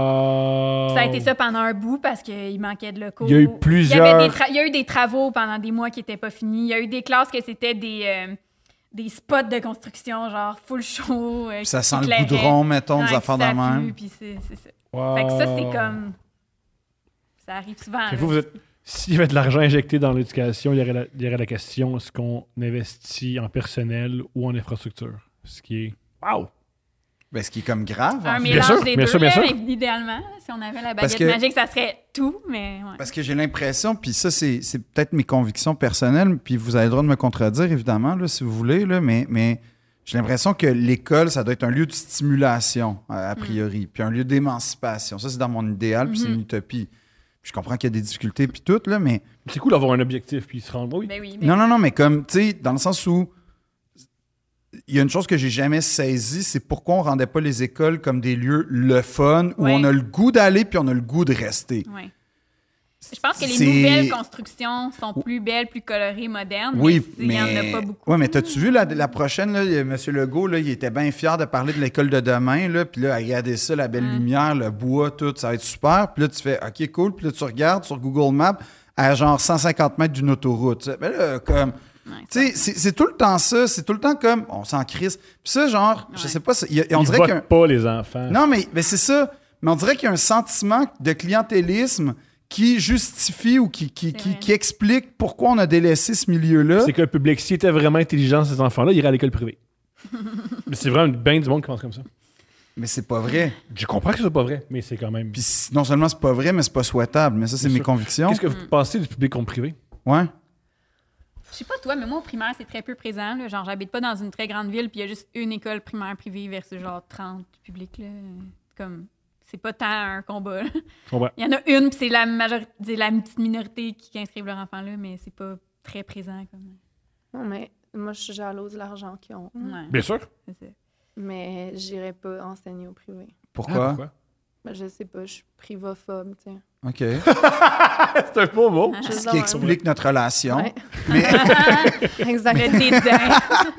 Speaker 1: Wow!
Speaker 2: Oh.
Speaker 3: Ça a été ça pendant un bout parce qu'il manquait de locaux.
Speaker 1: Il y a eu
Speaker 3: Il y, avait
Speaker 1: plusieurs-
Speaker 3: des tra- il y a eu des travaux pendant des mois qui n'étaient pas finis. Il y a eu des classes que c'était des, euh, des spots de construction, genre full show. euh,
Speaker 2: Puis ça
Speaker 3: qui
Speaker 2: sent le
Speaker 3: éclairaient.
Speaker 2: goudron, mettons,
Speaker 3: Ouais,
Speaker 2: des
Speaker 3: puis
Speaker 2: affaires de
Speaker 3: ça pue,
Speaker 2: même. Oh.
Speaker 3: puis c'est- c'est ça.
Speaker 1: Wow.
Speaker 3: Fait que ça, c'est comme. Ça arrive souvent.
Speaker 4: Ah,
Speaker 1: Fait que
Speaker 3: là.
Speaker 1: vous, vous êtes- S'il y avait de l'argent injecté dans l'éducation, il y aurait la, il y aurait la question est-ce qu'on investit en personnel ou en infrastructure Ce qui est. Wow!
Speaker 2: Ben, ce qui est comme grave. en
Speaker 3: Un
Speaker 2: fait.
Speaker 3: mélange
Speaker 1: sûr,
Speaker 3: des
Speaker 1: bien
Speaker 3: deux,
Speaker 1: sûr, bien
Speaker 3: là,
Speaker 1: sûr.
Speaker 3: idéalement. là, Si on avait la
Speaker 2: Parce
Speaker 3: baguette
Speaker 2: que-
Speaker 3: magique, ça serait tout, mais ouais.
Speaker 2: Parce que j'ai l'impression, puis ça, c'est c'est peut-être mes convictions personnelles, puis vous avez le droit de me contredire, évidemment, là, si vous voulez, là, mais, mais j'ai l'impression que l'école, ça doit être un lieu de stimulation, euh, a a
Speaker 3: Mm.
Speaker 2: priori, puis un lieu d'émancipation. Ça, c'est dans mon idéal, puis c'est
Speaker 3: Mhm.
Speaker 2: une utopie. Puis je comprends qu'il y a des difficultés, puis tout, là, mais
Speaker 1: C'est cool d'avoir un objectif puis se rendre. Oui.
Speaker 3: Ben oui, mais-
Speaker 2: non, non, non, mais comme, tu sais, dans le sens où il y a une chose que j'ai jamais saisie, c'est pourquoi on rendait pas les écoles comme des lieux le fun, où
Speaker 3: Ouais.
Speaker 2: on a le goût d'aller, puis on a le goût de rester.
Speaker 3: Ouais. Je pense que les
Speaker 2: C'est-
Speaker 3: nouvelles constructions sont plus belles, plus colorées, modernes.
Speaker 2: Oui,
Speaker 3: mais. Il
Speaker 2: mais.
Speaker 3: n'y en a pas beaucoup.
Speaker 2: Ouais, mais t'as-tu vu la, la prochaine, là, il y a M. Legault, là, il était bien fier de parler de l'école de demain, là, puis là, regardez ça, la belle lumière, le bois, tout, ça va être super. Puis là, tu fais, OK, cool. Puis là, tu regardes sur Google Maps à genre 150 mètres d'une autoroute. Tu sais, Ben là, comme. Tu sais, c'est c'est tout le temps ça, c'est tout le temps comme on s'en crisse. Puis ça, genre, je
Speaker 3: Ouais.
Speaker 2: sais pas, c'est- il y a- on
Speaker 1: Ils
Speaker 2: dirait
Speaker 1: votent
Speaker 2: qu'un.
Speaker 1: pas les enfants.
Speaker 2: Non, mais, mais c'est ça. Mais on dirait qu'il y a un sentiment de clientélisme qui justifie ou qui, qui, qui,
Speaker 3: vrai.
Speaker 2: qui explique pourquoi on a délaissé ce milieu-là.
Speaker 1: C'est que le public, s'il était vraiment intelligent, ces enfants-là, ils iraient à l'école privée. mais c'est vraiment bien du monde qui pense comme ça.
Speaker 2: Mais c'est pas vrai.
Speaker 1: Je comprends que ce soit pas vrai, mais c'est quand même.
Speaker 2: Puis c- non seulement c'est pas vrai, mais c'est pas souhaitable. Mais ça, c'est
Speaker 1: Bien
Speaker 2: mes
Speaker 1: sûr.
Speaker 2: convictions.
Speaker 1: Qu'est-ce que
Speaker 4: Mm.
Speaker 1: vous pensez du public contre privé
Speaker 2: Ouais.
Speaker 3: Je sais pas toi, mais moi, au primaire, c'est très peu présent. là. Genre, j'habite pas dans une très grande ville, puis il y a juste une école primaire privée versus genre 30 publics. Là. Comme, c'est pas tant un combat. là.
Speaker 1: Je comprends.
Speaker 3: Il y en a une, puis c'est la, majori- c'est la petite minorité qui qui inscrivent leur enfant là, mais c'est pas très présent. Comme...
Speaker 4: Non, mais moi, je suis jalouse de l'argent qu'ils ont.
Speaker 3: Ouais,
Speaker 1: Bien sûr.
Speaker 3: c'est ça.
Speaker 4: Mais j'irai pas enseigner au privé.
Speaker 2: Pourquoi?
Speaker 1: Ah,
Speaker 4: Ben, je sais pas, je suis privophobe, tu sais.
Speaker 2: OK.
Speaker 1: C'est un beau mot.
Speaker 3: Ah.
Speaker 4: Je suis
Speaker 2: Ce
Speaker 4: dans
Speaker 2: qui
Speaker 4: un-
Speaker 2: explique notre relation.
Speaker 4: Ouais.
Speaker 2: Mais,
Speaker 4: Exactement.
Speaker 3: Le dédain.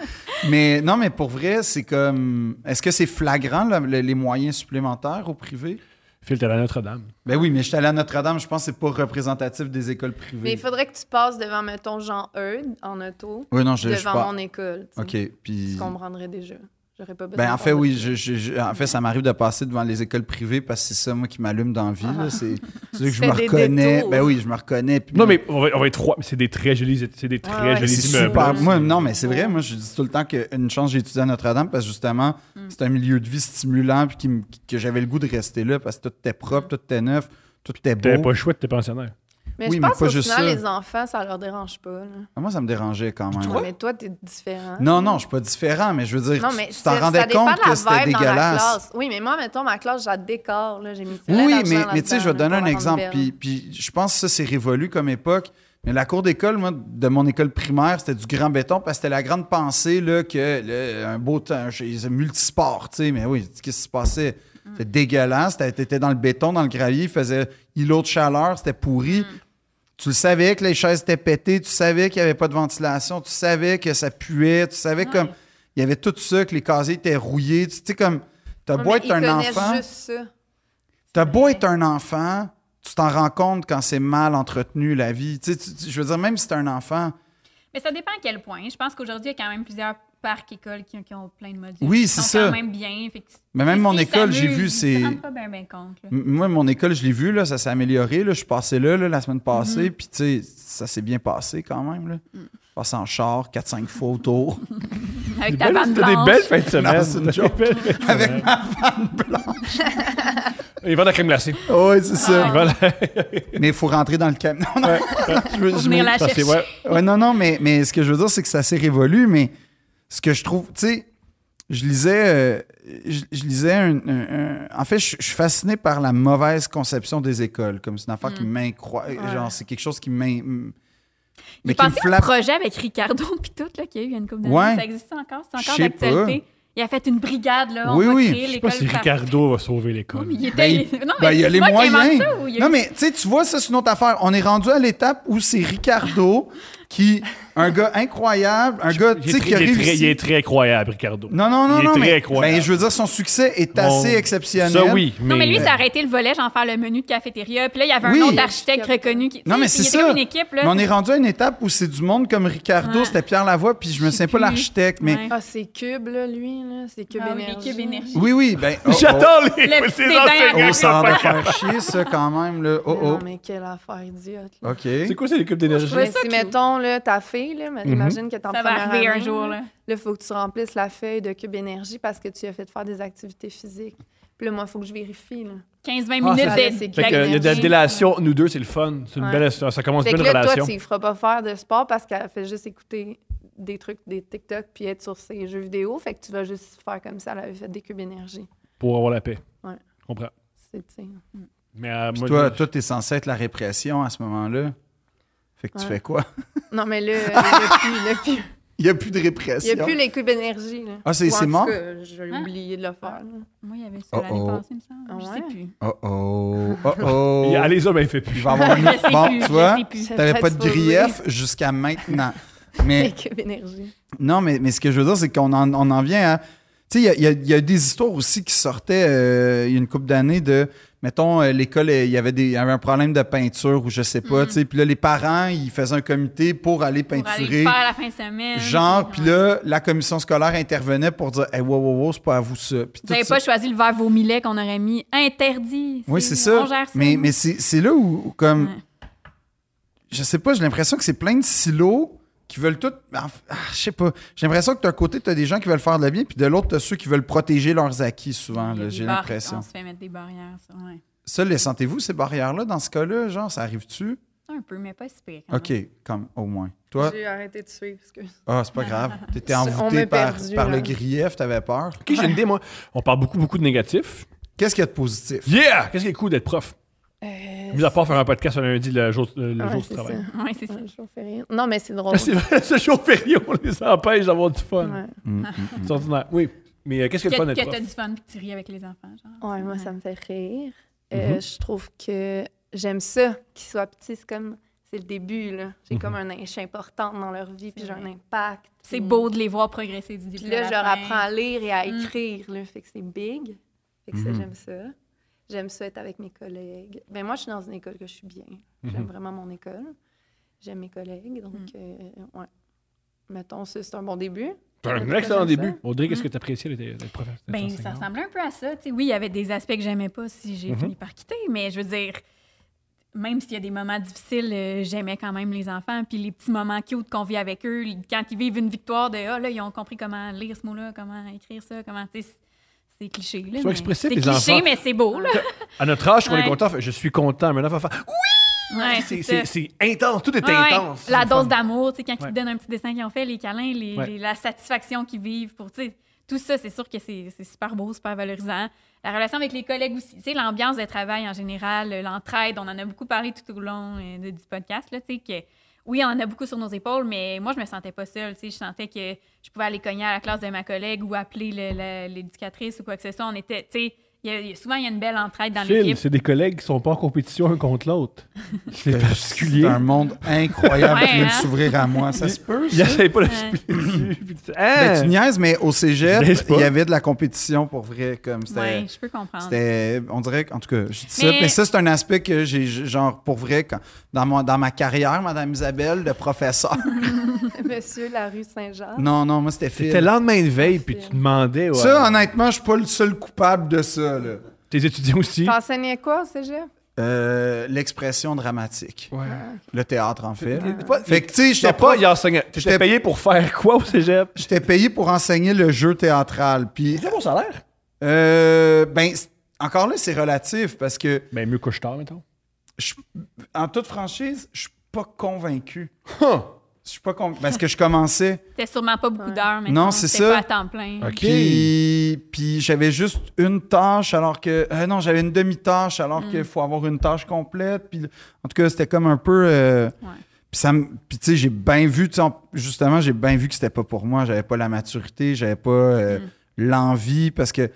Speaker 2: mais non, mais pour vrai, c'est comme. Est-ce que c'est flagrant, là, le- les moyens supplémentaires au privé?
Speaker 1: Phil, t'es à la Notre-Dame.
Speaker 2: Ben oui, mais je suis allé à Notre-Dame, je pense que c'est pas représentatif des écoles
Speaker 4: Mais
Speaker 2: privées.
Speaker 4: il faudrait que tu passes devant, mettons, Jean Eudes en auto,
Speaker 2: Oui, non, je, je
Speaker 4: devant
Speaker 2: pas.
Speaker 4: mon école. tu sais.
Speaker 2: OK. Puis.
Speaker 4: Tu comprendrais déjà. J'aurais pas besoin.
Speaker 2: Ben, en
Speaker 4: de
Speaker 2: fait,
Speaker 4: faire de-
Speaker 2: oui, je- je- je- en fait, ça m'arrive de passer devant les écoles privées parce que c'est ça, moi, qui m'allume dans la vie. là. C'est c'est là que je
Speaker 4: fais
Speaker 2: me
Speaker 4: des
Speaker 2: reconnais.
Speaker 4: détours.
Speaker 2: Ben oui oui, je me reconnais. puis
Speaker 1: Non, mais on va, on va être trois. mais C'est des très jolis, c'est des très
Speaker 4: Ouais, ouais.
Speaker 1: jolis
Speaker 2: C'est
Speaker 1: immeubles.
Speaker 2: super. Moi, non, mais c'est vrai. Moi, je dis tout le temps qu'une chance, j'ai étudié à Notre-Dame parce que justement,
Speaker 4: Mm.
Speaker 2: c'est un milieu de vie stimulant puis qui me- que j'avais le goût de rester là parce que tout était propre,
Speaker 4: Mm.
Speaker 2: tout était neuf, tout était
Speaker 1: T'es
Speaker 2: beau.
Speaker 1: pas chouette, t'es pensionnaire.
Speaker 4: Mais
Speaker 2: Oui,
Speaker 4: je
Speaker 2: mais
Speaker 4: pense
Speaker 2: pas
Speaker 4: qu'au
Speaker 2: juste
Speaker 4: final,
Speaker 2: ça.
Speaker 4: les enfants, ça leur dérange pas. là.
Speaker 2: Moi, ça me dérangeait quand même.
Speaker 4: Non, mais toi, t'es différent.
Speaker 2: Non, non, je suis pas différent, mais je veux dire,
Speaker 4: Non,
Speaker 2: tu-
Speaker 4: mais
Speaker 2: tu
Speaker 4: c'est-
Speaker 2: t'en
Speaker 4: ça
Speaker 2: rendais
Speaker 4: dépend
Speaker 2: compte
Speaker 4: de la
Speaker 2: que c'était
Speaker 4: vibe dans la
Speaker 2: dégueulasse.
Speaker 4: classe. Oui, mais moi, mettons, ma classe, je la décore. là, J'ai mis plein
Speaker 2: Oui,
Speaker 4: d'argent
Speaker 2: mais, mais
Speaker 4: là-dedans,
Speaker 2: tu sais, je vais
Speaker 4: là,
Speaker 2: donner
Speaker 4: pour
Speaker 2: un
Speaker 4: la rendre
Speaker 2: exemple,
Speaker 4: belle.
Speaker 2: puis, puis je pense que ça, c'est révolu comme époque. Mais la cour d'école, moi, de mon école primaire, c'était du grand béton parce que c'était la grande pensée là, que là, un beau temps, un multisport, tu sais, mais oui, qu'est-ce qui se passait?
Speaker 4: Mm.
Speaker 2: C'était dégueulasse, t'étais- t'étais dans le béton, dans le gravier, il faisait îlot de chaleur, c'était pourri.
Speaker 4: Mm.
Speaker 2: Tu le savais que les chaises étaient pétées, tu savais qu'il n'y avait pas de ventilation, tu savais que ça puait, tu savais comme... Il y avait tout ça, que les casiers étaient rouillés, tu tu sais, comme... T'as
Speaker 4: Non,
Speaker 2: beau
Speaker 4: mais
Speaker 2: être
Speaker 4: ils
Speaker 2: un
Speaker 4: connaissent
Speaker 2: enfant...
Speaker 4: juste ça.
Speaker 2: T'as beau être un enfant, tu t'en rends compte quand c'est mal entretenu, la vie. Tu sais, tu- tu- je veux dire, même si t'es un enfant,
Speaker 3: Mais ça dépend à quel point. Je pense qu'aujourd'hui, il y a quand même plusieurs parcs écoles qui, qui ont plein de modules.
Speaker 2: Oui,
Speaker 3: qui
Speaker 2: c'est
Speaker 3: sont
Speaker 2: ça.
Speaker 3: quand même bien. Fait que-
Speaker 2: Mais même
Speaker 3: S'ils
Speaker 2: mon école, j'ai
Speaker 3: s'amusent,
Speaker 2: vu,
Speaker 3: ils
Speaker 2: c'est-
Speaker 3: se rendent pas bien, bien compte. là.
Speaker 2: m- moi, mon école, je l'ai vu, là, ça s'est amélioré. Là, je suis passé là, là, la semaine passée, puis tu sais, ça s'est bien passé quand même. Là. Passé en char, 4-5 fois autour.
Speaker 3: Avec ta
Speaker 1: T'as
Speaker 3: bande
Speaker 1: des
Speaker 3: blanche.
Speaker 1: belles fins de semaine.
Speaker 2: Non, c'est une joke.
Speaker 1: Des belles fins de
Speaker 2: Avec
Speaker 1: semaine. Ils vendent la crème glacée.
Speaker 2: oui, c'est
Speaker 3: Ah
Speaker 2: ça.
Speaker 1: Ils vendent la-
Speaker 2: Mais il faut rentrer dans le camion. Non, non. Je veux-
Speaker 3: Pour
Speaker 2: je
Speaker 3: venir
Speaker 2: me-
Speaker 3: la
Speaker 1: Ça,
Speaker 3: chercher.
Speaker 1: c'est- ouais.
Speaker 2: Ouais, non, non, mais, mais ce que je veux dire, c'est que ça s'est révolu, mais ce que je trouve, tu sais, je lisais, euh, je, je lisais un, un- un- En fait, je, je suis fasciné par la mauvaise conception des écoles, comme c'est une affaire
Speaker 3: Hmm.
Speaker 2: qui m'incroyable, genre, c'est quelque chose qui m'in...
Speaker 3: J'ai
Speaker 2: Mais qui me
Speaker 3: pensé à un
Speaker 2: flappe.
Speaker 3: projet avec Ricardo puis tout là, qu'il y a eu il y a une couple d'années.
Speaker 2: Ouais.
Speaker 3: Ça existe encore? C'est
Speaker 2: Je
Speaker 3: encore
Speaker 2: sais
Speaker 3: d'actualité? Il a fait une brigade, là.
Speaker 2: Oui,
Speaker 3: on va
Speaker 2: oui.
Speaker 3: Créer
Speaker 1: Je sais pas
Speaker 3: l'école
Speaker 1: si
Speaker 3: par-
Speaker 1: Ricardo va sauver
Speaker 3: Non,
Speaker 1: l'école.
Speaker 3: mais il était.
Speaker 2: Ben, il-
Speaker 3: non,
Speaker 2: Ben,
Speaker 3: mais
Speaker 2: il y a
Speaker 3: c'est
Speaker 2: les
Speaker 3: moi qui ai inventé
Speaker 2: moyens.
Speaker 3: ça, ou il y a
Speaker 2: Non,
Speaker 3: eu-
Speaker 2: mais tu sais, tu vois, ça, c'est une autre affaire. On est rendu à l'étape où c'est Ricardo qui, un gars incroyable, un gars,
Speaker 1: Il
Speaker 2: tu
Speaker 1: est
Speaker 2: sais,
Speaker 1: très-
Speaker 2: qui a
Speaker 1: il est très- Il
Speaker 2: réussi.
Speaker 1: est très incroyable, Ricardo.
Speaker 2: Non, non,
Speaker 1: il
Speaker 2: non,
Speaker 1: est
Speaker 2: non,
Speaker 1: très
Speaker 2: mais
Speaker 1: incroyable.
Speaker 2: ben, je veux dire, son succès est assez
Speaker 1: On-
Speaker 2: exceptionnel.
Speaker 1: Ça, oui. Mais,
Speaker 3: Non, mais lui, ça a arrêté le volet, genre faire le menu de cafétéria. Puis là, il y avait
Speaker 2: Oui.
Speaker 3: un autre architecte reconnu qui.
Speaker 2: Non, mais
Speaker 3: tu
Speaker 2: c'est
Speaker 3: sais, Il était
Speaker 2: ça.
Speaker 3: comme une équipe, là.
Speaker 2: Mais on est rendu à une étape où c'est du monde comme Ricardo,
Speaker 3: Ben Ouais.
Speaker 2: c'était Pierre Lavoie, puis je me
Speaker 3: Je sais
Speaker 2: souviens pas
Speaker 3: plus.
Speaker 2: l'architecte, mais
Speaker 3: Ouais.
Speaker 4: Ah, c'est Cube, là, lui, là. C'est Cube
Speaker 3: Ah oui,
Speaker 4: Énergie.
Speaker 3: Cube Énergie.
Speaker 2: oui, oui, ben. oh, oh.
Speaker 7: J'attends les,
Speaker 3: Le petit
Speaker 7: les
Speaker 3: dédain
Speaker 7: enseignants.
Speaker 3: à
Speaker 2: Oh, ça en va faire chier, ça, quand même, là.
Speaker 4: Mais
Speaker 2: Oh, Ah,
Speaker 4: Non, mais quelle affaire idiote,
Speaker 2: oh.
Speaker 4: là.
Speaker 2: OK.
Speaker 7: C'est quoi, c'est l'équipe d'énergie?
Speaker 4: Mais
Speaker 3: ça
Speaker 4: si,
Speaker 3: cute.
Speaker 4: mettons, là, ta fille, là,
Speaker 2: Mhm.
Speaker 4: mais imagine que t'es en
Speaker 3: Ça va
Speaker 4: première
Speaker 3: arriver un
Speaker 4: année,
Speaker 3: jour, là.
Speaker 4: Là, il faut que tu remplisses la feuille de Cube Énergie parce que tu as fait faire des activités physiques. Puis là, moi, il faut que je vérifie, là.
Speaker 3: 15-20
Speaker 1: Ah,
Speaker 3: minutes
Speaker 4: ça,
Speaker 3: de-
Speaker 4: c'est-
Speaker 3: de-
Speaker 1: Fait que, il y a de la
Speaker 3: d'énergie.
Speaker 1: délation, nous deux, c'est le fun. C'est une
Speaker 4: Ouais.
Speaker 1: belle, ça commence
Speaker 4: Fait
Speaker 1: une
Speaker 4: que
Speaker 1: belle
Speaker 4: là,
Speaker 1: relation.
Speaker 4: toi, tu ne feras pas faire de sport parce qu'elle fait juste écouter des trucs, des TikTok, puis être sur ses jeux vidéo. Fait que tu vas juste faire comme ça. Elle avait fait des cubes énergie.
Speaker 1: pour avoir la paix.
Speaker 4: Ouais.
Speaker 1: Je comprends.
Speaker 4: C'est, tu sais.
Speaker 1: Mais euh,
Speaker 2: Puis
Speaker 1: moi,
Speaker 2: toi,
Speaker 1: je-
Speaker 2: toi, t'es censé être la répression à ce moment-là. Fait que tu
Speaker 4: Ouais.
Speaker 2: fais quoi?
Speaker 4: Non, mais là, il n'y a, plus-
Speaker 2: Il n'y a plus de
Speaker 4: il y
Speaker 2: répression.
Speaker 4: a plus les cubes énergie. Là.
Speaker 2: Ah, c'est-
Speaker 4: Ou en
Speaker 2: c'est
Speaker 4: tout
Speaker 2: mort?
Speaker 4: cas, Je l'ai oublié de le faire. là.
Speaker 3: Moi, il y avait ça
Speaker 2: Oh,
Speaker 3: l'année
Speaker 2: oh.
Speaker 3: passée, il me semble.
Speaker 4: Ah
Speaker 3: Je
Speaker 4: ouais?
Speaker 3: sais plus.
Speaker 2: Oh oh, oh oh.
Speaker 1: il y a- les hommes, il fait
Speaker 2: Il
Speaker 1: plus.
Speaker 2: va avoir
Speaker 3: Je sais
Speaker 2: une... Bon,
Speaker 3: plus,
Speaker 2: tu
Speaker 3: je
Speaker 2: vois,
Speaker 3: sais plus.
Speaker 2: t'avais pas de
Speaker 4: Peut-être sauvé.
Speaker 2: grief jusqu'à maintenant. Mais
Speaker 4: Les cubes énergie.
Speaker 2: non, mais, mais ce que je veux dire, c'est qu'on en, on en vient à. Tu sais, il y a- il y a, il y a des histoires aussi qui sortaient euh, il y a une couple d'années de. Mettons, euh, l'école, euh, il y, avait des, il y avait un problème de peinture ou je sais pas, tu sais. Puis là, les parents, ils faisaient un comité pour aller
Speaker 3: Mm. Pour aller
Speaker 2: peinturer.
Speaker 3: faire la fin de semaine. euh,
Speaker 2: Genre, puis
Speaker 3: Ouais.
Speaker 2: là, la commission scolaire intervenait pour dire Hey, wow, wow, wow, c'est pas à vous ça. Puis
Speaker 3: Vous
Speaker 2: tout
Speaker 3: n'avez
Speaker 2: ça.
Speaker 3: pas choisi le verre au millet qu'on aurait mis interdit.
Speaker 2: Oui, c'est ça.
Speaker 3: on gère ça,
Speaker 2: Mais,
Speaker 3: nous.
Speaker 2: mais c'est c'est là où, où comme.
Speaker 3: Ouais.
Speaker 2: Je sais pas, j'ai l'impression que c'est plein de silos qui veulent tout. ah, ah, je sais pas. J'ai l'impression que d'un côté, t'as des gens qui veulent faire de la bien, puis de l'autre, t'as ceux qui veulent protéger leurs acquis, souvent,
Speaker 3: Il y a
Speaker 2: là,
Speaker 3: des
Speaker 2: j'ai
Speaker 3: barres-
Speaker 2: l'impression.
Speaker 3: On se fait mettre des barrières, ça, ouais.
Speaker 2: Ça, les sentez-vous, ces barrières-là, dans ce cas-là? Genre, ça arrive-tu?
Speaker 3: Un peu, mais pas si pire. quand
Speaker 2: OK, comme, au moins. Toi,
Speaker 4: J'ai arrêté de suivre. Parce que...
Speaker 2: ah, c'est pas grave. T'étais
Speaker 4: On
Speaker 2: envoûté
Speaker 4: m'a
Speaker 2: par,
Speaker 4: perdu,
Speaker 2: par le
Speaker 4: là.
Speaker 2: grief, t'avais peur.
Speaker 1: Ok, j'ai une idée, moi. On parle beaucoup, beaucoup de négatifs.
Speaker 2: Qu'est-ce qu'il y a de positif?
Speaker 1: Yeah! Qu'est-ce qui est cool d'être prof?
Speaker 4: Euh,
Speaker 1: Mis à part faire un podcast le lundi, le jour, le
Speaker 4: ouais,
Speaker 1: jour du
Speaker 4: c'est
Speaker 1: travail. Ah,
Speaker 4: ça.
Speaker 3: même. Ouais, c'est ça.
Speaker 4: Ouais, je fais rien. Non, mais c'est drôle.
Speaker 1: C'est vrai, ce jour férié, on les empêche d'avoir du fun.
Speaker 4: Ouais.
Speaker 2: Mm, mm, mm.
Speaker 1: C'est ordinaire. Oui. Mais euh, qu'est-ce que
Speaker 3: Que,
Speaker 1: le fun d'être
Speaker 3: que t'as
Speaker 1: prof?
Speaker 3: du fun puis que tu ris avec les enfants. Genre.
Speaker 4: Ouais, moi, ça me fait rire. Euh, Je trouve que j'aime ça, qu'ils soient petits. C'est comme, c'est le début, là. J'ai comme un inch important dans leur vie, puis j'ai un impact.
Speaker 3: C'est
Speaker 4: puis-
Speaker 3: beau de les voir progresser du début.
Speaker 4: Puis
Speaker 3: à
Speaker 4: là,
Speaker 3: la
Speaker 4: je leur
Speaker 3: fin.
Speaker 4: apprends à lire et à
Speaker 3: Mm.
Speaker 4: écrire, là. Fait que c'est big. Fait que ça,
Speaker 2: Mhm.
Speaker 4: j'aime ça. J'aime ça être avec mes collègues. Ben moi, je suis dans une école que je suis bien. J'aime vraiment mon école. J'aime mes collègues, donc,
Speaker 3: Mm.
Speaker 4: euh, ouais. Mettons, ça, c'est un bon début.
Speaker 1: C'est un
Speaker 4: J'aime
Speaker 1: excellent
Speaker 4: ça.
Speaker 1: début. Audrey, qu'est-ce que tu appréciais d'être d'être prof?
Speaker 3: Ben, ça ressemblait un peu à ça. tu sais. oui, il y avait des aspects que j'aimais pas si j'ai
Speaker 1: Mhm.
Speaker 3: fini par quitter, mais je veux dire, même s'il y a des moments difficiles, euh, j'aimais quand même les enfants. Puis les petits moments cute qu'on vit avec eux, quand ils vivent une victoire de Ah, là, ils ont compris comment lire ce mot-là, comment écrire ça, comment. tu sais, c'est- C'est cliché. Là,
Speaker 1: Sois
Speaker 3: mais-
Speaker 1: expressif,
Speaker 3: C'est
Speaker 1: les
Speaker 3: cliché,
Speaker 1: enfants.
Speaker 3: mais c'est beau. Là.
Speaker 1: À notre âge, quand on est
Speaker 3: Ouais.
Speaker 1: content, fait, je suis content. Mais là, enfin,
Speaker 3: Ouais,
Speaker 1: c'est
Speaker 3: ça.
Speaker 1: c'est- c'est intense. Tout est
Speaker 3: Ouais, ouais.
Speaker 1: intense.
Speaker 3: La
Speaker 1: C'est le
Speaker 3: dose
Speaker 1: fun.
Speaker 3: d'amour, tu sais, quand ils
Speaker 1: Ouais.
Speaker 3: te donnent un petit dessin qu'ils ont fait, les câlins, les-
Speaker 1: Ouais.
Speaker 3: les- la satisfaction qu'ils vivent pour, tu sais, tout ça, c'est sûr que c'est c'est super beau, super valorisant. La relation avec les collègues aussi, tu sais, l'ambiance de travail en général, euh, l'entraide, on en a beaucoup parlé tout au long euh, de- du podcast, là, tu sais, que oui, on en a beaucoup sur nos épaules, mais moi, je me sentais pas seule, tu sais, je sentais que je pouvais aller cogner à la classe de ma collègue ou appeler le- le- l'éducatrice ou quoi que ce soit. On était, tu sais, il y a- il y a- souvent, il y a une belle entraide dans
Speaker 1: Phil,
Speaker 3: l'équipe.
Speaker 1: c'est des collègues qui sont pas en compétition un contre l'autre. Ben, C'est
Speaker 2: C'est
Speaker 1: particulier.
Speaker 2: un monde incroyable qui
Speaker 3: Ouais,
Speaker 2: vient de
Speaker 3: hein?
Speaker 2: s'ouvrir à moi. Ça se peut,
Speaker 1: Ils
Speaker 2: ça?
Speaker 1: n'essayent pas de se
Speaker 3: Ouais.
Speaker 1: piler dessus, puis tu-
Speaker 2: Ben,
Speaker 1: Hein?
Speaker 2: tu niaises, mais au cégep,
Speaker 1: Niaise pas.
Speaker 2: il y avait de la compétition pour vrai. Comme c'était,
Speaker 3: Ouais, je peux comprendre.
Speaker 2: c'était- on dirait, que- en tout cas, je dis ça,
Speaker 3: Mais-
Speaker 2: mais ça, c'est un aspect que j'ai, genre, pour vrai, quand- dans, mon- dans ma carrière, Madame Isabelle, de professeur.
Speaker 4: Monsieur la rue Saint-Jean.
Speaker 2: non, non, moi, c'était
Speaker 1: C'était
Speaker 2: Phil.
Speaker 1: le lendemain de veille, puis tu demandais. ouais,
Speaker 2: Ça, honnêtement, je suis pas le seul coupable de ça, là.
Speaker 1: Tes étudiants aussi.
Speaker 4: T'enseignais quoi au cégep?
Speaker 2: Euh, l'expression dramatique. Le théâtre, en fait.
Speaker 1: Pas-
Speaker 2: Fait que, tu sais, j'étais
Speaker 1: J'étais pas,
Speaker 2: pas...
Speaker 1: il enseignait. T'étais
Speaker 2: j'étais-
Speaker 1: payé pour faire quoi au cégep?
Speaker 2: J'étais payé pour enseigner le jeu théâtral. Puis,
Speaker 1: C'était mon salaire.
Speaker 2: euh, ben, c'est- encore là, c'est relatif parce que
Speaker 1: Ben, mieux que je tard, mettons.
Speaker 2: je- en toute franchise, je suis pas convaincu. Je suis pas convaincu. Parce que je commençais.
Speaker 3: C'était sûrement pas beaucoup d'heures, mais
Speaker 2: Non, c'est
Speaker 3: c'était
Speaker 2: ça.
Speaker 3: pas à temps plein.
Speaker 1: OK.
Speaker 2: Puis, puis j'avais juste une tâche alors que. euh, non, j'avais une demi-tâche alors qu'il faut avoir une tâche complète. Puis, en tout cas, c'était comme un peu. euh,
Speaker 3: Ouais.
Speaker 2: Puis, ça me- puis tu sais, j'ai bien vu, tu sais, en- justement, j'ai bien vu que c'était pas pour moi. J'avais pas la maturité, j'avais pas euh, l'envie, parce que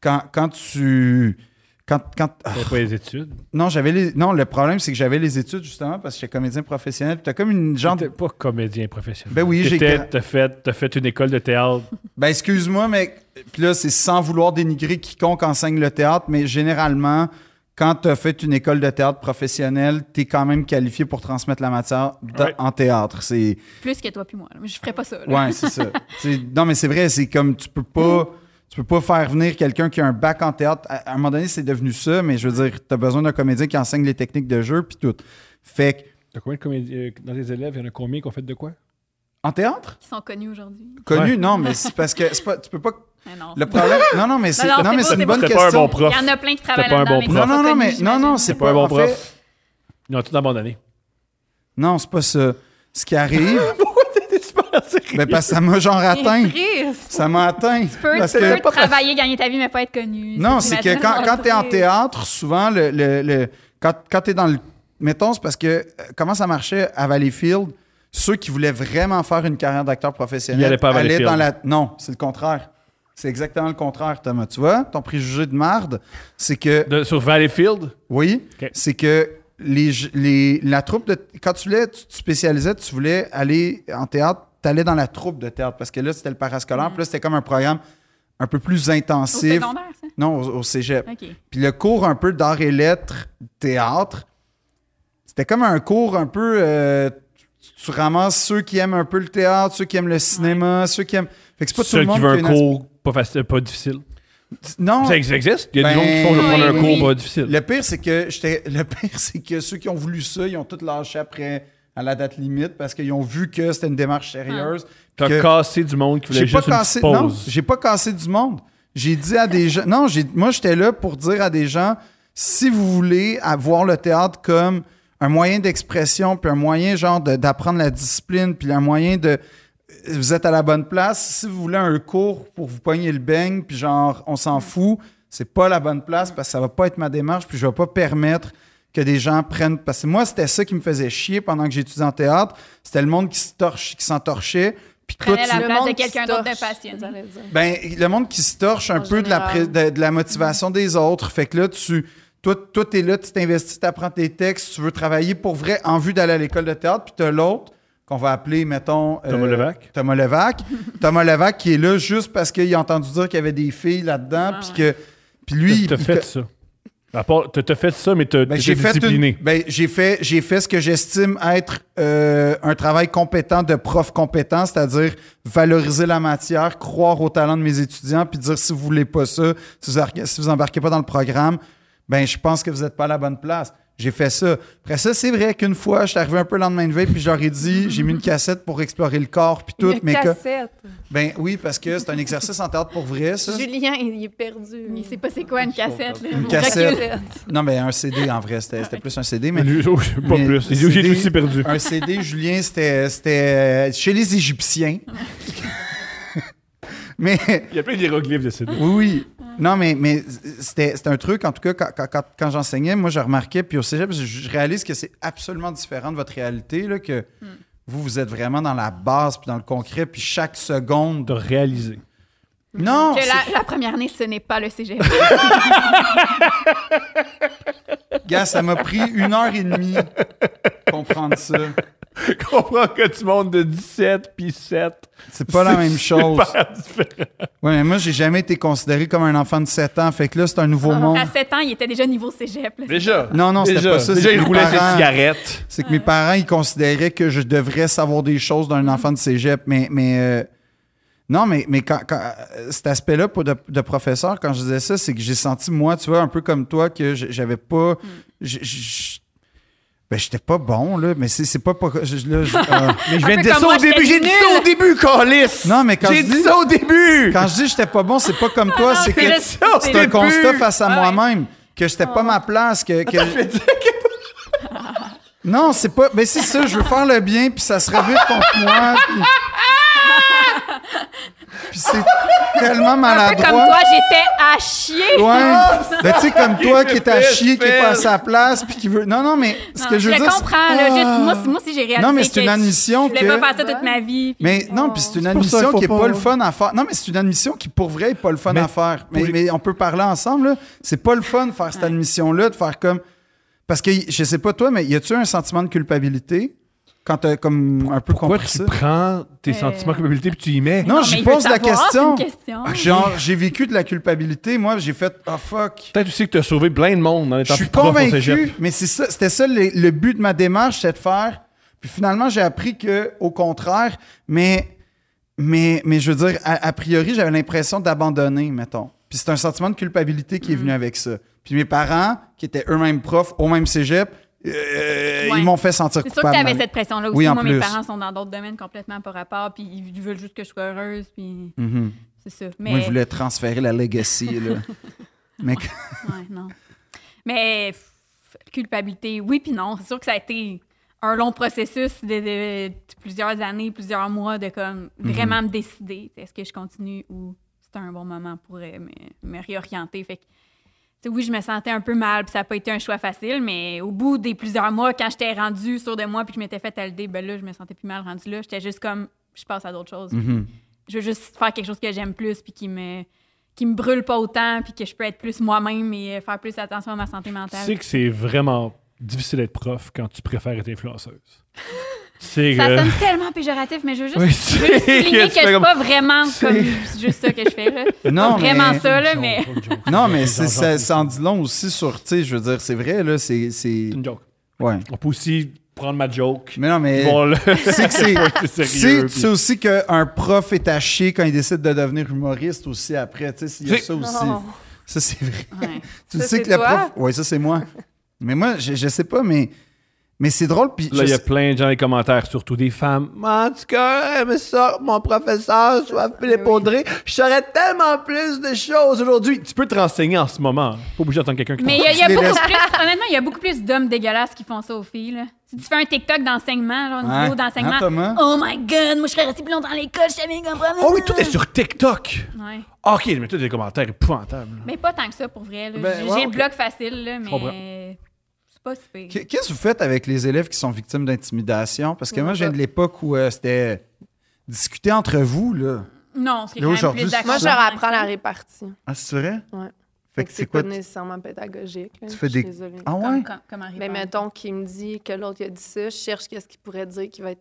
Speaker 2: quand, quand tu... Quand, quand, ah,
Speaker 1: T'as pas les études.
Speaker 2: non, j'avais les, non, le problème, c'est que j'avais les études, justement, parce que j'étais comédien professionnel. Puis T'as comme une genre de...
Speaker 1: T'étais pas comédien professionnel.
Speaker 2: Ben oui, j'ai-
Speaker 1: T'étais- T'as fait, t'as fait une école de théâtre.
Speaker 2: Ben, excuse-moi, mais puis là, c'est sans vouloir dénigrer quiconque enseigne le théâtre, mais généralement, quand tu as fait une école de théâtre professionnelle, tu es quand même qualifié pour transmettre la matière dans-
Speaker 1: Ouais.
Speaker 2: en théâtre. C'est
Speaker 3: Plus que toi puis moi. là. Mais Je ferais pas ça. là.
Speaker 2: ouais, c'est ça. C'est- non, mais c'est vrai, c'est comme tu peux pas tu peux pas faire venir quelqu'un qui a un bac en théâtre. À, à un moment donné, c'est devenu ça, mais je veux dire, tu as besoin d'un comédien qui enseigne les techniques de jeu puis tout. Fait que,
Speaker 1: T'as combien de comédiens
Speaker 2: euh,
Speaker 1: dans tes élèves Il y en a combien qui ont fait de quoi
Speaker 2: en théâtre,
Speaker 3: Qui sont connus aujourd'hui.
Speaker 2: connu, non, mais c'est parce que c'est pas, tu peux pas.
Speaker 3: Mais non.
Speaker 2: Le problème, non, non, mais c'est,
Speaker 3: non,
Speaker 2: non,
Speaker 3: c'est
Speaker 2: mais
Speaker 3: beau,
Speaker 2: c'est
Speaker 3: c'est
Speaker 2: une
Speaker 3: beau.
Speaker 2: bonne
Speaker 1: C'était
Speaker 2: question.
Speaker 1: pas un bon prof.
Speaker 3: Il y en a plein qui travaillent
Speaker 1: pas un
Speaker 3: là-dedans.
Speaker 1: bon
Speaker 3: mais qui
Speaker 1: prof.
Speaker 2: Non,
Speaker 3: sont
Speaker 2: non,
Speaker 3: pas
Speaker 2: non,
Speaker 3: connus,
Speaker 2: mais non,
Speaker 3: j'imagine.
Speaker 2: non, c'est
Speaker 1: pas un bon
Speaker 2: en fait-
Speaker 1: prof. Ils ont tout abandonné.
Speaker 2: Non, c'est pas ça. Ce qui arrive,
Speaker 7: T'es super sérieux.
Speaker 2: ben parce que ça m'a genre atteint.
Speaker 4: triste.
Speaker 2: Ça m'a atteint.
Speaker 3: Tu peux,
Speaker 2: Parce
Speaker 3: tu
Speaker 2: que-
Speaker 3: peux travailler, gagner ta vie, mais pas être connu.
Speaker 2: non,
Speaker 3: Ça,
Speaker 2: c'est que
Speaker 3: t'imagines,
Speaker 2: quand,
Speaker 3: on
Speaker 2: quand
Speaker 3: va
Speaker 2: t'es en
Speaker 3: trouver.
Speaker 2: théâtre, souvent, le, le- le- quand, quand t'es dans le... Mettons, c'est parce que euh, comment ça marchait à Valleyfield, ceux qui voulaient vraiment faire une carrière d'acteur professionnel
Speaker 1: Ils allaient pas à Valleyfield.
Speaker 2: dans la... Non, c'est le contraire. C'est exactement le contraire, Thomas. Tu vois, ton préjugé de marde, c'est que...
Speaker 1: De- sur Valleyfield,
Speaker 2: Oui,
Speaker 1: Ok.
Speaker 2: c'est que les, j- les, la troupe de. Quand tu voulais, tu te spécialisais, tu voulais aller en théâtre, tu allais dans la troupe de théâtre parce que là, c'était le parascolaire, puis là, c'était comme un programme un peu plus
Speaker 3: Mm. Au
Speaker 2: intensif.
Speaker 3: secondaire, ça?
Speaker 2: non, au, au cégep.
Speaker 3: OK.
Speaker 2: Puis le cours un peu d'art et lettres, théâtre, c'était comme un cours un peu. euh, tu- tu ramasses ceux qui aiment un peu le théâtre, ceux qui aiment le cinéma, ceux qui aiment. Fait que c'est pas tout
Speaker 1: ceux
Speaker 2: le monde
Speaker 1: qui veulent
Speaker 2: qui
Speaker 1: un
Speaker 2: a une-
Speaker 1: cours pas, facile, pas difficile.
Speaker 2: Non,
Speaker 1: Ça ex- existe. Il y a des
Speaker 2: Ben,
Speaker 1: gens qui font je vais prendre un
Speaker 3: oui,
Speaker 1: cours
Speaker 3: oui.
Speaker 1: pas difficile.
Speaker 2: Le pire, c'est que j'étais. Le pire, c'est que ceux qui ont voulu ça, ils ont tout lâché après à la date limite parce qu'ils ont vu que c'était une démarche sérieuse.
Speaker 1: T'as
Speaker 2: que-
Speaker 1: cassé du monde qui voulait
Speaker 2: J'ai pas
Speaker 1: juste une
Speaker 2: cassé.
Speaker 1: petite
Speaker 2: Non,
Speaker 1: pause.
Speaker 2: j'ai pas cassé du monde. J'ai dit à des gens. Non, j'ai, moi j'étais là pour dire à des gens si vous voulez avoir le théâtre comme un moyen d'expression, puis un moyen genre de- d'apprendre la discipline, puis un moyen de vous êtes à la bonne place. Si vous voulez un cours pour vous pogner le beigne, puis genre, on s'en fout, c'est pas la bonne place parce que ça va pas être ma démarche, puis je vais pas permettre que des gens prennent. Parce que moi, c'était ça qui me faisait chier pendant que j'étudiais en théâtre. C'était le monde qui se torche, qui s'en torchait. Puis toi,
Speaker 3: Prenait
Speaker 2: tu-
Speaker 3: la
Speaker 4: Le
Speaker 3: place
Speaker 4: monde
Speaker 3: de quelqu'un
Speaker 4: qui
Speaker 3: d'autre
Speaker 4: torche,
Speaker 3: de passionné.
Speaker 4: j'allais dire.
Speaker 2: ben, le monde qui se torche un
Speaker 4: En
Speaker 2: peu de la, pré-
Speaker 4: général.
Speaker 2: de,
Speaker 4: Mhm.
Speaker 2: de la motivation des autres. Fait que là, tu. Toi, toi, t'es là, tu t'investis, t'apprends tes textes, tu veux travailler pour vrai en vue d'aller à l'école de théâtre, puis t'as l'autre qu'on va appeler, mettons. euh,
Speaker 1: Thomas Levac.
Speaker 2: Thomas Levac. Thomas Levac qui est là juste parce qu'il a entendu dire qu'il y avait des filles
Speaker 4: Ah
Speaker 2: là-dedans, puis que. Puis lui.
Speaker 1: T'as
Speaker 2: il-
Speaker 1: t'as fait ça. À part- T'as t'as fait ça, mais t'as
Speaker 2: ben,
Speaker 1: t'étais
Speaker 2: j'ai fait,
Speaker 1: discipliné.
Speaker 2: une- ben, j'ai fait, j'ai fait ce que j'estime être euh, un travail compétent de prof compétent, c'est-à-dire valoriser la matière, croire au talent de mes étudiants, puis dire si vous voulez pas ça, si vous, arque- si vous embarquez pas dans le programme, ben je pense que vous n'êtes pas à la bonne place. J'ai fait ça. Après ça, c'est vrai qu'une fois, je suis arrivé un peu le lendemain de veille, puis j'aurais dit, j'ai mis une cassette pour explorer le corps, puis tout,
Speaker 4: Une
Speaker 2: mais que-
Speaker 4: cassette.
Speaker 2: ben oui, parce que c'est un exercice en théâtre pour vrai, ça.
Speaker 4: Julien, il est perdu.
Speaker 3: Il sait pas c'est quoi une cassette. là.
Speaker 2: Une cassette. Non, mais un CD en vrai, c'était c'était plus un CD, mais
Speaker 1: Lui, oh, pas
Speaker 2: Mais
Speaker 1: plus. Il
Speaker 2: c'est
Speaker 1: dit, J'ai
Speaker 2: des-
Speaker 1: tout aussi perdu.
Speaker 2: Un CD, Julien, c'était- c'était euh, chez les Égyptiens. mais
Speaker 1: Il y a plein d'hiéroglyphes de CD.
Speaker 2: oui, oui. Non, mais, mais c'était c'était un truc, en tout cas, quand, quand- quand- quand j'enseignais, moi, je remarquais, puis au cégep, je, je réalise que c'est absolument différent de votre réalité, là, que vous, vous êtes vraiment dans la base, puis dans le concret, puis chaque seconde.
Speaker 1: T'as réalisé.
Speaker 2: Non!
Speaker 3: Que
Speaker 2: c'est-
Speaker 3: la, la première année, ce n'est pas le cégep.
Speaker 2: Gars, ça m'a pris une heure et demie comprendre ça.
Speaker 7: comprends que tu montes de 17 puis 7.
Speaker 2: C'est pas la même chose.
Speaker 7: différent.
Speaker 2: Ouais, mais moi, j'ai jamais été considéré comme un enfant de 7 ans. Fait que là, c'est un nouveau monde.
Speaker 3: À 7 ans, il était déjà niveau cégep. là.
Speaker 7: Déjà.
Speaker 2: Non, non, c'était
Speaker 7: Déjà.
Speaker 2: pas ça,
Speaker 7: Déjà,
Speaker 2: c'est
Speaker 7: il
Speaker 2: mes
Speaker 7: roulait ses
Speaker 2: parents.
Speaker 7: cigarettes.
Speaker 2: C'est que mes parents, ils considéraient que je devrais savoir des choses d'un
Speaker 3: Mm-hmm.
Speaker 2: enfant de cégep, mais. mais euh, non, mais, mais quand, quand- euh, cet aspect-là pour de, de professeur, quand je disais ça, c'est que j'ai senti, moi, tu vois, un peu comme toi, que j- j'avais pas.
Speaker 3: Mm.
Speaker 2: j- j- Ben, j'étais pas bon, là, mais c'est c'est pas. pas je- là, je- euh,
Speaker 7: Mais je
Speaker 3: Un
Speaker 7: viens de
Speaker 3: peu
Speaker 7: dire
Speaker 3: comme
Speaker 7: ça
Speaker 3: moi,
Speaker 7: au début.
Speaker 3: j'étais
Speaker 7: J'ai dit ça
Speaker 3: nulle.
Speaker 7: au début, Calice.
Speaker 2: non, mais quand je
Speaker 7: J'ai dit
Speaker 2: dis.
Speaker 7: ça au début.
Speaker 2: Quand je dis j'étais pas bon, c'est pas comme toi, c'est que
Speaker 3: Ah c'est juste-
Speaker 7: Ça,
Speaker 3: c'est
Speaker 2: c'est un
Speaker 7: début.
Speaker 2: constat face à
Speaker 3: Ah ouais. Ah.
Speaker 2: moi-même que j'étais pas ma place que, que- non c'est pas mais c'est ça je veux faire le bien puis ça se revient contre moi puis- Puis c'est tellement
Speaker 3: Un peu comme Ah!
Speaker 2: maladroit.
Speaker 3: toi, j'étais à chier.
Speaker 2: Ouais. Ben, tu sais, comme toi qui est à
Speaker 7: Fais,
Speaker 2: chier, qui est pas à
Speaker 7: fais.
Speaker 2: sa place, puis qui veut. Non, non, mais ce
Speaker 3: Non,
Speaker 2: que je veux
Speaker 3: le
Speaker 2: dire. c'est-
Speaker 3: comprends, là, juste,
Speaker 2: Ah.
Speaker 3: moi, si- moi aussi, j'ai réalisé
Speaker 2: Non, mais c'est
Speaker 3: que
Speaker 2: une
Speaker 3: je-
Speaker 2: admission
Speaker 3: Je voulais
Speaker 2: que.
Speaker 3: pas faire ça toute ma vie. puis-
Speaker 2: Mais non, puis c'est une
Speaker 1: C'est pour ça
Speaker 2: admission
Speaker 1: qu'il faut
Speaker 2: qui est pas,
Speaker 1: pas-
Speaker 2: le fun à faire. Non, mais c'est une admission qui, pour vrai, est pas le fun
Speaker 1: Mais-
Speaker 2: à faire. Mais, mais on peut parler ensemble, là. C'est pas le fun de faire cette admission-là, de faire comme. Parce que, je sais pas toi, mais y a-tu un sentiment de culpabilité quand t'as comme un peu
Speaker 1: Pourquoi
Speaker 2: compris
Speaker 1: tu
Speaker 2: ça?
Speaker 1: prends tes
Speaker 3: Euh,
Speaker 1: sentiments de culpabilité puis tu y mets?
Speaker 2: Non, j'y
Speaker 3: mais il veut
Speaker 2: pose la
Speaker 3: savoir, c'est
Speaker 2: question.
Speaker 3: une question.
Speaker 1: Ah.
Speaker 2: Genre, j'ai vécu de la culpabilité. Moi, j'ai fait, ah fuck.
Speaker 7: Peut-être aussi que tu as sauvé plein de monde en
Speaker 2: Je
Speaker 7: étant
Speaker 2: suis
Speaker 7: prof au cégep.
Speaker 2: convaincu, mais c'est ça, c'était ça le, le but de ma démarche, c'est de faire. Puis finalement, j'ai appris que, au contraire, mais, mais, mais je veux dire, a, a priori, j'avais l'impression d'abandonner, mettons. Puis c'est un sentiment de culpabilité qui est
Speaker 3: Mm.
Speaker 2: venu avec ça. Puis mes parents, qui étaient eux-mêmes profs au même cégep, euh,
Speaker 3: Ouais.
Speaker 2: ils m'ont fait sentir
Speaker 3: C'est sûr que
Speaker 2: coupable.
Speaker 3: tu avais
Speaker 2: ma-
Speaker 3: cette pression-là aussi.
Speaker 2: Oui, en
Speaker 3: Moi,
Speaker 2: plus.
Speaker 3: mes parents sont dans d'autres domaines complètement par rapport, puis ils veulent juste que je sois heureuse, puis
Speaker 2: Mhm.
Speaker 3: c'est ça. Mais,
Speaker 2: Moi, je voulais transférer la legacy, là. mais
Speaker 3: ouais, non. Mais f- culpabilité, oui, puis non. C'est sûr que ça a été un long processus de, de- de plusieurs années, plusieurs mois de comme vraiment me décider. Est-ce que je continue ou c'était un bon moment pour euh, me, me réorienter? Fait que, tu sais, oui, je me sentais un peu mal, puis ça n'a pas été un choix facile, mais au bout des plusieurs mois, quand j'étais rendue sur de moi, puis que je m'étais fait LD, ben là, je me sentais plus mal rendue là. J'étais juste comme, je passe à d'autres choses.
Speaker 2: Mhm.
Speaker 3: Je veux juste faire quelque chose que j'aime plus, puis qui me qui me brûle pas autant, puis que je peux être plus moi-même et euh, faire plus attention à ma santé
Speaker 1: Tu
Speaker 3: mentale.
Speaker 1: sais que c'est vraiment difficile d'être prof quand tu préfères être influenceuse. C'est
Speaker 3: Ça
Speaker 1: que...
Speaker 3: sonne tellement péjoratif, mais je veux juste
Speaker 1: Oui, c'est-
Speaker 3: je veux juste souligner
Speaker 1: que
Speaker 3: que
Speaker 1: tu fais
Speaker 3: c'est
Speaker 1: comme-
Speaker 3: pas vraiment comme juste ça que je fais. Là.
Speaker 2: Non,
Speaker 3: Pas vraiment
Speaker 2: mais-
Speaker 3: ça, là, mais
Speaker 1: Joke, joke, joke.
Speaker 2: non, mais
Speaker 1: J'en-
Speaker 2: c'est-
Speaker 1: j'en-
Speaker 2: ça, ça en dit long aussi sur, tu sais, je veux dire, c'est vrai, là, c'est... c'est-
Speaker 1: C'est une joke.
Speaker 2: Ouais.
Speaker 1: On peut aussi prendre ma joke.
Speaker 2: Mais non, mais...
Speaker 1: Bon, là,
Speaker 2: c'est que c'est.
Speaker 1: c'est
Speaker 2: Tu sais-
Speaker 1: sérieux.
Speaker 2: tu sais aussi qu'un prof est à chier quand il décide de devenir humoriste aussi après. Tu sais, il y a
Speaker 1: C'est-
Speaker 2: ça aussi.
Speaker 4: Non.
Speaker 2: Ça, c'est vrai.
Speaker 3: Ouais.
Speaker 2: Tu
Speaker 4: Ça,
Speaker 2: sais
Speaker 4: c'est
Speaker 2: que le
Speaker 4: toi?
Speaker 2: prof. Oui, ça, c'est moi. Mais moi, je, je sais pas, mais, mais c'est drôle. Puis
Speaker 7: Là,
Speaker 2: je
Speaker 7: il y a
Speaker 2: sais-
Speaker 7: plein de gens dans les commentaires, surtout des femmes. En tout cas, mais ça, mon professeur, soit
Speaker 3: Ah, ben
Speaker 7: Philippe Audrey, je saurais tellement plus de choses aujourd'hui. Tu peux te renseigner en ce moment. hein. Pas obligé d'entendre quelqu'un qui
Speaker 3: Mais
Speaker 7: t'enseigne.
Speaker 3: il y a, il y a
Speaker 2: Tu les
Speaker 3: beaucoup
Speaker 2: laisses-
Speaker 3: plus, honnêtement, il y a beaucoup plus d'hommes dégueulasses qui font ça aux filles. Là. Si tu fais un TikTok d'enseignement, genre une
Speaker 2: Ouais.
Speaker 3: vidéo
Speaker 2: Hein,
Speaker 3: d'enseignement,
Speaker 2: Thomas?
Speaker 3: oh my god, moi je serais resté plus longtemps à l'école, je savais comme
Speaker 7: Oh oui, tout est sur TikTok.
Speaker 3: Ouais.
Speaker 7: Ok, mais tout des commentaires épouvantables.
Speaker 3: Mais pas tant que ça pour vrai. là.
Speaker 2: Ben,
Speaker 3: J'ai
Speaker 2: ouais,
Speaker 3: j'ai le
Speaker 2: ok.
Speaker 3: bloc facile, là, mais
Speaker 1: comprends.
Speaker 3: c'est pas si pire.
Speaker 2: Qu- Qu'est-ce que vous faites avec les élèves qui sont victimes d'intimidation? Parce que moi, j'ai de l'époque où euh, c'était discuter entre vous, là.
Speaker 3: Non, ce qui
Speaker 2: Mais
Speaker 3: est quand même
Speaker 2: aujourd'hui,
Speaker 3: plus
Speaker 2: c'est-
Speaker 3: d'accord.
Speaker 4: Moi, je leur apprends la répartie.
Speaker 2: Ah, c'est vrai?
Speaker 4: Ouais.
Speaker 2: Fait que c'est quoi?
Speaker 4: pas
Speaker 2: Tu
Speaker 4: nécessairement pédagogique. là.
Speaker 2: tu fais
Speaker 4: Je
Speaker 2: des.
Speaker 4: suis désolée.
Speaker 2: Ah
Speaker 3: Comme,
Speaker 2: ouais?
Speaker 3: comme, comme Harry
Speaker 4: Mais
Speaker 3: Potter.
Speaker 4: mettons qu'il me dit que l'autre il a dit ça, je cherche qu'est-ce qu'il pourrait dire qui va être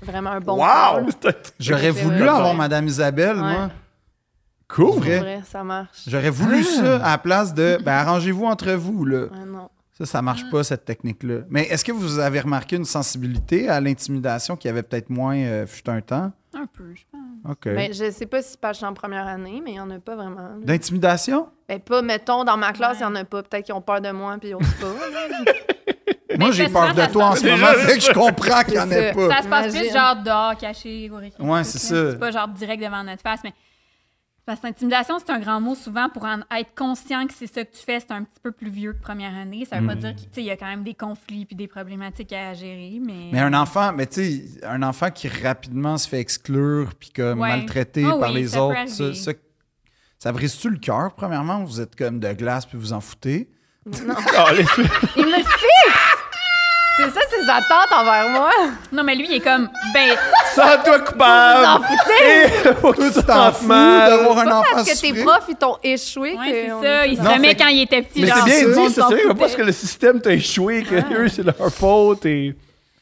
Speaker 4: vraiment un bon
Speaker 2: Wow!
Speaker 4: call.
Speaker 2: J'aurais
Speaker 4: C'est
Speaker 2: voulu
Speaker 4: vrai.
Speaker 2: avoir Madame Isabelle,
Speaker 4: Ouais.
Speaker 2: moi.
Speaker 4: Pour
Speaker 2: Cool.
Speaker 4: vrai, ça marche.
Speaker 2: J'aurais voulu ça à la place de ben, arrangez-vous entre vous. Là.
Speaker 4: Ouais, non.
Speaker 2: Ça, ça marche pas, cette technique-là. Mais est-ce que vous avez remarqué une sensibilité à l'intimidation qui avait peut-être moins euh, fut un temps?
Speaker 3: Un peu, je pense.
Speaker 2: OK.
Speaker 4: Ben, je sais pas si je suis en première année, mais il y en a pas vraiment. là.
Speaker 2: D'intimidation?
Speaker 4: Ben, pas, mettons, dans ma classe, il
Speaker 3: Ouais.
Speaker 4: y en a pas. Peut-être qu'ils ont peur de moi, puis ils osent pas. là.
Speaker 2: Moi, j'ai
Speaker 3: ben, ça
Speaker 2: peur
Speaker 3: se passe
Speaker 2: de toi en
Speaker 3: à-
Speaker 2: ce moment, fait que je comprends qu'il y en ait
Speaker 4: C'est
Speaker 2: pas.
Speaker 3: Ça se passe
Speaker 4: Imagine.
Speaker 3: plus genre dehors, caché, ou quelque
Speaker 2: Ouais,
Speaker 3: chose,
Speaker 2: c'est
Speaker 3: là.
Speaker 2: ça.
Speaker 3: C'est pas genre direct devant notre face, mais. Parce que l'intimidation, c'est un grand mot souvent pour en être conscient que c'est ça que tu fais, c'est un petit peu plus vieux que première année. Ça veut
Speaker 2: Mm.
Speaker 3: pas dire que, tu sais, il y a quand même des conflits puis des problématiques à gérer, mais.
Speaker 2: Mais un enfant, mais tu sais, un enfant qui rapidement se fait exclure puis comme
Speaker 3: Ouais.
Speaker 2: maltraité
Speaker 3: Ah
Speaker 2: par
Speaker 3: oui,
Speaker 2: les
Speaker 3: ça peut
Speaker 2: autres, ça,
Speaker 3: arriver.
Speaker 2: ça, ça brise-tu le cœur, premièrement? Vous êtes comme de glace puis vous en foutez.
Speaker 4: Il me fixe! C'est ça ses attentes envers moi.
Speaker 3: Non, mais lui, il est comme, ben,
Speaker 7: Sens-toi coupable. Faut que
Speaker 2: Toi,
Speaker 7: tu
Speaker 2: tu t'en
Speaker 7: t'en
Speaker 2: fous
Speaker 7: fasses.
Speaker 2: d'avoir un enfant
Speaker 4: Parce que tes
Speaker 2: souffrir?
Speaker 4: profs, ils t'ont échoué.
Speaker 3: ouais, c'est
Speaker 4: que on
Speaker 3: ça,
Speaker 4: est
Speaker 3: il se
Speaker 4: pas dans-
Speaker 3: remet quand il était petit.
Speaker 2: Mais c'est
Speaker 3: genre,
Speaker 2: bien
Speaker 3: tout
Speaker 7: C'est
Speaker 3: le monde
Speaker 7: dit, ça,
Speaker 3: s'en
Speaker 7: c'est vrai,
Speaker 3: foutait.
Speaker 7: parce que le système t'a échoué, que eux, c'est leur faute et.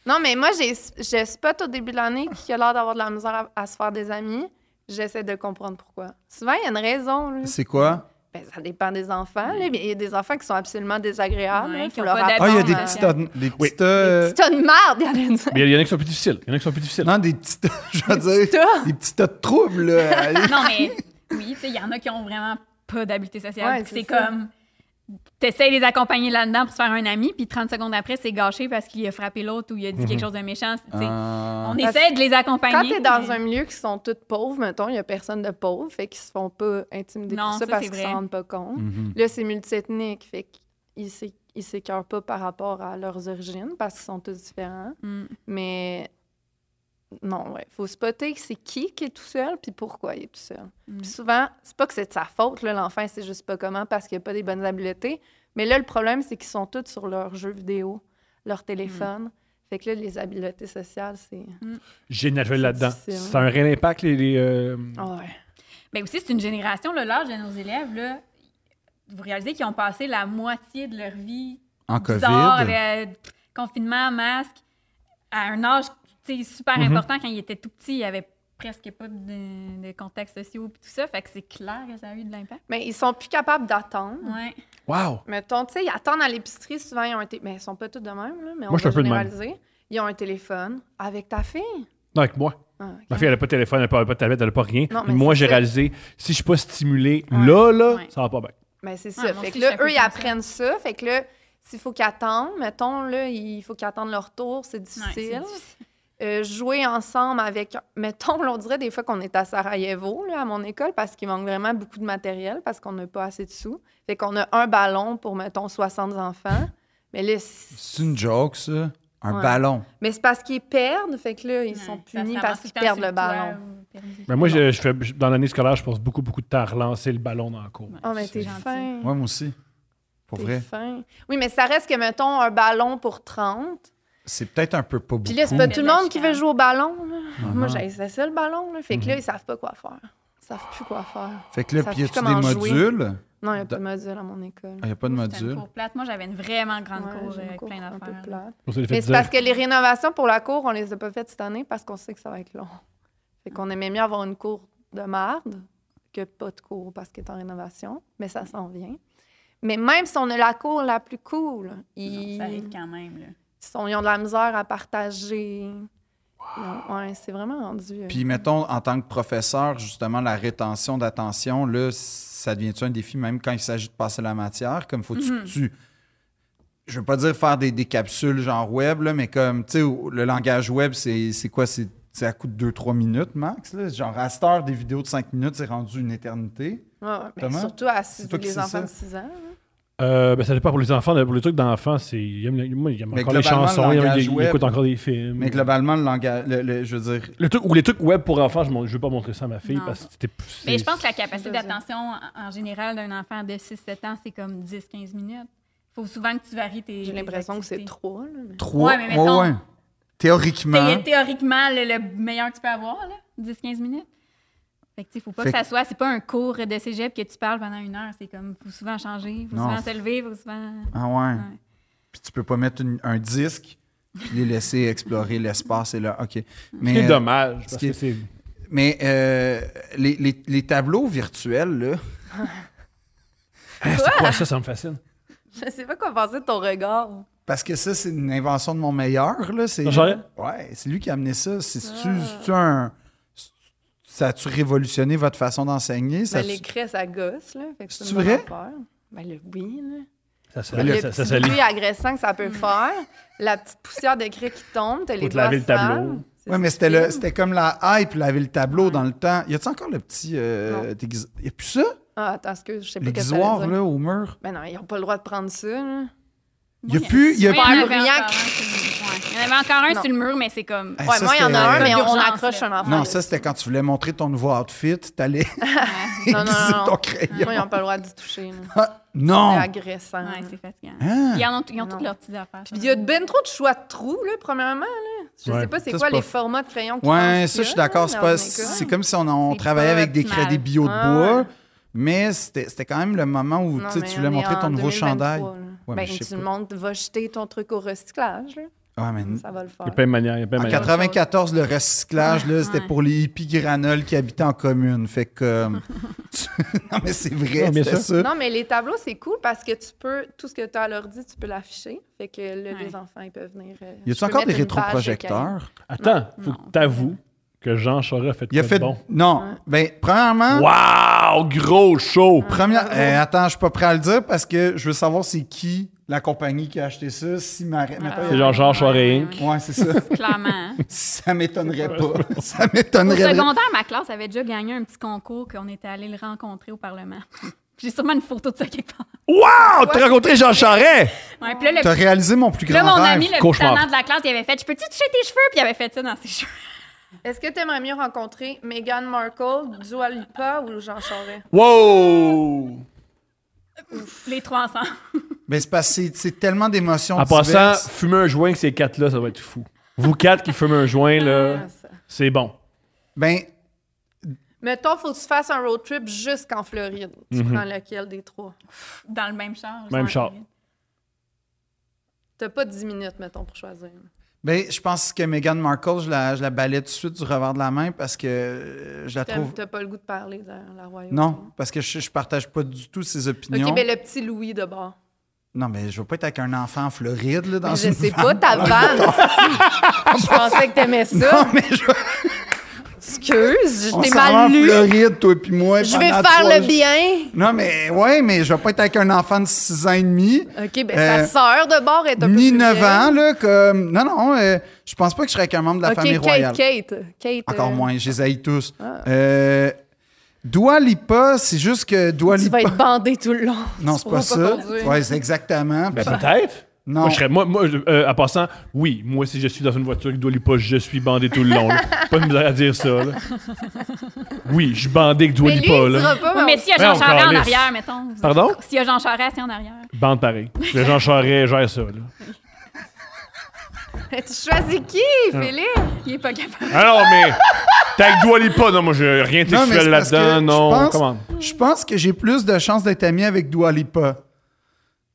Speaker 4: Non, mais moi, j'ai- je spot au début de l'année qui a l'air d'avoir de la misère à, à se faire des amis. J'essaie de comprendre pourquoi. Souvent, il y a une raison. là.
Speaker 2: C'est quoi?
Speaker 4: Ben, ça dépend des enfants. là. Mais Il y a des enfants qui sont absolument désagréables.
Speaker 3: Ouais,
Speaker 4: là.
Speaker 3: qui
Speaker 4: Faut
Speaker 3: ont
Speaker 4: leur
Speaker 3: pas
Speaker 4: apprendre
Speaker 2: Ah, il y a
Speaker 4: à-
Speaker 2: des
Speaker 3: Attends,
Speaker 2: petites...
Speaker 3: euh,
Speaker 2: Des
Speaker 1: Oui.
Speaker 2: petites... euh,
Speaker 4: Des petits tas de merde, il y en a dit.
Speaker 1: Mais il y en a qui sont plus difficiles. Il y en a qui sont plus difficiles.
Speaker 2: Non, des petits tas, je veux dire.
Speaker 4: tas.
Speaker 2: Des petits tas de troubles, là. Allez.
Speaker 3: Non, mais oui, tu sais, il y en a qui ont vraiment pas d'habileté sociale.
Speaker 4: Ouais,
Speaker 3: puis c'est
Speaker 4: c'est ça.
Speaker 3: comme. T'essayes de les accompagner là-dedans pour se faire un ami, puis 30 secondes après, c'est gâché parce qu'il a frappé l'autre ou il a dit quelque chose de méchant. tu sais.
Speaker 2: Mhm. Ah.
Speaker 3: On
Speaker 4: Parce
Speaker 3: essaie de les accompagner.
Speaker 4: Quand t'es dans
Speaker 3: mais-
Speaker 4: un milieu qui sont toutes pauvres, mettons, il y a personne de pauvre, fait qu'ils se font pas intimider
Speaker 3: Non,
Speaker 4: pour ça,
Speaker 3: ça,
Speaker 4: parce
Speaker 3: c'est
Speaker 4: qu'ils s'en
Speaker 3: vrai.
Speaker 4: rendent pas compte.
Speaker 2: Mhm.
Speaker 4: Là, c'est multiethnique, fait qu'ils s'é- ils s'écœurent pas par rapport à leurs origines parce qu'ils sont tous différents.
Speaker 3: Mm.
Speaker 4: Mais Non, ouais. Faut spotter c'est qui qui est tout seul, puis pourquoi il est tout seul. Puis souvent, c'est pas que c'est de sa faute, là, l'enfant, c'est juste pas comment parce qu'il a pas des bonnes habiletés. Mais là, le problème, c'est qu'ils sont tous sur leur jeu vidéo, leur téléphone. Fait que là, les habiletés sociales, c'est.
Speaker 1: J'ai naturel
Speaker 4: C'est
Speaker 1: là-dedans.
Speaker 4: difficile, hein.
Speaker 1: C'est un réel impact, les. les, euh,
Speaker 4: Ah ouais.
Speaker 3: Mais Ben aussi, c'est une génération, là, l'âge de nos élèves, là, vous réalisez qu'ils ont passé la moitié de leur vie
Speaker 2: En
Speaker 3: bizarre,
Speaker 2: COVID.
Speaker 3: euh, confinement, masque, à un âge tu sais, super
Speaker 1: Mhm.
Speaker 3: important quand ils étaient tout petits, il n'y avait presque pas de, de contacts sociaux et tout ça. Fait que c'est clair que ça a eu de l'impact.
Speaker 4: Mais ils sont plus capables d'attendre.
Speaker 3: Ouais.
Speaker 1: Wow!
Speaker 4: Mettons, tu sais, ils attendent à l'épicerie, souvent, ils ont un téléphone. Mais ils sont pas tous de même, là, mais on
Speaker 1: Moi, je suis
Speaker 4: va
Speaker 1: un peu de même.
Speaker 4: généraliser. Ils ont un téléphone avec ta fille.
Speaker 1: Non, avec moi.
Speaker 4: Ah,
Speaker 1: Ma
Speaker 4: ok.
Speaker 1: fille, elle n'a pas de téléphone, elle n'a pas, elle a pas de tablette, elle n'a pas rien.
Speaker 4: Non,
Speaker 1: Puis
Speaker 4: mais
Speaker 1: moi,
Speaker 4: c'est
Speaker 1: j'ai
Speaker 4: ça.
Speaker 1: réalisé, si je ne suis pas stimulé
Speaker 3: Ouais.
Speaker 1: là, là,
Speaker 3: Ouais.
Speaker 1: ça va pas bien.
Speaker 4: Ben, c'est
Speaker 3: Ouais,
Speaker 4: ça.
Speaker 3: moi aussi, Ah, je
Speaker 4: Fait que
Speaker 3: suis
Speaker 4: là,
Speaker 3: un peu
Speaker 4: eux, ils
Speaker 3: comme ça.
Speaker 4: apprennent ça. Fait que là, s'il faut qu'ils attendent, mettons, là, il faut qu'ils attendent leur tour, c'est
Speaker 3: Ouais, c'est
Speaker 4: difficile.
Speaker 3: difficile.
Speaker 4: Euh, jouer ensemble avec, mettons, là, on dirait des fois qu'on est à Sarajevo, là, à mon école, parce qu'il manque vraiment beaucoup de matériel, parce qu'on n'a pas assez de sous. Fait qu'on a un ballon pour, mettons, 60 enfants. Mais là, c-
Speaker 2: euh, C'est une joke, ça. Un
Speaker 4: Ouais.
Speaker 2: ballon.
Speaker 4: mais c'est parce qu'ils perdent, fait que là, ils
Speaker 3: Ouais,
Speaker 4: sont
Speaker 3: ça se
Speaker 4: punis
Speaker 3: ramasse
Speaker 4: parce
Speaker 3: tout
Speaker 4: qu'ils
Speaker 3: temps
Speaker 4: perdent
Speaker 3: sur
Speaker 4: le
Speaker 3: toit
Speaker 4: ballon.
Speaker 3: ou perdu.
Speaker 1: Mais Ben, moi, je, je fais, je- dans l'année scolaire, je passe beaucoup, beaucoup de temps à relancer le ballon dans la cour.
Speaker 4: Oh, mais
Speaker 3: C'est
Speaker 4: t'es
Speaker 3: gentil.
Speaker 4: fin.
Speaker 2: Ouais, moi aussi. Pour
Speaker 4: T'es
Speaker 2: vrai.
Speaker 4: fin. Oui, mais ça reste que, mettons, un ballon pour 30.
Speaker 2: C'est peut-être un peu pas beaucoup.
Speaker 4: Puis là, c'est pas
Speaker 3: Beaucoup.
Speaker 4: tout le
Speaker 3: Mais
Speaker 4: monde qui
Speaker 3: lâche-quand.
Speaker 4: veut jouer au ballon. là.
Speaker 2: Mhm.
Speaker 4: Moi, j'ai c'est ça le ballon. Là. Fait que là, ils savent pas quoi faire. Ils savent plus quoi faire.
Speaker 2: Fait que là,
Speaker 4: savent
Speaker 2: puis y a-tu
Speaker 4: plus
Speaker 2: des
Speaker 4: comment jouer.
Speaker 2: modules?
Speaker 4: Non, il n'y a pas
Speaker 2: Da-
Speaker 4: de module à mon école.
Speaker 2: Il n'y a pas de
Speaker 3: Ouf, c'était une
Speaker 2: modules.
Speaker 3: cour plate. Moi, j'avais une vraiment grande
Speaker 4: Ouais,
Speaker 3: cour
Speaker 4: j'ai une
Speaker 3: avec
Speaker 4: cour
Speaker 3: euh, plein
Speaker 4: un peu
Speaker 3: d'affaires. là.
Speaker 4: plate.
Speaker 1: Pour ça, j'ai fait
Speaker 4: Mais c'est
Speaker 1: dire-
Speaker 4: parce que les rénovations pour la cour, on les a pas faites cette année parce qu'on sait que ça va être long. Fait qu'on aimait mieux avoir une cour de marde que pas de cour parce qu'elle est en rénovation. Mais ça s'en vient. Mais même si on a la cour la plus cool, ils,
Speaker 3: Ça arrive quand même. Là.
Speaker 4: sont- ils ont de la misère à partager. Ils ont- Ouais, c'est vraiment rendu. euh,
Speaker 2: Puis mettons, en tant que professeur, justement, la rétention d'attention, là, ça devient-tu un défi même quand il s'agit de passer la matière? Comme faut-tu
Speaker 3: Mhm.
Speaker 2: que tu. Je veux pas dire faire des, des capsules genre web, là, mais comme, tu sais, au- le langage web, c'est c'est quoi? C'est c'est à coup de 2-3 minutes max. Là. Genre, à cette heure, des vidéos de 5 minutes, c'est rendu une éternité.
Speaker 4: Ouais, ouais, mais
Speaker 2: Thomas,
Speaker 4: surtout à
Speaker 2: c'est
Speaker 4: six,
Speaker 2: toi qui
Speaker 4: les
Speaker 2: sais
Speaker 4: enfants
Speaker 2: ça?
Speaker 4: de 6 ans.
Speaker 1: Euh, ben, ça dépend pour les enfants. Pour les trucs d'enfants, c'est. Ils aiment, moi, ils aiment
Speaker 2: Mais
Speaker 1: encore les
Speaker 2: globalement, le
Speaker 1: chansons, ils, aiment-
Speaker 2: langage
Speaker 1: ils- ils
Speaker 2: web-
Speaker 1: écoutent encore des films.
Speaker 2: Mais globalement, le langage. le- le- je veux dire,
Speaker 1: Le truc, ou les trucs web pour enfants, je ne veux pas montrer ça à ma fille
Speaker 3: Non.
Speaker 1: parce que c'était.
Speaker 3: Mais je pense que la
Speaker 4: c'est
Speaker 3: capacité
Speaker 4: ça.
Speaker 3: d'attention en en général d'un enfant de 6-7 ans, c'est comme 10-15 minutes. faut souvent que tu varies tes.
Speaker 4: J'ai
Speaker 3: tes
Speaker 4: l'impression que c'est
Speaker 3: activités.
Speaker 4: trois. Là, mais-
Speaker 2: trois.
Speaker 3: Ouais, mais mettons-
Speaker 2: Théoriquement.
Speaker 3: Thé- Théoriquement, le, le meilleur que tu peux avoir, là, 10-15 minutes. Fait que, tu sais, faut pas
Speaker 2: Fait
Speaker 3: que ça soit. C'est pas un cours de cégep que tu parles pendant une heure. C'est comme, faut souvent changer, faut
Speaker 2: Non.
Speaker 3: souvent se lever, faut souvent.
Speaker 2: Ah ouais. Puis tu peux pas mettre une- un disque puis les laisser explorer l'espace et là, OK. Mais, euh,
Speaker 1: C'est dommage.
Speaker 2: ce
Speaker 1: Parce
Speaker 2: qui
Speaker 1: que
Speaker 2: est-
Speaker 1: c'est.
Speaker 2: mais euh, les, les- les tableaux virtuels, là,
Speaker 1: Ah, c'est quoi ça, ça me fascine.
Speaker 4: Je sais pas quoi penser de ton regard.
Speaker 2: parce que ça, c'est une invention de mon meilleur, là. C'est,
Speaker 1: Genre?
Speaker 2: ouais, c'est lui qui a amené ça. C'est, c'est-tu, c'est-tu un... c'est- Ça a-tu révolutionné votre façon d'enseigner? Ça
Speaker 4: Ben,
Speaker 2: a-tu-
Speaker 4: les craies, ça gosse. Là, fait que
Speaker 2: C'est-tu
Speaker 4: une bonne
Speaker 2: vrai? Ben,
Speaker 4: affaire. Ben, le oui. Là.
Speaker 1: Ça se
Speaker 2: Mais le
Speaker 1: ça-
Speaker 4: le
Speaker 1: ça-
Speaker 4: petit
Speaker 1: ça lit.
Speaker 4: bruit agressant que ça peut faire. La petite poussière de craie qui tombe. T'as les
Speaker 1: te
Speaker 4: doigts
Speaker 1: laver le tableau.
Speaker 4: sales. C'est
Speaker 2: Ouais, mais c'était,
Speaker 4: stupide.
Speaker 2: le, c'était comme la hype, laver le tableau dans le temps. Y a-tu encore le petit... Euh,
Speaker 4: Non.
Speaker 2: déguis- Y a plus ça?
Speaker 4: Ah, attends, excuse, je sais pas qu'est-ce que ça
Speaker 2: L'aiguisoire,
Speaker 4: veut dire.
Speaker 2: là, au mur?
Speaker 4: Ben non, ils ont pas le droit de prendre ça. là.
Speaker 2: Y a plus... Y a
Speaker 3: Ouais, il y en
Speaker 4: plus
Speaker 3: avait
Speaker 4: rien.
Speaker 3: encore un sur le- ouais. Il y en avait encore un
Speaker 4: Non.
Speaker 3: sur le mur, mais c'est comme.
Speaker 2: Ah,
Speaker 4: Ouais,
Speaker 2: ça,
Speaker 4: moi, il y en a un,
Speaker 2: c'était-
Speaker 4: mais on
Speaker 3: D'urgence,
Speaker 4: accroche
Speaker 3: là.
Speaker 4: un enfant.
Speaker 2: Non,
Speaker 4: là.
Speaker 2: ça, c'était quand tu voulais montrer ton nouveau outfit, t'allais
Speaker 4: Non, non,
Speaker 2: glisser
Speaker 4: non.
Speaker 2: ton crayon.
Speaker 4: Moi, ils ont pas le droit d'y toucher. là.
Speaker 2: Ah,
Speaker 4: C'est
Speaker 2: non!
Speaker 4: agressant.
Speaker 3: Ouais,
Speaker 4: là.
Speaker 3: c'est fatigant.
Speaker 2: Hein?
Speaker 3: Ils, en ont, ils ont
Speaker 4: Non.
Speaker 3: toutes leurs petites affaires.
Speaker 4: Puis il y a ben trop de choix de trous, là, premièrement. Là. Je
Speaker 1: Ouais.
Speaker 4: sais pas c'est
Speaker 2: Ça,
Speaker 4: quoi
Speaker 2: c'est
Speaker 4: les
Speaker 2: pas-
Speaker 4: formats de crayons qu'ils
Speaker 2: Ouais,
Speaker 4: pensent
Speaker 2: ça, je suis
Speaker 4: qu'il y a,
Speaker 2: d'accord.
Speaker 4: là,
Speaker 2: C'est
Speaker 4: dans
Speaker 2: pas-
Speaker 4: un
Speaker 2: c'est
Speaker 4: école.
Speaker 2: comme si on, on
Speaker 3: C'est
Speaker 2: travaillait
Speaker 3: pas
Speaker 2: avec des
Speaker 3: optimal.
Speaker 2: crédits bio de
Speaker 4: Ah
Speaker 2: bois,
Speaker 4: ouais.
Speaker 2: mais c'était c'était quand même le moment où
Speaker 4: Non,
Speaker 2: tu sais,
Speaker 4: mais
Speaker 2: tu voulais
Speaker 4: on est
Speaker 2: montrer ton
Speaker 4: en
Speaker 2: nouveau
Speaker 4: 2023,
Speaker 2: chandail.
Speaker 4: là.
Speaker 2: Ouais, mais je
Speaker 4: ben,
Speaker 2: sais
Speaker 4: tu
Speaker 2: pas.
Speaker 4: le montres, va jeter ton truc au recyclage, là.
Speaker 2: Ah, mais
Speaker 4: ça va le
Speaker 1: Il y a
Speaker 4: faire.
Speaker 1: plein de manières. Il y a plein de
Speaker 2: en
Speaker 1: manières.
Speaker 2: 94, le recyclage, là, c'était
Speaker 3: Ouais.
Speaker 2: pour les hippies granoles qui habitaient en commune. Fait que. euh, non, mais c'est vrai,
Speaker 1: Non, bien
Speaker 2: c'était
Speaker 1: sûr.
Speaker 2: ça.
Speaker 4: Non, mais les tableaux, c'est cool parce que tu peux, tout ce que tu as à l'ordi, tu peux l'afficher. Fait que là,
Speaker 3: Ouais.
Speaker 4: les enfants, ils peuvent venir. euh,
Speaker 2: Y
Speaker 4: je
Speaker 2: a-tu
Speaker 4: peux
Speaker 2: encore des
Speaker 4: mettre une page de cahier.
Speaker 2: rétroprojecteurs?
Speaker 1: Attends,
Speaker 3: Non,
Speaker 1: faut
Speaker 3: non.
Speaker 1: que t'avoues que Jean Chara a fait
Speaker 2: Il a
Speaker 1: quoi de
Speaker 2: fait.
Speaker 1: bon.
Speaker 2: Non. Ben, premièrement.
Speaker 1: Wow, gros show!
Speaker 2: Première, euh, attends, je suis pas prêt à le dire parce que je veux savoir c'est qui la compagnie qui a acheté ça. Si ma...
Speaker 3: Ah.
Speaker 2: mettons,
Speaker 1: C'est genre Jean Chara Inc.
Speaker 2: Ouais, c'est ça.
Speaker 3: Clairement. hein.
Speaker 2: ça m'étonnerait pas. Ça
Speaker 3: Au
Speaker 2: m'étonnerait pas.
Speaker 3: secondaire, ma classe avait déjà gagné un petit concours qu'on était allé le rencontrer au Parlement. J'ai sûrement une photo de ça quelque part.
Speaker 1: Wow! T'as rencontré Jean Charret!
Speaker 3: Ouais, puis là, le
Speaker 2: T'as réalisé mon plus
Speaker 3: Puis là,
Speaker 2: grand
Speaker 3: mon
Speaker 2: rêve.
Speaker 3: ami, le petit
Speaker 1: Cauchemar.
Speaker 3: talent de la classe, il avait fait Je peux-tu toucher tes cheveux Puis il avait fait ça dans ses cheveux.
Speaker 4: Est-ce que t'aimerais mieux rencontrer Meghan Markle, Dua Lipa ou Jean Charest?
Speaker 1: Wow!
Speaker 3: Les trois ensemble.
Speaker 2: Mais Ben, c'est parce que c'est- c'est tellement d'émotions.
Speaker 1: En passant,
Speaker 2: diverses.
Speaker 1: fumer un joint avec ces quatre-là, ça va être fou. Vous quatre qui fumez un joint, là,
Speaker 4: Ah, ça.
Speaker 1: c'est bon.
Speaker 2: Ben,
Speaker 4: Mettons, faut que tu fasses un road trip jusqu'en Floride. Tu
Speaker 2: Mm-hmm.
Speaker 4: prends lequel des trois?
Speaker 3: Dans le même char.
Speaker 1: Même
Speaker 3: genre.
Speaker 1: char.
Speaker 4: T'as pas 10 minutes, mettons, pour choisir.
Speaker 2: ben, je pense que Meghan Markle, je la, je la balaie tout de suite du revers de la main parce que euh, je la
Speaker 4: T'as
Speaker 2: trouve.
Speaker 4: t'as pas le goût de parler de la royaume.
Speaker 2: Non, parce que je, je partage pas du tout ses opinions.
Speaker 4: Ok, ben le petit Louis de bord.
Speaker 2: Non, mais je veux pas être avec un enfant en Floride, là, dans
Speaker 4: je
Speaker 2: une
Speaker 4: sais
Speaker 2: van.
Speaker 4: pas, ta vanne. je pensais que t'aimais ça.
Speaker 2: Non, mais je...
Speaker 4: Excuse, je
Speaker 2: on
Speaker 4: t'ai
Speaker 2: s'en va en
Speaker 4: mal lu.
Speaker 2: Floride, toi puis moi.
Speaker 4: Je vais
Speaker 2: pendant
Speaker 4: faire
Speaker 2: trois
Speaker 4: le bien.
Speaker 2: Non, mais ouais, mais je vais pas être avec un enfant de 6 ans et demi,
Speaker 4: Ok, ben
Speaker 2: Euh,
Speaker 4: sa sœur de bord est un peu
Speaker 2: ni
Speaker 4: plus
Speaker 2: 9
Speaker 4: vieille.
Speaker 2: ans, là, comme... Non, non, euh, je pense pas que je serais avec un membre de la
Speaker 4: Ok,
Speaker 2: famille
Speaker 4: Kate,
Speaker 2: royale.
Speaker 4: Kate, Kate.
Speaker 2: Encore
Speaker 4: euh,
Speaker 2: moins, je les haïs tous.
Speaker 4: Ah.
Speaker 2: Euh, Dua Lipa, c'est juste que Dua
Speaker 4: Tu vas
Speaker 2: Lipa...
Speaker 4: être bandé tout le long.
Speaker 2: Non,
Speaker 4: Tu
Speaker 2: c'est
Speaker 4: pourras
Speaker 2: pas ça.
Speaker 4: conduire.
Speaker 2: Ouais, c'est exactement.
Speaker 1: Ben, peut-être.
Speaker 2: non.
Speaker 1: Moi, je serais, moi, moi, euh, en passant, oui, moi, si je suis dans une voiture qui doit pas, je suis bandé tout le long. là. pas de misère à dire ça. là. Oui, je suis bandé avec
Speaker 4: Mais lui, il
Speaker 1: Dolipa. Là.
Speaker 4: dira
Speaker 3: Oui,
Speaker 4: pas,
Speaker 3: mais
Speaker 4: mais
Speaker 3: s'il y a
Speaker 1: Ouais,
Speaker 3: Jean
Speaker 1: on
Speaker 3: Charest en
Speaker 1: calisse.
Speaker 3: arrière, mettons.
Speaker 1: Pardon?
Speaker 3: S'il y a Jean Charest, c'est en arrière.
Speaker 1: Bande pareil. Le Jean Charest gère ça. Là.
Speaker 4: on- tu choisis qui, Philippe?
Speaker 3: Il est pas capable.
Speaker 1: Alors, mais t'es avec Dolipa. Non, moi, j'ai rien de
Speaker 2: Non, mais
Speaker 1: sexuel
Speaker 2: c'est parce que
Speaker 1: là-dedans. Non,
Speaker 2: je pense-
Speaker 1: comment?
Speaker 2: Je pense que j'ai plus de chances d'être ami avec Dua Lipa.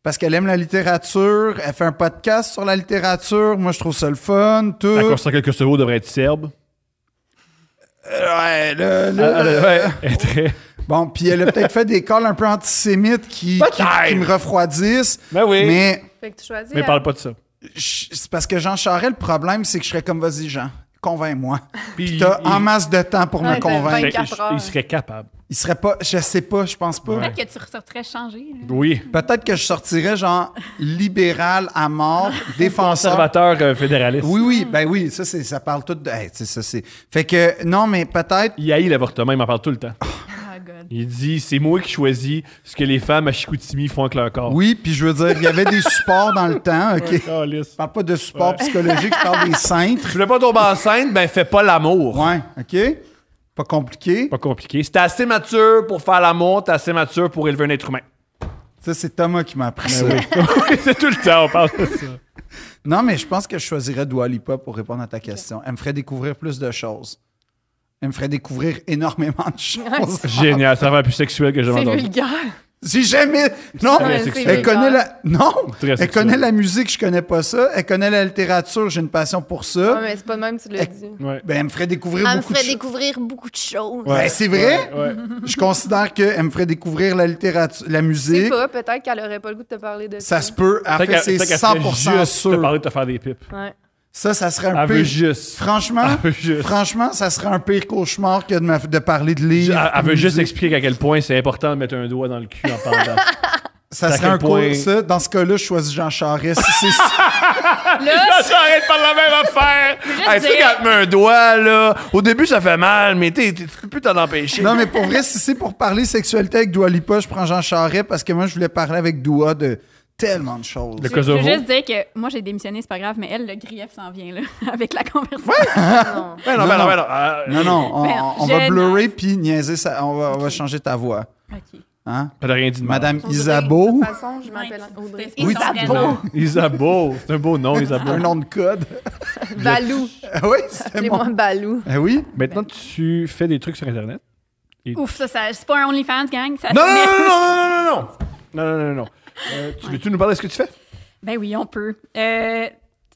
Speaker 2: Parce qu'elle aime la littérature, elle fait un podcast sur la littérature. Moi, je trouve ça le fun, tout.
Speaker 1: La Corsica Kosovo devrait être serbe.
Speaker 2: Euh, ouais, là, là,
Speaker 1: Elle est très-
Speaker 2: Bon, puis elle a peut-être fait des calls un peu antisémites qui, qui-
Speaker 1: Peut-être.
Speaker 2: qui me refroidissent.
Speaker 1: Ben oui. Mais,
Speaker 2: Mais
Speaker 4: Fait que tu choisis.
Speaker 1: parle pas de ça.
Speaker 2: je- c'est parce que Jean Charest, le problème, c'est que je serais comme, vas-y, Jean, convainc-moi.
Speaker 1: Puis,
Speaker 2: T'as
Speaker 1: il-
Speaker 2: en masse de temps pour
Speaker 4: Ouais,
Speaker 2: me
Speaker 4: t'as
Speaker 2: convaincre.
Speaker 1: il-
Speaker 4: 24 heures.
Speaker 1: il serait capable.
Speaker 2: Il serait pas, je sais pas, je pense pas.
Speaker 3: Peut-être que tu ressortirais changé. là.
Speaker 1: Oui.
Speaker 2: Peut-être que je sortirais genre libéral à mort, défenseur.
Speaker 1: Conservateur euh, fédéraliste.
Speaker 2: Oui, oui, ben oui, ça, c'est, ça parle tout de. hey, tu sais, ça, c'est. Fait que, non, mais peut-être.
Speaker 1: Il haït l'avortement, il m'en parle tout le temps.
Speaker 3: Oh, God.
Speaker 1: Il dit c'est moi qui choisis ce que les femmes à Chicoutimi font avec leur corps.
Speaker 2: Oui, puis je veux dire, il y avait des supports dans le temps, OK? Je
Speaker 1: Calisse.
Speaker 2: parle pas de support psychologique, je parle des cintres.
Speaker 1: Tu voulais pas tomber enceinte, ben fais pas l'amour.
Speaker 2: Ouais, OK? Pas compliqué.
Speaker 1: Pas compliqué. Si t'es assez mature pour faire l'amour, t'es assez mature pour élever un être humain.
Speaker 2: Ça, c'est Thomas qui m'a appris
Speaker 1: Ben
Speaker 2: ça.
Speaker 1: c'est tout le temps, on parle de ça.
Speaker 2: Non, mais je pense que je choisirais Dua Lipa pour répondre à ta question. Elle me ferait découvrir plus de choses. Elle me ferait découvrir énormément de choses.
Speaker 1: Génial, ça va plus sexuel que j'ai
Speaker 4: C'est
Speaker 1: entendu.
Speaker 4: vulgaire.
Speaker 2: J'ai jamais. Non,
Speaker 1: Très
Speaker 4: Ouais,
Speaker 1: sexuel.
Speaker 4: c'est
Speaker 2: elle connaît la. Non!
Speaker 1: Très
Speaker 2: Elle
Speaker 1: sexuel.
Speaker 2: connaît la musique, je connais pas ça. Elle connaît la littérature, j'ai une passion pour
Speaker 4: Ouais,
Speaker 2: ça.
Speaker 4: mais c'est pas de même que tu l'as dit.
Speaker 1: Ouais.
Speaker 2: Ben, elle me ferait découvrir
Speaker 8: Ah Elle me
Speaker 2: beaucoup
Speaker 8: ferait
Speaker 2: de choses.
Speaker 8: découvrir beaucoup de choses.
Speaker 2: Ben, c'est vrai.
Speaker 1: Ouais.
Speaker 2: Je considère qu'elle me ferait découvrir la littérature, la
Speaker 4: Je sais
Speaker 2: musique.
Speaker 4: pas, peut-être qu'elle aurait pas le goût de te parler de ça.
Speaker 2: Ça se peut. En
Speaker 1: Peut-être
Speaker 2: fait,
Speaker 1: qu'elle-
Speaker 2: c'est
Speaker 1: peut-être qu'elle ferait
Speaker 2: 100%
Speaker 1: juste te
Speaker 2: sûr.
Speaker 1: parler de te faire des pipes.
Speaker 4: Ouais.
Speaker 2: Ça, ça serait un
Speaker 1: Elle veut
Speaker 2: pire.
Speaker 1: juste.
Speaker 2: Franchement,
Speaker 1: Elle veut juste.
Speaker 2: franchement, ça serait un pire cauchemar que de, me- de parler de livres.
Speaker 1: ah, Elle, elle
Speaker 2: de
Speaker 1: veut juste
Speaker 2: musique.
Speaker 1: expliquer à quel point c'est important de mettre un doigt dans le cul en parlant.
Speaker 2: Ça
Speaker 1: à
Speaker 2: serait
Speaker 1: quel
Speaker 2: un
Speaker 1: point-
Speaker 2: coup, ça. Dans ce cas-là, je choisis Jean Charest. Si c'est ça.
Speaker 3: Là,
Speaker 1: ça arrête par la même affaire. Hey, tu sais,
Speaker 3: dire-
Speaker 1: quand tu mets un doigt, là, au début, ça fait mal, mais t'es- t'es- tu peux plus t'en empêcher.
Speaker 2: non, mais pour vrai, si c'est pour parler sexualité avec Dua Lipa, je prends Jean Charest parce que moi, je voulais parler avec Dua de tellement de choses.
Speaker 1: Le
Speaker 3: je veux
Speaker 1: Kosovo.
Speaker 3: juste dire que moi, j'ai démissionné, c'est pas grave, mais elle, le grief s'en vient, là, avec la conversation.
Speaker 4: Non.
Speaker 1: Ouais, non,
Speaker 2: Non,
Speaker 1: ben non,
Speaker 2: non.
Speaker 1: ben non, euh,
Speaker 2: Non, non, on,
Speaker 3: Ben,
Speaker 2: on va
Speaker 3: je-
Speaker 2: blurrer puis niaiser, ça, on, va, on va changer ta voix.
Speaker 3: OK.
Speaker 2: Hein?
Speaker 1: T'as rien dit de mal.
Speaker 2: Madame
Speaker 4: Audrey, De
Speaker 2: Isabeau,
Speaker 4: toute façon, je m'appelle Audrey.
Speaker 3: C'était son
Speaker 2: Oui,
Speaker 3: vrai
Speaker 2: Isabeau.
Speaker 3: nom.
Speaker 1: Isabeau. C'est un beau nom, Isabeau.
Speaker 2: un nom de code.
Speaker 4: Balou.
Speaker 2: Ah oui, c'est
Speaker 4: Appelez-moi
Speaker 2: mon...
Speaker 4: Balou.
Speaker 2: Ah oui?
Speaker 1: Maintenant, tu fais des trucs sur Internet.
Speaker 3: Ouf, ça, ça c'est pas un OnlyFans, gang. Ça
Speaker 1: Non,
Speaker 3: se
Speaker 1: non,
Speaker 3: met-
Speaker 1: non, non, non, non, non, non. Non, non, non, non. Euh, tu veux-tu nous parler de ce que tu fais?
Speaker 3: Ben oui, on peut. Euh,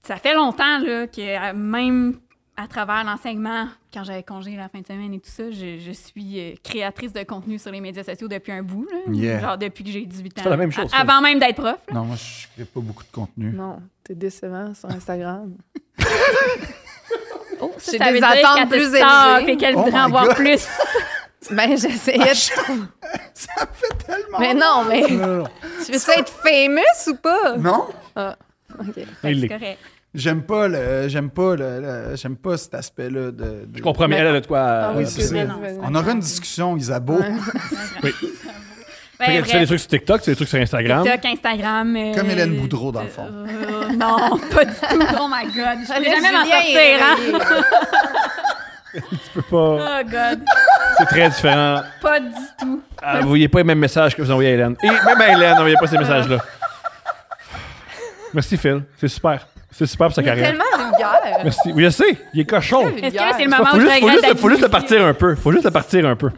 Speaker 3: ça fait longtemps là, que euh, même à travers l'enseignement, quand j'avais congé la fin de semaine et tout ça, je, je suis euh, créatrice de contenu sur les médias sociaux depuis un bout. là.
Speaker 2: Yeah.
Speaker 3: Genre depuis que j'ai 18 ans.
Speaker 1: fais la même chose,
Speaker 3: A- avant même d'être prof.
Speaker 2: Non, moi, je crée pas beaucoup de contenu.
Speaker 4: Non, t'es décevant sur Instagram.
Speaker 3: Oh, ça,
Speaker 4: J'ai
Speaker 3: ça veut
Speaker 4: des
Speaker 3: dire qu'elle
Speaker 4: attentes
Speaker 3: te
Speaker 4: plus
Speaker 3: stalk
Speaker 4: élevées.
Speaker 3: Et qu'elle
Speaker 2: Oh
Speaker 3: voudrait
Speaker 2: my
Speaker 3: en voir
Speaker 2: God.
Speaker 3: plus.
Speaker 4: Ben, j'essayais de trouver.
Speaker 2: Ah, Ça fait tellement...
Speaker 4: Mais non, mais. Tu veux ça être famous ou pas?
Speaker 2: Non?
Speaker 3: Fait
Speaker 4: Ok.
Speaker 3: que
Speaker 1: Il
Speaker 3: C'est
Speaker 1: est-
Speaker 3: correct.
Speaker 2: J'aime pas le... euh, J'aime pas le... le- J'aime pas cet aspect-là de... de-
Speaker 1: Je comprends, mais elle elle a de quoi.
Speaker 4: Ah
Speaker 1: euh,
Speaker 4: oui,
Speaker 2: c'est
Speaker 1: passer.
Speaker 2: ça.
Speaker 3: mais non, c'est
Speaker 2: On aura une discussion, Isabeau.
Speaker 3: Ben,
Speaker 1: Fait que tu fais des
Speaker 3: bref,
Speaker 1: trucs sur TikTok, tu fais des trucs sur Instagram.
Speaker 3: TikTok, Instagram. euh,
Speaker 2: Comme Hélène Boudreau, dans le fond.
Speaker 3: euh, non, pas du tout. Oh my God. Je
Speaker 4: Allez,
Speaker 3: l'ai jamais m'en
Speaker 4: Julien
Speaker 3: sortir.
Speaker 4: est
Speaker 3: hein.
Speaker 4: réveillé.
Speaker 1: Tu peux pas.
Speaker 3: Oh God,
Speaker 1: C'est très différent.
Speaker 3: pas du tout.
Speaker 1: Ah, vous voyez pas les mêmes messages que vous envoyez à Hélène. Et même à Hélène, n'envoyez pas ces messages-là. Merci, Phil. C'est super. C'est super pour sa carrière.
Speaker 4: Tellement vulgaire.
Speaker 1: Merci. Oui, je sais. Il est cochon.
Speaker 3: Est-ce que là, c'est le
Speaker 1: Faut
Speaker 3: moment où je
Speaker 1: juste, faut
Speaker 3: regrette
Speaker 1: juste,
Speaker 3: d'être
Speaker 1: faut juste le
Speaker 3: ici?
Speaker 1: partir un peu. Faut juste le partir un peu.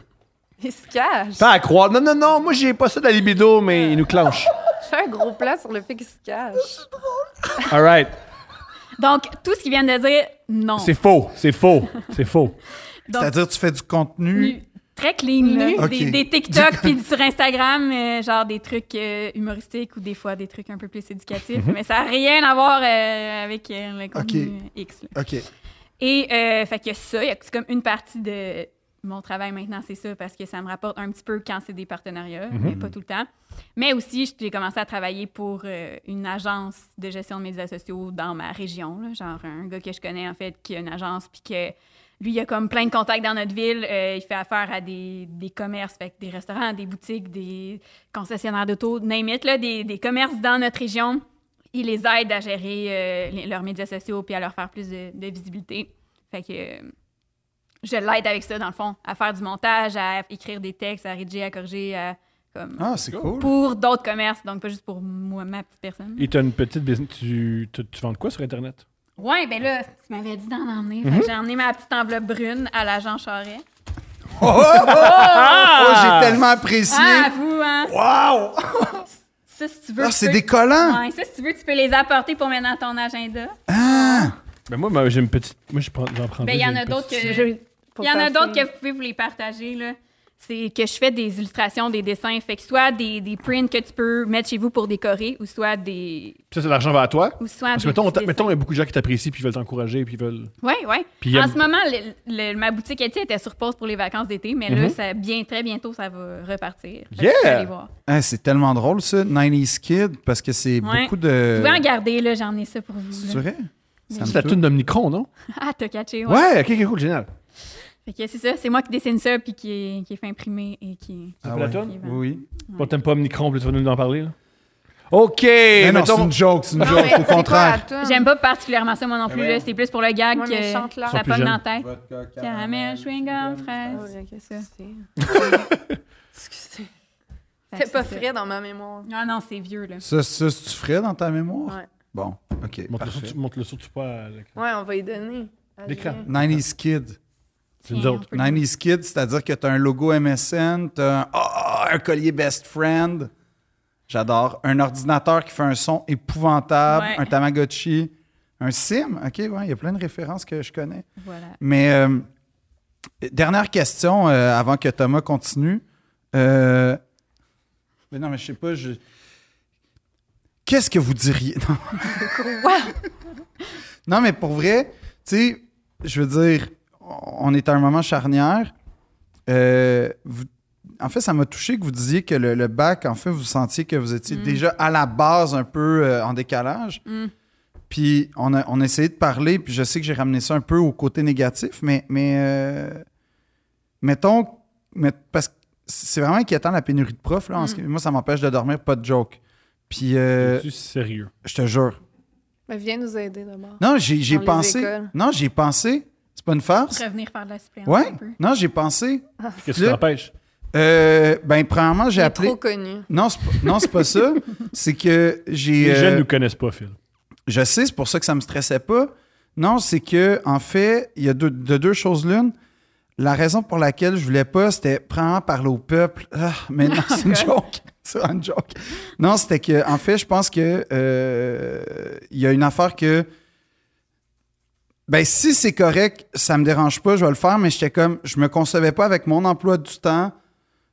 Speaker 4: Il se cache.
Speaker 1: Pas à croire. Non, non, non. Moi, j'ai pas ça de la libido, mais il nous clenche.
Speaker 4: Je fais un gros plan sur le fait qu'il se cache.
Speaker 1: All right.
Speaker 3: Donc, tout ce qu'ils viennent de dire, non.
Speaker 1: C'est faux. C'est faux. C'est faux.
Speaker 3: Donc-
Speaker 2: C'est-à-dire, tu fais du contenu.
Speaker 3: Nu. Très clean, là.
Speaker 4: Nu.
Speaker 3: Des-
Speaker 2: Ok.
Speaker 3: Des, TikTok, puis sur Instagram, euh, genre des trucs euh, humoristiques ou des fois des trucs un peu plus éducatifs, mais ça n'a rien à voir euh, avec euh, le contenu euh, X. là.
Speaker 2: OK.
Speaker 3: Et euh, fait que ça, il y a- c'est comme une partie de mon travail maintenant, c'est ça, parce que ça me rapporte un petit peu quand c'est des partenariats, mais pas tout le temps. Mais aussi, j'ai commencé à travailler pour euh, une agence de gestion de médias sociaux dans ma région, là, genre un gars que je connais en fait qui a une agence, puis que lui, il a comme plein de contacts dans notre ville. Euh, il fait affaire à des, des commerces, fait que des restaurants, des boutiques, des concessionnaires d'auto, name it, là, des, des commerces dans notre région. Il les aide à gérer euh, les- leurs médias sociaux puis à leur faire plus de, de visibilité. Fait que euh, je l'aide avec ça, dans le fond, à faire du montage, à écrire des textes, à rédiger, à corriger, à, comme,
Speaker 2: Ah, c'est cool.
Speaker 3: pour d'autres commerces, donc pas juste pour moi, ma petite personne.
Speaker 1: Et t'as une petite business. Tu, tu, tu vends de quoi sur Internet?
Speaker 3: Ouais, ben là, tu m'avais dit d'en emmener.
Speaker 1: Mhm.
Speaker 3: Fait que J'ai emmené ma petite enveloppe brune à l'agent Charret.
Speaker 2: Oh, oh, oh, oh, j'ai tellement apprécié.
Speaker 3: Ah, à vous, hein?
Speaker 2: Wow!
Speaker 3: Ça, si tu veux.
Speaker 2: Ah,
Speaker 3: tu
Speaker 2: c'est
Speaker 3: peux-
Speaker 2: des collants.
Speaker 3: Ouais, ça, si tu veux, tu peux les apporter pour mettre dans ton agenda.
Speaker 1: Ben moi, ma- j'ai une petite. Ah, Moi, je prends- j'en prends
Speaker 3: Ben,
Speaker 1: deux,
Speaker 3: il y en
Speaker 1: j'ai
Speaker 3: a
Speaker 1: une
Speaker 3: d'autres que.
Speaker 1: petite-
Speaker 3: Il y en a d'autres que vous pouvez vous les partager, là. C'est que je fais des illustrations, des dessins. Fait que soit des, des prints que tu peux mettre chez vous pour décorer, ou soit des.
Speaker 1: Ça, c'est de l'argent va à toi.
Speaker 3: Ou soit
Speaker 1: Parce que
Speaker 3: des
Speaker 1: mettons, on t'a-
Speaker 3: petits
Speaker 1: mettons, il y a beaucoup de gens qui t'apprécient, puis ils veulent t'encourager, puis ils veulent.
Speaker 3: Oui, oui.
Speaker 1: Puis il y a-
Speaker 3: En ce moment, le- le- ma boutique Etsy était sur pause pour les vacances d'été, mais là, ça, bien, très bientôt, ça va repartir. Fait que
Speaker 1: Mhm. Yeah!
Speaker 3: je vais aller voir.
Speaker 2: Ah, c'est tellement drôle, ça, 90s Kid, parce que c'est
Speaker 3: Ouais.
Speaker 2: beaucoup de.
Speaker 3: Vous pouvez en garder, là, j'en ai ça pour
Speaker 2: C'est
Speaker 3: vous. là.
Speaker 2: vrai? Ça me
Speaker 1: C'est la
Speaker 2: touche.
Speaker 1: tune d'Omnicron, non?
Speaker 3: Ah, t'as catché, ouais.
Speaker 1: Ouais, ok, ok, cool, génial.
Speaker 3: Fait que c'est ça, c'est moi qui dessine ça, puis qui, qui fait imprimer et qui...
Speaker 2: Ah
Speaker 1: la
Speaker 2: ouais.
Speaker 1: toune?
Speaker 2: Oui, oui.
Speaker 1: Bon, t'aimes pas Omnicron, puis tu vas nous en parler, là? OK!
Speaker 2: Mais non,
Speaker 1: mettons-
Speaker 2: c'est une joke,
Speaker 3: Ah
Speaker 2: c'est une
Speaker 4: Non, mais
Speaker 2: joke, au
Speaker 4: c'est quoi
Speaker 2: contraire.
Speaker 4: la toune?
Speaker 3: J'aime pas particulièrement ça, moi
Speaker 4: Eh
Speaker 3: non plus,
Speaker 2: ouais.
Speaker 3: là. C'est plus pour le gag
Speaker 4: Ouais, mais chante
Speaker 3: que
Speaker 4: là.
Speaker 1: Sont
Speaker 3: ça
Speaker 1: plus
Speaker 3: pomme
Speaker 1: jeunes.
Speaker 3: dans la tête. Caramel, chewing-gum, fraise.
Speaker 4: Ouais, qu'est-ce que c'est? Excusez.
Speaker 3: Fait que
Speaker 4: Ben, C'est pas
Speaker 3: ça. Ah
Speaker 4: frais dans ma mémoire.
Speaker 3: Non, non, c'est vieux, là.
Speaker 2: Ça, ça, c'est-tu frais dans ta mémoire?
Speaker 4: Ouais.
Speaker 2: Bon, OK.
Speaker 1: Montre-le
Speaker 2: parfait.
Speaker 1: surtout- Montre-le surtout pas à l'écran.
Speaker 4: Ouais, on va y donner. à
Speaker 1: L'écran.
Speaker 4: Julien.
Speaker 2: 90s Kid.
Speaker 1: C'est nous
Speaker 3: Tiens,
Speaker 1: autres.
Speaker 3: on peut le-
Speaker 2: 90s Kid, c'est-à-dire que t'as un logo MSN, t'as un, ah, un collier Best Friend. J'adore. Un ordinateur qui fait un son épouvantable,
Speaker 3: Ouais.
Speaker 2: un Tamagotchi, un Sim. OK, ouais, il y a plein de références que je connais.
Speaker 3: Voilà.
Speaker 2: Mais euh, dernière question euh, avant que Thomas continue. Euh, mais non, mais je sais pas. je- Qu'est-ce que vous diriez? Non. non, mais pour vrai, tu sais, je veux dire, on est à un moment charnière. Euh, vous- en fait, ça m'a touché que vous disiez que le, le bac, en fait, vous sentiez que vous étiez déjà à la base un peu euh, en décalage.
Speaker 3: Mm.
Speaker 2: Puis on a, on a essayé de parler, puis je sais que j'ai ramené ça un peu au côté négatif, mais, mais euh, mettons, mais- parce que c'est vraiment inquiétant la pénurie de profs. Là, en ce qui- moi, ça m'empêche de dormir, pas de joke. Puis euh,
Speaker 1: Es-tu sérieux?
Speaker 2: je te jure.
Speaker 4: Mais Ben, viens nous aider d'abord.
Speaker 2: Non, j'ai j'ai
Speaker 4: Dans les
Speaker 2: pensé.
Speaker 4: écoles.
Speaker 2: Non, j'ai pensé. C'est pas une farce.
Speaker 3: Revenir faire de la suppléance
Speaker 2: Ouais.
Speaker 3: un peu.
Speaker 2: Non, j'ai pensé.
Speaker 1: Qu'est-ce
Speaker 2: Le-
Speaker 1: qui t'empêche?
Speaker 2: Euh, ben, premièrement, j'ai
Speaker 4: Il est
Speaker 2: appelé.
Speaker 4: trop connu.
Speaker 2: Non, c'est pas, non, c'est pas ça. C'est que j'ai.
Speaker 1: Les
Speaker 2: euh,
Speaker 1: jeunes nous connaissent pas, Phil.
Speaker 2: Je sais, c'est pour ça que ça me stressait pas. Non, c'est que, en fait, il y a deux, de deux choses l'une. La raison pour laquelle je voulais pas, c'était prendre parler au peuple. Ah, mais non, c'est une joke. C'est une joke. Non, c'était que, en fait, je pense que euh, il y a une affaire que. Ben, si c'est correct, ça me dérange pas, je vais le faire, mais j'étais comme, je me concevais pas avec mon emploi du temps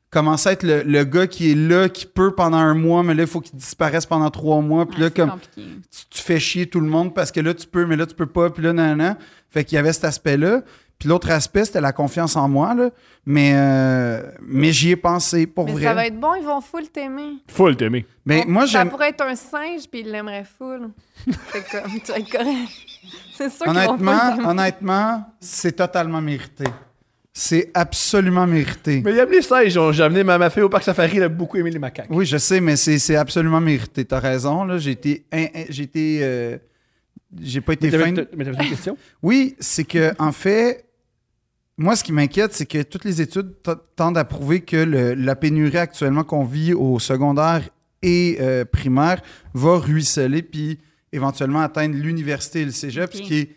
Speaker 2: commencer à être le, le gars qui est là, qui peut pendant un mois, mais là, il faut qu'il disparaisse pendant trois mois. Puis
Speaker 3: Ouais,
Speaker 2: là,
Speaker 3: c'est
Speaker 2: comme,
Speaker 3: compliqué.
Speaker 2: tu, tu fais chier tout le monde parce que là, tu peux, mais là, tu peux pas, puis là, nan, nan. Fait qu'il y avait cet aspect-là. Puis l'autre aspect, c'était la confiance en moi, là. Mais, euh, mais j'y ai pensé, pour
Speaker 4: Mais
Speaker 2: vrai.
Speaker 4: ça va être bon, ils vont full t'aimer.
Speaker 1: Full t'aimer.
Speaker 2: Mais
Speaker 4: On-
Speaker 2: moi,
Speaker 4: Ça
Speaker 2: j'aime...
Speaker 4: pourrait être un singe, puis il l'aimerait full. C'est comme, tu vas être correct. C'est sûr qu'ils vont full
Speaker 2: Honnêtement,
Speaker 4: t'aimer.
Speaker 2: honnêtement, c'est totalement mérité. C'est absolument mérité.
Speaker 7: Mais il y a les singes. J'ai amené ma, ma fille au parc safari, elle a beaucoup aimé les macaques.
Speaker 2: Oui, je sais, mais c'est c'est absolument mérité. T'as raison, là. J'ai été... in- in- j'ai été... euh, j'ai pas été
Speaker 1: Mais t'avais
Speaker 2: fin...
Speaker 1: mais t'avais une question?
Speaker 2: Oui, c'est que en fait, moi, ce qui m'inquiète, c'est que toutes les études t- tendent à prouver que le- la pénurie actuellement qu'on vit au secondaire et euh, primaire va ruisseler puis éventuellement atteindre l'université et le cégep,
Speaker 3: Ok.
Speaker 2: ce qui est,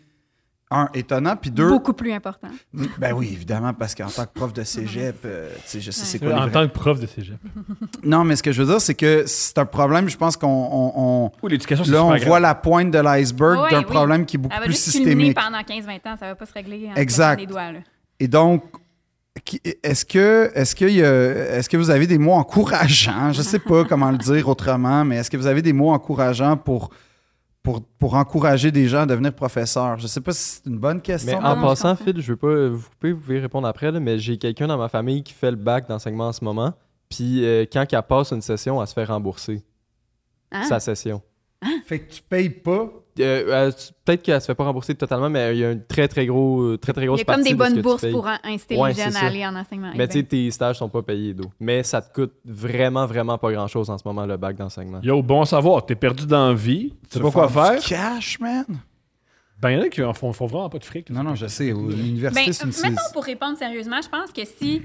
Speaker 2: un, étonnant, puis deux...
Speaker 3: Beaucoup plus important.
Speaker 2: Ben oui, évidemment, parce qu'en tant que prof de cégep, euh, tu sais, je sais c'est quoi les
Speaker 1: en
Speaker 2: vrais-
Speaker 1: tant que prof de cégep.
Speaker 2: Non, mais ce que je veux dire, c'est que c'est un problème, je pense qu'on... on- on-
Speaker 1: Ou l'éducation,
Speaker 2: Là, on
Speaker 1: super
Speaker 2: voit la pointe de l'iceberg
Speaker 3: Ouais,
Speaker 2: d'un
Speaker 3: oui.
Speaker 2: problème qui est beaucoup
Speaker 3: Elle va
Speaker 2: plus
Speaker 3: juste culminer
Speaker 2: systémique.
Speaker 3: pendant 15-20 ans. Ça va pas se régler en
Speaker 2: Exact.
Speaker 3: claquant des doigts. Là.
Speaker 2: Et donc, qui- est-ce que, est-ce que, est-ce que vous avez des mots encourageants? Je sais pas comment le dire autrement, mais est-ce que vous avez des mots encourageants pour, pour, pour encourager des gens à devenir professeurs? Je sais pas si c'est une bonne
Speaker 6: Mais
Speaker 2: question.
Speaker 6: en
Speaker 3: je
Speaker 6: passant,
Speaker 3: comprends.
Speaker 6: Phil, je veux pas vous couper, vous pouvez répondre après, là, mais j'ai quelqu'un dans ma famille qui fait le bac d'enseignement en ce moment. Puis euh, quand elle passe une session, elle se fait rembourser
Speaker 3: Hein?
Speaker 6: sa session.
Speaker 2: Fait que tu payes pas.
Speaker 6: Euh, elle- Peut-être qu'elle se fait pas rembourser totalement, mais il y a une très très gros, très très
Speaker 3: Il y
Speaker 6: grosse
Speaker 3: a comme
Speaker 6: partie
Speaker 3: des
Speaker 6: de ce
Speaker 3: bonnes
Speaker 6: que tu
Speaker 3: bourses
Speaker 6: payes.
Speaker 3: pour in- inciter
Speaker 6: Ouais,
Speaker 3: les jeunes
Speaker 6: c'est
Speaker 3: à
Speaker 6: ça.
Speaker 3: aller en enseignement.
Speaker 6: Mais
Speaker 3: Eh
Speaker 6: tu sais,
Speaker 3: ben,
Speaker 6: tes stages sont pas payés d'eau. Mais ça te coûte vraiment, vraiment pas grand chose en ce moment, le bac d'enseignement.
Speaker 1: Yo, bon à savoir, t'es perdu dans la vie, tu sais
Speaker 2: veux
Speaker 1: pas quoi
Speaker 2: faire
Speaker 1: faire.
Speaker 2: du Cash, man.
Speaker 1: Ben, il y en a qui en font, font vraiment pas de fric. là.
Speaker 2: Non, non, je sais. au- L'université,
Speaker 3: Ben,
Speaker 2: c'est une
Speaker 3: mettons,
Speaker 2: six.
Speaker 3: pour répondre sérieusement, je pense que si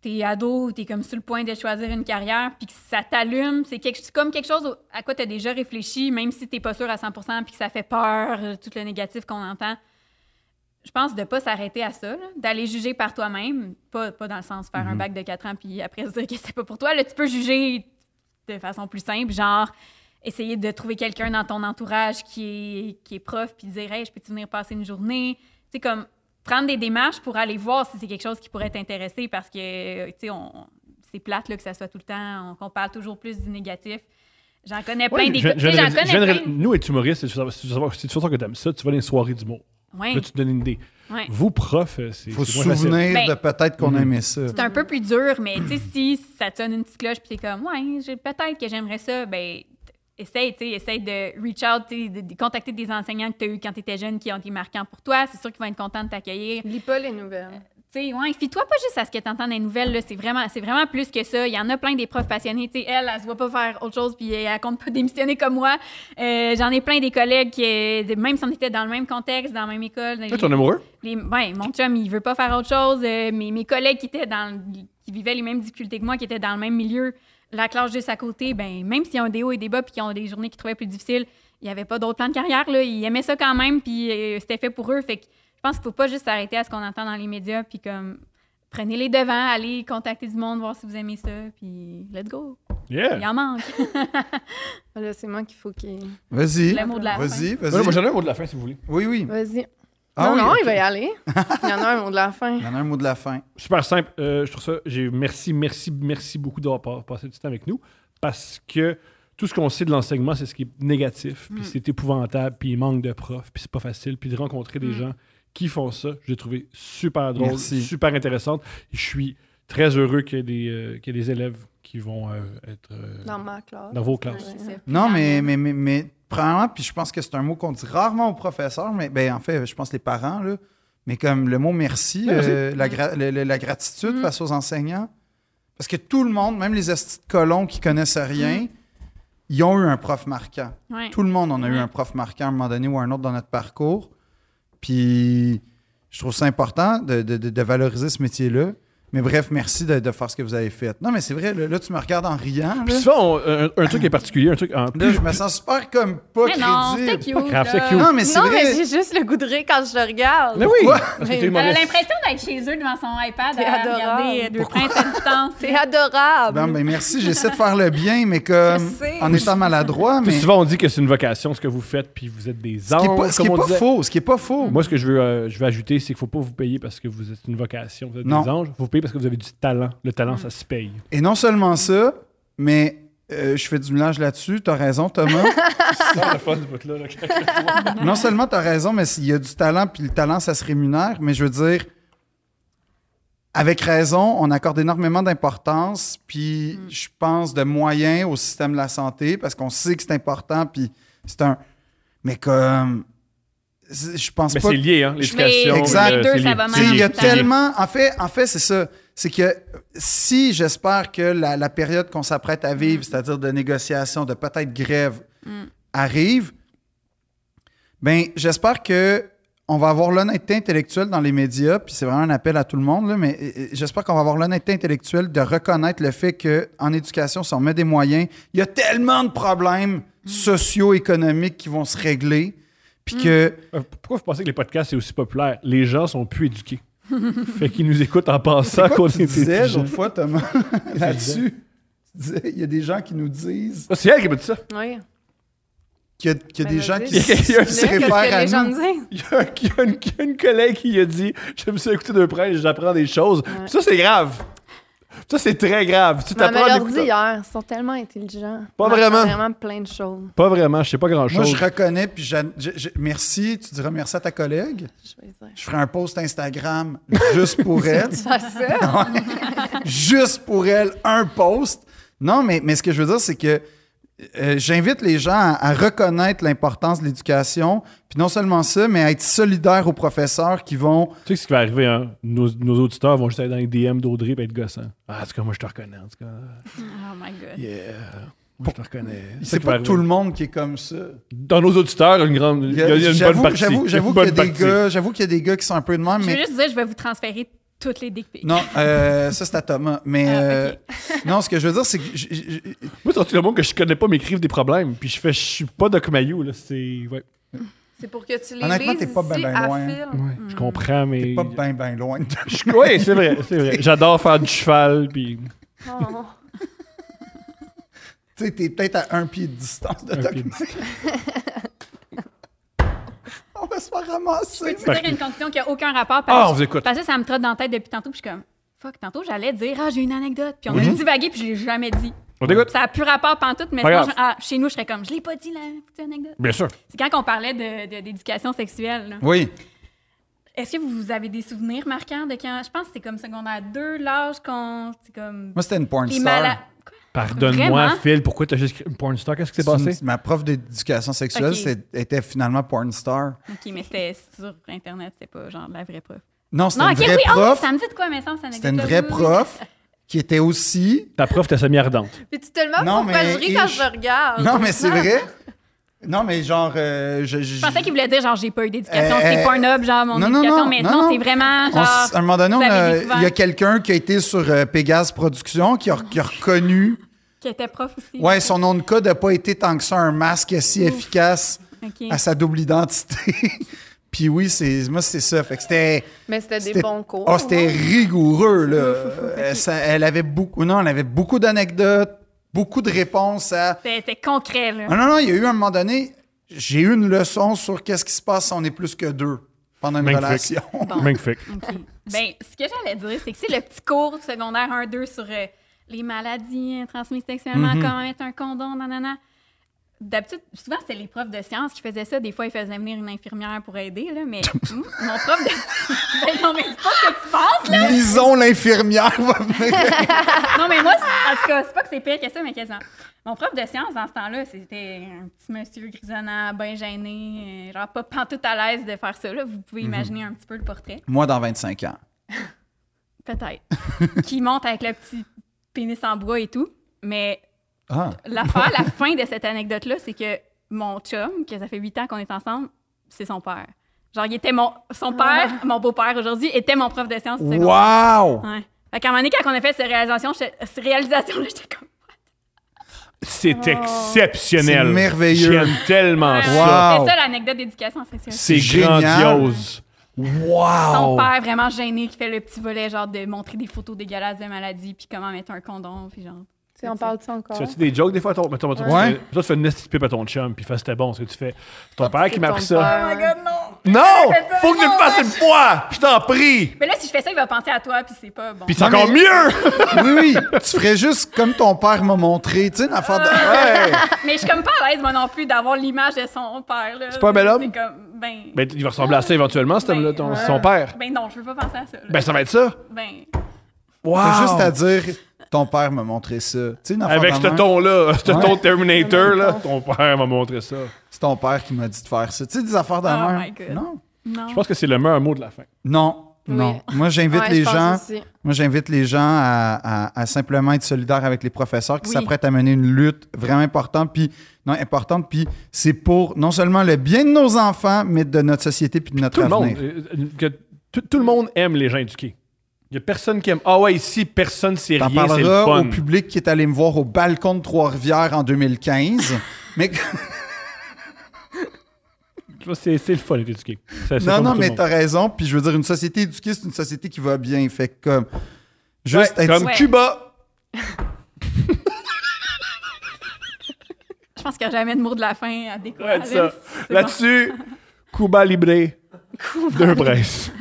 Speaker 3: t'es ado ou t'es comme sur le point de choisir une carrière, puis que ça t'allume, c'est quelque- c'est comme quelque chose au- à quoi t'as déjà réfléchi, même si t'es pas sûr à 100 puis que ça fait peur, euh, tout le négatif qu'on entend. Je pense de pas s'arrêter à ça, là, d'aller juger par toi-même, pas, pas dans le sens faire
Speaker 6: Mm-hmm.
Speaker 3: un bac de 4 ans puis après se dire que c'est pas pour toi. Là, tu peux juger de façon plus simple, genre essayer de trouver quelqu'un dans ton entourage qui est, qui est prof puis dire hey, je peux-tu venir passer une journée? Tu sais, comme prendre des démarches pour aller voir si c'est quelque chose qui pourrait t'intéresser parce que, tu sais, on- c'est plate là, que ça soit tout le temps, on, qu'on parle toujours plus du négatif. J'en connais
Speaker 1: Ouais,
Speaker 3: plein Ben, des...
Speaker 1: je-
Speaker 3: co-
Speaker 1: je-
Speaker 3: tu sais, J'en
Speaker 1: je- je-
Speaker 3: connais
Speaker 1: je-
Speaker 3: plein.
Speaker 1: Nous, être humoriste, si tu veux savoir- si tu veux savoir si tu veux savoir que t'aimes ça, tu vas dans les soirées d'humour.
Speaker 4: Hein.
Speaker 3: Ouais,
Speaker 1: Là, tu te donnes une idée.
Speaker 3: ouais.
Speaker 1: Vous, prof, euh, c'est.
Speaker 2: Faut se
Speaker 1: c'est moins facile.
Speaker 2: souvenir
Speaker 3: Ben,
Speaker 2: de peut-être qu'on
Speaker 1: Mhm.
Speaker 2: aimait ça.
Speaker 3: C'est un peu plus dur, mais tu sais, si ça te sonne une petite cloche puis t'es comme, ouais, j'ai- peut-être que j'aimerais ça, ben t- essaye, tu sais, essaye de reach out, tu sais, de, de contacter des enseignants que tu as eu quand tu étais jeune qui ont été marquants pour toi. C'est sûr qu'ils vont être contents de t'accueillir.
Speaker 4: Lis pas les nouvelles.
Speaker 3: Tu sais, ouais, fie-toi pas juste à ce que t'entends des nouvelles, là. C'est vraiment, c'est vraiment plus que ça. Il y en a plein des profs passionnés. Tu sais, elle, elle se voit pas faire autre chose puis elle compte pas démissionner comme moi. Euh, j'en ai plein des collègues qui, euh, de- même si on était dans le même contexte, dans la même école. dans
Speaker 1: Toi,
Speaker 3: les-
Speaker 1: t'en es amoureux?
Speaker 3: les- ouais, mon chum, il veut pas faire autre chose. euh, mes, mes collègues qui étaient dans le- qui vivaient les mêmes difficultés que moi, qui étaient dans le même milieu, la classe juste à côté, ben même s'ils ont des hauts et des bas puis qu'ils ont des journées qu'ils trouvaient plus difficiles, il y avait pas d'autres plans de carrière là, ils aimaient ça quand même puis euh, c'était fait pour eux, fait que je pense qu'il faut pas juste s'arrêter à ce qu'on entend dans les médias puis comme prenez les devants, allez contacter du monde, voir si vous aimez ça puis let's go.
Speaker 1: Yeah!
Speaker 3: Il en manque.
Speaker 4: Là, c'est moi qu'il faut qu'il.
Speaker 2: Vas-y.
Speaker 3: Le mot de la
Speaker 2: Vas-y,
Speaker 1: Ouais, moi,
Speaker 2: vas-y.
Speaker 1: j'en ai un mot de la fin, si vous voulez.
Speaker 2: Oui, oui.
Speaker 4: Vas-y.
Speaker 2: Ah
Speaker 4: non,
Speaker 2: oui,
Speaker 4: non,
Speaker 2: ok.
Speaker 4: il va y aller. Il y en a un au mot de la fin.
Speaker 2: Il y en a un mot de la fin.
Speaker 1: Super simple. Euh, je trouve ça. J'ai merci, merci, merci beaucoup d'avoir pa- passé du temps avec nous parce que tout ce qu'on sait de l'enseignement, c'est ce qui est négatif,
Speaker 4: Mm.
Speaker 1: puis c'est épouvantable, puis il manque de profs, puis c'est pas facile, puis de rencontrer des
Speaker 4: Mm.
Speaker 1: gens qui font ça, je l'ai trouvé super drôle,
Speaker 2: Merci.
Speaker 1: super intéressante. Je suis très heureux qu'il y ait des, euh, qu'il y ait des élèves qui vont euh, être euh,
Speaker 4: Dans ma classe.
Speaker 1: dans vos classes.
Speaker 4: Ouais.
Speaker 2: Non, mais, mais, mais, mais premièrement, puis je pense que c'est un mot qu'on dit rarement aux professeurs, mais ben, en fait, je pense les parents, là, mais comme le mot merci, euh, la, gra- le- le- la gratitude face aux enseignants, parce que tout le monde, même les estis de colons qui connaissent rien, ils ont eu un prof marquant.
Speaker 3: Ouais.
Speaker 2: Tout le monde en a eu
Speaker 3: Ouais.
Speaker 2: un prof marquant à un moment donné ou un autre dans notre parcours. Puis je trouve ça important de, de- de- de valoriser ce métier-là. Mais bref, merci de, de faire ce que vous avez fait. Non, mais c'est vrai, là, là, tu me regardes en riant.
Speaker 1: Puis
Speaker 2: là.
Speaker 1: souvent, on- un, un truc est particulier, un truc en
Speaker 2: Là, je me sens super comme pas
Speaker 3: Mais non, c'était
Speaker 2: crédible.
Speaker 3: cute.
Speaker 1: grave,
Speaker 3: là.
Speaker 1: c'était cute.
Speaker 2: Non, mais c'est
Speaker 4: non, mais
Speaker 2: vrai.
Speaker 4: j'ai juste le goût de rire quand je le regarde.
Speaker 1: Mais oui!
Speaker 2: Pourquoi?
Speaker 1: Parce que t'es
Speaker 3: Elle a
Speaker 1: humoriste.
Speaker 3: l'impression d'être chez eux devant son iPad
Speaker 4: C'est
Speaker 3: à
Speaker 4: adorable.
Speaker 3: regarder euh, deux princes à distance.
Speaker 4: C'est adorable.
Speaker 2: Bon, ben merci, j'essaie de faire le bien, mais comme
Speaker 4: Je sais.
Speaker 2: en étant maladroit,
Speaker 1: Puis
Speaker 2: mais ce
Speaker 1: souvent, on dit que c'est une vocation, ce que vous faites, puis vous êtes des anges,
Speaker 2: qui est pas, ce qui est
Speaker 1: comme on
Speaker 2: pas
Speaker 1: disait.
Speaker 2: faux, ce qui est pas faux.
Speaker 1: Moi, ce que je veux, euh, je veux ajouter, c'est qu'il ne faut pas vous payer parce que vous êtes une vocation, vous êtes
Speaker 2: Non.
Speaker 1: des anges. Il faut vous payer parce que vous avez du talent. Le talent, ça se paye.
Speaker 2: Et non seulement ça, mais euh, je fais du mélange là-dessus, t'as raison Thomas. non seulement t'as raison, mais il y a du talent, puis le talent, ça se rémunère, mais je veux dire, avec raison, on accorde énormément d'importance, puis je pense de moyens au système de la santé, parce qu'on sait que c'est important, puis c'est un... Mais comme... c'est- Je pense
Speaker 1: Mais
Speaker 2: pas
Speaker 1: c'est lié, hein, l'éducation.
Speaker 2: Mais- Exact.
Speaker 1: le-
Speaker 3: les deux,
Speaker 1: c'est
Speaker 3: ça
Speaker 1: lié.
Speaker 3: va
Speaker 1: C'est
Speaker 2: Tu sais, Il y a
Speaker 1: lié. C'est lié.
Speaker 2: tellement. En fait, en fait c'est ça. C'est que si j'espère que la, la période qu'on s'apprête à vivre, c'est-à-dire de négociation, de peut-être grève, arrive, ben j'espère que on va avoir l'honnêteté intellectuelle dans les médias, puis c'est vraiment un appel à tout le monde, là, mais euh, j'espère qu'on va avoir l'honnêteté intellectuelle de reconnaître le fait qu'en éducation, si on met des moyens, il y a tellement de problèmes socio-économiques qui vont se régler, puis que...
Speaker 1: Euh, Pourquoi vous pensez que les podcasts, c'est aussi populaire? Les gens sont plus éduqués. fait qu'ils nous écoutent en pensant
Speaker 2: C'est
Speaker 1: qu'on
Speaker 2: quoi
Speaker 1: est
Speaker 2: que tu disais
Speaker 1: intelligents.
Speaker 2: l'autre fois, Thomas, là-dessus? Tu disais, Il y a des gens qui nous disent
Speaker 1: Ah, C'est elle qui m'a dit ça.
Speaker 4: Oui.
Speaker 2: qu'il y a, qu'il y a des
Speaker 4: Ben, vas-y.
Speaker 2: gens qui
Speaker 4: Il
Speaker 2: s- qui
Speaker 1: y a-
Speaker 2: se
Speaker 4: Qu'est-ce
Speaker 2: réfèrent
Speaker 4: que
Speaker 2: à
Speaker 4: les gens me
Speaker 2: nous.
Speaker 4: disent?
Speaker 1: Il y, a, il y a une, il y a une collègue qui a dit Je me suis écouté de près, j'apprends des choses. Puis Ça, c'est grave. Ça, c'est très grave. Tu
Speaker 4: Mais hein. on
Speaker 1: t'apprends
Speaker 4: me
Speaker 1: à
Speaker 4: leur
Speaker 1: l'écouter
Speaker 4: dit hier. Ils sont tellement intelligents.
Speaker 1: Pas
Speaker 4: Ils apprennent
Speaker 1: vraiment.
Speaker 4: vraiment plein de choses.
Speaker 1: Pas vraiment, je sais pas grand
Speaker 2: Moi,
Speaker 1: chose.
Speaker 2: je reconnais, puis j'an- je- je- merci, tu diras merci à ta collègue.
Speaker 4: Je vais dire.
Speaker 2: Je ferai un post Instagram juste pour elle.
Speaker 4: Faire ça?
Speaker 2: juste pour elle un post. Non, mais, mais ce que je veux dire, c'est que euh, j'invite les gens à, à reconnaître l'importance de l'éducation, puis non seulement ça, mais à être solidaires aux professeurs qui vont.
Speaker 1: Tu sais ce qui va arriver, hein? Nos, nos auditeurs vont juste aller dans les DM d'Audrey et être gossants. Ah, en tout cas, moi, je te reconnais. En tout cas,
Speaker 3: Oh my God.
Speaker 1: yeah. Moi, je te reconnais.
Speaker 2: C'est pas tout le monde qui est comme ça.
Speaker 1: Dans nos auditeurs, une grande. Il y a, il y a une bonne
Speaker 2: J'avoue-
Speaker 1: partie.
Speaker 2: J'avoue j'avoue
Speaker 1: Il y a
Speaker 2: qu'il
Speaker 1: une
Speaker 2: y a
Speaker 1: bonne
Speaker 2: des
Speaker 1: partie.
Speaker 2: gars, j'avoue qu'il y a des gars qui sont un peu de même,
Speaker 3: Je veux
Speaker 2: mais
Speaker 3: juste dire, je vais vous transférer toutes les dick pics.
Speaker 2: non, euh, ça c'est à Thomas. Mais
Speaker 3: Ah,
Speaker 2: euh,
Speaker 3: ok.
Speaker 2: non, ce que je veux dire, c'est que j- j- j-
Speaker 1: Moi, surtout le monde que je connais pas m'écrivent des problèmes. Puis je fais, je suis pas de Comayou, là. C'est. Ouais.
Speaker 4: C'est pour que tu les
Speaker 2: Honnêtement,
Speaker 4: lises
Speaker 2: t'es pas
Speaker 4: ici
Speaker 2: ben, ben
Speaker 4: à
Speaker 2: loin.
Speaker 4: fil.
Speaker 1: Je comprends, mais.
Speaker 2: pas bien, bien loin. de-
Speaker 1: Je- Oui, c'est vrai, c'est vrai. J'adore faire du cheval, puis.
Speaker 4: Oh.
Speaker 2: Tu sais, t'es peut-être à un pied de distance de
Speaker 1: Un
Speaker 2: ta
Speaker 1: pied de
Speaker 2: On va se faire
Speaker 3: Je
Speaker 2: ramasser.
Speaker 3: peux te dire une conclusion qui n'a aucun rapport
Speaker 1: Ah, on
Speaker 3: parce,
Speaker 1: vous écoute.
Speaker 3: parce que ça me trotte dans la tête depuis tantôt. Puis je suis comme, fuck, tantôt j'allais dire, ah, j'ai une anecdote. Puis on a divagué, puis je l'ai jamais dit.
Speaker 1: On t'écoute?
Speaker 3: Ça n'a plus rapport pantoute, mais
Speaker 1: Pas
Speaker 3: sinon,
Speaker 1: grave.
Speaker 3: je- ah, chez nous, je serais comme, je l'ai pas dit, la petite anecdote.
Speaker 1: Bien sûr.
Speaker 3: C'est quand on parlait de- de- d'éducation sexuelle. là.
Speaker 2: Oui.
Speaker 3: Est-ce que vous avez des souvenirs marquants de quand. Je pense que c'est comme secondaire 2, l'âge qu'on. C'est comme.
Speaker 2: Moi, c'était une porn
Speaker 3: les
Speaker 2: star.
Speaker 3: malades.
Speaker 1: Pardonne-moi,
Speaker 3: Vraiment?
Speaker 1: Phil, pourquoi t'as juste écrit une porn star? Qu'est-ce qui s'est
Speaker 2: C'est
Speaker 1: passé?
Speaker 2: une- ma prof d'éducation sexuelle
Speaker 3: Ok.
Speaker 2: c'est- était finalement porn star.
Speaker 3: Ok, mais c'était sur Internet, c'était pas genre la vraie prof.
Speaker 2: Non, c'était
Speaker 3: Non,
Speaker 2: une
Speaker 3: ok,
Speaker 2: vraie
Speaker 3: oui, oh,
Speaker 2: prof.
Speaker 3: ça me dit de quoi, mais ça, ça
Speaker 2: c'était une vraie prof qui était aussi.
Speaker 1: Ta prof t'as semi-ardente.
Speaker 4: Puis tu te demandes
Speaker 2: Non,
Speaker 4: pourquoi
Speaker 2: mais-
Speaker 4: je ris quand
Speaker 2: et-
Speaker 4: je le regarde.
Speaker 2: Non, mais c'est vrai. Non, mais genre. euh, je, je-
Speaker 3: Je pensais qu'il voulait dire genre j'ai pas eu d'éducation,
Speaker 2: Euh,
Speaker 3: c'est pas un noble, genre mon éducation, mais non, c'est
Speaker 2: non.
Speaker 3: vraiment
Speaker 2: On s-
Speaker 3: genre.
Speaker 2: à un moment donné, on
Speaker 3: vous
Speaker 2: a-
Speaker 3: avez découvert.
Speaker 2: il y a quelqu'un qui a été sur euh, Pégase Productions qui a, qui a reconnu.
Speaker 3: Qui était prof aussi.
Speaker 2: Ouais, son nom de code n'a pas été tant que ça un masque si efficace
Speaker 3: Ok.
Speaker 2: à sa double identité. Puis oui, c'est moi, c'est ça. Fait que c'était.
Speaker 4: Mais c'était des
Speaker 2: C'était-
Speaker 4: bons cours. hein.
Speaker 2: Oh, c'était
Speaker 4: non?
Speaker 2: rigoureux, là. Euh, ça- elle avait beaucoup. Non, elle avait beaucoup d'anecdotes, beaucoup de réponses à.
Speaker 3: C'était c'était concret, là.
Speaker 2: Ah, Non, non, non, il y a eu un moment donné, j'ai eu une leçon sur qu'est-ce qui se passe si on est plus que deux pendant une
Speaker 1: Magnifique.
Speaker 2: relation.
Speaker 1: Magnifique.
Speaker 3: Ok. Ben, ce que j'allais dire, c'est que c'est le petit cours secondaire 1-2 sur euh, les maladies euh, transmises sexuellement,
Speaker 2: Mhm.
Speaker 3: comment mettre un condom, nanana. D'habitude, souvent, c'était les profs de sciences qui faisaient ça. Des fois, ils faisaient venir une infirmière pour aider, là, mais hum, mon prof de... ben non, mais c'est pas ce que tu penses, là!
Speaker 2: Lison, l'infirmière, va venir.
Speaker 3: Non, mais moi, c'est- en tout cas, c'est pas que c'est pire que ça, mais quasiment. Mon prof de sciences, dans ce temps-là, c'était un petit monsieur grisonnant, bien gêné, euh, genre pas pantoute à l'aise de faire ça, là. Vous pouvez imaginer un petit peu le portrait.
Speaker 2: Moi, dans 25 ans.
Speaker 3: Peut-être. qui monte avec le petit pénis en bois et tout. Mais
Speaker 2: Ah.
Speaker 3: l'affaire, la fin de cette anecdote-là, c'est que mon chum, que ça fait huit ans qu'on est ensemble, c'est son père. Genre, il était mon... Son père, mon beau-père aujourd'hui, était mon prof de sciences. du secondaire.
Speaker 4: Ah.
Speaker 2: Wow!
Speaker 3: Ouais. Fait qu'à un moment donné, quand on a fait cette réalisation-là, j'étais comme...
Speaker 1: C'est
Speaker 2: C'est
Speaker 1: exceptionnel.
Speaker 2: merveilleux.
Speaker 1: J'aime tellement
Speaker 3: Ouais.
Speaker 1: Ah, ça.
Speaker 2: Wow.
Speaker 3: Ah, C'est ça l'anecdote d'éducation sexuelle.
Speaker 1: C'est
Speaker 2: Génial.
Speaker 1: grandiose.
Speaker 2: Wow!
Speaker 3: Son père vraiment gêné qui fait le petit volet genre de montrer des photos dégueulasses de maladies puis comment mettre un condom puis genre.
Speaker 4: Tu sais, on parle de ça encore.
Speaker 1: Tu fais-tu des jokes des fois? à Ton, mettons, mettons, tu
Speaker 2: Ouais.
Speaker 1: fais- toi, tu fais une petite pipe à ton chum, puis fais c'était bon. Ce que tu fais. Ton père Ah, qui m'a
Speaker 4: C'est
Speaker 1: appris
Speaker 4: ton hein.
Speaker 1: ça.
Speaker 4: père.
Speaker 1: Non! Faut que tu le fasses une fois! Je t'en prie!
Speaker 3: Mais là si je fais ça il va penser à toi puis c'est pas bon.
Speaker 1: Puis c'est
Speaker 2: Non,
Speaker 1: encore
Speaker 2: mais-
Speaker 1: mieux!
Speaker 2: Oui, oui, tu ferais juste comme ton père m'a montré, tu sais, une affaire de.
Speaker 4: Ah,
Speaker 3: Mais je suis comme pas à l'aise moi non plus d'avoir l'image de son père là.
Speaker 1: C'est pas un bel homme?
Speaker 3: C'est comme ben
Speaker 1: Ben, il va ressembler à ça éventuellement, cet
Speaker 3: Ben,
Speaker 1: homme-là, ton-
Speaker 3: ouais.
Speaker 1: son père.
Speaker 3: ben non je veux pas penser à ça. là.
Speaker 1: Ben, ça va être ça.
Speaker 3: Ben,
Speaker 1: Wow!
Speaker 2: T'as juste à dire, ton père m'a montré ça. Tu sais, une affaire
Speaker 1: Avec
Speaker 2: de
Speaker 1: ce
Speaker 2: même.
Speaker 1: ton-là, ce
Speaker 2: Ouais.
Speaker 1: ton de Terminator, là, ton père m'a montré ça.
Speaker 2: C'est ton père qui m'a dit de faire ça. Tu sais, des affaires de
Speaker 3: Oh
Speaker 2: même.
Speaker 3: my God.
Speaker 2: Non.
Speaker 3: non.
Speaker 1: Je pense que c'est le meilleur mot de la fin.
Speaker 2: Non. Non. Moi, j'invite
Speaker 4: Ouais, je
Speaker 2: les
Speaker 4: pense
Speaker 2: gens.
Speaker 4: aussi.
Speaker 2: Moi, j'invite les gens à, à- à simplement être solidaires avec les professeurs qui
Speaker 3: Oui.
Speaker 2: s'apprêtent à mener une lutte vraiment importante, puis non importante, puis c'est pour non seulement le bien de nos enfants, mais de notre société puis de notre
Speaker 1: Tout le monde.
Speaker 2: avenir.
Speaker 1: euh, que tout, tout le monde aime les gens éduqués. Il n'y a personne qui aime. Ah ouais, ici, personne sait
Speaker 2: T'en
Speaker 1: rien, c'est le
Speaker 2: parleras
Speaker 1: fun.
Speaker 2: au public qui est allé me voir au balcon de Trois-Rivières en 2015. mais
Speaker 1: Tu vois, C'est c'est le fun d'être éduqué. Ça- ça
Speaker 2: non,
Speaker 1: compte
Speaker 2: non,
Speaker 1: pour tout le
Speaker 2: mais
Speaker 1: monde.
Speaker 2: t'as raison. Puis je veux dire, une société éduquée, c'est une société qui va bien. Fait que comme juste
Speaker 1: Ouais,
Speaker 2: être
Speaker 1: comme
Speaker 3: Ouais.
Speaker 1: Cuba.
Speaker 3: Je pense qu'il n'y a jamais de mot de la fin à découvrir.
Speaker 1: Ouais, ça. Là-dessus, Cuba Libre. Deux presses.